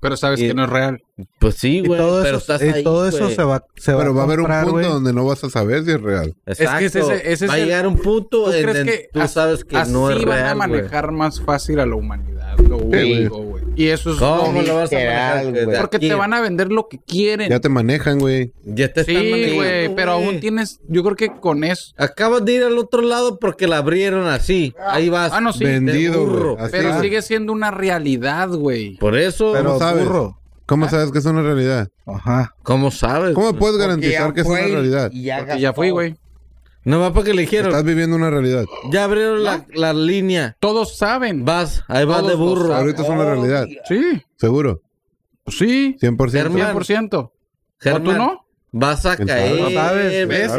S4: Pero sabes
S2: Y-
S4: que no es real.
S2: Pues sí,
S3: Y
S2: güey.
S3: todo
S2: pero
S3: eso,
S2: estás
S3: y
S2: ahí,
S3: todo eso
S2: güey.
S3: se va, se
S6: Pero va a haber un
S3: comprar,
S6: punto
S3: güey.
S6: donde no vas a saber si es real.
S2: Exacto.
S4: que ese- ese es
S2: va a
S4: el-
S2: llegar un punto
S4: ¿Tú
S2: en
S4: crees
S2: en-
S4: que
S2: tú
S4: as-
S2: sabes que
S4: así
S2: no es
S4: van a
S2: real, güey.
S4: manejar más fácil a la humanidad? Lo digo, güey. Y eso es
S2: ¿Cómo
S4: lo-
S2: lo vas a
S5: Literal,
S2: manejar?
S5: güey.
S4: porque te van a vender lo que quieren.
S6: Ya te manejan, güey.
S2: Ya te están
S4: sí,
S2: manejando,
S4: güey, pero aún tienes, yo creo que con eso.
S2: Acabas de ir al otro lado porque la abrieron así. Ahí vas.
S4: Ah, no, sí.
S6: Vendido,
S2: burro.
S6: güey. Así
S4: Pero
S6: es.
S4: sigue siendo una realidad, güey.
S2: Por eso,
S3: Pero
S6: ¿Cómo sabes?
S3: burro.
S6: ¿Cómo sabes que es una realidad?
S3: Ajá.
S2: ¿cómo sabes?
S6: ¿Cómo puedes
S5: Porque ya
S6: garantizar que es una
S5: fue
S6: realidad?
S5: y ya
S4: Porque ya fui,
S5: gastó.
S4: güey.
S2: No va porque le dijeron.
S6: Estás viviendo una realidad.
S2: Ya abrieron la, la línea.
S4: Todos saben.
S2: Vas, ahí vas
S4: Todos
S2: de
S4: lo
S2: burro.
S4: saben.
S6: Ahorita es
S5: Oh,
S6: una realidad.
S4: Sí,
S6: Seguro.
S4: pues sí,
S6: 100%.
S2: Hermano.
S4: 100%. ¿O
S2: Germán,
S4: tú no?
S2: Vas a
S6: ¿Quién
S2: caer.
S6: sabe?
S3: No sabes,
S2: ¿ves?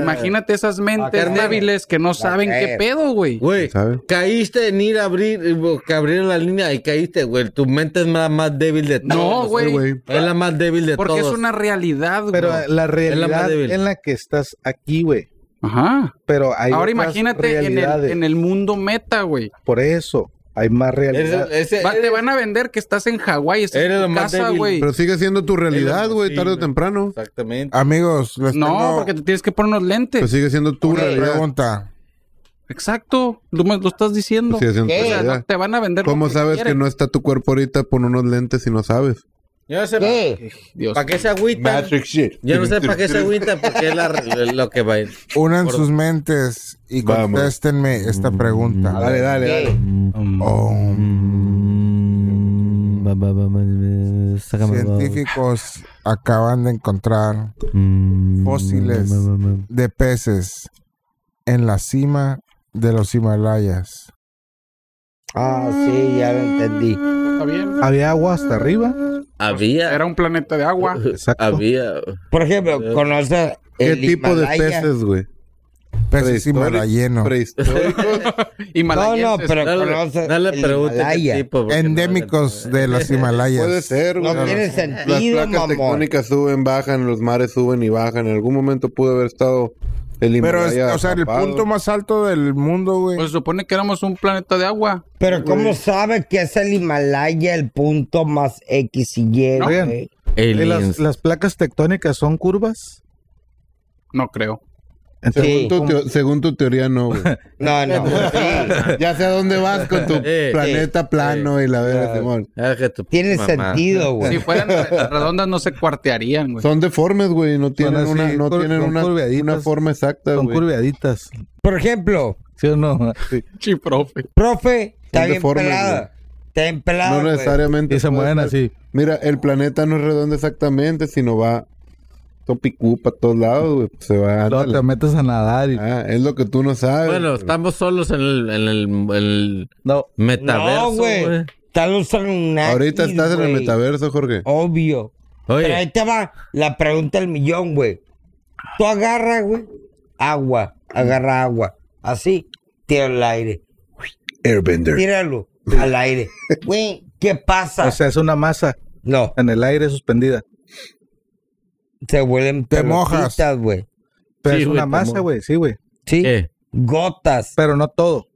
S4: Imagínate esas mentes
S2: Germán.
S4: débiles que no saben qué
S5: caer.
S4: pedo, güey.
S2: Güey,
S6: ¿Sabes?
S2: caíste en ir a abrir, eh, que abrieron la línea y caíste, güey. Tu mente es la más débil de todos.
S4: No,
S6: Sí,
S4: güey.
S6: güey.
S2: Es la más débil de
S4: Porque es
S2: todos.
S4: una realidad, güey.
S3: Pero la realidad
S2: débil.
S3: en la que estás aquí, güey.
S4: Ajá.
S3: Pero hay
S4: Ahora
S3: otras
S4: imagínate en el,
S3: realidades.
S4: en el mundo meta, güey.
S3: Por eso hay más realidad.
S2: Ese- ese-
S4: Va- te van a vender que estás en Hawái, estás
S2: Eh, Eres
S4: en
S2: lo
S4: tu
S2: más
S4: casa,
S2: débil.
S4: güey.
S6: Pero sigue siendo tu realidad, güey, tarde o temprano.
S2: Exactamente.
S10: Amigos, les
S4: No,
S10: tengo
S4: porque te tienes que poner unos lentes.
S3: Pues
S6: Pero sigue siendo tu
S10: una
S6: realidad.
S10: pregunta.
S4: Exacto, tú me lo estás diciendo.
S3: Pues
S6: Sigue siendo tu
S4: O sea, no
S6: realidad.
S4: te van a vender. lo
S6: ¿Cómo sabes que
S4: quieren.
S6: no está tu cuerpo ahorita? Pon unos lentes y no sabes.
S2: Yo no sé
S5: ¿Qué?
S4: Dios.
S2: para Ah, qué se agüita.
S8: Matrix shit.
S2: Yo no sé para qué se agüita, porque es la, lo que va a ir.
S10: Unan
S2: Por-
S10: sus mentes y
S8: Vamos.
S10: contéstenme esta
S6: Mm.
S10: pregunta.
S8: Dale, dale, dale.
S10: Oh, científicos acaban de encontrar fósiles de peces en la cima de los Himalayas.
S5: Ah, sí, ya lo entendí.
S4: Está bien.
S3: Había agua hasta arriba.
S2: Había,
S4: Era un planeta de agua.
S3: Exacto.
S2: había.
S5: Por ejemplo, conoces
S6: ¿Qué
S5: el
S6: tipo
S5: Himalaya?
S6: de peces, güey?
S10: Peces
S6: Prehistórico.
S10: himalayenos.
S6: Prehistóricos.
S5: No, no,
S4: Himalayenses.
S5: pero
S2: Dale,
S5: conoces
S2: dale
S5: el
S2: pregunta
S5: Himalaya.
S10: Endémicos de los
S6: Puede
S10: Himalayas.
S6: ser, güey.
S5: No tiene
S6: Las
S5: sentido,
S6: placas
S5: mamón.
S6: tectónicas suben, bajan, los mares suben y bajan. En algún momento pudo haber estado el
S10: Pero, es-
S6: Himalaya
S10: o sea, el
S6: atrapado.
S10: punto más alto del mundo, güey.
S4: Pues se supone que éramos un planeta de agua.
S6: Pues
S5: Pero ¿cómo sabes que es el Himalaya el punto más X y Y?
S4: No.
S5: güey?
S3: ¿Y Eh, las,
S2: Aliens.
S3: las placas tectónicas son curvas?
S4: No creo.
S3: Entonces,
S5: Sí.
S6: Según, tu teo- según tu teoría, no, güey.
S5: No, no. sí.
S6: ya sé a dónde vas con tu
S2: Eh,
S6: planeta plano y la verga, Simón.
S2: Deja tu
S5: Tiene
S2: mamá.
S5: sentido,
S4: Si
S5: güey.
S4: fueran re- redondas no se cuartearían, güey.
S6: Son deformes, güey. No tienen,
S3: así,
S6: una, no
S3: cur-
S6: tienen
S3: con
S6: una,
S3: curveaditas.
S6: una forma exacta,
S3: son
S6: güey.
S3: curveaditas.
S5: Por ejemplo,
S3: ¿Sí o no? Sí.
S4: Sí, profe.
S5: profe, está
S6: Son
S5: bien
S6: deformes,
S5: pelada. Está bien pelada.
S6: No
S5: güey.
S6: necesariamente.
S3: Y se
S6: puede
S3: mueven
S6: ser.
S3: así.
S6: Mira, el planeta no es redondo exactamente, sino va topicú para todos lados, güey. Se va.
S3: Luego te
S6: ándale.
S3: metes a nadar y...
S6: Ah, es lo que tú no sabes.
S2: Bueno, estamos solos en el, en el, en el
S3: No,
S2: metaverso,
S5: No, güey.
S2: güey.
S5: Están los Anunnakis,
S6: Ahorita estás en el
S5: güey. Oh,
S6: metaverso, Jorge.
S5: Obvio. Pero ahí
S2: Oye,
S5: te va la pregunta del millón, güey. Tú agarras, güey, agua, agarra agua, así, tira al aire,
S8: Airbender.
S5: tíralo al aire. Güey, ¿qué pasa?
S3: o sea, es una masa
S5: no,
S3: en el aire suspendida.
S5: se vuelven
S10: te mojas.
S5: pelotitas, güey.
S3: Pero
S2: Sí,
S3: es
S2: güey,
S3: una
S2: te
S3: masa,
S2: mueves.
S3: güey, sí, güey.
S5: ¿Sí?
S2: ¿qué?
S5: Gotas,
S3: Pero no todo.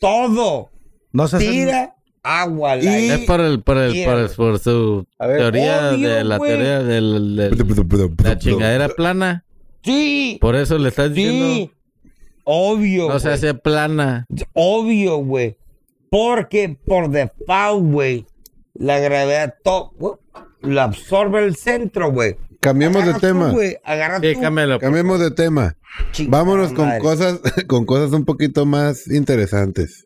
S5: todo.
S3: No se hacen-
S5: Tira agua al
S10: Y-
S5: aire.
S2: Es por, el, por, el, por, el- por su
S3: A ver.
S2: teoría
S5: Obvio,
S2: de la
S5: güey.
S2: teoría del- del- la chingadera plana.
S5: Sí,
S2: Por eso le estás
S5: sí.
S2: diciendo
S5: Obvio,
S2: no se
S5: güey.
S2: hace plana.
S5: Obvio, güey. Porque por default, güey, la gravedad to- güey, la absorbe el centro, güey.
S6: Cambiemos de
S5: Agarra tú,
S6: tema.
S5: güey, agarra
S2: Sí,
S5: tú,
S2: cámbialo.
S6: Cambiemos de tema.
S5: chingada
S6: Vámonos con
S5: madre.
S6: cosas, con cosas un poquito más interesantes.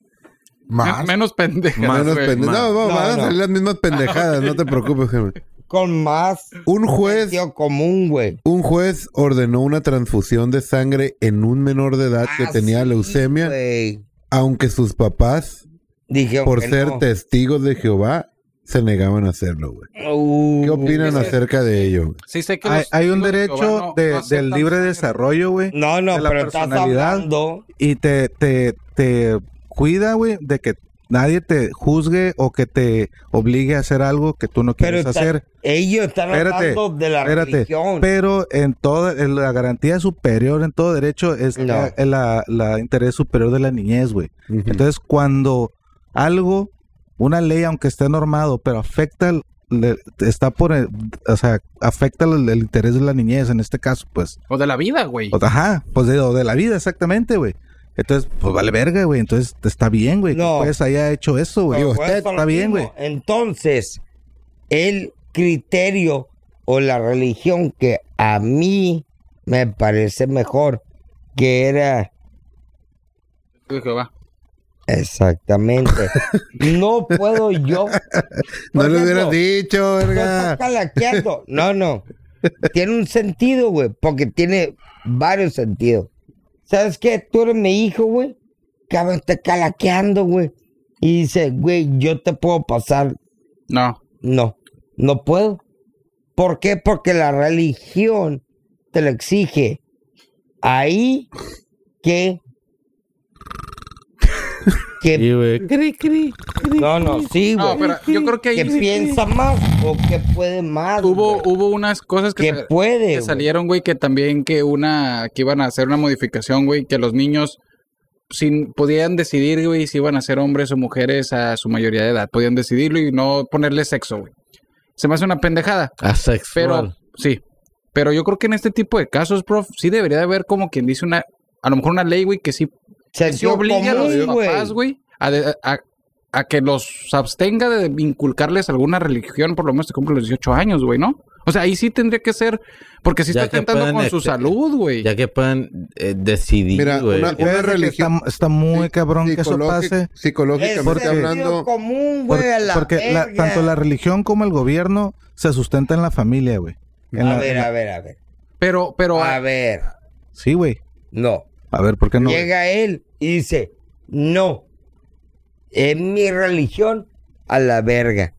S10: Más.
S4: Men- menos pendejas,
S6: Menos
S4: güey.
S6: pende- No, no,
S5: No,
S6: van a
S5: no.
S6: salir las mismas pendejadas, no te preocupes, Gemma.
S5: Con más
S6: Un juez,
S5: sentido común, güey.
S6: un juez ordenó una transfusión de sangre en un menor de edad que
S5: Ah,
S6: tenía
S5: sí,
S6: leucemia,
S5: güey.
S6: aunque sus papás,
S5: Dije,
S6: por
S5: que
S6: ser
S5: no.
S6: testigos de Jehová, se negaban a hacerlo, güey.
S5: Uh,
S6: ¿Qué opinan acerca de ello? güey?
S4: Sí sé que
S3: Hay,
S4: los
S3: hay un
S4: testigos de
S3: derecho
S4: Jehová no-
S3: de-
S4: no
S3: del
S4: aceptan
S3: libre
S4: sangre.
S3: desarrollo, güey.
S5: No, no,
S3: de la
S5: pero estás
S3: personalidad.
S5: hablando.
S3: Y te, te, te cuida, güey, de que nadie te juzgue o que te obligue a hacer algo que tú no
S5: Pero
S3: quieres
S5: está-
S3: hacer.
S5: ellos están
S3: Espérate,
S5: hablando de la
S3: espérate.
S5: religión.
S3: Pero en toda en la garantía superior, en todo derecho, es
S5: No.
S3: la, la- la interés superior de la niñez, güey.
S6: Ujú.
S3: Entonces, cuando algo, una ley, aunque esté normado, pero afecta, al- le- está por, el- o sea, afecta el, el interés de la niñez, en este caso, pues,
S4: O de la vida, güey.
S3: o- ajá, pues de, o de la vida, exactamente, güey. Entonces, pues vale verga, güey. Entonces, está bien, güey.
S5: No.
S3: Que pues haya hecho eso, güey.
S5: Pero
S3: Usted
S5: vuelvo a lo
S3: está bien, güey.
S5: mismo. Entonces, el criterio o la religión que a mí me parece mejor, que era
S4: de Jehová.
S5: exactamente, no puedo yo.
S6: No
S5: Por
S6: lo hubieras
S5: ejemplo,
S6: dicho,
S5: no
S6: verga.
S5: Pues, está calaqueando. No, no. Tiene un sentido, güey, porque tiene varios sentidos. ¿Sabes qué? Tú eres mi hijo, güey. Cabrón, está calaqueando, güey. Y dice, güey, yo te puedo pasar
S4: No.
S5: No, no puedo. ¿Por qué? Porque la religión te lo exige. Ahí que. que
S2: Y, güey, cri, cri, cri.
S5: no, no, sí,
S4: No,
S5: güey.
S4: pero yo creo que
S5: que
S4: ahí
S5: piensa más o que puede más.
S4: hubo,
S5: güey.
S4: hubo unas cosas que,
S5: que
S4: se-
S5: puede.
S4: que
S5: güey.
S4: salieron, güey, que también que una, que iban a hacer una modificación, güey, que los niños sin, podían decidir, güey, si iban a ser hombres o mujeres a su mayoría de edad. Podían decidirlo y no ponerle sexo, güey. Se me hace una pendejada,
S2: Asexual.
S4: pero sí. Pero yo creo que en este tipo de casos, prof, sí debería de haber como quien dice una, a lo mejor una ley, güey, que sí, que sí
S5: Sentido
S4: obligue a
S5: común,
S4: los papás, güey, a, de- a- a que los abstenga de inculcarles alguna religión, por lo menos te cumplen los 18 años, güey, ¿no? O sea, ahí sí tendría que ser, porque sí
S2: Ya
S4: está
S2: que
S4: tentando
S2: puedan
S4: con su
S2: este-
S4: salud, güey.
S2: Ya que puedan eh, decidir,
S6: Mira,
S2: güey.
S6: una, una
S3: Fíjate que
S6: religión
S3: Está, está muy cabrón que eso
S6: psicológica-
S3: pase.
S5: Es
S6: psicológicamente
S5: sentido
S6: hablando,
S5: común, güey,
S3: Porque,
S5: a la
S3: porque la-
S5: verga.
S3: tanto la religión como el gobierno se sustenta en la familia, güey. En
S5: A
S3: la-
S5: ver, a ver, a ver.
S4: Pero, pero, ah,
S5: A ver,
S3: Sí, güey.
S5: no.
S3: A ver, ¿por qué no?
S5: Llega él y dice, no, es mi religión a la verga.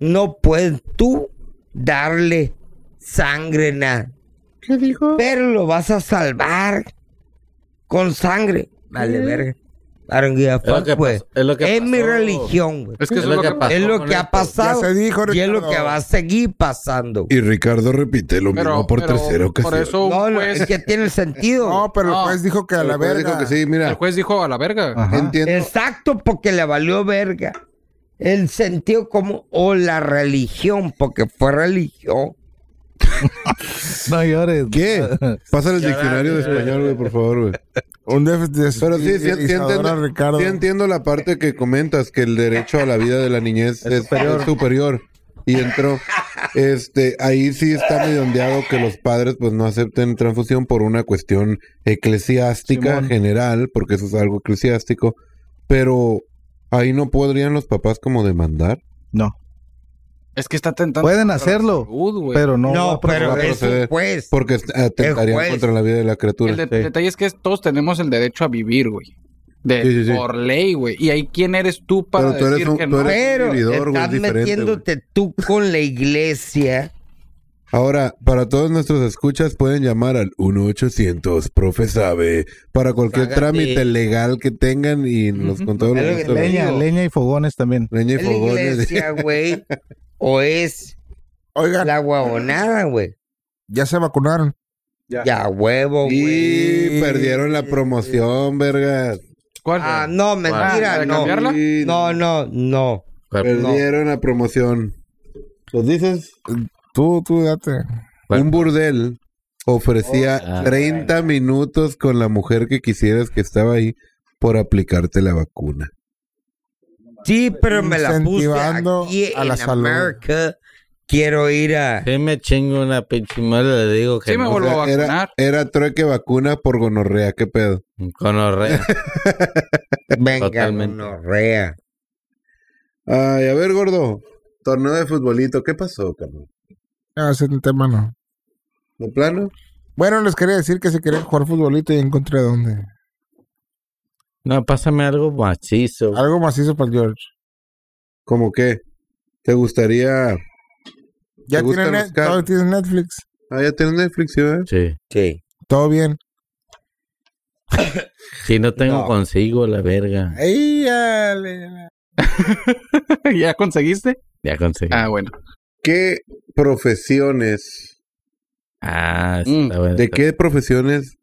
S5: No puedes tú darle sangre nada. Pero lo vas a salvar con sangre. Vale, verga. I don't give a
S2: lo
S5: fuck,
S2: que
S5: güey.
S2: pas- es lo que
S5: Es mi
S2: pasó.
S5: religión, güey.
S4: es que eso es lo que pasa.
S5: Es lo
S2: con
S5: que ha
S2: esto.
S5: pasado
S10: Ya se dijo,
S5: y es lo
S10: Ricardo.
S5: que va a seguir pasando.
S8: y Ricardo repite lo
S4: Pero,
S8: mismo por
S4: pero
S8: tercera ocasión.
S4: por eso un
S5: No, no,
S4: juez-
S5: es que tiene sentido.
S10: pues. No, pero el juez dijo que a
S6: Pero
S10: la
S6: el juez
S10: verga.
S6: dijo que sí, mira,
S4: el juez dijo a la verga.
S6: Ah.
S3: Ajá.
S6: entiendo.
S5: Exacto, porque le valió verga. El sentido como o la religión, porque fue religión.
S3: No llores.
S6: ¿Qué? Pásale el diccionario de español, güey, por favor, güey.
S10: Un def- des-
S6: Pero sí, sí, sí
S10: desestabilizador
S6: entiendo,
S10: a Ricardo.
S6: sí entiendo la parte que comentas, que el derecho a la vida de la niñez es es superior. Y entró, este, ahí sí está medio ondeado que los padres pues no acepten transfusión por una cuestión eclesiástica general, porque eso es algo eclesiástico, pero ahí no podrían los papás como demandar.
S3: No.
S4: Es que está tentando.
S6: Pues,
S3: Pueden
S4: contra la
S3: hacerlo,
S4: salud, güey.
S3: Pero no. va a
S5: pero pues,
S6: va a
S5: es un
S6: proceder.
S5: juez.
S6: Porque est- atentarían
S5: juez.
S6: contra la vida de la criatura.
S4: El, de- el detalle es que todos tenemos el derecho a vivir, güey. De,
S6: Sí, sí, sí.
S4: Por ley, güey. Y ahí, ¿quién eres tú para
S6: Pero tú eres
S4: decir
S6: un-
S4: que
S6: tú
S4: no?
S6: eres-
S5: Pero
S6: vividor, güey,
S5: estás
S6: es diferente,
S5: metiéndote tú con la iglesia.
S6: Ahora, para todos nuestros escuchas pueden llamar al 1-800 Profe Sabe para cualquier
S2: Págate.
S6: trámite legal que tengan y los con todos los
S5: Es lo que te
S6: gastos,
S3: Leña,
S5: digo.
S3: leña y fogones también.
S6: leña y
S5: Es la
S6: fogones.
S5: iglesia, güey. o es
S10: Oigan,
S5: la guabonada, güey.
S10: ya se vacunaron.
S5: Ya huevo, güey.
S6: Y perdieron la promoción, verga.
S4: ¿Cuál?
S5: Ah, no,
S4: Ah,
S5: mentira,
S4: ¿de
S5: no.
S4: cambiarla?
S6: Sí,
S5: No, no, no.
S6: Perdieron la promoción. ¿Los dices?
S10: Tú, tú, date.
S6: Un burdel
S5: Oh,
S6: ofrecía
S5: ah,
S6: 30 minutos con la mujer que quisieras que estaba ahí por aplicarte la vacuna.
S5: Sí, pero me la puse
S10: Incentivando
S5: aquí
S10: a la
S5: en
S10: salud.
S5: América. Quiero ir a...
S2: Sí me chingo una pinche madre, le digo que
S4: Sí, me
S2: no.
S4: vuelvo a vacunar.
S6: Era, era trueque vacuna por gonorrea, qué pedo.
S2: Con orrea.
S5: Venga,
S2: Totalmente.
S5: gonorrea.
S6: Ay, a ver, gordo. Torneo de futbolito, ¿qué pasó, cabrón?
S10: No, Ah, ese tema no.
S6: ¿De plano?
S10: Bueno, les quería decir que se querían jugar futbolito y encontré dónde.
S2: No, pásame algo macizo.
S10: Algo macizo para el George.
S6: ¿Cómo qué? ¿Te gustaría...?
S10: Ya
S6: ¿Te gusta
S10: tiene, net-
S6: buscar?
S10: todo tiene Netflix.
S6: Ah, ya tienes Netflix, ¿sí, ¿verdad?
S2: Sí.
S5: Sí.
S10: Todo bien.
S2: Si no tengo consigo la verga.
S10: Ahí ya le-
S4: ¿Ya conseguiste?
S2: Ya conseguí.
S4: Ah, bueno.
S6: ¿Qué profesiones...
S2: Ah,
S4: Mm,
S2: está bueno.
S6: ¿De qué profesiones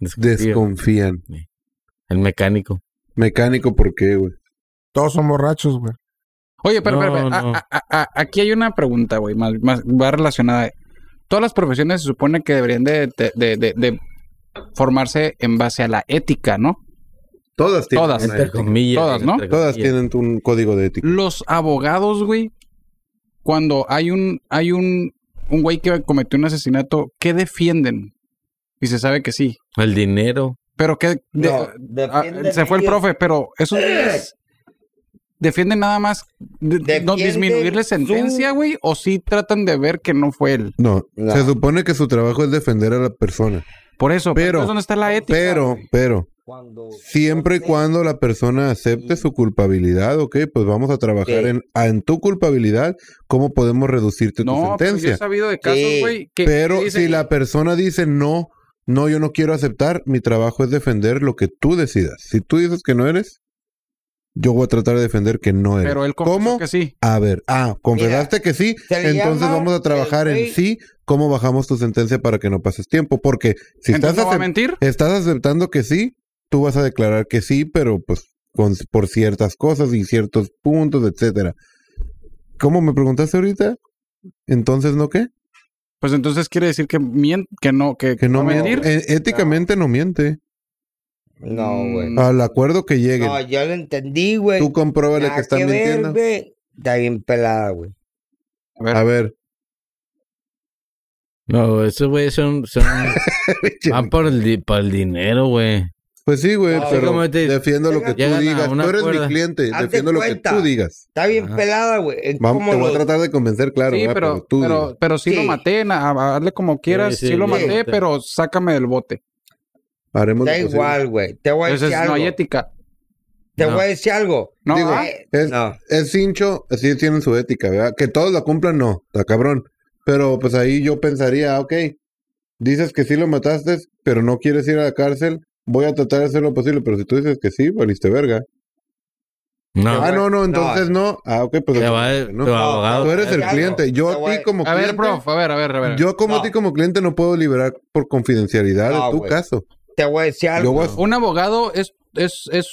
S2: Desconfío.
S6: desconfían?
S2: El mecánico.
S6: Mecánico, ¿por qué, güey?
S10: Todos son borrachos, güey.
S4: Oye, pero,
S2: No,
S4: pero, pero, a-
S2: no.
S4: a- a- a- aquí hay una pregunta, güey, más, más- va relacionada. Todas las profesiones se supone que deberían de, de- de- de- de formarse en base a la ética, ¿no?
S6: Todas tienen...
S4: Todas.
S6: una
S2: Entre
S6: ética.
S2: comillas.
S4: Todas, ¿no?
S2: entre
S6: Todas
S2: comillas.
S6: tienen un código de ética.
S4: Los abogados, güey, cuando hay un, hay un, un güey que cometió un asesinato, ¿qué defienden? Y se sabe que sí.
S2: El dinero.
S4: Pero que de-
S5: No,
S4: ah,
S5: defienden Eh.
S4: se fue el
S5: ellos.
S4: profe, pero esos güeyes defienden nada más de- no
S5: Defienden
S4: disminuirle
S5: su-
S4: sentencia, güey, o sí tratan de ver que no fue él.
S6: No, se supone que su trabajo es defender a la persona.
S4: Por eso,
S6: Pero-
S4: pero, entonces, ¿dónde está la ética?
S6: Pero,
S4: güey?
S6: pero,
S5: Cuando-
S6: Siempre y cuando la persona acepte su culpabilidad, ok, pues vamos a trabajar
S5: Ok.
S6: en, a- en tu culpabilidad, cómo podemos reducirte tu
S4: No, pero yo he
S6: sentencia.
S4: sabido de casos,
S5: Sí.
S4: güey, que
S6: Pero
S4: que dicen,
S6: si la persona dice no, no, yo no quiero aceptar, mi trabajo es defender lo que tú decidas. Si tú dices que no eres, yo voy a tratar de defender que no eres.
S4: pero él confesó
S6: ¿Cómo?
S4: que sí.
S6: A ver, ah, confesaste que sí,
S5: se le
S6: entonces
S5: llama
S6: vamos a trabajar
S5: el
S6: en
S5: güey-
S6: sí, cómo bajamos tu sentencia para que no pases tiempo, porque si
S4: Entonces
S6: estás
S4: no va a
S6: acep-
S4: mentir.
S6: estás aceptando que sí, tú vas a declarar que sí, pero pues con, por ciertas cosas y ciertos puntos, etcétera. ¿Cómo me preguntaste ahorita? Entonces, ¿no qué?
S4: Pues entonces quiere decir que mien- que no, que,
S6: Que no, eh,
S4: va a
S6: miente.
S4: mentir.
S6: Eh, éticamente no miente.
S5: No, güey.
S6: Al acuerdo que lleguen.
S5: No, yo lo entendí, güey.
S6: Tú compruébale
S5: Nada
S6: que están
S5: ver,
S6: mintiendo.
S5: güey. Está bien pelada, güey.
S6: A ver.
S2: No, esos güeyes son. son van por el, di- para el dinero, güey.
S6: Ah, Pues sí, güey,
S2: No,
S6: pero
S2: ¿cómo te-
S6: defiendo lo que tú
S2: Llegan a
S6: digas. Tú
S2: una
S6: eres mi
S2: cuerda.
S6: cliente,
S5: Hazte
S6: defiendo lo que
S5: cuenta.
S6: tú digas.
S5: Está bien pelada, güey. Es
S6: Vamos,
S5: como
S6: te voy a
S5: los-
S6: tratar de convencer, claro,
S4: sí,
S6: ¿verdad?
S4: pero,
S6: tú
S4: pero,
S6: digas.
S4: pero sí, lo
S5: Sí.
S4: maté, na- a- a- hazle como quieras,
S2: Sí,
S4: sí,
S2: sí,
S4: lo
S5: sí.
S4: maté, pero sácame del bote.
S6: haremos lo
S5: Da
S6: posible.
S5: igual, güey. Te voy a decir
S4: Entonces no
S5: Pues algo.
S4: hay ética.
S5: Te
S2: No.
S5: voy a decir algo.
S4: No,
S6: Digo,
S4: ah,
S5: Eh,
S6: Es,
S5: no.
S6: es hincho, así tienen su ética, ¿verdad? Que todos la cumplan, no, está cabrón. Pero pues ahí yo pensaría, ok, dices que sí lo mataste, pero no quieres ir a la cárcel, voy a tratar de hacer lo posible, pero si tú dices que sí, valiste verga.
S2: No,
S6: ah, no, no, entonces no. Ah, ok, pues...
S2: te va el-
S6: no.
S2: tu abogado.
S6: Tú eres el
S5: Te
S6: cliente,
S5: voy-
S6: yo
S5: te
S6: a ti
S5: voy-
S6: como
S4: a
S6: cliente...
S4: ver, prof, a ver, a ver, a ver.
S6: Yo como a ti como cliente no puedo liberar por confidencialidad
S5: No,
S6: de tu
S5: güey.
S6: caso.
S5: Te voy a decir algo.
S6: Yo voy a-
S4: Un abogado es, es, es,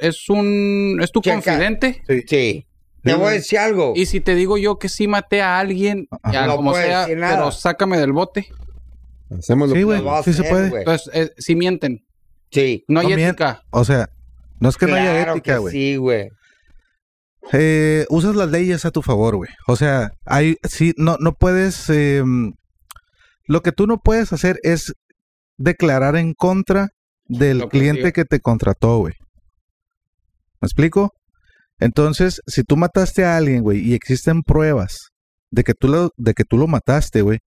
S4: es un, es tu
S5: Checa.
S4: confidente.
S5: Sí. Te voy a decir algo.
S4: Y si te digo yo que sí maté a alguien, ya
S5: No
S4: como
S5: puedes
S4: sea,
S5: decir nada.
S4: pero sácame del bote.
S6: Hacemos lo
S3: Sí,
S6: que-
S3: güey,
S5: Lo va a
S3: sí se
S5: hacer,
S3: puede.
S5: güey.
S4: Entonces, eh, sí mienten.
S5: Sí.
S4: No hay
S3: No mien-
S4: ética.
S3: O sea, no es que no haya
S5: Claro
S3: ética,
S5: que
S3: güey.
S5: Sí, güey.
S3: Eh, usas las leyes a tu favor, güey. O sea, hay, sí, no, no puedes. eh, lo que tú no puedes hacer es declarar en contra del
S4: Lo que
S3: cliente
S4: diga.
S3: que te contrató, güey. ¿Me explico? Entonces, si tú mataste a alguien, güey, y existen pruebas de que tú lo, de que tú lo mataste, güey,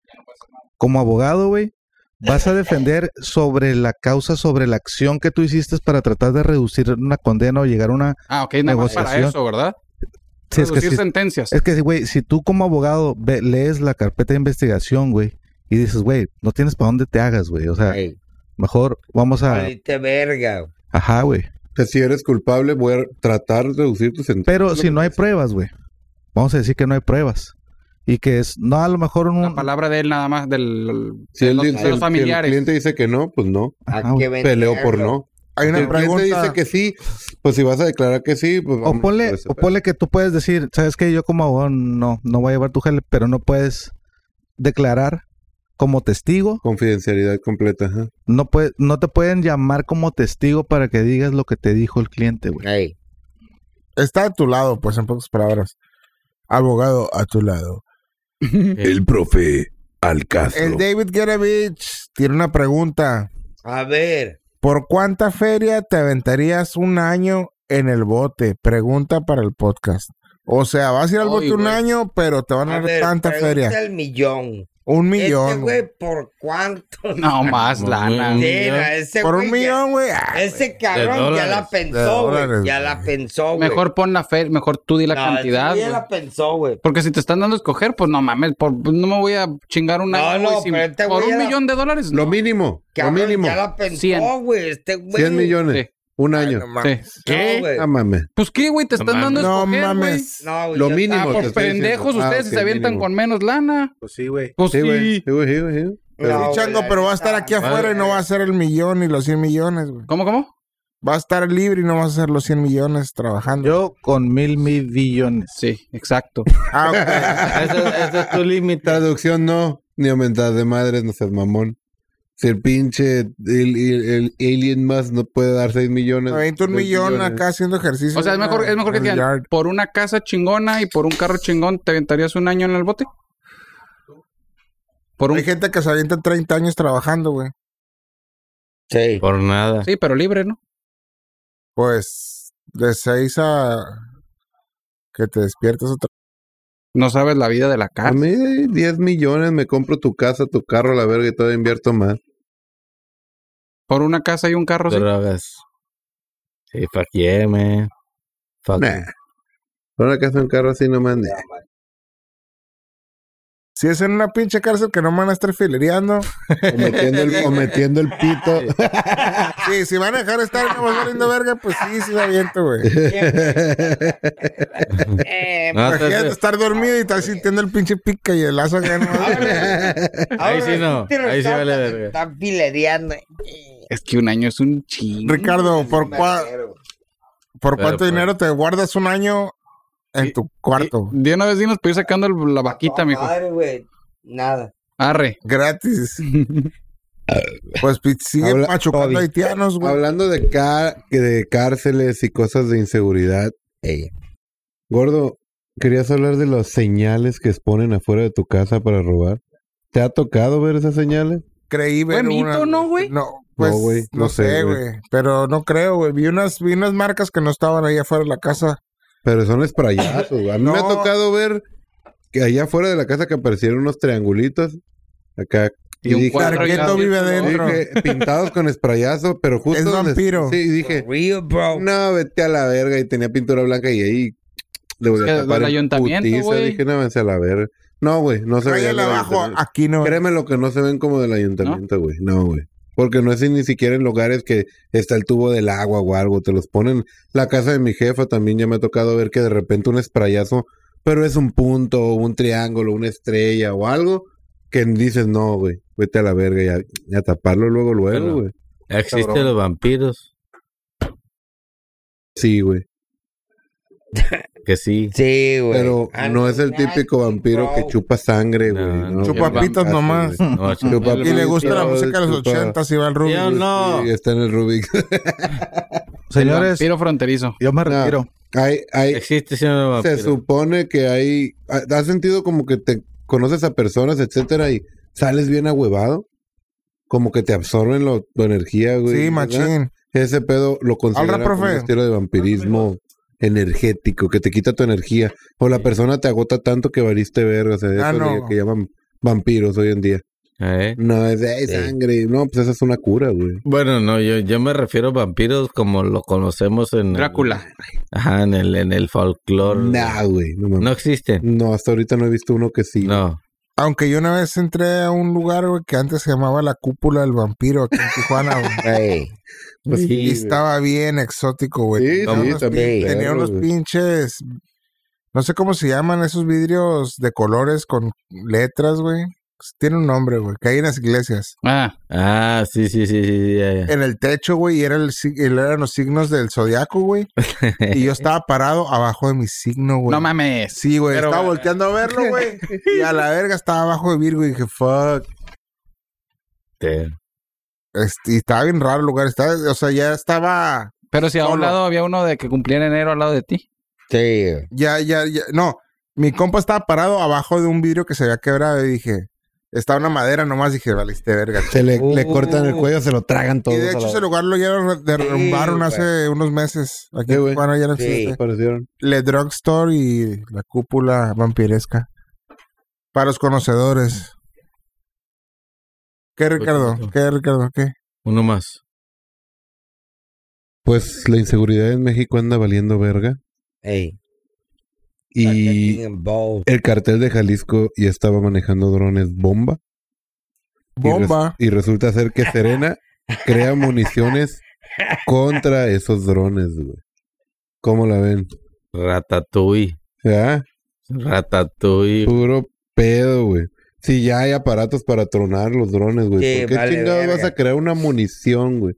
S3: como abogado, güey, vas a defender sobre la causa, sobre la acción que tú hiciste para tratar de reducir una condena o llegar a una
S4: Ah, ok, nada más para
S3: Negociación.
S4: eso, ¿verdad?
S3: Sí, es que
S4: Reducir
S3: sí-
S4: sentencias.
S3: es que, güey, si tú como abogado ve- lees la carpeta de investigación, güey, y dices, güey, no tienes para dónde te hagas, güey. O sea,
S6: Ah,
S5: Ey,
S3: mejor vamos a...
S5: valiste verga. güey.
S3: Ajá, güey.
S6: que si eres culpable voy a tratar de reducir tu sentencia.
S3: Pero si no hay pruebas, güey. Vamos a decir que no hay pruebas. Y que es, no, a lo mejor un...
S4: La palabra de él nada más, del,
S6: Si
S4: de
S6: él
S4: los,
S6: dice-
S4: de los
S6: si el
S4: familiares.
S6: cliente dice que no, pues no.
S5: Hay
S3: Ajá,
S5: que
S3: güey.
S5: venderlo.
S6: Peleo por no.
S10: Hay
S6: Si
S10: una
S6: el cliente
S10: pregunta.
S6: dice que sí, pues si vas a declarar que sí, pues
S3: O
S6: vámonos
S3: ponle,
S6: por ese
S3: o
S6: pedo.
S3: ponle que tú puedes decir, sabes que yo como abogado no, no voy a llevar tu jale, pero no puedes declarar como testigo,
S6: Confidencialidad completa. ajá.
S3: no puede, no te pueden llamar como testigo para que digas lo que te dijo el cliente, güey.
S5: Ey,
S10: Está a tu lado, pues en pocas palabras. Abogado a tu lado.
S8: El profe Alcastro.
S10: El David Gerevich tiene una pregunta.
S5: A ver.
S10: ¿Por cuánta feria te aventarías un año en el bote? Pregunta para el podcast. O sea, vas a ir al
S4: Ay,
S10: bote un
S4: güey.
S10: año, pero te van a
S5: A
S10: dar
S5: ver,
S10: tanta
S5: pregunta
S10: feria.
S5: el millón.
S10: Un
S5: Este
S10: millón. güey.
S5: güey, ¿por cuánto?
S4: No más lana.
S5: Era, ese
S10: Por
S5: güey
S10: un
S5: ya-
S10: millón, güey. Ah,
S5: Ese cabrón ya
S2: dólares,
S5: la
S10: de
S5: pensó,
S10: dólares,
S5: güey. Ya
S10: güey.
S5: la pensó, güey.
S4: Mejor pon la fe, mejor tú di la
S5: No, ese
S4: cantidad.
S5: güey Ya
S4: güey.
S5: la pensó, güey.
S4: Porque si te están dando a escoger, pues no mames, por- no me voy a chingar una.
S5: No, no, pero este
S4: por
S5: güey
S4: un
S5: era-
S4: millón de dólares.
S6: Lo
S4: no.
S6: mínimo, lo
S5: Cabrón,
S6: mínimo.
S5: ya la pensó,
S4: Cien.
S5: güey. Este güey.
S6: 100 millones,
S4: Sí.
S6: un año.
S10: no mames.
S4: Sí.
S5: No, güey.
S6: Ah, mames.
S4: Pues qué, güey, te están dando a
S10: No
S4: escoger. güey.
S10: mames.
S5: No, güey,
S6: Lo
S5: yo-
S6: mínimo.
S4: Ah,
S6: te
S4: por
S6: estoy diciendo.
S4: pendejos
S6: Ah,
S4: ustedes
S6: ok,
S4: se avientan
S6: mínimo.
S4: con menos lana.
S13: Pues sí, güey.
S4: Pues
S6: Sí,
S4: sí.
S6: güey. Sí, güey, sí, güey, sí.
S10: Sí,
S5: No,
S10: chango,
S5: güey,
S10: pero va a estar aquí
S5: neta,
S10: afuera y no va a ser el millón y los 100 millones, güey.
S4: ¿Cómo, cómo?
S10: Va a estar libre y no vas a ser los 100 millones trabajando.
S3: Yo con mil millones.
S4: Sí, exacto.
S10: Ah, ok.
S2: Ese, ese es tu límite.
S6: Traducción no, ni aumentar de madres, no seas mamón. Si el pinche el, el- el alien más no puede dar 6 millones.
S10: Me aviento un
S6: seis
S10: millón
S6: millones.
S10: acá haciendo ejercicio.
S4: O sea, es
S10: en una-
S4: mejor, es mejor que
S10: en
S4: te
S10: el
S4: digan,
S10: yard.
S4: por una casa chingona y por un carro chingón, ¿te aventarías un año en el bote? Por un...
S10: Hay gente que se avienta 30 años trabajando, güey.
S5: Sí.
S2: Por nada.
S4: Sí, pero libre, ¿no?
S10: Pues de 6 a que te despiertas otra
S4: No sabes la vida de la
S6: A
S4: casa.
S6: mí 10 millones me compro tu casa, tu carro, la verga y todavía invierto más.
S4: Por una casa y un carro, pues sí.
S2: Drogas. Sí, fuck yeah, man. Fuck.
S6: Nah. Pero una casa, un carro así nomás. nah.
S10: Si es en una pinche cárcel que no me van a estar filereando.
S6: O metiendo el, o metiendo el pito.
S10: Sí, si van a dejar estar y no vas valiendo verga, pues sí, sí me aviento, güey.
S5: Eh,
S2: No, estás-
S10: Imagínate estar dormido y estar sintiendo el pinche pica y el lazo acá. ¿no?
S2: ahí sí no.
S5: te lo
S2: Ahí sí
S5: están-
S2: vale verga.
S5: Están filereando. eh.
S4: Es que un año es un chingo.
S10: Ricardo, ¿por, cua- ¿por
S2: Pero,
S10: cuánto
S2: pues.
S10: dinero te guardas un año en tu cuarto?
S4: De una vez sí nos ir sacando el- la vaquita,
S5: Quita,
S4: mijo.
S5: Madre, güey. Nada.
S4: Arre.
S10: Gratis. Pues pi- sigue
S6: Habla-
S10: machucando
S5: Bobby.
S10: haitianos, güey.
S6: Hablando de, ca- que de cárceles y cosas de inseguridad,
S5: Ey.
S6: gordo, querías hablar de las señales que exponen afuera de tu casa para robar. ¿Te ha tocado ver esas señales?
S10: Creí ver
S4: Fue
S10: una,
S4: mito, ¿no, güey?
S10: No, pues
S6: No,
S10: no,
S6: güey, no sé,
S10: sé, güey. Pero no creo, güey. Vi unas, vi unas marcas que no estaban ahí afuera de la casa.
S6: Pero son esprayazos. güey. A mí me ha
S10: No.
S6: tocado ver que allá afuera de la casa que aparecieron unos triangulitos. Acá.
S4: Y un cuadro
S10: Tarqueto vive adentro.
S6: dije, pintados con esprayazo, pero justo...
S10: Es
S6: donde-
S10: vampiro.
S6: Sí, dije,
S5: Real, bro.
S6: No, vete a la verga. Y tenía pintura blanca y ahí le voy
S4: Es que
S6: a tapar
S4: del
S6: en
S4: ayuntamiento,
S6: putiza.
S4: güey.
S6: Dije, no, vete a la verga. No, güey, no se veía.
S10: Cállale
S6: del
S10: abajo,
S6: ayuntamiento.
S10: aquí no.
S6: Créeme lo que no se ven como del ayuntamiento, güey. No, güey. Porque no es ni siquiera en lugares que está el tubo del agua o algo. Te los ponen. La casa de mi jefa también ya me ha tocado ver que de repente un esprayazo, pero es un punto, o un triángulo, una estrella o algo que dices, no, güey, vete a la verga y a, y a taparlo luego, luego,
S2: Bueno.
S6: güey.
S2: Existen los vampiros.
S6: Sí, güey.
S2: Que sí.
S5: Sí, güey.
S6: Pero
S5: Ah,
S6: no es el
S5: nasty,
S6: típico vampiro
S5: bro.
S6: que chupa sangre,
S2: No,
S6: güey.
S2: no,
S10: Chupa
S6: güey.
S10: pitas nomás.
S6: güey.
S2: No,
S6: Chupa
S10: Y le gusta la música de los
S6: chupa-
S10: ochentas y va al
S2: Yo
S10: rubio.
S2: no.
S6: Sí, está en el Rubik.
S3: Señores,
S4: Tiro fronterizo.
S3: yo me
S6: No.
S3: retiro.
S6: Hay, hay,
S2: Existe siendo los
S6: este- se
S2: vampiros.
S6: supone que hay... ¿Has sentido como que te conoces a personas, etcétera, y sales bien ahuevado? Como que te absorben lo- tu energía, güey.
S10: Sí,
S6: ¿verdad?
S10: machín.
S6: Ese pedo lo consideran como un
S10: profe.
S6: estilo de vampirismo energético que te quita tu energía. O la persona te agota tanto que valiste verga. O sea,
S10: Ah,
S6: eso de
S10: no.
S6: que llaman vampiros hoy en día.
S2: ¿Eh?
S6: No, es de "Ay,
S2: Sí.
S6: sangre. No, pues esa es una cura, güey.
S2: Bueno, no, yo, yo me refiero a vampiros como lo conocemos en... el-
S4: Drácula.
S2: ajá, en el, en el folclore.
S6: Nah, güey. No, mames.
S2: No existen.
S6: no, hasta ahorita no he visto uno que sí.
S2: No.
S10: Aunque yo una vez entré a un lugar, güey, que antes se llamaba la cúpula del vampiro aquí en Tijuana, güey.
S5: Ey.
S6: Pues sí, güey.
S10: Y estaba bien exótico, güey.
S6: Sí,
S10: Tenía
S6: sí,
S10: unos
S6: también,
S10: pin- tenía
S6: claro,
S10: unos
S6: güey.
S10: pinches. No sé cómo se llaman esos vidrios de colores con letras, güey. Pues, Tiene un nombre, güey, que hay en las iglesias.
S4: Ah,
S2: Ah, sí, sí, sí, sí, sí, ya, ya.
S10: En el techo, güey, y era el, sig- y eran los signos del zodiaco, güey. Y yo estaba parado abajo de mi signo, güey.
S4: no mames.
S10: Sí, güey,
S4: Pero-
S10: estaba volteando a verlo, güey. Y a la verga estaba abajo de Virgo y dije, fuck.
S2: Te-
S10: Este, y estaba bien raro el lugar. Estaba, o sea, ya estaba.
S4: Pero si a un
S10: Solo.
S4: lado había uno de que cumplía en enero al lado de ti.
S5: Sí.
S10: Ya, ya, ya. No, mi compa estaba parado abajo de un vidrio que se había quebrado y dije, está una madera nomás. Dije, valiste verga.
S6: Se le, le
S5: Uh.
S6: cortan el cuello, se lo tragan todo.
S10: Y de hecho ese lugar lo ya lo derrumbaron
S5: güey.
S10: hace unos meses. Aquí
S6: Sí,
S10: en
S6: güey.
S10: Tijuana ya no
S5: Sí.
S10: existe.
S6: Aparecieron.
S10: Le Drugstore y la cúpula vampiresca. Para los conocedores. ¿Qué, Ricardo? ¿Qué, Ricardo? ¿Qué?
S2: Uno más.
S6: Pues la inseguridad en México anda valiendo verga.
S5: Ey.
S6: Y
S5: Fucking balls.
S6: el cartel de Jalisco ya estaba manejando drones bomba. Y res-
S10: Bomba.
S6: Y, resulta ser que Serena crea municiones contra esos drones, güey. ¿Cómo la ven?
S2: Ratatouille.
S6: ¿Ah?
S2: Ratatouille.
S6: Puro pedo, güey. Si ya hay aparatos para tronar los drones, güey.
S5: Sí,
S6: ¿Por qué
S5: vale
S6: chingados
S5: verga.
S6: vas a crear una munición, güey?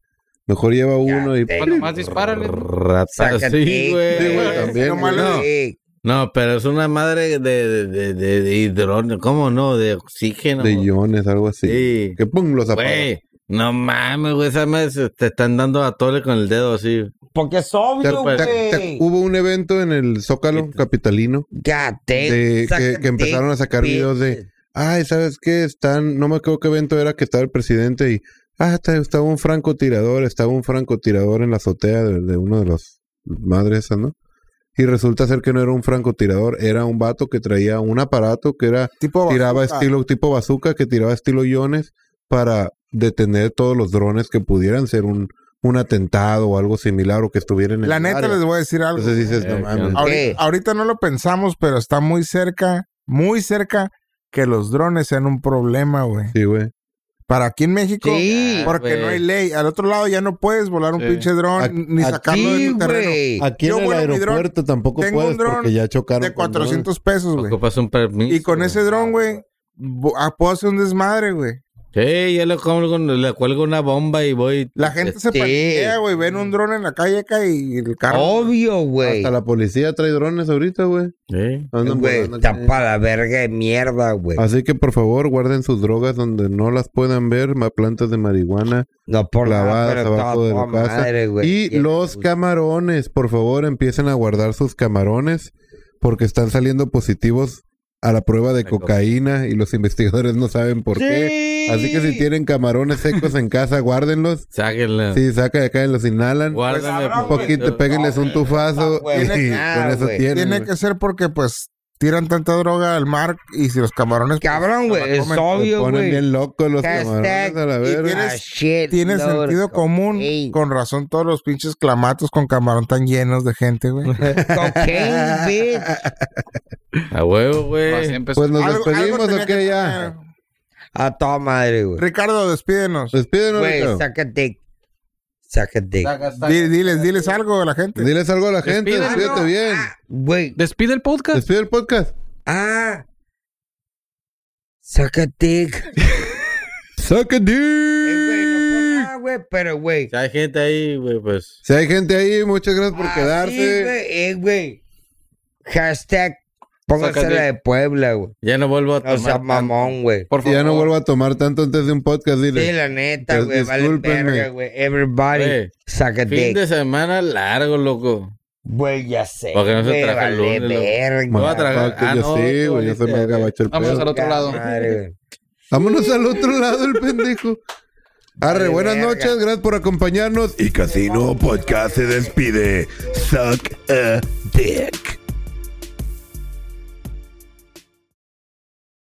S6: Mejor lleva uno y...
S5: te-
S4: Bueno, más dispárale.
S2: Rata,
S5: Sácate.
S2: Ah, sí, güey.
S6: Sí, güey, también,
S10: no
S6: güey.
S10: mames.
S2: No.
S5: Ey.
S2: No, pero es una madre de, de, de, de, de hidrógeno. ¿Cómo no? De oxígeno.
S6: De iones, algo así.
S2: Sí.
S6: Que pum, los apaga.
S2: Güey. No mames, güey. Esa madre se- te están dando a tole con el dedo así.
S5: Porque es
S6: Te-
S5: obvio,
S6: te- te-
S5: güey.
S6: hubo un evento en el Zócalo capitalino
S5: God damn.
S6: de, que,
S5: Sácate,
S6: que empezaron a sacar videos de...
S5: bitches.
S6: Ay, ¿sabes qué? Están, no me acuerdo qué evento era que estaba el presidente y, ah, está- estaba un francotirador, estaba un francotirador en la azotea de, de uno de los madres esas, ¿no? Y resulta ser que no era un francotirador, era un vato que traía un aparato que era,
S10: Tipo bazooka.
S6: tiraba estilo, tipo bazooka, que tiraba estilo iones para detener todos los drones que pudieran ser un, un atentado o algo similar o que estuvieran en
S10: La
S6: el
S10: neta
S6: área.
S10: les voy a decir algo.
S6: Entonces dices,
S2: Eh,
S6: no
S2: ¿qué
S6: mames.
S2: onda?
S10: Ahori-
S5: ¿Qué?
S10: Ahorita, no lo pensamos, pero está muy cerca, muy cerca que los drones sean un problema, güey.
S6: Sí, güey.
S10: Para aquí en México,
S5: Sí.
S10: porque
S2: güey.
S10: no hay ley. Al otro lado ya no puedes volar un
S13: Sí.
S10: pinche dron
S6: A-
S10: ni
S6: aquí,
S10: sacarlo de
S5: Sí,
S10: tu terreno.
S5: güey.
S6: Aquí
S10: Yo
S6: en el
S10: vuelo mi dron,
S6: aeropuerto tampoco
S10: tengo un
S6: puedes
S10: dron
S6: porque ya chocaron.
S10: De
S6: con drones.
S10: 400 pesos, güey.
S2: Ocupas un permiso.
S10: Y con ese dron, güey, bo- ah, puedo hacer un desmadre, güey.
S2: Sí, yo le cuelgo, le cuelgo una bomba y voy.
S10: La gente se
S5: Sí. Mm.
S10: paniquea, güey. Ven un dron en la calle acá y el carro.
S5: Obvio, güey.
S6: Hasta la policía trae drones ahorita, güey.
S2: Sí.
S5: Eh,
S6: Andan
S5: Güey,
S6: volando
S5: está
S6: acá.
S5: para la verga de mierda, güey.
S6: Así que por favor guarden sus drogas donde no las puedan ver, ma- plantas de marihuana
S5: No por nada,
S6: clavadas
S5: Ah, pero
S6: abajo
S5: toda
S6: de la
S5: toda
S6: casa.
S5: madre, güey.
S6: y
S5: Qué
S6: los
S5: gusto.
S6: camarones, por favor empiecen a guardar sus camarones porque están saliendo positivos a la prueba de cocaína y los investigadores no saben por qué. Así que si tienen camarones secos en casa, guárdenlos.
S5: Ah.
S2: Sáquenla.
S6: Sí, saca de acá y los inhalan.
S2: Guárdame.
S10: Pues,
S6: Un poquito, péguenles un tufazo
S5: güey,
S6: y
S5: nada,
S6: con eso
S5: güey.
S6: tienen.
S10: Tiene
S6: güey.
S10: que ser porque, pues, tiran tanta droga al mar y si los camarones. pues,
S5: Cabrón,
S10: se
S5: güey.
S10: la
S5: Es
S10: comen.
S6: Se
S5: obvio,
S6: ponen
S5: güey.
S6: bien locos los camarones
S5: Hashtag
S6: a la
S5: y
S6: verga.
S10: tienes-
S5: ah, shit,
S10: Tiene
S5: Lord,
S10: sentido común.
S5: cocaine.
S10: Con razón, todos los pinches clamatos con camarón tan llenos de gente, güey.
S5: Cocaine, bitch.
S2: A huevo, güey.
S6: Pues nos
S10: Algo- algo
S6: despedimos
S10: tenía
S6: o
S10: que
S6: qué ya.
S10: tener.
S5: A toda madre, güey.
S10: Ricardo, despídenos.
S6: Despídenos.
S5: Güey,
S6: Ricardo.
S5: saca dick. Saca dick.
S10: Di- diles, diles algo a la Pues, gente.
S6: Diles algo a la gente, despídete bien.
S5: Ah, Güey,
S4: Despide el podcast.
S6: Despide el podcast.
S5: ah. Saca dick.
S6: Suck a
S5: Eh, güey,
S6: dick.
S5: no por nada, güey, pero, güey.
S2: Si
S6: eh.
S2: hay gente ahí, güey, pues.
S6: Si hay gente ahí, muchas gracias por
S5: Así,
S6: quedarse.
S5: Ah, güey, eh, güey. Hashtag, pónganse la de Puebla, güey.
S2: Ya no vuelvo a tomar.
S5: O sea, mamón, güey.
S4: Por
S6: Y ya no
S4: favor.
S6: vuelvo a tomar tanto antes de un podcast,
S5: Sí,
S6: dile.
S5: la neta,
S6: Pues,
S5: güey. Vale
S6: discúlpenme.
S5: verga, güey. Everybody,
S2: Güey,
S5: saca
S2: fin
S5: dick.
S2: de semana largo, loco.
S5: Güey, ya sé.
S2: Porque no se
S5: güey,
S2: trabaja el
S5: vale
S2: lunes, loco.
S5: verga.
S2: No va a trabajar. Ah,
S6: Ah, que yo
S2: no,
S6: sí,
S2: tú
S6: güey, yo soy
S2: ahorita,
S6: más gabacho el
S4: Vamos
S6: pedo.
S4: al otro lado.
S5: Madre, güey.
S6: Vámonos al otro lado, el pendejo. Arre,
S5: Vale,
S6: buenas
S5: verga.
S6: noches, gracias por acompañarnos.
S8: Y Casino Podcast se despide. Suck a dick.